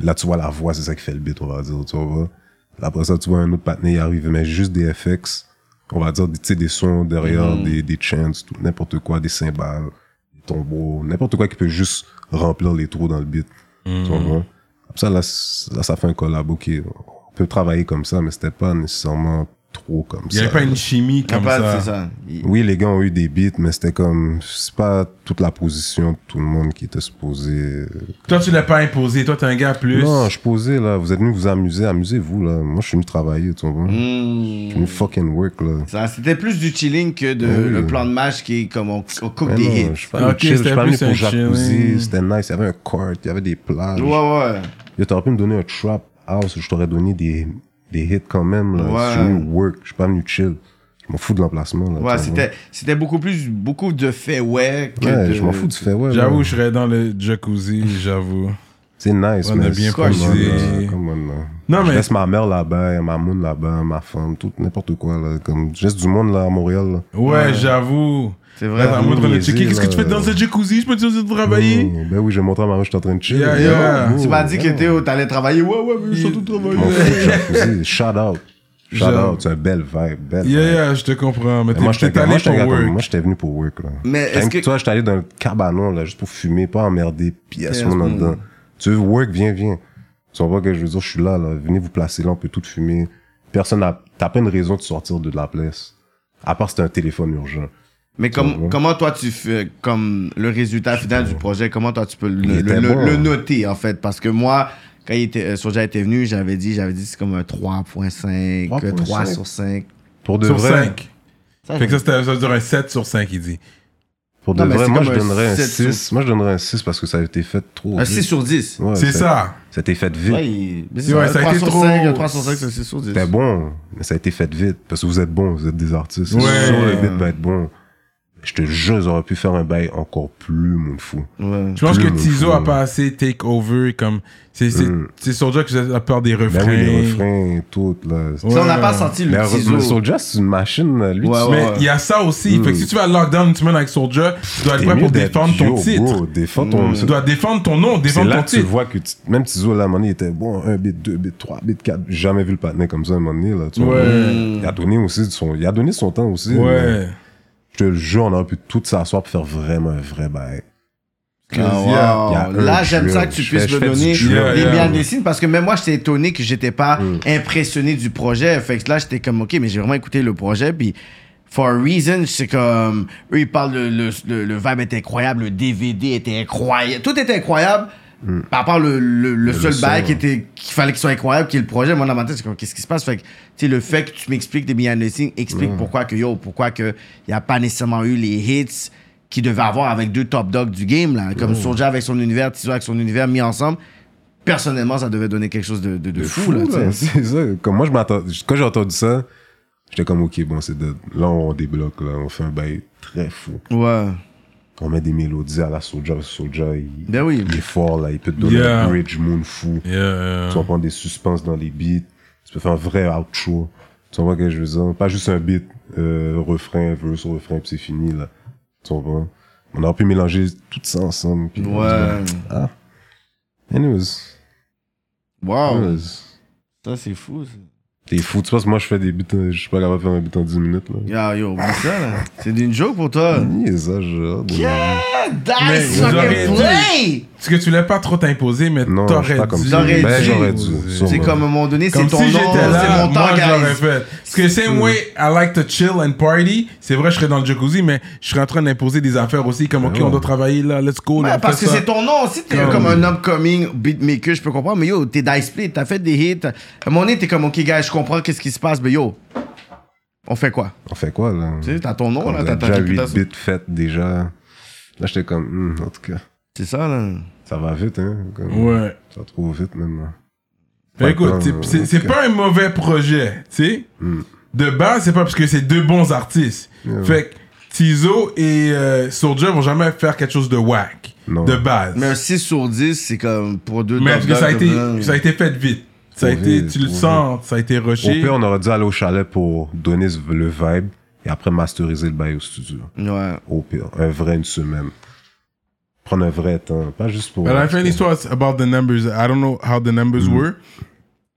[SPEAKER 3] Là, tu vois la voix, c'est ça qui fait le beat, on va dire, tu vois. Après ça, tu vois un autre patiné arrive, mais juste des FX, on va dire, tu sais, des sons derrière, des, des chants, tout, n'importe quoi, des cymbales, des tombeaux, n'importe quoi qui peut juste remplir les trous dans le beat,
[SPEAKER 1] Hmm.
[SPEAKER 3] tu
[SPEAKER 1] Mhm.
[SPEAKER 3] vois. Après ça, là, c- là, ça fait un collab, ok, on peut travailler comme ça, mais c'était pas nécessairement trop comme
[SPEAKER 1] Il n'y
[SPEAKER 3] ça.
[SPEAKER 1] avait pas une chimie comme
[SPEAKER 2] Pas-
[SPEAKER 1] ça.
[SPEAKER 2] C'est ça. Il-
[SPEAKER 3] Oui, les gars ont eu des beats, mais c'était comme, c'est pas toute la position de tout le monde qui était supposée.
[SPEAKER 1] Toi, tu l'as pas imposé. Toi, t'es un gars plus.
[SPEAKER 3] Non, je posais là, vous êtes venus vous amuser, amusez-vous là. Moi, je suis venu travailler, tu vois.
[SPEAKER 2] Hmm.
[SPEAKER 3] Je suis venu fucking work là.
[SPEAKER 2] Ça, C'était plus du chilling que de
[SPEAKER 3] Oui.
[SPEAKER 2] le plan de match qui est comme on, on cook
[SPEAKER 3] Mais
[SPEAKER 2] des
[SPEAKER 3] non,
[SPEAKER 2] hits.
[SPEAKER 3] je suis pas venu
[SPEAKER 1] Ok,
[SPEAKER 3] chill, je suis
[SPEAKER 1] c'était
[SPEAKER 3] pas
[SPEAKER 1] plus
[SPEAKER 3] venu pour
[SPEAKER 1] un chill,
[SPEAKER 3] jacuzzi,
[SPEAKER 1] oui.
[SPEAKER 3] c'était nice, il y avait un court, il y avait des plages.
[SPEAKER 2] Ouais, ouais.
[SPEAKER 3] Yo, T'aurais pu me donner un trap house, je t'aurais donné des, des hits quand même. Là.
[SPEAKER 2] Ouais.
[SPEAKER 3] Je suis venu work, je suis pas venu chill. Je m'en fous de l'emplacement. Là,
[SPEAKER 2] Ouais,
[SPEAKER 3] tu vois.
[SPEAKER 2] c'était, c'était beaucoup plus, beaucoup de fait ouais que
[SPEAKER 3] Ouais,
[SPEAKER 2] de...
[SPEAKER 3] je m'en fous du fait, ouais.
[SPEAKER 1] J'avoue,
[SPEAKER 3] là.
[SPEAKER 1] je serais dans le jacuzzi, j'avoue.
[SPEAKER 3] C'est nice,
[SPEAKER 1] On
[SPEAKER 3] mais
[SPEAKER 1] a bien
[SPEAKER 3] c'est comme
[SPEAKER 1] posé.
[SPEAKER 3] on, là, comme on, là.
[SPEAKER 1] Non,
[SPEAKER 3] je
[SPEAKER 1] mais-
[SPEAKER 3] laisse ma mère là-bas, ma moune là-bas, ma femme, tout, n'importe quoi, là. Comme, je laisse du monde, là, à Montréal, là.
[SPEAKER 1] Ouais, j'avoue.
[SPEAKER 2] C'est vrai.
[SPEAKER 1] Attends, montre le
[SPEAKER 3] niaiser,
[SPEAKER 1] checker. Qu'est-ce que tu
[SPEAKER 3] là.
[SPEAKER 1] fais dans ce jacuzzi? Je peux te dire de travailler?
[SPEAKER 3] Mmh, ben oui, j'ai montré à ma mère, je suis en train de chill.
[SPEAKER 1] Ah, bah, Yeah, yeah.
[SPEAKER 3] Oh,
[SPEAKER 2] Tu m'as dit
[SPEAKER 3] yeah.
[SPEAKER 2] que t'es, oh, t'allais travailler. Ouais, ouais, mais je suis tout travailler.
[SPEAKER 3] Mon fou de jacuzzi, shout out. Shout
[SPEAKER 1] J'avoue.
[SPEAKER 3] out, c'est un bel vibe, belle
[SPEAKER 1] Yeah,
[SPEAKER 3] vibe.
[SPEAKER 1] yeah, je te comprends. Mais
[SPEAKER 3] Et
[SPEAKER 1] t'es-
[SPEAKER 3] Moi, j'étais
[SPEAKER 1] t'es allé
[SPEAKER 3] moi, j'étais
[SPEAKER 1] pour
[SPEAKER 3] gars comme-
[SPEAKER 1] work.
[SPEAKER 3] moi, j'étais venu pour work, là.
[SPEAKER 2] Mais
[SPEAKER 3] J'étais
[SPEAKER 2] est-ce
[SPEAKER 3] avec
[SPEAKER 2] que-
[SPEAKER 3] Toi, j'étais allé dans le cabanon, là, juste pour fumer, pas emmerder, pièce,
[SPEAKER 2] Yes,
[SPEAKER 3] mon
[SPEAKER 2] mm.
[SPEAKER 3] dedans. Tu veux work, viens, viens. Tu vois que je veux dire, je suis là, là. Venez vous placer là, on peut tout fumer. Personne n'a, t'as pas une raison de sortir de la place. À part si t'as un téléphone urgent.
[SPEAKER 2] Mais
[SPEAKER 3] Ça
[SPEAKER 2] comme,
[SPEAKER 3] va.
[SPEAKER 2] comment toi tu fais, comme le résultat final du projet, comment toi tu peux le, le-
[SPEAKER 3] était
[SPEAKER 2] le-
[SPEAKER 3] bon.
[SPEAKER 2] le noter en fait Parce que moi, quand il était, euh, Soulja était venu, j'avais dit, j'avais dit c'est comme un 3.5, 3,
[SPEAKER 3] 3.5.
[SPEAKER 2] 3 euh, sur 5.
[SPEAKER 3] Pour de
[SPEAKER 1] Sur
[SPEAKER 3] vrai.
[SPEAKER 1] 5. Fait que ça, c'était- ça veut dire un 7 sur 5, il dit.
[SPEAKER 3] Pour de
[SPEAKER 2] Non, mais
[SPEAKER 3] vrai,
[SPEAKER 2] c'est
[SPEAKER 3] moi, je
[SPEAKER 2] comme un
[SPEAKER 3] donnerais un
[SPEAKER 2] sept
[SPEAKER 3] 6. Moi, je donnerais un 6 parce que ça a été fait trop.
[SPEAKER 2] Un
[SPEAKER 3] vite.
[SPEAKER 2] 6 sur 10.
[SPEAKER 3] Ouais,
[SPEAKER 1] C'est ça.
[SPEAKER 3] Ça a été fait vite.
[SPEAKER 2] Ouais, il- mais
[SPEAKER 1] Ouais, ça a
[SPEAKER 2] 3
[SPEAKER 1] été
[SPEAKER 2] sur
[SPEAKER 1] trop-
[SPEAKER 2] 5, un 3 sur 5, c'est 6 sur 10.
[SPEAKER 3] C'était bon, mais ça a été fait vite. Parce que vous êtes bons, vous êtes des artistes.
[SPEAKER 1] Ouais.
[SPEAKER 3] C'est sûr, le beat va être bon. Je te jure, ils auraient pu faire un bail encore plus, mon fou.
[SPEAKER 2] Ouais.
[SPEAKER 1] Je pense
[SPEAKER 3] Plus
[SPEAKER 1] que
[SPEAKER 3] le
[SPEAKER 1] Tizo
[SPEAKER 3] fou.
[SPEAKER 1] a pas assez take over. Comme, c'est, c'est,
[SPEAKER 3] Mm.
[SPEAKER 1] c'est Soulja qui a peur des refrains.
[SPEAKER 3] Ben oui, les refrains, tout, là.
[SPEAKER 1] Ouais.
[SPEAKER 2] Ça, on n'a pas senti
[SPEAKER 3] Mais
[SPEAKER 2] le
[SPEAKER 3] le
[SPEAKER 2] ciseau.
[SPEAKER 3] Soulja, c'est une machine, là. lui.
[SPEAKER 2] Ouais,
[SPEAKER 3] tu-
[SPEAKER 2] ouais.
[SPEAKER 1] Mais il y a ça aussi. Fait que si tu vas à lockdown une semaine avec Soulja, tu dois
[SPEAKER 3] Mm. t'es
[SPEAKER 1] être prêt
[SPEAKER 3] mieux
[SPEAKER 1] pour
[SPEAKER 3] d'être-
[SPEAKER 1] défendre ton
[SPEAKER 3] yo,
[SPEAKER 1] titre. Mm.
[SPEAKER 3] bro, défends ton-
[SPEAKER 1] Tu dois défendre ton nom,
[SPEAKER 3] C'est
[SPEAKER 1] défendre
[SPEAKER 3] là
[SPEAKER 1] ton
[SPEAKER 3] que tu
[SPEAKER 1] titre.
[SPEAKER 3] vois que tu- même Tizo, là, à un moment donné, il était bon, un beat, deux beat, trois beat, quatre. J'ai jamais vu le patinet comme ça, à un moment donné, là. tu vois.
[SPEAKER 1] Ouais.
[SPEAKER 3] Il a donné aussi son, il a donné son temps aussi. mais
[SPEAKER 1] Ouais.
[SPEAKER 3] Je te le jure, on aurait pu tout s'asseoir pour faire vraiment un vrai bail.
[SPEAKER 2] Ah, wow.
[SPEAKER 3] il y a un
[SPEAKER 2] Là, j'aime
[SPEAKER 3] drill.
[SPEAKER 2] ça que tu
[SPEAKER 3] Je
[SPEAKER 2] puisses
[SPEAKER 3] fais- je
[SPEAKER 2] me
[SPEAKER 3] fais du
[SPEAKER 2] donner
[SPEAKER 3] drill.
[SPEAKER 1] Yeah,
[SPEAKER 2] les
[SPEAKER 1] yeah.
[SPEAKER 2] bien des signes parce que même moi, j'étais étonné que j'étais pas impressionné du projet. Fait que là, j'étais comme, OK, mais j'ai vraiment écouté le projet. Puis, for a reason, c'est comme, eux, ils parlent, le, le, le, le vibe était incroyable, le DVD était incroyable, tout était incroyable. Par part le, le, le seul
[SPEAKER 3] son,
[SPEAKER 2] bail qui
[SPEAKER 3] ouais.
[SPEAKER 2] était qu'il fallait qu'il soit incroyable, qui est le projet, moi dans ma tête, c'est comme qu'est-ce qui se passe? Fait que, tu sais, le fait que tu m'expliques des behind the scenes, explique pourquoi que yo, pourquoi que y a pas nécessairement eu les hits qu'il devait avoir avec deux top dogs du game, là. Comme Soulja avec son univers, Tizo avec son univers mis ensemble. Personnellement, ça devait donner quelque chose de, de, de
[SPEAKER 3] de
[SPEAKER 2] fou, là, tu sais.
[SPEAKER 3] C'est ça. Comme moi, je m'attends. Quand j'ai entendu ça, j'étais comme, OK, bon, c'est de. Là, on débloque, là. On fait un bail très fou.
[SPEAKER 2] Ouais.
[SPEAKER 3] On met des mélodies à la Soulja. parce que Soulja, il,
[SPEAKER 2] Ben oui.
[SPEAKER 3] il est fort, là. Il peut te donner
[SPEAKER 1] Yeah.
[SPEAKER 3] un bridge moon fou.
[SPEAKER 1] Yeah.
[SPEAKER 3] Tu vas prendre des suspens dans les beats. Tu peux faire un vrai outro. Tu comprends ce que je veux dire? Pas juste un beat, euh, refrain, verse, refrain, puis c'est fini, là. Tu comprends? On aurait pu mélanger tout ça ensemble. puis-
[SPEAKER 2] Ouais.
[SPEAKER 3] Ah. Anyways.
[SPEAKER 2] Wow.
[SPEAKER 3] Anyways.
[SPEAKER 2] Ça, c'est fou, ça.
[SPEAKER 3] T'es fou, tu penses que moi je fais des buts, en- je suis pas capable de faire un but en 10 minutes là.
[SPEAKER 2] Yo, yo, oublie ça, là. C'est une joke pour toi.
[SPEAKER 3] Yeah. ça, genre.
[SPEAKER 1] Mais
[SPEAKER 2] Dice
[SPEAKER 1] vous auriez
[SPEAKER 2] fucking
[SPEAKER 1] dû.
[SPEAKER 2] play!
[SPEAKER 1] Parce que tu l'as pas trop t'imposer, mais
[SPEAKER 3] Non, je suis
[SPEAKER 1] t'aurais
[SPEAKER 3] pas comme
[SPEAKER 1] dû.
[SPEAKER 3] ça.
[SPEAKER 2] T'aurais
[SPEAKER 3] Ben,
[SPEAKER 2] dû.
[SPEAKER 3] j'aurais dû.
[SPEAKER 2] C'est
[SPEAKER 3] sûrement.
[SPEAKER 2] comme à un moment donné, c'est
[SPEAKER 1] Comme
[SPEAKER 2] ton
[SPEAKER 1] si
[SPEAKER 2] nom,
[SPEAKER 1] j'étais
[SPEAKER 2] c'est
[SPEAKER 1] là,
[SPEAKER 2] mon temps,
[SPEAKER 1] moi je l'aurais
[SPEAKER 2] guys.
[SPEAKER 1] fait. Parce que
[SPEAKER 3] Mm.
[SPEAKER 1] same way, I like to chill and party. C'est vrai, je serais dans le jacuzzi, mais je serais en train d'imposer des affaires aussi, comme ok,
[SPEAKER 3] ouais.
[SPEAKER 1] on doit travailler là, let's go.
[SPEAKER 2] Ouais,
[SPEAKER 1] là, on
[SPEAKER 2] parce
[SPEAKER 1] fait
[SPEAKER 2] que
[SPEAKER 1] ça.
[SPEAKER 2] c'est ton nom aussi, t'es
[SPEAKER 1] Comme-
[SPEAKER 2] comme un upcoming beatmaker, je peux comprendre, mais yo, t'es Dice Split, t'as fait des hits. À un moment donné, t'es comme, ok, gars, je comprends qu'est-ce qui se passe, mais yo, on fait quoi?
[SPEAKER 3] On fait quoi là
[SPEAKER 2] Tu sais, t'as ton nom,
[SPEAKER 3] Comme
[SPEAKER 2] là,
[SPEAKER 3] on
[SPEAKER 2] t'as
[SPEAKER 3] a
[SPEAKER 2] ta
[SPEAKER 3] déjà 8
[SPEAKER 2] réputation.
[SPEAKER 3] buts faites déjà. Là j'étais comme, hum, en tout cas,
[SPEAKER 2] C'est ça, là.
[SPEAKER 3] ça va vite hein. Comme,
[SPEAKER 1] Ouais.
[SPEAKER 3] Ça va trop vite même.
[SPEAKER 1] Fait écoute,
[SPEAKER 3] Attends,
[SPEAKER 1] c'est- c'est c'est
[SPEAKER 3] ok.
[SPEAKER 1] pas un mauvais projet, tu sais.
[SPEAKER 3] Hmm.
[SPEAKER 1] De base, c'est pas parce que c'est deux bons artistes.
[SPEAKER 3] Yeah.
[SPEAKER 1] Fait que Tizo et euh, Soulja vont jamais faire quelque chose de whack.
[SPEAKER 3] Non.
[SPEAKER 1] De base.
[SPEAKER 2] Mais un 6 sur 10, c'est comme pour deux
[SPEAKER 1] Mais parce que ça a,
[SPEAKER 2] top
[SPEAKER 1] été,
[SPEAKER 2] dogs,
[SPEAKER 1] ça a été fait vite. Ça a
[SPEAKER 3] Trop
[SPEAKER 1] été,
[SPEAKER 3] vite,
[SPEAKER 1] tu le
[SPEAKER 3] trop
[SPEAKER 1] sens, ça a été
[SPEAKER 3] Au
[SPEAKER 1] rushé.
[SPEAKER 3] pire, on aurait dû aller au chalet pour donner ce- le vibe et après masteriser le bail au studio.
[SPEAKER 2] Ouais.
[SPEAKER 3] Au pire, un vrai une semaine. Prendre un vrai temps, pas juste pour.
[SPEAKER 1] But I found histoire about the numbers. I don't know how the numbers
[SPEAKER 3] Mm.
[SPEAKER 1] were.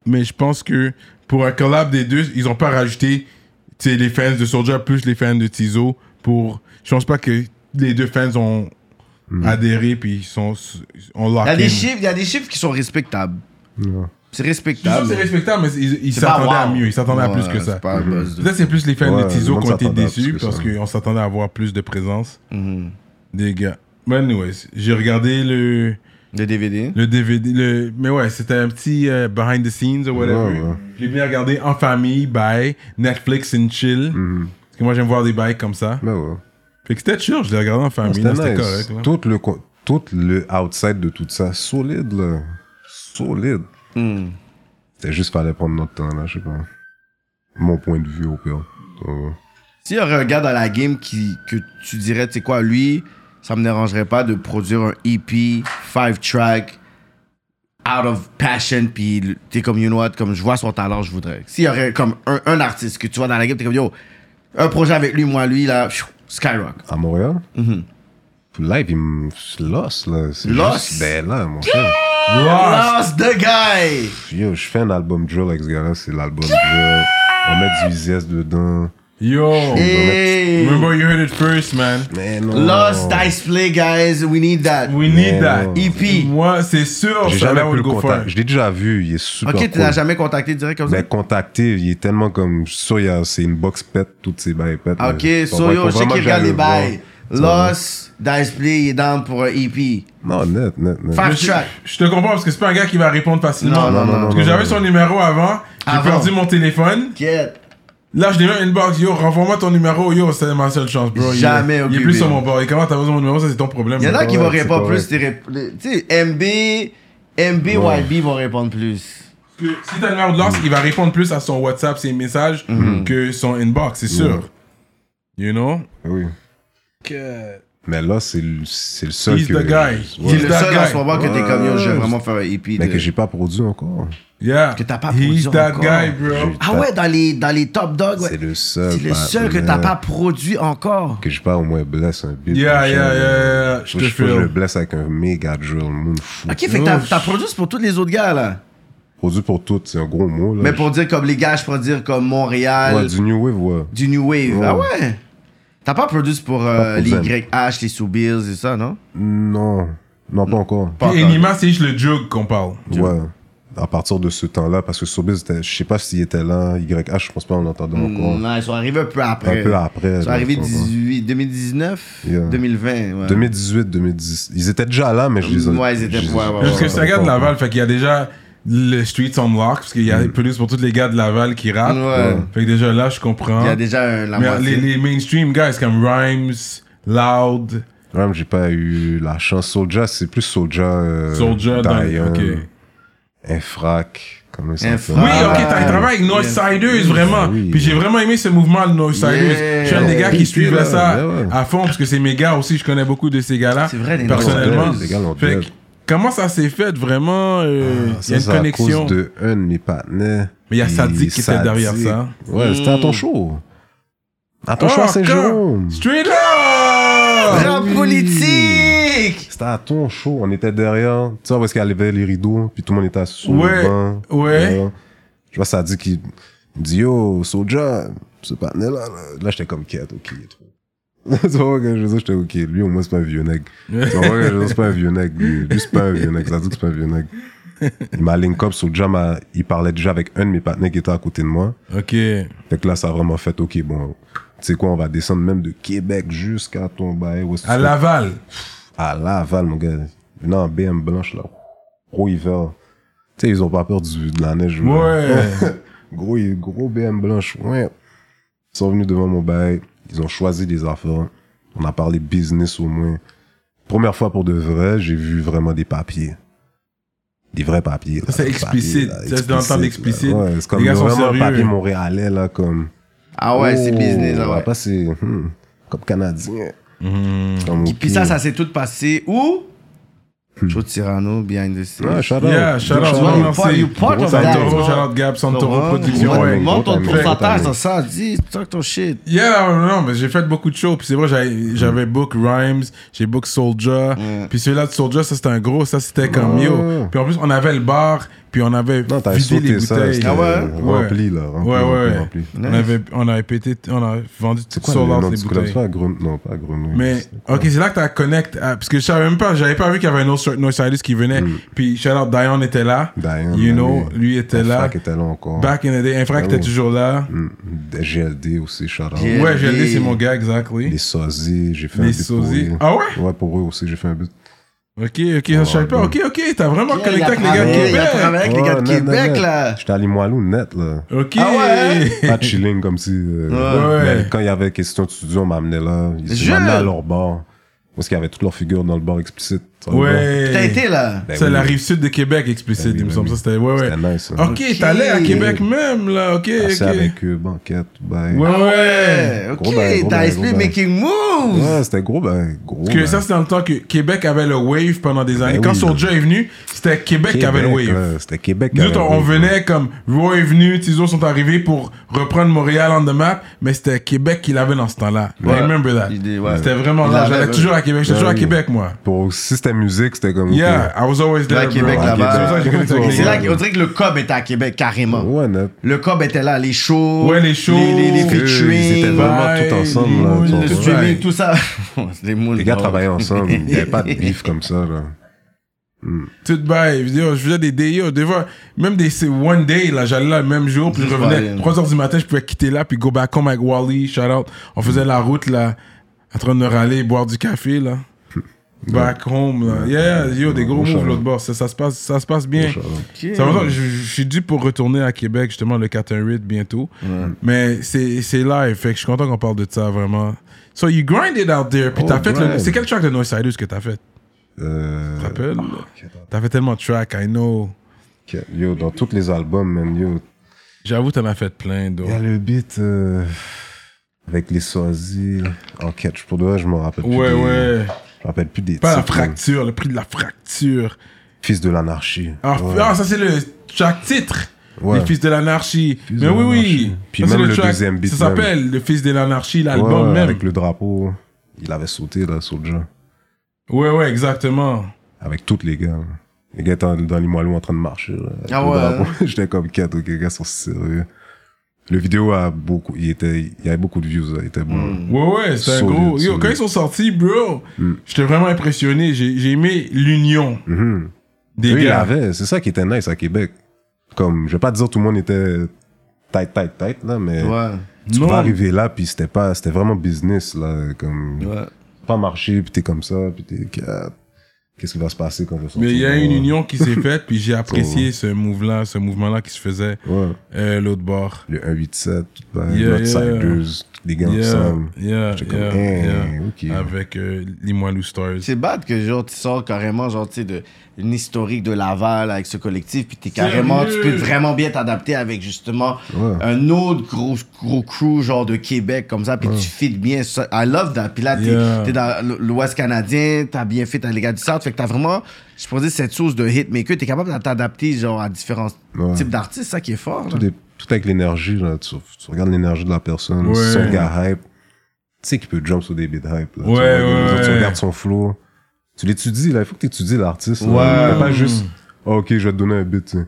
[SPEAKER 1] Mais je pense que pour un collab des deux, ils ont pas rajouté tu sais, les fans de Soldier plus les fans de Tizo. Pour... Je pense pas que les deux fans ont
[SPEAKER 3] Mm.
[SPEAKER 1] adhéré puis ils sont on
[SPEAKER 2] Il y a
[SPEAKER 1] lock
[SPEAKER 2] des
[SPEAKER 1] in.
[SPEAKER 2] chiffres, il y a des chiffres qui sont respectables.
[SPEAKER 3] Ouais.
[SPEAKER 2] C'est
[SPEAKER 1] Je suis sûr que
[SPEAKER 2] respectable.
[SPEAKER 1] c'est respectable, mais ils ils
[SPEAKER 2] C'est pas
[SPEAKER 1] s'attendaient à
[SPEAKER 2] wow.
[SPEAKER 1] mieux. Ils s'attendaient à plus
[SPEAKER 2] Ouais,
[SPEAKER 1] que
[SPEAKER 2] c'est
[SPEAKER 1] ça.
[SPEAKER 2] pas un buzz de-
[SPEAKER 1] Là, c'est plus les fans
[SPEAKER 3] Ouais,
[SPEAKER 1] de
[SPEAKER 3] le
[SPEAKER 1] Tizo
[SPEAKER 3] monde
[SPEAKER 1] qui ont été
[SPEAKER 3] s'attendait à plus
[SPEAKER 1] déçus
[SPEAKER 3] que ça.
[SPEAKER 1] parce qu'on s'attendait à avoir plus de présence
[SPEAKER 2] Mhm.
[SPEAKER 1] des gars. Mais anyways, j'ai regardé le,
[SPEAKER 2] Le DVD.
[SPEAKER 1] le DVD. Le, mais ouais, c'était un petit euh, behind the scenes ou whatever.
[SPEAKER 3] Ouais, ouais.
[SPEAKER 1] J'ai bien regardé en famille, by Netflix and chill.
[SPEAKER 3] Mhm.
[SPEAKER 1] Parce que moi, j'aime voir des bails comme ça.
[SPEAKER 3] Mais ouais.
[SPEAKER 1] Fait que c'était chill, je l'ai regardé en famille. là, C'était
[SPEAKER 3] Ah, C'était nice.
[SPEAKER 1] correct. là.
[SPEAKER 3] Tout le, co- tout le outside de tout ça, solide, là. Solide.
[SPEAKER 2] Mhm.
[SPEAKER 3] C'est juste fallait prendre notre temps, là, je sais pas. Mon point de vue, au pire. Euh, Ouais.
[SPEAKER 2] S'il y aurait un gars dans la game qui, que tu dirais, tu sais quoi, lui, ça me dérangerait pas de produire un EP, five track, out of passion, puis le- t'es comme, you know what, comme je vois son talent, je voudrais. S'il y aurait comme un, un artiste que tu vois dans la game, t'es comme, yo, un projet avec lui, moi, lui, là, pfiou, skyrock.
[SPEAKER 3] À Montréal?
[SPEAKER 2] Mhm.
[SPEAKER 1] Mm-hmm.
[SPEAKER 3] Live, il me lost, là. C'est
[SPEAKER 2] Lost?
[SPEAKER 3] juste- Ben là, mon cher.
[SPEAKER 1] Lost.
[SPEAKER 2] Lost the guy!
[SPEAKER 3] Yo, je fais un album drill avec ce gars-là, c'est l'album drill. On met du zeste dedans.
[SPEAKER 1] Yo!
[SPEAKER 2] Hey!
[SPEAKER 1] Remember you heard it first, man.
[SPEAKER 3] Mais non.
[SPEAKER 2] Lost Dice Play, guys, we need that.
[SPEAKER 1] We need
[SPEAKER 3] Mais
[SPEAKER 1] that. E
[SPEAKER 3] non.
[SPEAKER 2] EP.
[SPEAKER 1] Moi, c'est sûr,
[SPEAKER 3] J'ai
[SPEAKER 1] ça
[SPEAKER 3] jamais
[SPEAKER 1] là
[SPEAKER 3] pu
[SPEAKER 1] où
[SPEAKER 3] le
[SPEAKER 1] go for
[SPEAKER 3] contacter. Je l'ai déjà vu, il est super
[SPEAKER 2] Ok, tu
[SPEAKER 3] cool.
[SPEAKER 2] l'as jamais contacté direct comme ça?
[SPEAKER 3] Ben, contacté, il est tellement comme. Je suis sûr, il y a- c'est une box pète, toutes ces bails pètes.
[SPEAKER 2] Ah, Ok,
[SPEAKER 3] mais-
[SPEAKER 2] so yo,
[SPEAKER 3] euh, Faut
[SPEAKER 2] je sais
[SPEAKER 3] vraiment
[SPEAKER 2] qu'il
[SPEAKER 3] que j'aille
[SPEAKER 2] regarde les
[SPEAKER 3] le voir.
[SPEAKER 2] bails. Lost, Dice Play, il est down pour un E EP.
[SPEAKER 3] Non, net, net, net.
[SPEAKER 2] Five
[SPEAKER 1] Mais je,
[SPEAKER 2] track.
[SPEAKER 1] je te comprends parce que c'est pas un gars qui va répondre facilement.
[SPEAKER 2] Non, non, non,
[SPEAKER 1] Parce
[SPEAKER 3] non,
[SPEAKER 1] que
[SPEAKER 3] non,
[SPEAKER 1] j'avais
[SPEAKER 3] non.
[SPEAKER 1] son numéro avant, j'ai
[SPEAKER 2] Avant.
[SPEAKER 1] perdu mon téléphone.
[SPEAKER 2] Get.
[SPEAKER 1] Là, je l'ai mis en inbox. Yo, renvoie-moi ton numéro. Yo, c'est ma seule chance, bro. Il-
[SPEAKER 2] Jamais
[SPEAKER 1] Il est
[SPEAKER 2] occupé.
[SPEAKER 1] plus sur mon bord. Et comment t'as besoin de mon numéro Ça, c'est ton problème.
[SPEAKER 2] Il y en a
[SPEAKER 1] bro.
[SPEAKER 2] qui
[SPEAKER 3] Ouais,
[SPEAKER 2] vont
[SPEAKER 3] c'est
[SPEAKER 2] répondre plus.
[SPEAKER 3] correct.
[SPEAKER 2] t'es rép- le- Tu sais, MB, MB,
[SPEAKER 3] Ouais.
[SPEAKER 2] YB vont répondre plus.
[SPEAKER 1] Que Si t'as le numéro de Lost, il va répondre plus à son WhatsApp, ses messages,
[SPEAKER 2] Mm-hmm.
[SPEAKER 1] que son inbox, c'est sûr. You know
[SPEAKER 3] Oui. Mais là, c'est le c'est le seul.
[SPEAKER 1] He's
[SPEAKER 3] que,
[SPEAKER 1] the guy.
[SPEAKER 3] Ouais.
[SPEAKER 2] C'est
[SPEAKER 1] He's
[SPEAKER 2] le
[SPEAKER 1] that
[SPEAKER 2] seul en
[SPEAKER 1] guy.
[SPEAKER 2] ce moment que t'es
[SPEAKER 3] Ouais.
[SPEAKER 2] comme yo, je vais vraiment faire un hippie.
[SPEAKER 3] Mais
[SPEAKER 2] de-
[SPEAKER 3] que j'ai pas produit encore.
[SPEAKER 1] Yeah.
[SPEAKER 2] Que t'as pas
[SPEAKER 1] He's
[SPEAKER 2] produit
[SPEAKER 1] that
[SPEAKER 2] encore.
[SPEAKER 1] guy, bro.
[SPEAKER 3] J'ai-
[SPEAKER 2] Ah ouais, dans les, dans les top dogs, ouais.
[SPEAKER 3] C'est le seul.
[SPEAKER 2] C'est le
[SPEAKER 3] bah,
[SPEAKER 2] seul que
[SPEAKER 3] mais-
[SPEAKER 2] t'as pas produit encore.
[SPEAKER 3] Que j'ai pas au moins blesse un beat.
[SPEAKER 1] Yeah,
[SPEAKER 3] machin,
[SPEAKER 1] yeah,
[SPEAKER 3] là.
[SPEAKER 1] yeah, yeah, yeah. Je
[SPEAKER 3] Faut
[SPEAKER 1] te
[SPEAKER 3] que Je faut que
[SPEAKER 1] feel.
[SPEAKER 3] je le blesse avec un méga drill, le monde fou.
[SPEAKER 2] Ok, fait que t'as t'as produit pour tous les autres gars, là.
[SPEAKER 3] Produit pour toutes, c'est un gros mot. Là.
[SPEAKER 2] Mais pour dire comme les gars, je pourrais dire comme
[SPEAKER 3] Ouais,
[SPEAKER 2] Montréal,
[SPEAKER 3] du New Wave, ouais.
[SPEAKER 2] du New Wave.
[SPEAKER 3] Ouais.
[SPEAKER 2] Ah ouais. T'as pas produit pour euh,
[SPEAKER 3] Pas
[SPEAKER 2] les
[SPEAKER 3] produit.
[SPEAKER 2] YH, les Soubirs et ça, non?
[SPEAKER 3] Non. Non,
[SPEAKER 2] Mm.
[SPEAKER 3] pas encore.
[SPEAKER 2] Pas
[SPEAKER 1] Puis
[SPEAKER 2] encore.
[SPEAKER 1] Enima, c'est juste le joke qu'on parle.
[SPEAKER 3] Ouais. À partir de ce temps-là, parce que Sobiz, était- je sais pas s'il était là, YH, je pense pas on l'entendait encore.
[SPEAKER 2] Mm, Non, ils sont arrivés un peu après.
[SPEAKER 3] Un peu après.
[SPEAKER 2] Ils sont
[SPEAKER 3] là,
[SPEAKER 2] arrivés
[SPEAKER 3] je pense, hein.
[SPEAKER 2] 18, 2019,
[SPEAKER 3] Yeah.
[SPEAKER 2] 2020. Ouais.
[SPEAKER 3] 2018, 2010. Ils étaient déjà là, mais je les ai.
[SPEAKER 2] hein. Ouais, ils étaient-
[SPEAKER 3] je les ai-
[SPEAKER 2] ouais, ouais,
[SPEAKER 1] Parce que ça regarde
[SPEAKER 3] encore.
[SPEAKER 1] Laval, fait qu'il y a déjà le Streets on Lock, parce qu'il y a
[SPEAKER 3] Mm.
[SPEAKER 1] plus pour tous les gars de Laval qui rappent.
[SPEAKER 2] Ouais.
[SPEAKER 1] Fait que déjà là, je comprends.
[SPEAKER 2] Il y a déjà un, la
[SPEAKER 1] Mais les,
[SPEAKER 2] moitié.
[SPEAKER 1] les mainstream guys comme Rhymes, Loud,
[SPEAKER 3] Ram, j'ai pas eu la chance. Soulja, c'est plus Soulja. Euh,
[SPEAKER 1] Soldier,
[SPEAKER 3] Dion,
[SPEAKER 1] ok.
[SPEAKER 3] Infrac. Comme ils sont
[SPEAKER 2] Infrac.
[SPEAKER 3] appelés.
[SPEAKER 1] Oui,
[SPEAKER 2] Ah,
[SPEAKER 1] ok, t'as
[SPEAKER 2] ouais.
[SPEAKER 1] travaillé avec Noisesiders,
[SPEAKER 2] Yes.
[SPEAKER 1] vraiment.
[SPEAKER 3] Oui.
[SPEAKER 1] Puis j'ai vraiment aimé ce mouvement de Noisesiders.
[SPEAKER 2] Yeah.
[SPEAKER 1] Je suis un des gars qui
[SPEAKER 3] Ouais,
[SPEAKER 1] suivait
[SPEAKER 3] ouais,
[SPEAKER 1] ça
[SPEAKER 3] ouais.
[SPEAKER 1] à fond, parce que c'est mes gars aussi, je connais beaucoup de ces gars-là.
[SPEAKER 2] C'est vrai, les
[SPEAKER 1] personnellement.
[SPEAKER 3] Noisesiders, les gars l'ont
[SPEAKER 1] Fait que
[SPEAKER 3] dead.
[SPEAKER 1] comment ça s'est fait, vraiment euh, Il
[SPEAKER 3] Ah, Ça,
[SPEAKER 1] y a une
[SPEAKER 3] c'est à
[SPEAKER 1] connexion.
[SPEAKER 3] cause de un de mes partenaires.
[SPEAKER 1] Mais il y a
[SPEAKER 3] Puis
[SPEAKER 1] Sadik qui était derrière
[SPEAKER 3] Sadik.
[SPEAKER 1] ça.
[SPEAKER 3] Ouais, c'était à ton show. À ton
[SPEAKER 1] Oh,
[SPEAKER 3] show à
[SPEAKER 1] encore. Ah
[SPEAKER 3] Saint-Jérôme.
[SPEAKER 1] Straight up!
[SPEAKER 2] Rap
[SPEAKER 3] oui.
[SPEAKER 2] politique!
[SPEAKER 3] C'était à ton show. On était derrière. Tu vois, parce qu'elle levait les rideaux. Puis tout le monde était assis.
[SPEAKER 1] Ouais, ouais.
[SPEAKER 3] Je vois Sadik qui me dit Yo, Soulja, ce partenaire là. Là, Là, j'étais comme quête. Ok. tu vois, quand je veux dire, j'étais ok. Lui, au moins, c'est pas un vieux nègre. Tu vois, quand je veux dire, c'est pas un vieux nègre. Lui, lui, c'est pas un vieux nègre. Sadik, c'est pas un vieux nègre. Il m'a link up. Soulja, m'a- il parlait déjà avec un de mes partenaires qui était à côté de moi.
[SPEAKER 1] Ok.
[SPEAKER 3] Fait que là, ça a vraiment fait, ok, bon, tu sais quoi, on va descendre même de Québec jusqu'à ton bail. où est-ce que
[SPEAKER 1] À
[SPEAKER 3] tu
[SPEAKER 1] Laval.
[SPEAKER 3] fais- à Laval, mon gars. Venant en BM blanche, là. Gros hiver. Tu sais, ils ont pas peur du, de la neige. là.
[SPEAKER 1] Ouais.
[SPEAKER 3] Gros, gros BM blanche, ouais. Ils sont venus devant mon bail. Ils ont choisi des affaires. On a parlé business au moins. Première fois pour de vrai, j'ai vu vraiment des papiers. Des vrais papiers. là,
[SPEAKER 1] Ça, c'est
[SPEAKER 3] des papiers,
[SPEAKER 1] explicite.
[SPEAKER 3] là,
[SPEAKER 1] Ça, c'est dans le temps d'explicite.
[SPEAKER 3] là. Ouais, c'est comme
[SPEAKER 1] Les gars sont
[SPEAKER 3] vraiment un
[SPEAKER 1] sérieux.
[SPEAKER 3] papier montréalais, là, comme.
[SPEAKER 2] Ah ouais, c'est
[SPEAKER 3] Oh,
[SPEAKER 2] business, ah ouais.
[SPEAKER 3] Après, c'est hmm, comme Canadien.
[SPEAKER 1] Hmm.
[SPEAKER 3] Comme,
[SPEAKER 2] Puis
[SPEAKER 3] ok.
[SPEAKER 2] ça, ça s'est tout passé où? Joe Tirano, behind the scenes.
[SPEAKER 3] Ah bah Ouais, shout out.
[SPEAKER 1] Yeah, shout out.
[SPEAKER 3] Shout
[SPEAKER 2] You
[SPEAKER 3] out.
[SPEAKER 1] Merci.
[SPEAKER 2] part- you part
[SPEAKER 3] Gros
[SPEAKER 2] of that,
[SPEAKER 1] Santoro,
[SPEAKER 2] bro.
[SPEAKER 1] shout out Gab, Santoro
[SPEAKER 2] Laurent,
[SPEAKER 1] Production.
[SPEAKER 2] monte-
[SPEAKER 3] ouais.
[SPEAKER 1] Ouais.
[SPEAKER 2] Monte ton
[SPEAKER 3] Fait-
[SPEAKER 2] pourcentage dans ça, dis, talk ton shit.
[SPEAKER 1] Yeah, non, non, mais j'ai fait beaucoup de shows. Puis c'est vrai, j'avais- j'avais book Rhymes, j'ai book Soldier. Puis celui-là de Soldier, ça c'était un gros, ça c'était comme yo. Puis en plus, on avait le bar. puis on avait
[SPEAKER 3] Ah. Non, t'avais
[SPEAKER 1] vidé les
[SPEAKER 3] sauté ça.
[SPEAKER 1] bouteilles.
[SPEAKER 3] c'était
[SPEAKER 2] Ah ouais?
[SPEAKER 3] Rempli, là. Rempli,
[SPEAKER 1] Ouais,
[SPEAKER 3] rempli,
[SPEAKER 1] ouais.
[SPEAKER 3] rempli.
[SPEAKER 1] On avait, on avait pété, on a vendu
[SPEAKER 3] C'est
[SPEAKER 1] tout
[SPEAKER 3] quoi
[SPEAKER 1] sur
[SPEAKER 3] le nom
[SPEAKER 1] l'ordre
[SPEAKER 3] de
[SPEAKER 1] des
[SPEAKER 3] ce club?
[SPEAKER 1] bouteilles.
[SPEAKER 3] C'est pas Grenouille. Non, pas Grenouille.
[SPEAKER 1] Mais,
[SPEAKER 3] C'est quoi?
[SPEAKER 1] ok, c'est là que t'as connect, à- parce que je savais même pas, j'avais pas vu qu'il y avait un autre Northsiders qui venait, puis shout out, Dion était là,
[SPEAKER 3] Diane,
[SPEAKER 1] you
[SPEAKER 3] ben
[SPEAKER 1] know,
[SPEAKER 3] Mm. oui.
[SPEAKER 1] lui était là,
[SPEAKER 3] Frac était là encore.
[SPEAKER 1] back in the day, Infrac
[SPEAKER 3] Ben
[SPEAKER 1] était
[SPEAKER 3] oui.
[SPEAKER 1] toujours là,
[SPEAKER 3] Mm, des GLD aussi, Sharon.
[SPEAKER 2] Yeah.
[SPEAKER 1] ouais, j'ai
[SPEAKER 2] Les-
[SPEAKER 1] dit, c'est mon gars, exactly.
[SPEAKER 3] Les sosies, j'ai fait
[SPEAKER 1] Les
[SPEAKER 3] un but pour
[SPEAKER 1] sosies.
[SPEAKER 3] eux.
[SPEAKER 1] Ah ouais?
[SPEAKER 3] Ouais, pour eux aussi, j'ai fait un but.
[SPEAKER 1] Ok, ok, je savais pas, ok, ok, t'as vraiment
[SPEAKER 2] Il
[SPEAKER 1] connecté
[SPEAKER 2] a
[SPEAKER 1] avec les gars de
[SPEAKER 2] travaillé, il a
[SPEAKER 1] Québec.
[SPEAKER 2] travaillé avec les
[SPEAKER 3] Ouais,
[SPEAKER 2] gars de
[SPEAKER 3] net, net,
[SPEAKER 2] Québec,
[SPEAKER 3] net.
[SPEAKER 2] là.
[SPEAKER 3] J'étais à Limoilou net, là.
[SPEAKER 1] Ok.
[SPEAKER 2] Ah ouais?
[SPEAKER 3] Pas de chilling comme si. euh,
[SPEAKER 1] Ouais.
[SPEAKER 3] mais quand il y avait question de studio, on m'amenait là. Ils
[SPEAKER 2] Je-
[SPEAKER 3] m'amenaient à leur bar. Parce qu'il y avait toutes leurs figures dans le bar explicite. sur le bar.
[SPEAKER 1] Ouais.
[SPEAKER 2] T'as été là.
[SPEAKER 3] Ben
[SPEAKER 1] C'est
[SPEAKER 3] oui.
[SPEAKER 1] la rive sud de Québec explicite,
[SPEAKER 3] Ben oui,
[SPEAKER 1] il me
[SPEAKER 3] ben
[SPEAKER 1] semble.
[SPEAKER 3] oui.
[SPEAKER 1] Ça, c'était. Ouais, ouais.
[SPEAKER 3] C'était nice. hein.
[SPEAKER 1] Ok, t'allais à
[SPEAKER 2] Ok.
[SPEAKER 1] Québec même, là. Ok, ok.
[SPEAKER 3] Passer avec eux, banquette, ben.
[SPEAKER 1] Ouais, ouais.
[SPEAKER 2] Ah Ouais,
[SPEAKER 3] Gros bail,
[SPEAKER 2] Eh, ok,
[SPEAKER 3] gros
[SPEAKER 2] t'as
[SPEAKER 3] bail,
[SPEAKER 2] expliqué
[SPEAKER 3] gros bail.
[SPEAKER 2] Making Moves.
[SPEAKER 3] Ouais, c'était gros, ben, gros.
[SPEAKER 1] Parce que
[SPEAKER 3] ben.
[SPEAKER 1] ça, c'était dans le temps que Québec avait le wave pendant des années.
[SPEAKER 3] Ben
[SPEAKER 1] Quand
[SPEAKER 3] oui.
[SPEAKER 1] Soulja est venu, c'était Québec, qui avait le
[SPEAKER 3] Québec, hein.
[SPEAKER 1] wave.
[SPEAKER 3] là, C'était Québec. euh, qui
[SPEAKER 1] Nous,
[SPEAKER 2] Ben
[SPEAKER 3] avait
[SPEAKER 1] autres,
[SPEAKER 3] le
[SPEAKER 1] on
[SPEAKER 3] wave, là.
[SPEAKER 1] venait comme Raw est venu, Tizo sont arrivés pour reprendre Montréal on the map, mais c'était Québec qui l'avait dans ce temps-là. I remember that.
[SPEAKER 2] Il dit, ouais.
[SPEAKER 1] C'était vraiment
[SPEAKER 2] Il
[SPEAKER 1] là.
[SPEAKER 2] l'avait,
[SPEAKER 1] J'allais
[SPEAKER 2] ouais. Ben
[SPEAKER 1] toujours à Québec. J'étais toujours à
[SPEAKER 3] oui.
[SPEAKER 1] Québec, moi.
[SPEAKER 3] Pour, si c'était musique, c'était comme.
[SPEAKER 1] Yeah, I was always there.
[SPEAKER 2] à
[SPEAKER 1] bro.
[SPEAKER 2] Québec,
[SPEAKER 1] Ouais,
[SPEAKER 2] là-bas.
[SPEAKER 1] c'est pour ça que j'ai
[SPEAKER 2] Et
[SPEAKER 1] connu
[SPEAKER 2] C'est
[SPEAKER 1] toi.
[SPEAKER 2] là qu'on dirait que le cob était à Québec,
[SPEAKER 3] ok.
[SPEAKER 2] carrément.
[SPEAKER 3] Ouais, net.
[SPEAKER 2] Le cob était là, les shows.
[SPEAKER 1] Ouais, les shows.
[SPEAKER 2] Les, les, les
[SPEAKER 1] Eux,
[SPEAKER 3] Ils étaient
[SPEAKER 2] featuring,
[SPEAKER 3] vraiment
[SPEAKER 1] Bye,
[SPEAKER 3] tout ensemble,
[SPEAKER 1] les
[SPEAKER 3] là.
[SPEAKER 1] moules,
[SPEAKER 3] tu
[SPEAKER 2] le
[SPEAKER 1] Ouais.
[SPEAKER 3] comprends?
[SPEAKER 2] streaming, tout ça. les moules.
[SPEAKER 3] Les gars
[SPEAKER 2] non.
[SPEAKER 3] travaillaient ensemble. Il n'y avait pas de bif comme ça, là.
[SPEAKER 1] tout bail. Je faisais- je faisais des day, yo, des fois, même des c'est one day, là, j'allais là le même jour, puis je
[SPEAKER 2] Juste pour
[SPEAKER 1] revenais
[SPEAKER 2] aller.
[SPEAKER 1] 3 heures du matin, je pouvais quitter là, puis go back home avec Wally, shout out. On faisait la route, là, en train de nous râler, boire du café, là. Back home, là. Yeah, yo, des gros
[SPEAKER 3] Hmm. Bon
[SPEAKER 1] moves
[SPEAKER 3] shout-out.
[SPEAKER 1] l'autre bord. Ça, ça se passe, ça se passe bien.
[SPEAKER 3] shout-out.
[SPEAKER 1] Ça va, je- je suis dû pour retourner à Québec, justement, le 418 bientôt. Mais c'est c'est live, fait que je suis content qu'on parle de ça, vraiment. So, you grinded out there, puis
[SPEAKER 3] Oh,
[SPEAKER 1] t'as fait le...
[SPEAKER 3] grind.
[SPEAKER 1] C'est quel track de Noisiders que t'as fait?
[SPEAKER 3] Euh,
[SPEAKER 1] T'appelles? T'as fait tellement de tracks, I know.
[SPEAKER 3] ok. Yo, dans tous les albums, man, yo.
[SPEAKER 1] J'avoue, t'en as fait plein, d'eau.
[SPEAKER 3] Il y a le beat euh, avec les sosies. Enquête, je- pour de vrai, je me rappelle plus.
[SPEAKER 1] Ouais,
[SPEAKER 3] des-
[SPEAKER 1] ouais.
[SPEAKER 3] Je me rappelle plus des
[SPEAKER 1] Pas la
[SPEAKER 3] titres, man.
[SPEAKER 1] fracture, le prix de la fracture.
[SPEAKER 3] Fils de l'anarchie.
[SPEAKER 1] Ah,
[SPEAKER 3] Ouais.
[SPEAKER 1] ah, ça, c'est le track titre.
[SPEAKER 3] Ouais.
[SPEAKER 1] Les Fils de l'Anarchie.
[SPEAKER 3] de
[SPEAKER 1] Mais oui, oui.
[SPEAKER 3] l'Anarchie. Puis
[SPEAKER 1] Ça, c'est
[SPEAKER 3] même le deuxième beat
[SPEAKER 1] Ça
[SPEAKER 3] même.
[SPEAKER 1] s'appelle Le Fils de l'Anarchie, l'album
[SPEAKER 3] Ouais,
[SPEAKER 1] même.
[SPEAKER 3] Avec le drapeau. Il avait sauté, là, sur le jeu.
[SPEAKER 1] Ouais, ouais, exactement.
[SPEAKER 3] Avec tous les gars. là. Les gars étaient en- dans les moellons en train de marcher. Là, avec
[SPEAKER 2] Ah
[SPEAKER 3] le
[SPEAKER 2] ouais,
[SPEAKER 3] drapeau. J'étais comme 4, ok, les gars sont sérieux. Le vidéo a beaucoup. Il, était, il y avait beaucoup de views, là, il était bon.
[SPEAKER 1] Ouais, ouais, c'est un
[SPEAKER 3] Solide,
[SPEAKER 1] gros. Yo,
[SPEAKER 3] solide.
[SPEAKER 1] quand ils sont sortis, bro,
[SPEAKER 3] Hmm.
[SPEAKER 1] j'étais vraiment impressionné. J'ai j'ai aimé l'union
[SPEAKER 3] Mhm.
[SPEAKER 1] des
[SPEAKER 3] Eux, ils
[SPEAKER 1] gars.
[SPEAKER 3] l'avaient. C'est ça qui était nice à Québec. Comme, je vais pas dire tout le monde était tight, tight, tight, là, mais
[SPEAKER 2] Ouais.
[SPEAKER 3] tu
[SPEAKER 1] Non.
[SPEAKER 3] vas arriver là, puis c'était pas, c'était vraiment business, là, comme,
[SPEAKER 2] Ouais.
[SPEAKER 3] pas marché, puis t'es comme ça, puis t'es, qu'est- qu'est-ce qui va se passer quand je vais sortir?
[SPEAKER 1] Mais il y a une
[SPEAKER 3] Ouais.
[SPEAKER 1] union qui s'est faite, puis j'ai apprécié ce move-là, ce mouvement-là qui se faisait
[SPEAKER 3] Ouais.
[SPEAKER 1] euh, l'autre bord.
[SPEAKER 3] Le 187, ben,
[SPEAKER 1] Yeah,
[SPEAKER 3] l'Outsiders, les gars
[SPEAKER 1] Yeah,
[SPEAKER 3] ensemble.
[SPEAKER 1] yeah,
[SPEAKER 3] J'étais comme,
[SPEAKER 1] yeah,
[SPEAKER 3] Hey,
[SPEAKER 1] yeah.
[SPEAKER 3] ok.
[SPEAKER 1] avec euh, les Moilou Stars.
[SPEAKER 2] C'est bad que genre tu sors carrément genre tu sais de une historique de Laval avec ce collectif puis t'es carrément tu
[SPEAKER 1] Sérieux?
[SPEAKER 2] peux vraiment bien t'adapter avec justement
[SPEAKER 3] Ouais.
[SPEAKER 2] un autre gros gros crew genre de Québec comme ça puis tu fit bien ça. I love that puis là t'es
[SPEAKER 1] Yeah.
[SPEAKER 2] t'es dans l- l'Ouest canadien t'as bien fait t'as les gars du South fait que t'as vraiment je pourrais dire cette source de hitmaker t'es capable de t'adapter genre à différents
[SPEAKER 3] Ouais.
[SPEAKER 2] types d'artistes ça qui est fort
[SPEAKER 3] Tout,
[SPEAKER 2] là.
[SPEAKER 3] est- tout avec l'énergie, là. Tu, tu regardes l'énergie de la personne.
[SPEAKER 1] Ouais.
[SPEAKER 3] Si son gars hype, tu sais qu'il peut jump sur des beats hype. Là, tu,
[SPEAKER 1] Ouais,
[SPEAKER 3] regardes les
[SPEAKER 1] ouais,
[SPEAKER 3] autres, tu
[SPEAKER 1] ouais.
[SPEAKER 3] regardes son flow. Tu l'étudies, là. Il faut que tu étudies l'artiste. là.
[SPEAKER 2] Ouais.
[SPEAKER 3] Mais pas juste, Ah, ok, je vais te donner un beat, tu sais.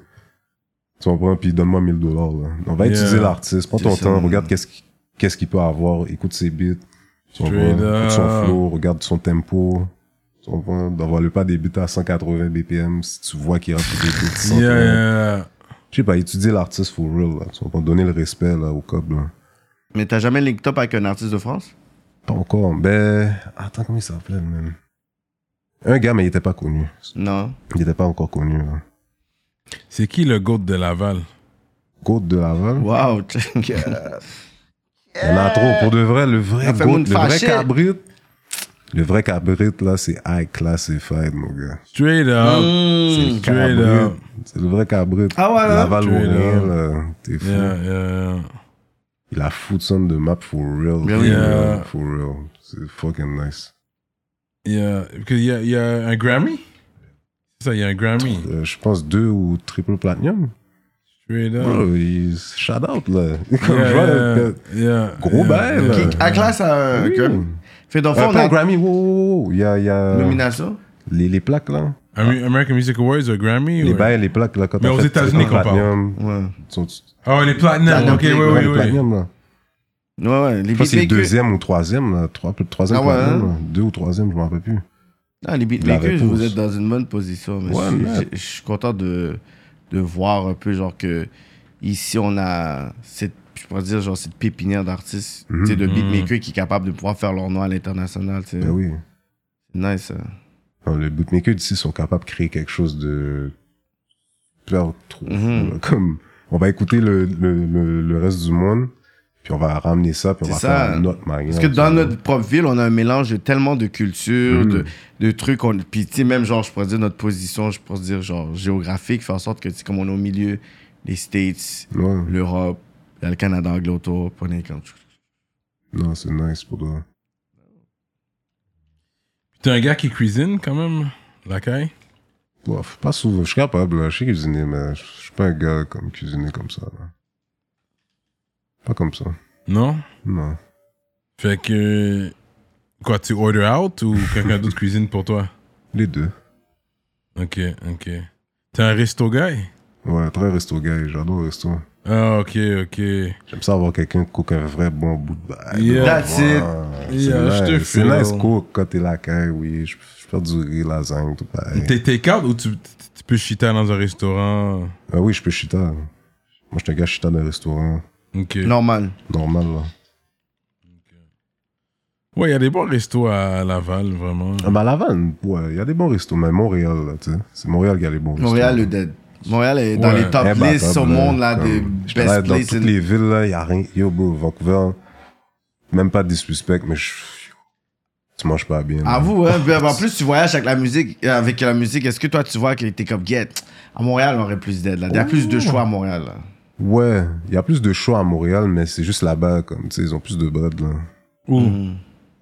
[SPEAKER 3] Tu comprends, puis donne-moi 1000 dollars, là. On va
[SPEAKER 1] Yeah.
[SPEAKER 3] étudier l'artiste. Prends ton
[SPEAKER 2] C'est ça.
[SPEAKER 3] temps, regarde qu'est-ce qu'il qu'est-ce qu'il peut avoir. Écoute ses beats. Tu comprends?
[SPEAKER 1] Straight
[SPEAKER 3] Écoute
[SPEAKER 1] up.
[SPEAKER 3] son flow, regarde son tempo. Tu comprends? D'envoie-le pas des beats à 180 BPM si tu vois qu'il y a des beats.
[SPEAKER 1] Yeah,
[SPEAKER 3] 180.
[SPEAKER 1] yeah.
[SPEAKER 3] Je sais pas, étudier l'artiste for real, là. Tu vas pas donner le respect, là, au cop, là.
[SPEAKER 2] mais t'as jamais link top avec un artiste de France
[SPEAKER 3] Pas encore. Ben, attends, comment il s'appelait, le même? Un gars, mais il était pas connu.
[SPEAKER 2] non
[SPEAKER 3] Il était pas encore connu, là.
[SPEAKER 1] C'est qui le GOAT de Laval?
[SPEAKER 3] Côte de Laval.
[SPEAKER 2] wow
[SPEAKER 3] Il y en a trop. Pour de vrai, le vrai
[SPEAKER 2] Ça fait
[SPEAKER 3] goat,
[SPEAKER 2] moune
[SPEAKER 3] le vrai
[SPEAKER 2] fâché.
[SPEAKER 3] cabrit. Le vrai cabrit, là, c'est high classified, mon gars.
[SPEAKER 1] Straight up.
[SPEAKER 3] C'est le
[SPEAKER 1] Mm, straight
[SPEAKER 3] cabrit.
[SPEAKER 1] up.
[SPEAKER 3] C'est le vrai cabrit.
[SPEAKER 2] Ah ouais, hein?
[SPEAKER 3] Laval ou
[SPEAKER 1] Straight
[SPEAKER 3] rien,
[SPEAKER 1] up.
[SPEAKER 3] là. T'es fou.
[SPEAKER 1] Yeah, yeah,
[SPEAKER 3] Il a foutu somme de map for real.
[SPEAKER 2] Ben
[SPEAKER 3] for
[SPEAKER 2] oui.
[SPEAKER 1] Yeah.
[SPEAKER 3] real, For real. C'est fucking nice.
[SPEAKER 1] yeah. Parce qu'il y a- Il y, a un Grammy? C'est ça, il y a un Grammy.
[SPEAKER 3] Euh, je pense deux ou triple platinum.
[SPEAKER 1] Straight up.
[SPEAKER 3] Bro, il- shout out là. Comme
[SPEAKER 1] Euh, Yeah,
[SPEAKER 3] je vois,
[SPEAKER 1] yeah,
[SPEAKER 3] que-
[SPEAKER 1] yeah,
[SPEAKER 3] gros
[SPEAKER 1] yeah,
[SPEAKER 3] bail,
[SPEAKER 1] yeah.
[SPEAKER 3] là.
[SPEAKER 2] Qui- à classe à
[SPEAKER 3] Oui.
[SPEAKER 2] Ah, Fait d'enfant
[SPEAKER 3] Euh,
[SPEAKER 2] on
[SPEAKER 3] pas
[SPEAKER 2] a
[SPEAKER 3] Grammy, wow, wow, wow. Il y a, il y a
[SPEAKER 2] nomination
[SPEAKER 3] les, les plaques là.
[SPEAKER 1] Ami- American Music Awards ou Grammy
[SPEAKER 3] Les
[SPEAKER 1] ou-
[SPEAKER 3] bails, les plaques, là, quand
[SPEAKER 1] Mais
[SPEAKER 3] t'as
[SPEAKER 1] aux
[SPEAKER 3] fait euh,
[SPEAKER 1] États-Unis qu'on parle.
[SPEAKER 3] Platinum,
[SPEAKER 2] Ouais.
[SPEAKER 3] sont- sont-
[SPEAKER 1] Oh, les Platinum.
[SPEAKER 2] Platinum,
[SPEAKER 1] Ok, oui,
[SPEAKER 2] oui,
[SPEAKER 3] ouais,
[SPEAKER 1] oui,
[SPEAKER 3] les
[SPEAKER 1] oui.
[SPEAKER 3] Platinum, là.
[SPEAKER 2] Ouais, ouais. Les
[SPEAKER 3] Je pense que c'est
[SPEAKER 2] beatmakers.
[SPEAKER 3] deuxième ou troisième, là, trois, troisième
[SPEAKER 2] Ah ouais,
[SPEAKER 3] Platinum,
[SPEAKER 2] hein?
[SPEAKER 3] là. deux ou troisième, je m'en rappelle plus.
[SPEAKER 2] Non, Ah, les
[SPEAKER 3] La
[SPEAKER 2] beatmakers,
[SPEAKER 3] réponse.
[SPEAKER 2] vous êtes dans une bonne position. mais
[SPEAKER 3] Ouais,
[SPEAKER 2] je, suis-
[SPEAKER 3] mais-
[SPEAKER 2] je- je suis content de, de voir un peu, genre, que ici, on a cette, je pourrais dire, genre, cette pépinière d'artistes,
[SPEAKER 3] Mhm.
[SPEAKER 2] tu sais, de
[SPEAKER 1] Mhm.
[SPEAKER 2] beatmakers qui est capable de pouvoir faire leur nom à l'international, tu sais.
[SPEAKER 3] Ben oui.
[SPEAKER 2] Nice. hein.
[SPEAKER 3] Enfin, les bootmakers d'ici sont capables de créer quelque chose de super trop
[SPEAKER 2] Mhm.
[SPEAKER 3] fou, là. comme on va écouter le, le, le, le reste du monde puis on va ramener ça puis
[SPEAKER 2] C'est
[SPEAKER 3] on va
[SPEAKER 2] ça.
[SPEAKER 3] faire notre manière
[SPEAKER 2] Parce que dans notre propre ville, on a un mélange de tellement de cultures,
[SPEAKER 3] Mhm.
[SPEAKER 2] de, de trucs. On, puis, tu sais, même, genre, je pourrais dire notre position, je pourrais dire, genre, géographique, fait en sorte que, tu sais, comme on est au milieu, les States,
[SPEAKER 3] ouais.
[SPEAKER 2] l'Europe, il y a le Canada anglais autour, prenez comme.
[SPEAKER 3] non c'est nice pour toi
[SPEAKER 1] T'es un gars qui cuisine quand même, la caille.
[SPEAKER 3] Bon, faut pas souvent je suis capable là. je sais cuisiner mais je je suis pas un gars comme cuisiner comme ça là. pas comme ça
[SPEAKER 1] Non?
[SPEAKER 3] non
[SPEAKER 1] Fait que. Quoi, tu order out ou quelqu'un d'autre cuisine pour toi?
[SPEAKER 3] les deux
[SPEAKER 1] Ok, ok. T'es un resto guy?
[SPEAKER 3] ouais très resto gay j'adore le resto
[SPEAKER 1] Ah, ok, ok.
[SPEAKER 3] j'aime ça avoir quelqu'un qui cook un vrai bon bout de bail
[SPEAKER 1] Yeah.
[SPEAKER 2] That's it.
[SPEAKER 3] C'est
[SPEAKER 1] Yeah, je te
[SPEAKER 3] nice. C'est
[SPEAKER 1] feel.
[SPEAKER 3] nice cook quand t'es là, quand oui. Je je fais du riz, lasagne, tout pareil.
[SPEAKER 1] T'es take-out ou tu, tu peux chiter dans un restaurant?
[SPEAKER 3] Ah oui, je peux chita. Moi, je suis un gars chita d'un restaurant
[SPEAKER 1] Ok.
[SPEAKER 2] Normal.
[SPEAKER 3] normal. Là.
[SPEAKER 1] Ouais, il y a des bons restos à Laval, vraiment.
[SPEAKER 3] Ah, bah, Laval, ouais, il y a des bons restos, mais Montréal, là, tu sais. C'est Montréal qui a les bons restos.
[SPEAKER 2] Montréal, le dead. Montréal est dans
[SPEAKER 1] Ouais.
[SPEAKER 2] les top
[SPEAKER 3] Eh, bah,
[SPEAKER 2] lists
[SPEAKER 3] top,
[SPEAKER 2] au monde, là,
[SPEAKER 3] comme,
[SPEAKER 2] des
[SPEAKER 3] j'étais là,
[SPEAKER 2] best
[SPEAKER 3] Dans
[SPEAKER 2] places.
[SPEAKER 3] toutes les villes, là, il y a rien. Yo, bro, Vancouver, même pas de disrespect, mais je- tu manges pas bien. là.
[SPEAKER 2] À vous, hein. ben, En plus, tu voyages avec la musique, euh, avec la musique. Est-ce que toi, tu vois que t'es comme get? À Montréal, on aurait plus d'aide, là. Il y a plus de choix à Montréal, là.
[SPEAKER 3] Ouais, il y a plus de choix à Montréal, mais c'est juste là-bas, comme, tu sais, ils ont plus de bread, là.
[SPEAKER 1] Où?
[SPEAKER 2] Hmm.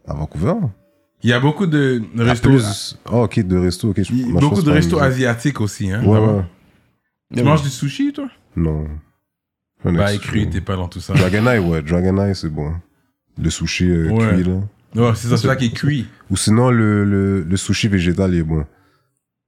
[SPEAKER 3] À Vancouver?
[SPEAKER 1] Il y a beaucoup de
[SPEAKER 3] Il y a
[SPEAKER 1] restos.
[SPEAKER 3] plus- Ah, ok, de restos, ok. je-
[SPEAKER 1] Il-
[SPEAKER 3] moi, je
[SPEAKER 1] Beaucoup
[SPEAKER 3] pense
[SPEAKER 1] de
[SPEAKER 3] pas à
[SPEAKER 1] restos
[SPEAKER 3] la musique.
[SPEAKER 1] asiatiques aussi, hein.
[SPEAKER 3] Ouais,
[SPEAKER 1] là-bas.
[SPEAKER 3] ouais.
[SPEAKER 1] Tu manges du sushi, toi?
[SPEAKER 3] Non. Un
[SPEAKER 1] Bah,
[SPEAKER 3] extra.
[SPEAKER 1] écrit, t'es pas dans tout ça.
[SPEAKER 3] Dragon Eye, ouais. Dragon Eye, c'est bon. hein. Le sushi euh,
[SPEAKER 1] Ouais.
[SPEAKER 3] cuit, là.
[SPEAKER 1] Ouais, c'est ça, c'est là qui est cuit.
[SPEAKER 3] Ou sinon, le, le, le sushi végétal il est bon.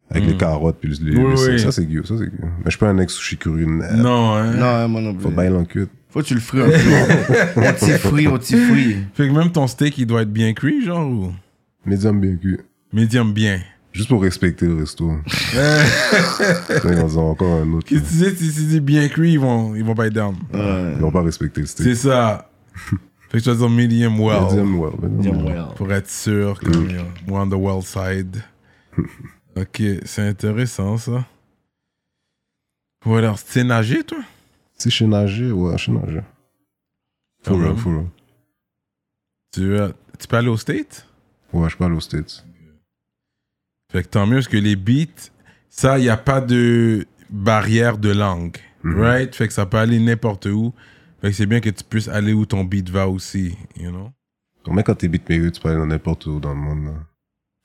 [SPEAKER 3] Avec
[SPEAKER 1] Mm.
[SPEAKER 3] les carottes puis les, les-
[SPEAKER 1] Oui,
[SPEAKER 3] les-
[SPEAKER 1] oui.
[SPEAKER 3] Ça, c'est gueux, ça, c'est gueux. Mais je suis pas un ex-sushi curieux. nah.
[SPEAKER 1] Non, hein.
[SPEAKER 2] Non, hein, moi non plus.
[SPEAKER 3] Faut bien l'en cuire.
[SPEAKER 2] Faut que tu le fruit un peu. On t'y fruit, on t'y fruit.
[SPEAKER 1] Fait que même ton steak, il doit être bien cuit, genre, ou
[SPEAKER 3] Médium bien cuit.
[SPEAKER 1] médium bien.
[SPEAKER 3] Juste pour respecter le resto. Putain, ils en ont encore un autre.
[SPEAKER 1] Qu'est-ce que tu sais, si tu dis bien cuit, ils vont, ils vont pas être down.
[SPEAKER 2] Ouais.
[SPEAKER 3] Ils n'ont pas respecté le
[SPEAKER 1] C'est
[SPEAKER 3] steak.
[SPEAKER 1] ça. fait que tu vas dire medium well.
[SPEAKER 3] Medium well. medium
[SPEAKER 2] Bien,
[SPEAKER 3] well.
[SPEAKER 2] ouais.
[SPEAKER 1] Pour être sûr que euh, we're on the well side. ok, c'est intéressant, ça. Ou alors, tu sais nager, toi
[SPEAKER 3] Si je suis nager, ouais, je suis nager.
[SPEAKER 1] Quand
[SPEAKER 3] Full
[SPEAKER 1] même.
[SPEAKER 3] real, full real.
[SPEAKER 1] tu, euh, tu peux aller au States
[SPEAKER 3] Ouais, je suis pas allé aux States.
[SPEAKER 1] Fait que tant mieux, parce que les beats, ça, il n'y a pas de barrière de langue.
[SPEAKER 3] Mhm.
[SPEAKER 1] Right? Fait que ça peut aller n'importe où. Fait que c'est bien que tu puisses aller où ton beat va aussi, you know?
[SPEAKER 3] Donc, même quand t'es beatmaker, tu peux aller dans n'importe où dans le monde. là.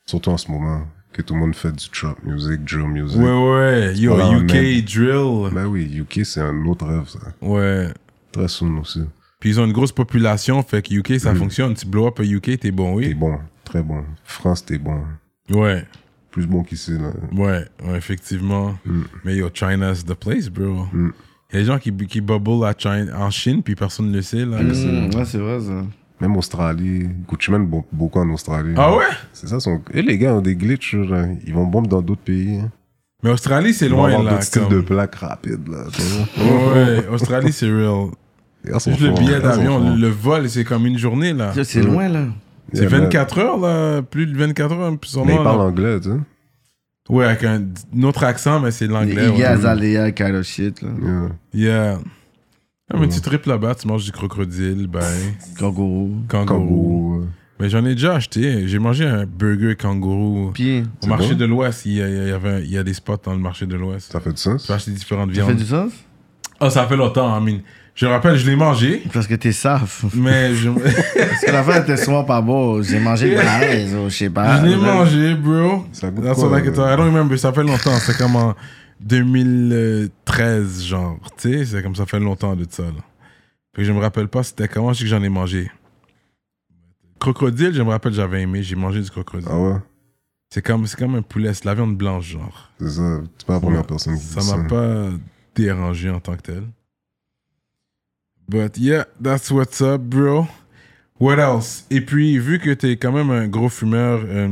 [SPEAKER 3] Surtout en ce moment, que tout le monde fait du trap music, drill music.
[SPEAKER 1] Ouais, ouais. Yo,
[SPEAKER 3] pas la
[SPEAKER 1] UK
[SPEAKER 3] même.
[SPEAKER 1] drill.
[SPEAKER 3] Ben oui, UK, c'est un autre rêve, ça.
[SPEAKER 1] Ouais.
[SPEAKER 3] Très soon aussi.
[SPEAKER 1] Puis ils ont une grosse population, fait que UK,
[SPEAKER 3] Mm.
[SPEAKER 1] ça fonctionne. Tu blow up à UK, t'es bon,
[SPEAKER 3] T'es
[SPEAKER 1] oui?
[SPEAKER 3] bon, très bon. France, t'es bon.
[SPEAKER 1] Ouais,
[SPEAKER 3] Plus bon qu'ici, là.
[SPEAKER 1] ouais, ouais, effectivement.
[SPEAKER 3] Mm.
[SPEAKER 1] Mais yo, China's the place, bro. Il
[SPEAKER 3] Mm.
[SPEAKER 1] y a des gens qui, qui bubble à China, en Chine, puis personne ne le sait, là.
[SPEAKER 3] Mm.
[SPEAKER 2] Mmh, ouais, c'est vrai, ça.
[SPEAKER 3] Même Australie. Gucci Mane, bon- beaucoup en Australie.
[SPEAKER 1] Ah ouais?
[SPEAKER 3] C'est ça, son... Et les gars ont des glitches, là. Ils vont bomber dans d'autres pays. hein.
[SPEAKER 1] Mais Australie, c'est
[SPEAKER 3] Ils vont
[SPEAKER 1] loin,
[SPEAKER 3] avoir
[SPEAKER 1] là.
[SPEAKER 3] d'autres styles
[SPEAKER 1] comme.
[SPEAKER 3] de plaques rapides, là. tu vois.
[SPEAKER 1] Ouais, Australie, c'est real.
[SPEAKER 3] Les gars sont
[SPEAKER 1] Juste le
[SPEAKER 3] forts,
[SPEAKER 1] billet
[SPEAKER 3] les gars sont
[SPEAKER 1] d'avion,
[SPEAKER 3] forts.
[SPEAKER 1] le vol, c'est comme une journée, là.
[SPEAKER 2] Ça, C'est loin, là.
[SPEAKER 1] C'est
[SPEAKER 3] Yeah, man.
[SPEAKER 1] 24 heures, là. Plus de 24 heures, plus
[SPEAKER 3] Mais ils
[SPEAKER 1] sûrement.
[SPEAKER 3] parlent
[SPEAKER 1] là.
[SPEAKER 3] anglais, tu sais.
[SPEAKER 1] Ouais, avec un, un autre accent, mais c'est de l'anglais.
[SPEAKER 2] Il
[SPEAKER 1] Ouais.
[SPEAKER 2] y a
[SPEAKER 1] Yeah.
[SPEAKER 2] Zalea, kind of shit, là.
[SPEAKER 3] Yeah.
[SPEAKER 1] Ah,
[SPEAKER 3] Mm.
[SPEAKER 1] mais tu tripes là-bas, tu manges du crocodile, ben,
[SPEAKER 2] Kangourou.
[SPEAKER 1] kangourou.
[SPEAKER 3] Kangourou.
[SPEAKER 1] Mais j'en ai déjà acheté. J'ai mangé un burger kangourou.
[SPEAKER 2] Puis,
[SPEAKER 1] Au marché de l'Ouest, il y, a- il y avait un- il y a des spots dans le marché de l'Ouest.
[SPEAKER 3] Ça fait du sens.
[SPEAKER 1] Tu acheter différentes
[SPEAKER 2] ça fait
[SPEAKER 1] viandes.
[SPEAKER 2] du sens?
[SPEAKER 1] Ah, ça fait longtemps, Amine. Je rappelle, je l'ai mangé,
[SPEAKER 2] Parce que t'es saf.
[SPEAKER 1] mais je,
[SPEAKER 2] Parce que la fin était souvent pas beau. J'ai mangé de la raise, ou je sais pas.
[SPEAKER 1] je l'ai mangé, bro.
[SPEAKER 3] Ah, Ça goûte
[SPEAKER 1] That's
[SPEAKER 3] quoi,
[SPEAKER 1] all I can
[SPEAKER 3] euh?
[SPEAKER 1] tell. I don't remember. Ça fait longtemps. C'est comme en 2013, genre. Tu sais, c'est comme ça fait longtemps de ça, là. Fait que je me rappelle pas c'était comment, je sais que j'en ai mangé. Crocodile, je me rappelle, j'avais aimé. J'ai mangé du crocodile.
[SPEAKER 3] Ah ouais.
[SPEAKER 1] C'est comme, c'est comme un poulet, c'est de la viande blanche, genre.
[SPEAKER 3] C'est ça. C'est pas la première personne qui dit
[SPEAKER 1] Ça m'a pas dérangé en tant que tel. But yeah, that's what's up, bro. What else? Et puis, vu que t'es quand même un gros fumeur, euh,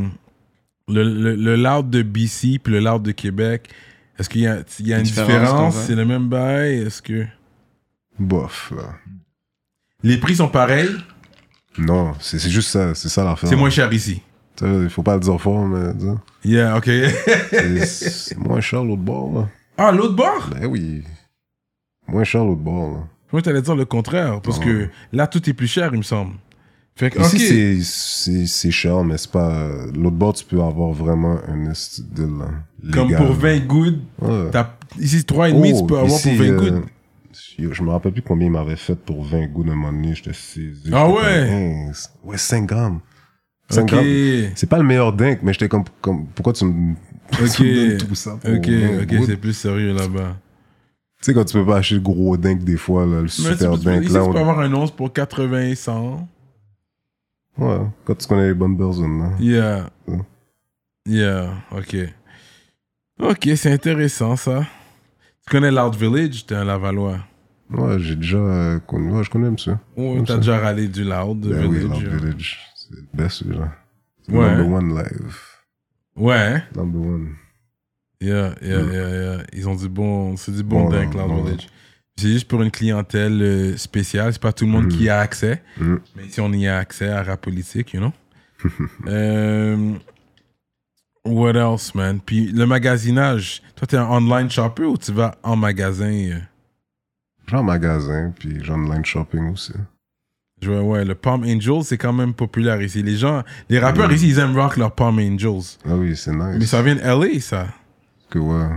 [SPEAKER 1] le, le, le loud de BC puis le loud de Québec, est-ce qu'il y a, il y a une
[SPEAKER 2] Différence,
[SPEAKER 1] différence?
[SPEAKER 2] t'en fais?
[SPEAKER 1] C'est le même bail? Est-ce que.
[SPEAKER 3] Bof, là.
[SPEAKER 1] Les prix sont pareils? Ah.
[SPEAKER 3] Non, c'est c'est juste ça. C'est ça l'affaire.
[SPEAKER 1] C'est moins cher ici.
[SPEAKER 3] Tu sais, Il faut pas le dire fort, mais. tu sais,
[SPEAKER 1] Yeah, ok.
[SPEAKER 3] c'est- C'est moins cher l'autre bord, là.
[SPEAKER 1] ah, l'autre bord?
[SPEAKER 3] Ben oui. Moins cher l'autre bord, là.
[SPEAKER 1] Moi, t'allais dire le contraire, parce que là, tout est plus cher, il me semble. Fait que,
[SPEAKER 3] Ici,
[SPEAKER 1] ok.
[SPEAKER 3] c'est- c'est c'est cher, mais c'est pas. euh, L'autre bord, tu peux avoir vraiment un esti de là.
[SPEAKER 1] Comme
[SPEAKER 3] légal.
[SPEAKER 1] pour 20 good,
[SPEAKER 3] Ouais.
[SPEAKER 1] t'as- ici 3,5, tu peux
[SPEAKER 3] Oh,
[SPEAKER 1] avoir
[SPEAKER 3] ici,
[SPEAKER 1] pour 20
[SPEAKER 3] euh,
[SPEAKER 1] good.
[SPEAKER 3] yo, je me rappelle plus combien il m'avait fait pour 20 gouttes un moment donné. J'étais saisi.
[SPEAKER 1] Ah
[SPEAKER 3] J'étais
[SPEAKER 1] ouais?
[SPEAKER 3] comme, Hey, c'est- ouais, 5 grammes. 5
[SPEAKER 1] Ok,
[SPEAKER 3] grammes. C'est pas le meilleur dingue, mais j'étais comme, comme. Pourquoi tu me. tu me donnes tout ça pour
[SPEAKER 1] ok,
[SPEAKER 3] 20
[SPEAKER 1] ok,
[SPEAKER 3] gouttes?
[SPEAKER 1] c'est plus sérieux là-bas.
[SPEAKER 3] Tu sais, quand tu peux pas acheter le gros dingue des fois, là, le
[SPEAKER 1] Mais tu
[SPEAKER 3] super
[SPEAKER 1] peux, tu peux-
[SPEAKER 3] dingue.
[SPEAKER 1] ici,
[SPEAKER 3] Là,
[SPEAKER 1] tu peux
[SPEAKER 3] on-
[SPEAKER 1] avoir un 11 pour 80 et 100.
[SPEAKER 3] Ouais, quand tu connais les bonnes personnes, là.
[SPEAKER 1] Yeah.
[SPEAKER 3] Ouais.
[SPEAKER 1] Yeah, ok. Ok, c'est intéressant ça. Tu connais l'Art Village, t'es un Lavallois.
[SPEAKER 3] Ouais, j'ai déjà euh, connu. Ouais, je connais monsieur.
[SPEAKER 1] Oh,
[SPEAKER 3] Comme
[SPEAKER 1] t'as
[SPEAKER 3] ça.
[SPEAKER 1] déjà râlé du Loud
[SPEAKER 3] Ben oui, Love
[SPEAKER 1] Village. euh.
[SPEAKER 3] Village. C'est le best, celui-là. C'est
[SPEAKER 1] Ouais.
[SPEAKER 3] Number one live.
[SPEAKER 1] ouais.
[SPEAKER 3] Number one.
[SPEAKER 1] Yeah, yeah,
[SPEAKER 3] Mm.
[SPEAKER 1] yeah, yeah. Ils ont du bon, c'est du bon
[SPEAKER 3] Bon,
[SPEAKER 1] dingue,
[SPEAKER 3] non,
[SPEAKER 1] Cloud
[SPEAKER 3] non.
[SPEAKER 1] Village. C'est juste pour une clientèle euh, spéciale. C'est pas tout le monde
[SPEAKER 3] Mm.
[SPEAKER 1] qui a accès.
[SPEAKER 3] Mm.
[SPEAKER 1] Mais si on y a accès à rap politique, you know. Euh, what else, man? Puis le magasinage. Toi, t'es un online shopper ou tu vas en magasin? euh?
[SPEAKER 3] J'ai un magasin, puis j'ai online shopping aussi.
[SPEAKER 1] Je vois, ouais, le Palm Angels, c'est quand même populaire ici. Les gens, les rappeurs
[SPEAKER 3] Mm.
[SPEAKER 1] ici, ils aiment rock leur Palm Angels.
[SPEAKER 3] Ah oui, c'est nice.
[SPEAKER 1] Mais ça vient de LA, ça.
[SPEAKER 3] Que ouais.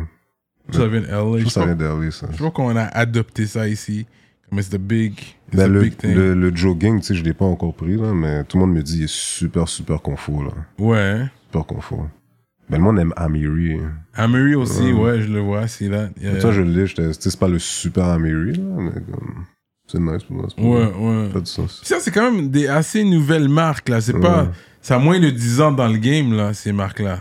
[SPEAKER 1] Ça vient de LA. Je
[SPEAKER 3] Je trouve que ça
[SPEAKER 1] crois-
[SPEAKER 3] vient d'aller, ça.
[SPEAKER 1] Je crois qu'on a adopté ça ici. Comme c'est the big, it's
[SPEAKER 3] Ben,
[SPEAKER 1] the
[SPEAKER 3] le,
[SPEAKER 1] big thing.
[SPEAKER 3] le, le jogging, tu sais, je l'ai pas encore pris, là, mais tout le monde me dit, il est super, super confort, là.
[SPEAKER 1] Ouais.
[SPEAKER 3] Super confort. Ben, le monde aime Amiri. hein.
[SPEAKER 1] Amery aussi, ouais, je le vois, c'est là. Yeah.
[SPEAKER 3] Ça, je l'ai, j'étais- tu sais, c'est pas le super Amiri, là, mais comme. C'est nice pour moi. c'est pas
[SPEAKER 1] Ouais,
[SPEAKER 3] mal.
[SPEAKER 1] ouais.
[SPEAKER 3] Ça fait du sens.
[SPEAKER 1] Ça, c'est quand même des assez nouvelles marques, là. C'est pas. Ça a moins de 10 ans dans le game, là, ces marques-là.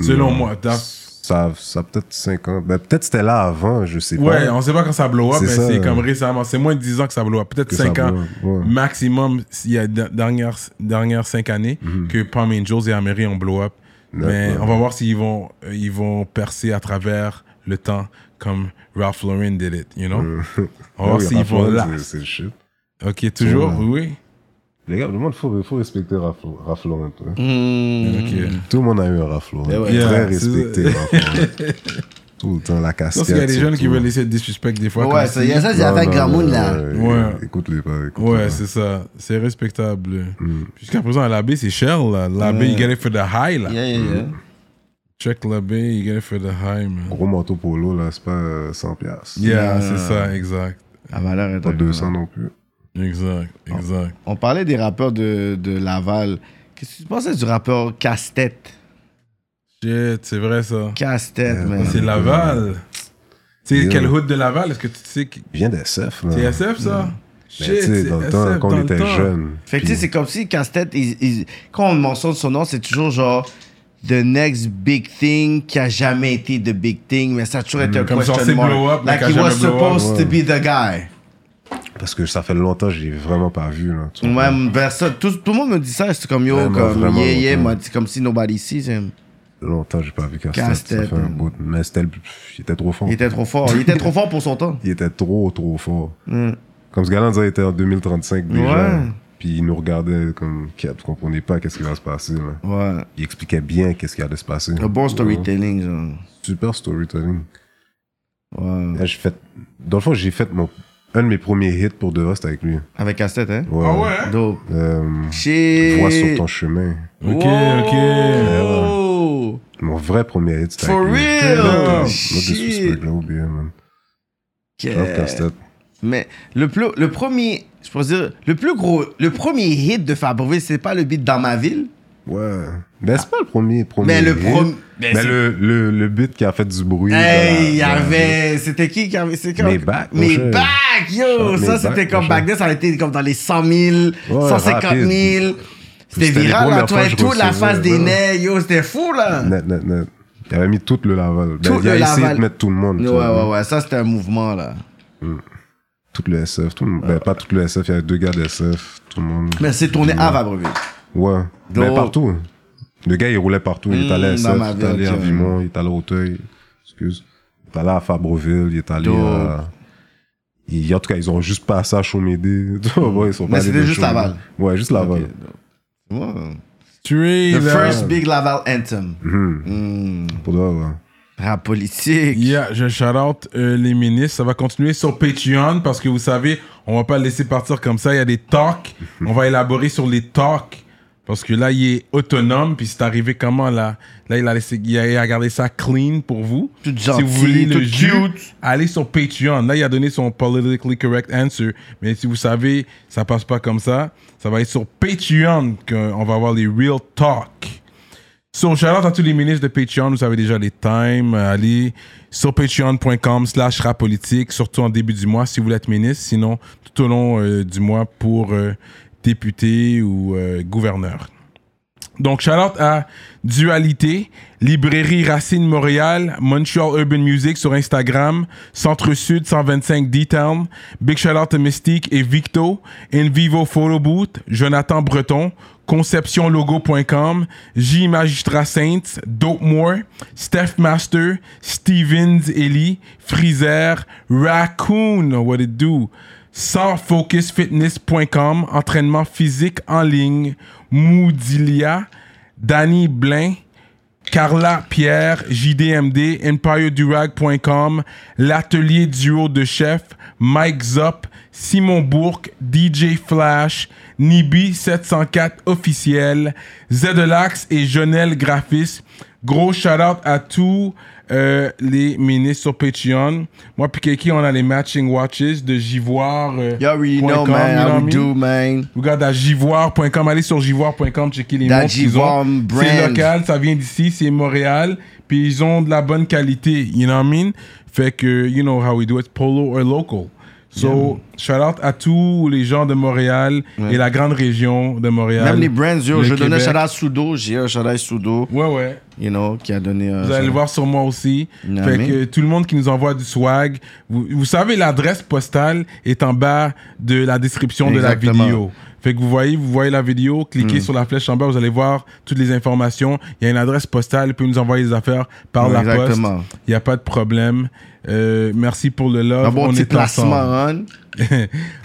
[SPEAKER 1] Selon
[SPEAKER 3] Non.
[SPEAKER 1] moi. T'as-
[SPEAKER 3] Ça, ça a peut-être 5 ans. Ben, peut-être c'était là avant, je sais
[SPEAKER 1] Ouais,
[SPEAKER 3] pas.
[SPEAKER 1] on sait pas quand ça blow up,
[SPEAKER 3] C'est
[SPEAKER 1] mais
[SPEAKER 3] ça.
[SPEAKER 1] c'est comme récemment. C'est moins de 10 ans que ça blow up. Peut-être
[SPEAKER 3] Que ça
[SPEAKER 1] 5 ans.
[SPEAKER 3] blow up, ouais.
[SPEAKER 1] Maximum, s'il y a de- dernières dernières 5 années
[SPEAKER 3] Mhm.
[SPEAKER 1] que Palm Angels et Amery ont blow up. Mais
[SPEAKER 3] D'accord.
[SPEAKER 1] on va voir s'ils vont, euh, ils vont percer à travers le temps comme Ralph Lauren did it, you know? On Oh, va
[SPEAKER 3] Ah
[SPEAKER 1] voir
[SPEAKER 3] oui,
[SPEAKER 1] s'ils
[SPEAKER 3] Ralph
[SPEAKER 1] vont
[SPEAKER 3] Lauren,
[SPEAKER 1] là.
[SPEAKER 3] c'est- C'est le shit.
[SPEAKER 1] Ok, toujours,
[SPEAKER 3] Ouais.
[SPEAKER 1] oui.
[SPEAKER 3] Les gars, le monde, faut, faut respecter Ralph Ralph Lauren. hein.
[SPEAKER 2] Hmm. Mhm.
[SPEAKER 1] Ok.
[SPEAKER 3] Tout le monde a eu un Ralph Lauren.
[SPEAKER 2] Eh ouais.
[SPEAKER 3] Très
[SPEAKER 1] Yeah, c'est
[SPEAKER 3] respecté, Ralph Lauren. Tout le temps, la
[SPEAKER 1] Sauf
[SPEAKER 3] casquette.
[SPEAKER 1] qu'il y a des jeunes qui
[SPEAKER 3] surtout.
[SPEAKER 1] veulent laisser de disrespect des fois.
[SPEAKER 2] Ouais,
[SPEAKER 1] comme
[SPEAKER 2] ça,
[SPEAKER 1] si-
[SPEAKER 2] y a ça, c'est
[SPEAKER 3] Non,
[SPEAKER 2] avec
[SPEAKER 3] non,
[SPEAKER 2] Gramoun,
[SPEAKER 3] non,
[SPEAKER 2] là.
[SPEAKER 3] non,
[SPEAKER 1] Ouais.
[SPEAKER 3] Écoute-les pas. écoute-les
[SPEAKER 1] Ouais,
[SPEAKER 3] pas.
[SPEAKER 1] c'est ça. C'est respectable.
[SPEAKER 3] Mhm.
[SPEAKER 1] Jusqu'à présent, à l'abbé, c'est cher, là. L'abbé, il get it for the high, là.
[SPEAKER 2] Yeah, yeah, yeah.
[SPEAKER 1] Check l'abbé, il get it for the high, man.
[SPEAKER 3] Gros manteau polo, là, c'est pas euh, 100 piastres.
[SPEAKER 1] Yeah, c'est ça, exact.
[SPEAKER 2] La valeur est
[SPEAKER 3] Pas
[SPEAKER 2] incroyable.
[SPEAKER 3] 200 non plus.
[SPEAKER 1] Exact, exact.
[SPEAKER 2] On parlait des rappeurs de, de Laval. Qu'est-ce que tu pensais du rappeur Casse-Tête?
[SPEAKER 1] Shit, c'est vrai, ça.
[SPEAKER 2] Casse-Tête, man.
[SPEAKER 1] Euh, C'est Laval. Tu sais,
[SPEAKER 3] Yeah.
[SPEAKER 1] quel hood de Laval? Est-ce que tu sais que
[SPEAKER 3] Il vient d'SF, là.
[SPEAKER 1] c'est SF, ça?
[SPEAKER 3] Mais
[SPEAKER 1] Shit,
[SPEAKER 3] Mm. Ben, tu sais, dans le temps,
[SPEAKER 1] SF,
[SPEAKER 3] quand
[SPEAKER 1] dans
[SPEAKER 3] on
[SPEAKER 1] le
[SPEAKER 3] était
[SPEAKER 1] temps.
[SPEAKER 3] jeune.
[SPEAKER 2] Fait que tu sais, c'est comme si Casse-Tête, il- il- quand on mentionne son nom, c'est toujours genre The next big thing qui a jamais été the big thing, mais ça a toujours été un
[SPEAKER 1] Mm, Comme genre, c'est
[SPEAKER 2] question mark.
[SPEAKER 1] blow up, mais
[SPEAKER 2] like
[SPEAKER 1] qui a
[SPEAKER 2] he was
[SPEAKER 1] jamais blow up.
[SPEAKER 2] supposed to be the guy.
[SPEAKER 3] Parce que ça fait longtemps, j'ai vraiment pas vu, là. tu vois.
[SPEAKER 2] Même vers ça, tout, tout le monde me dit ça, c'est comme yo,
[SPEAKER 3] Vraiment,
[SPEAKER 2] comme
[SPEAKER 3] vraiment,
[SPEAKER 2] yeah, yeah,
[SPEAKER 3] vraiment.
[SPEAKER 2] moi, c'est comme si nobody sees him.
[SPEAKER 3] Longtemps, j'ai pas vu Casse-Tête. Ça
[SPEAKER 2] Casse-Tête,
[SPEAKER 3] fait un
[SPEAKER 2] hein.
[SPEAKER 3] bout. Mais c'était le- il était trop fort.
[SPEAKER 2] Il était trop fort, il était trop fort pour son temps.
[SPEAKER 3] il était trop, trop fort.
[SPEAKER 2] Mm.
[SPEAKER 3] Comme ce gars-là, on dirait, il était en 2035 déjà.
[SPEAKER 2] Ouais.
[SPEAKER 3] Puis il nous regardait comme, Cap, tu comprenais pas qu'est-ce qui va se passer. Là.
[SPEAKER 2] Ouais,
[SPEAKER 3] Il expliquait bien qu'est-ce qui allait se passer.
[SPEAKER 2] un Ah bon
[SPEAKER 3] Ouais.
[SPEAKER 2] storytelling, genre.
[SPEAKER 3] Super storytelling.
[SPEAKER 2] Ouais.
[SPEAKER 3] Là, j'ai fait... Dans le fond, j'ai fait mon... un de mes premiers hits pour De Rust avec lui.
[SPEAKER 2] Avec Casse-Tête, hein?
[SPEAKER 3] Ouais.
[SPEAKER 1] Ah ouais? hein?
[SPEAKER 2] Dope.
[SPEAKER 3] Euh,
[SPEAKER 2] Shit.
[SPEAKER 3] Vois sur ton chemin.
[SPEAKER 1] Ok, ok.
[SPEAKER 2] Wow.
[SPEAKER 3] Mon vrai premier hit, c'était
[SPEAKER 2] For
[SPEAKER 3] avec lui.
[SPEAKER 2] real?
[SPEAKER 3] Moi,
[SPEAKER 2] Shit.
[SPEAKER 3] disrespect, là, oublié, man.
[SPEAKER 2] Ok.
[SPEAKER 3] Love Casse-Tête.
[SPEAKER 2] Mais le, plus, le premier, je pourrais dire, le plus gros, le premier hit de Fabreville, c'est pas le beat dans ma ville,
[SPEAKER 3] Ouais. Ben, c'est pas le premier, premier
[SPEAKER 2] mais Ben, le
[SPEAKER 3] hit.
[SPEAKER 2] premier.
[SPEAKER 3] Mais le, le, le beat qui a fait du bruit. dans la-
[SPEAKER 2] Hey, il y
[SPEAKER 3] dans la-
[SPEAKER 2] avait. C'était qui qui avait. c'est qui-
[SPEAKER 3] Maybach, mon
[SPEAKER 2] Maybach, yo!
[SPEAKER 3] cher. Shout
[SPEAKER 2] ça,
[SPEAKER 3] Maybach,
[SPEAKER 2] c'était
[SPEAKER 3] mon
[SPEAKER 2] comme
[SPEAKER 3] cher.
[SPEAKER 2] back then, ça a été comme dans les 100 000,
[SPEAKER 3] Ouais,
[SPEAKER 2] 150 000.
[SPEAKER 3] rapide.
[SPEAKER 2] C'était
[SPEAKER 3] C'était les
[SPEAKER 2] viral, là,
[SPEAKER 3] premières
[SPEAKER 2] toi
[SPEAKER 3] fois
[SPEAKER 2] et
[SPEAKER 3] que je
[SPEAKER 2] tout, la
[SPEAKER 3] recevais,
[SPEAKER 2] face des
[SPEAKER 3] ouais.
[SPEAKER 2] nez, yo, c'était fou, là.
[SPEAKER 3] Net, net, net. Il avait mis tout le Laval. Ben,
[SPEAKER 2] Tout
[SPEAKER 3] il a
[SPEAKER 2] le
[SPEAKER 3] essayé
[SPEAKER 2] Laval.
[SPEAKER 3] de mettre tout le monde. tu
[SPEAKER 2] Ouais,
[SPEAKER 3] vois.
[SPEAKER 2] ouais, ouais, ça, c'était un mouvement, là.
[SPEAKER 3] Tout le SF. Tout le... monde. Ben, pas tout le SF, il y avait deux gars de SF. Tout le monde.
[SPEAKER 2] Mais c'est tourné à Vabreville.
[SPEAKER 3] Ouais. Mais
[SPEAKER 2] Donc-
[SPEAKER 3] partout. Le gars, il roulait partout. Il est allé à
[SPEAKER 2] Hmm,
[SPEAKER 3] SF,
[SPEAKER 2] dans ma
[SPEAKER 3] il est allé
[SPEAKER 2] ville,
[SPEAKER 3] à
[SPEAKER 2] ok.
[SPEAKER 3] Vimont, il est allé à Auteuil. Excuse. Il est allé à Fabreville, il est allé
[SPEAKER 2] Donc-
[SPEAKER 3] à. il- en tout cas, ils ont juste passé à Chaumédé. ouais, ils sont pas
[SPEAKER 2] Hmm. Mais
[SPEAKER 3] allés
[SPEAKER 2] c'était
[SPEAKER 3] de
[SPEAKER 2] juste
[SPEAKER 3] Chaumédé.
[SPEAKER 2] Laval.
[SPEAKER 3] Ouais, juste Laval.
[SPEAKER 2] Ok, donc. Ouais.
[SPEAKER 1] Trey,
[SPEAKER 2] The
[SPEAKER 3] ben,
[SPEAKER 1] là.
[SPEAKER 2] first big Laval anthem.
[SPEAKER 3] Mhm.
[SPEAKER 2] Hmm.
[SPEAKER 3] Pour de vrai, ouais.
[SPEAKER 2] Rap politique.
[SPEAKER 1] Yeah, je shout out euh, les ministres. Ça va continuer sur Patreon parce que vous savez, on va pas le laisser partir comme ça. Il y a des talks. On va élaborer sur les talks parce que là, il est autonome. Puis c'est arrivé comment là Là, il a, laissé, il a, il a gardé ça clean pour vous.
[SPEAKER 2] Tout
[SPEAKER 1] si
[SPEAKER 2] gentil,
[SPEAKER 1] vous voulez le
[SPEAKER 2] tout
[SPEAKER 1] jus,
[SPEAKER 2] cute.
[SPEAKER 1] allez sur Patreon. Là, il a donné son politically correct answer. Mais si vous savez, ça passe pas comme ça. Ça va être sur Patreon qu'on va avoir les real talks. Sur shout-out à tous les ministres de Patreon, vous savez déjà les times. Euh, Allez sur patreon.com slash rap politique, surtout en début du mois si vous voulez être ministre, sinon tout au long euh, du mois pour euh, député ou euh, gouverneur. Donc, shout-out à Dualité, Librairie Racine Montréal, Montreal Urban Music sur Instagram, Centre-Sud 125 D-Town, Big shout-out à Mystique et Victo, In Vivo Photo Booth, Jonathan Breton, ConceptionLogo.com, J Magistrat Saints, Dope Moore, Steph Master, Stevens Ellie, Freezer, Raccoon, What It Do, sansfocusfitness.com, entraînement physique en ligne, Moudilia, Danny Blain, Carla Pierre, JDMD, EmpireDurag.com, l'atelier duo de chef, Mike Zop, Simon Bourque, DJ Flash, Nibi704 officiel, Zedelax et Jonel Graphis. Gros shout-out à tous euh, les ministres sur Patreon. Moi puis Keki, on a les matching watches de Jivoire. euh,
[SPEAKER 2] You already
[SPEAKER 1] point
[SPEAKER 2] know,
[SPEAKER 1] com,
[SPEAKER 2] man.
[SPEAKER 1] you know
[SPEAKER 2] how
[SPEAKER 1] what I
[SPEAKER 2] we
[SPEAKER 1] mean?
[SPEAKER 2] do, man.
[SPEAKER 1] Regarde à jivoire.com, allez sur jivoire.com, checker les
[SPEAKER 2] That
[SPEAKER 1] montres qu'ils
[SPEAKER 2] Jivoire
[SPEAKER 1] ont. C'est
[SPEAKER 2] brand.
[SPEAKER 1] local, ça vient d'ici, c'est Montréal, puis ils ont de la bonne qualité, you know what I mean? Fait que, you know how we do it, polo or local. So, shout out à tous les gens de Montréal et la grande région de Montréal.
[SPEAKER 2] Même les brands, yo,
[SPEAKER 1] le
[SPEAKER 2] je donnais un
[SPEAKER 1] Québec.
[SPEAKER 2] shout-out à Sudo, j'ai un shout-out à Sudo,
[SPEAKER 1] Ouais, ouais.
[SPEAKER 2] you know, qui a donné euh, un
[SPEAKER 1] Vous allez le voir sur moi aussi.
[SPEAKER 2] Non,
[SPEAKER 1] fait
[SPEAKER 2] mais-
[SPEAKER 1] que tout le monde qui nous envoie du swag, vous, vous savez, l'adresse postale est en bas de la description de la
[SPEAKER 2] Exactement. Mm.
[SPEAKER 1] vidéo. Fait que vous voyez, vous voyez la vidéo, cliquez sur la flèche en bas, vous allez voir toutes les informations. Il y a une adresse postale, vous pouvez nous envoyer des affaires par
[SPEAKER 2] Oui,
[SPEAKER 1] la
[SPEAKER 2] exactement.
[SPEAKER 1] poste. Il n'y a pas de problème. Euh, merci pour le love.
[SPEAKER 2] un bon
[SPEAKER 1] On
[SPEAKER 2] petit
[SPEAKER 1] est ensemble.
[SPEAKER 2] placement, hein.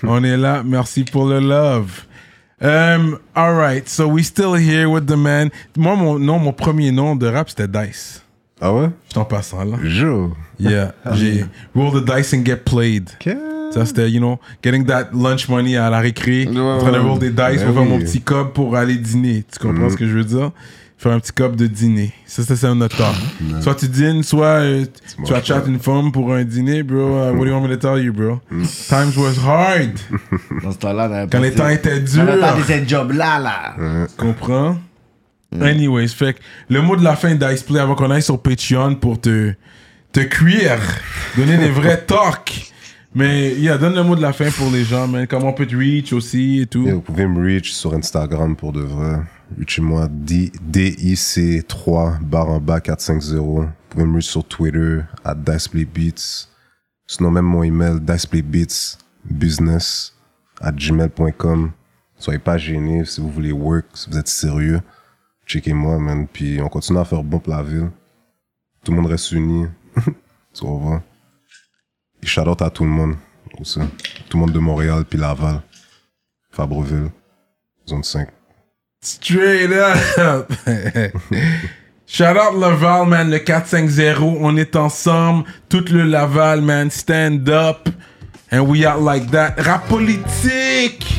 [SPEAKER 1] On est là. Merci pour le love. Um, all right, so we still here with the man. Moi, mon nom, mon premier nom de rap, c'était Dice.
[SPEAKER 3] Ah ouais?
[SPEAKER 1] Je t'en passe là.
[SPEAKER 3] Jo.
[SPEAKER 1] Yeah,
[SPEAKER 2] Ah,
[SPEAKER 1] j'ai roll the dice and get played. Ça c'était, you know, getting that lunch money à la récré, en train de roll des dice pour
[SPEAKER 3] Ben
[SPEAKER 1] faire
[SPEAKER 3] oui. Mm-hmm.
[SPEAKER 1] mon petit cob pour aller dîner. Tu comprends ce que je veux dire? Faire un petit cob de dîner. Ça, c'était ça notre temps. Soit tu dînes, soit euh, tu
[SPEAKER 3] Mm-hmm. manges
[SPEAKER 1] achètes
[SPEAKER 3] pas. Mm.
[SPEAKER 1] une femme pour un dîner, bro. Uh, what do you want me to tell you, bro? Times was hard.
[SPEAKER 2] Dans ce temps-là, on avait
[SPEAKER 1] Quand
[SPEAKER 2] pas
[SPEAKER 1] les
[SPEAKER 2] de-
[SPEAKER 1] temps étaient
[SPEAKER 2] on
[SPEAKER 1] durs.
[SPEAKER 2] avait pas de ces jobs-là, là.
[SPEAKER 1] comprends? Anyways, fait que le mot de la fin d'Ice Play avant qu'on aille sur Patreon pour te, te cuire, donner des vrais talks. Mais yeah, donne le mot de la fin pour les gens, man. Comment on peut te reach aussi et tout.
[SPEAKER 3] Et vous pouvez me reach sur Instagram pour de vrai. Reachez-moi D- DIC3 barre en bas 450. Vous pouvez me reach sur Twitter à DicePlayBeats. Sinon, même mon email DicePlayBeats business à gmail.com. Soyez pas gênés si vous voulez work, si vous êtes sérieux. Checkez-moi, man. Puis on continue à faire bon pour la ville. Tout le monde reste uni. tu vas voir. Et shout out à tout le monde aussi. Tout le monde de Montréal puis Laval. Fabreville, zone 5.
[SPEAKER 1] Straight up. Shout out Laval, man, le 450. On est ensemble. Tout le Laval, man. Stand up. And we out like that. Rap politique.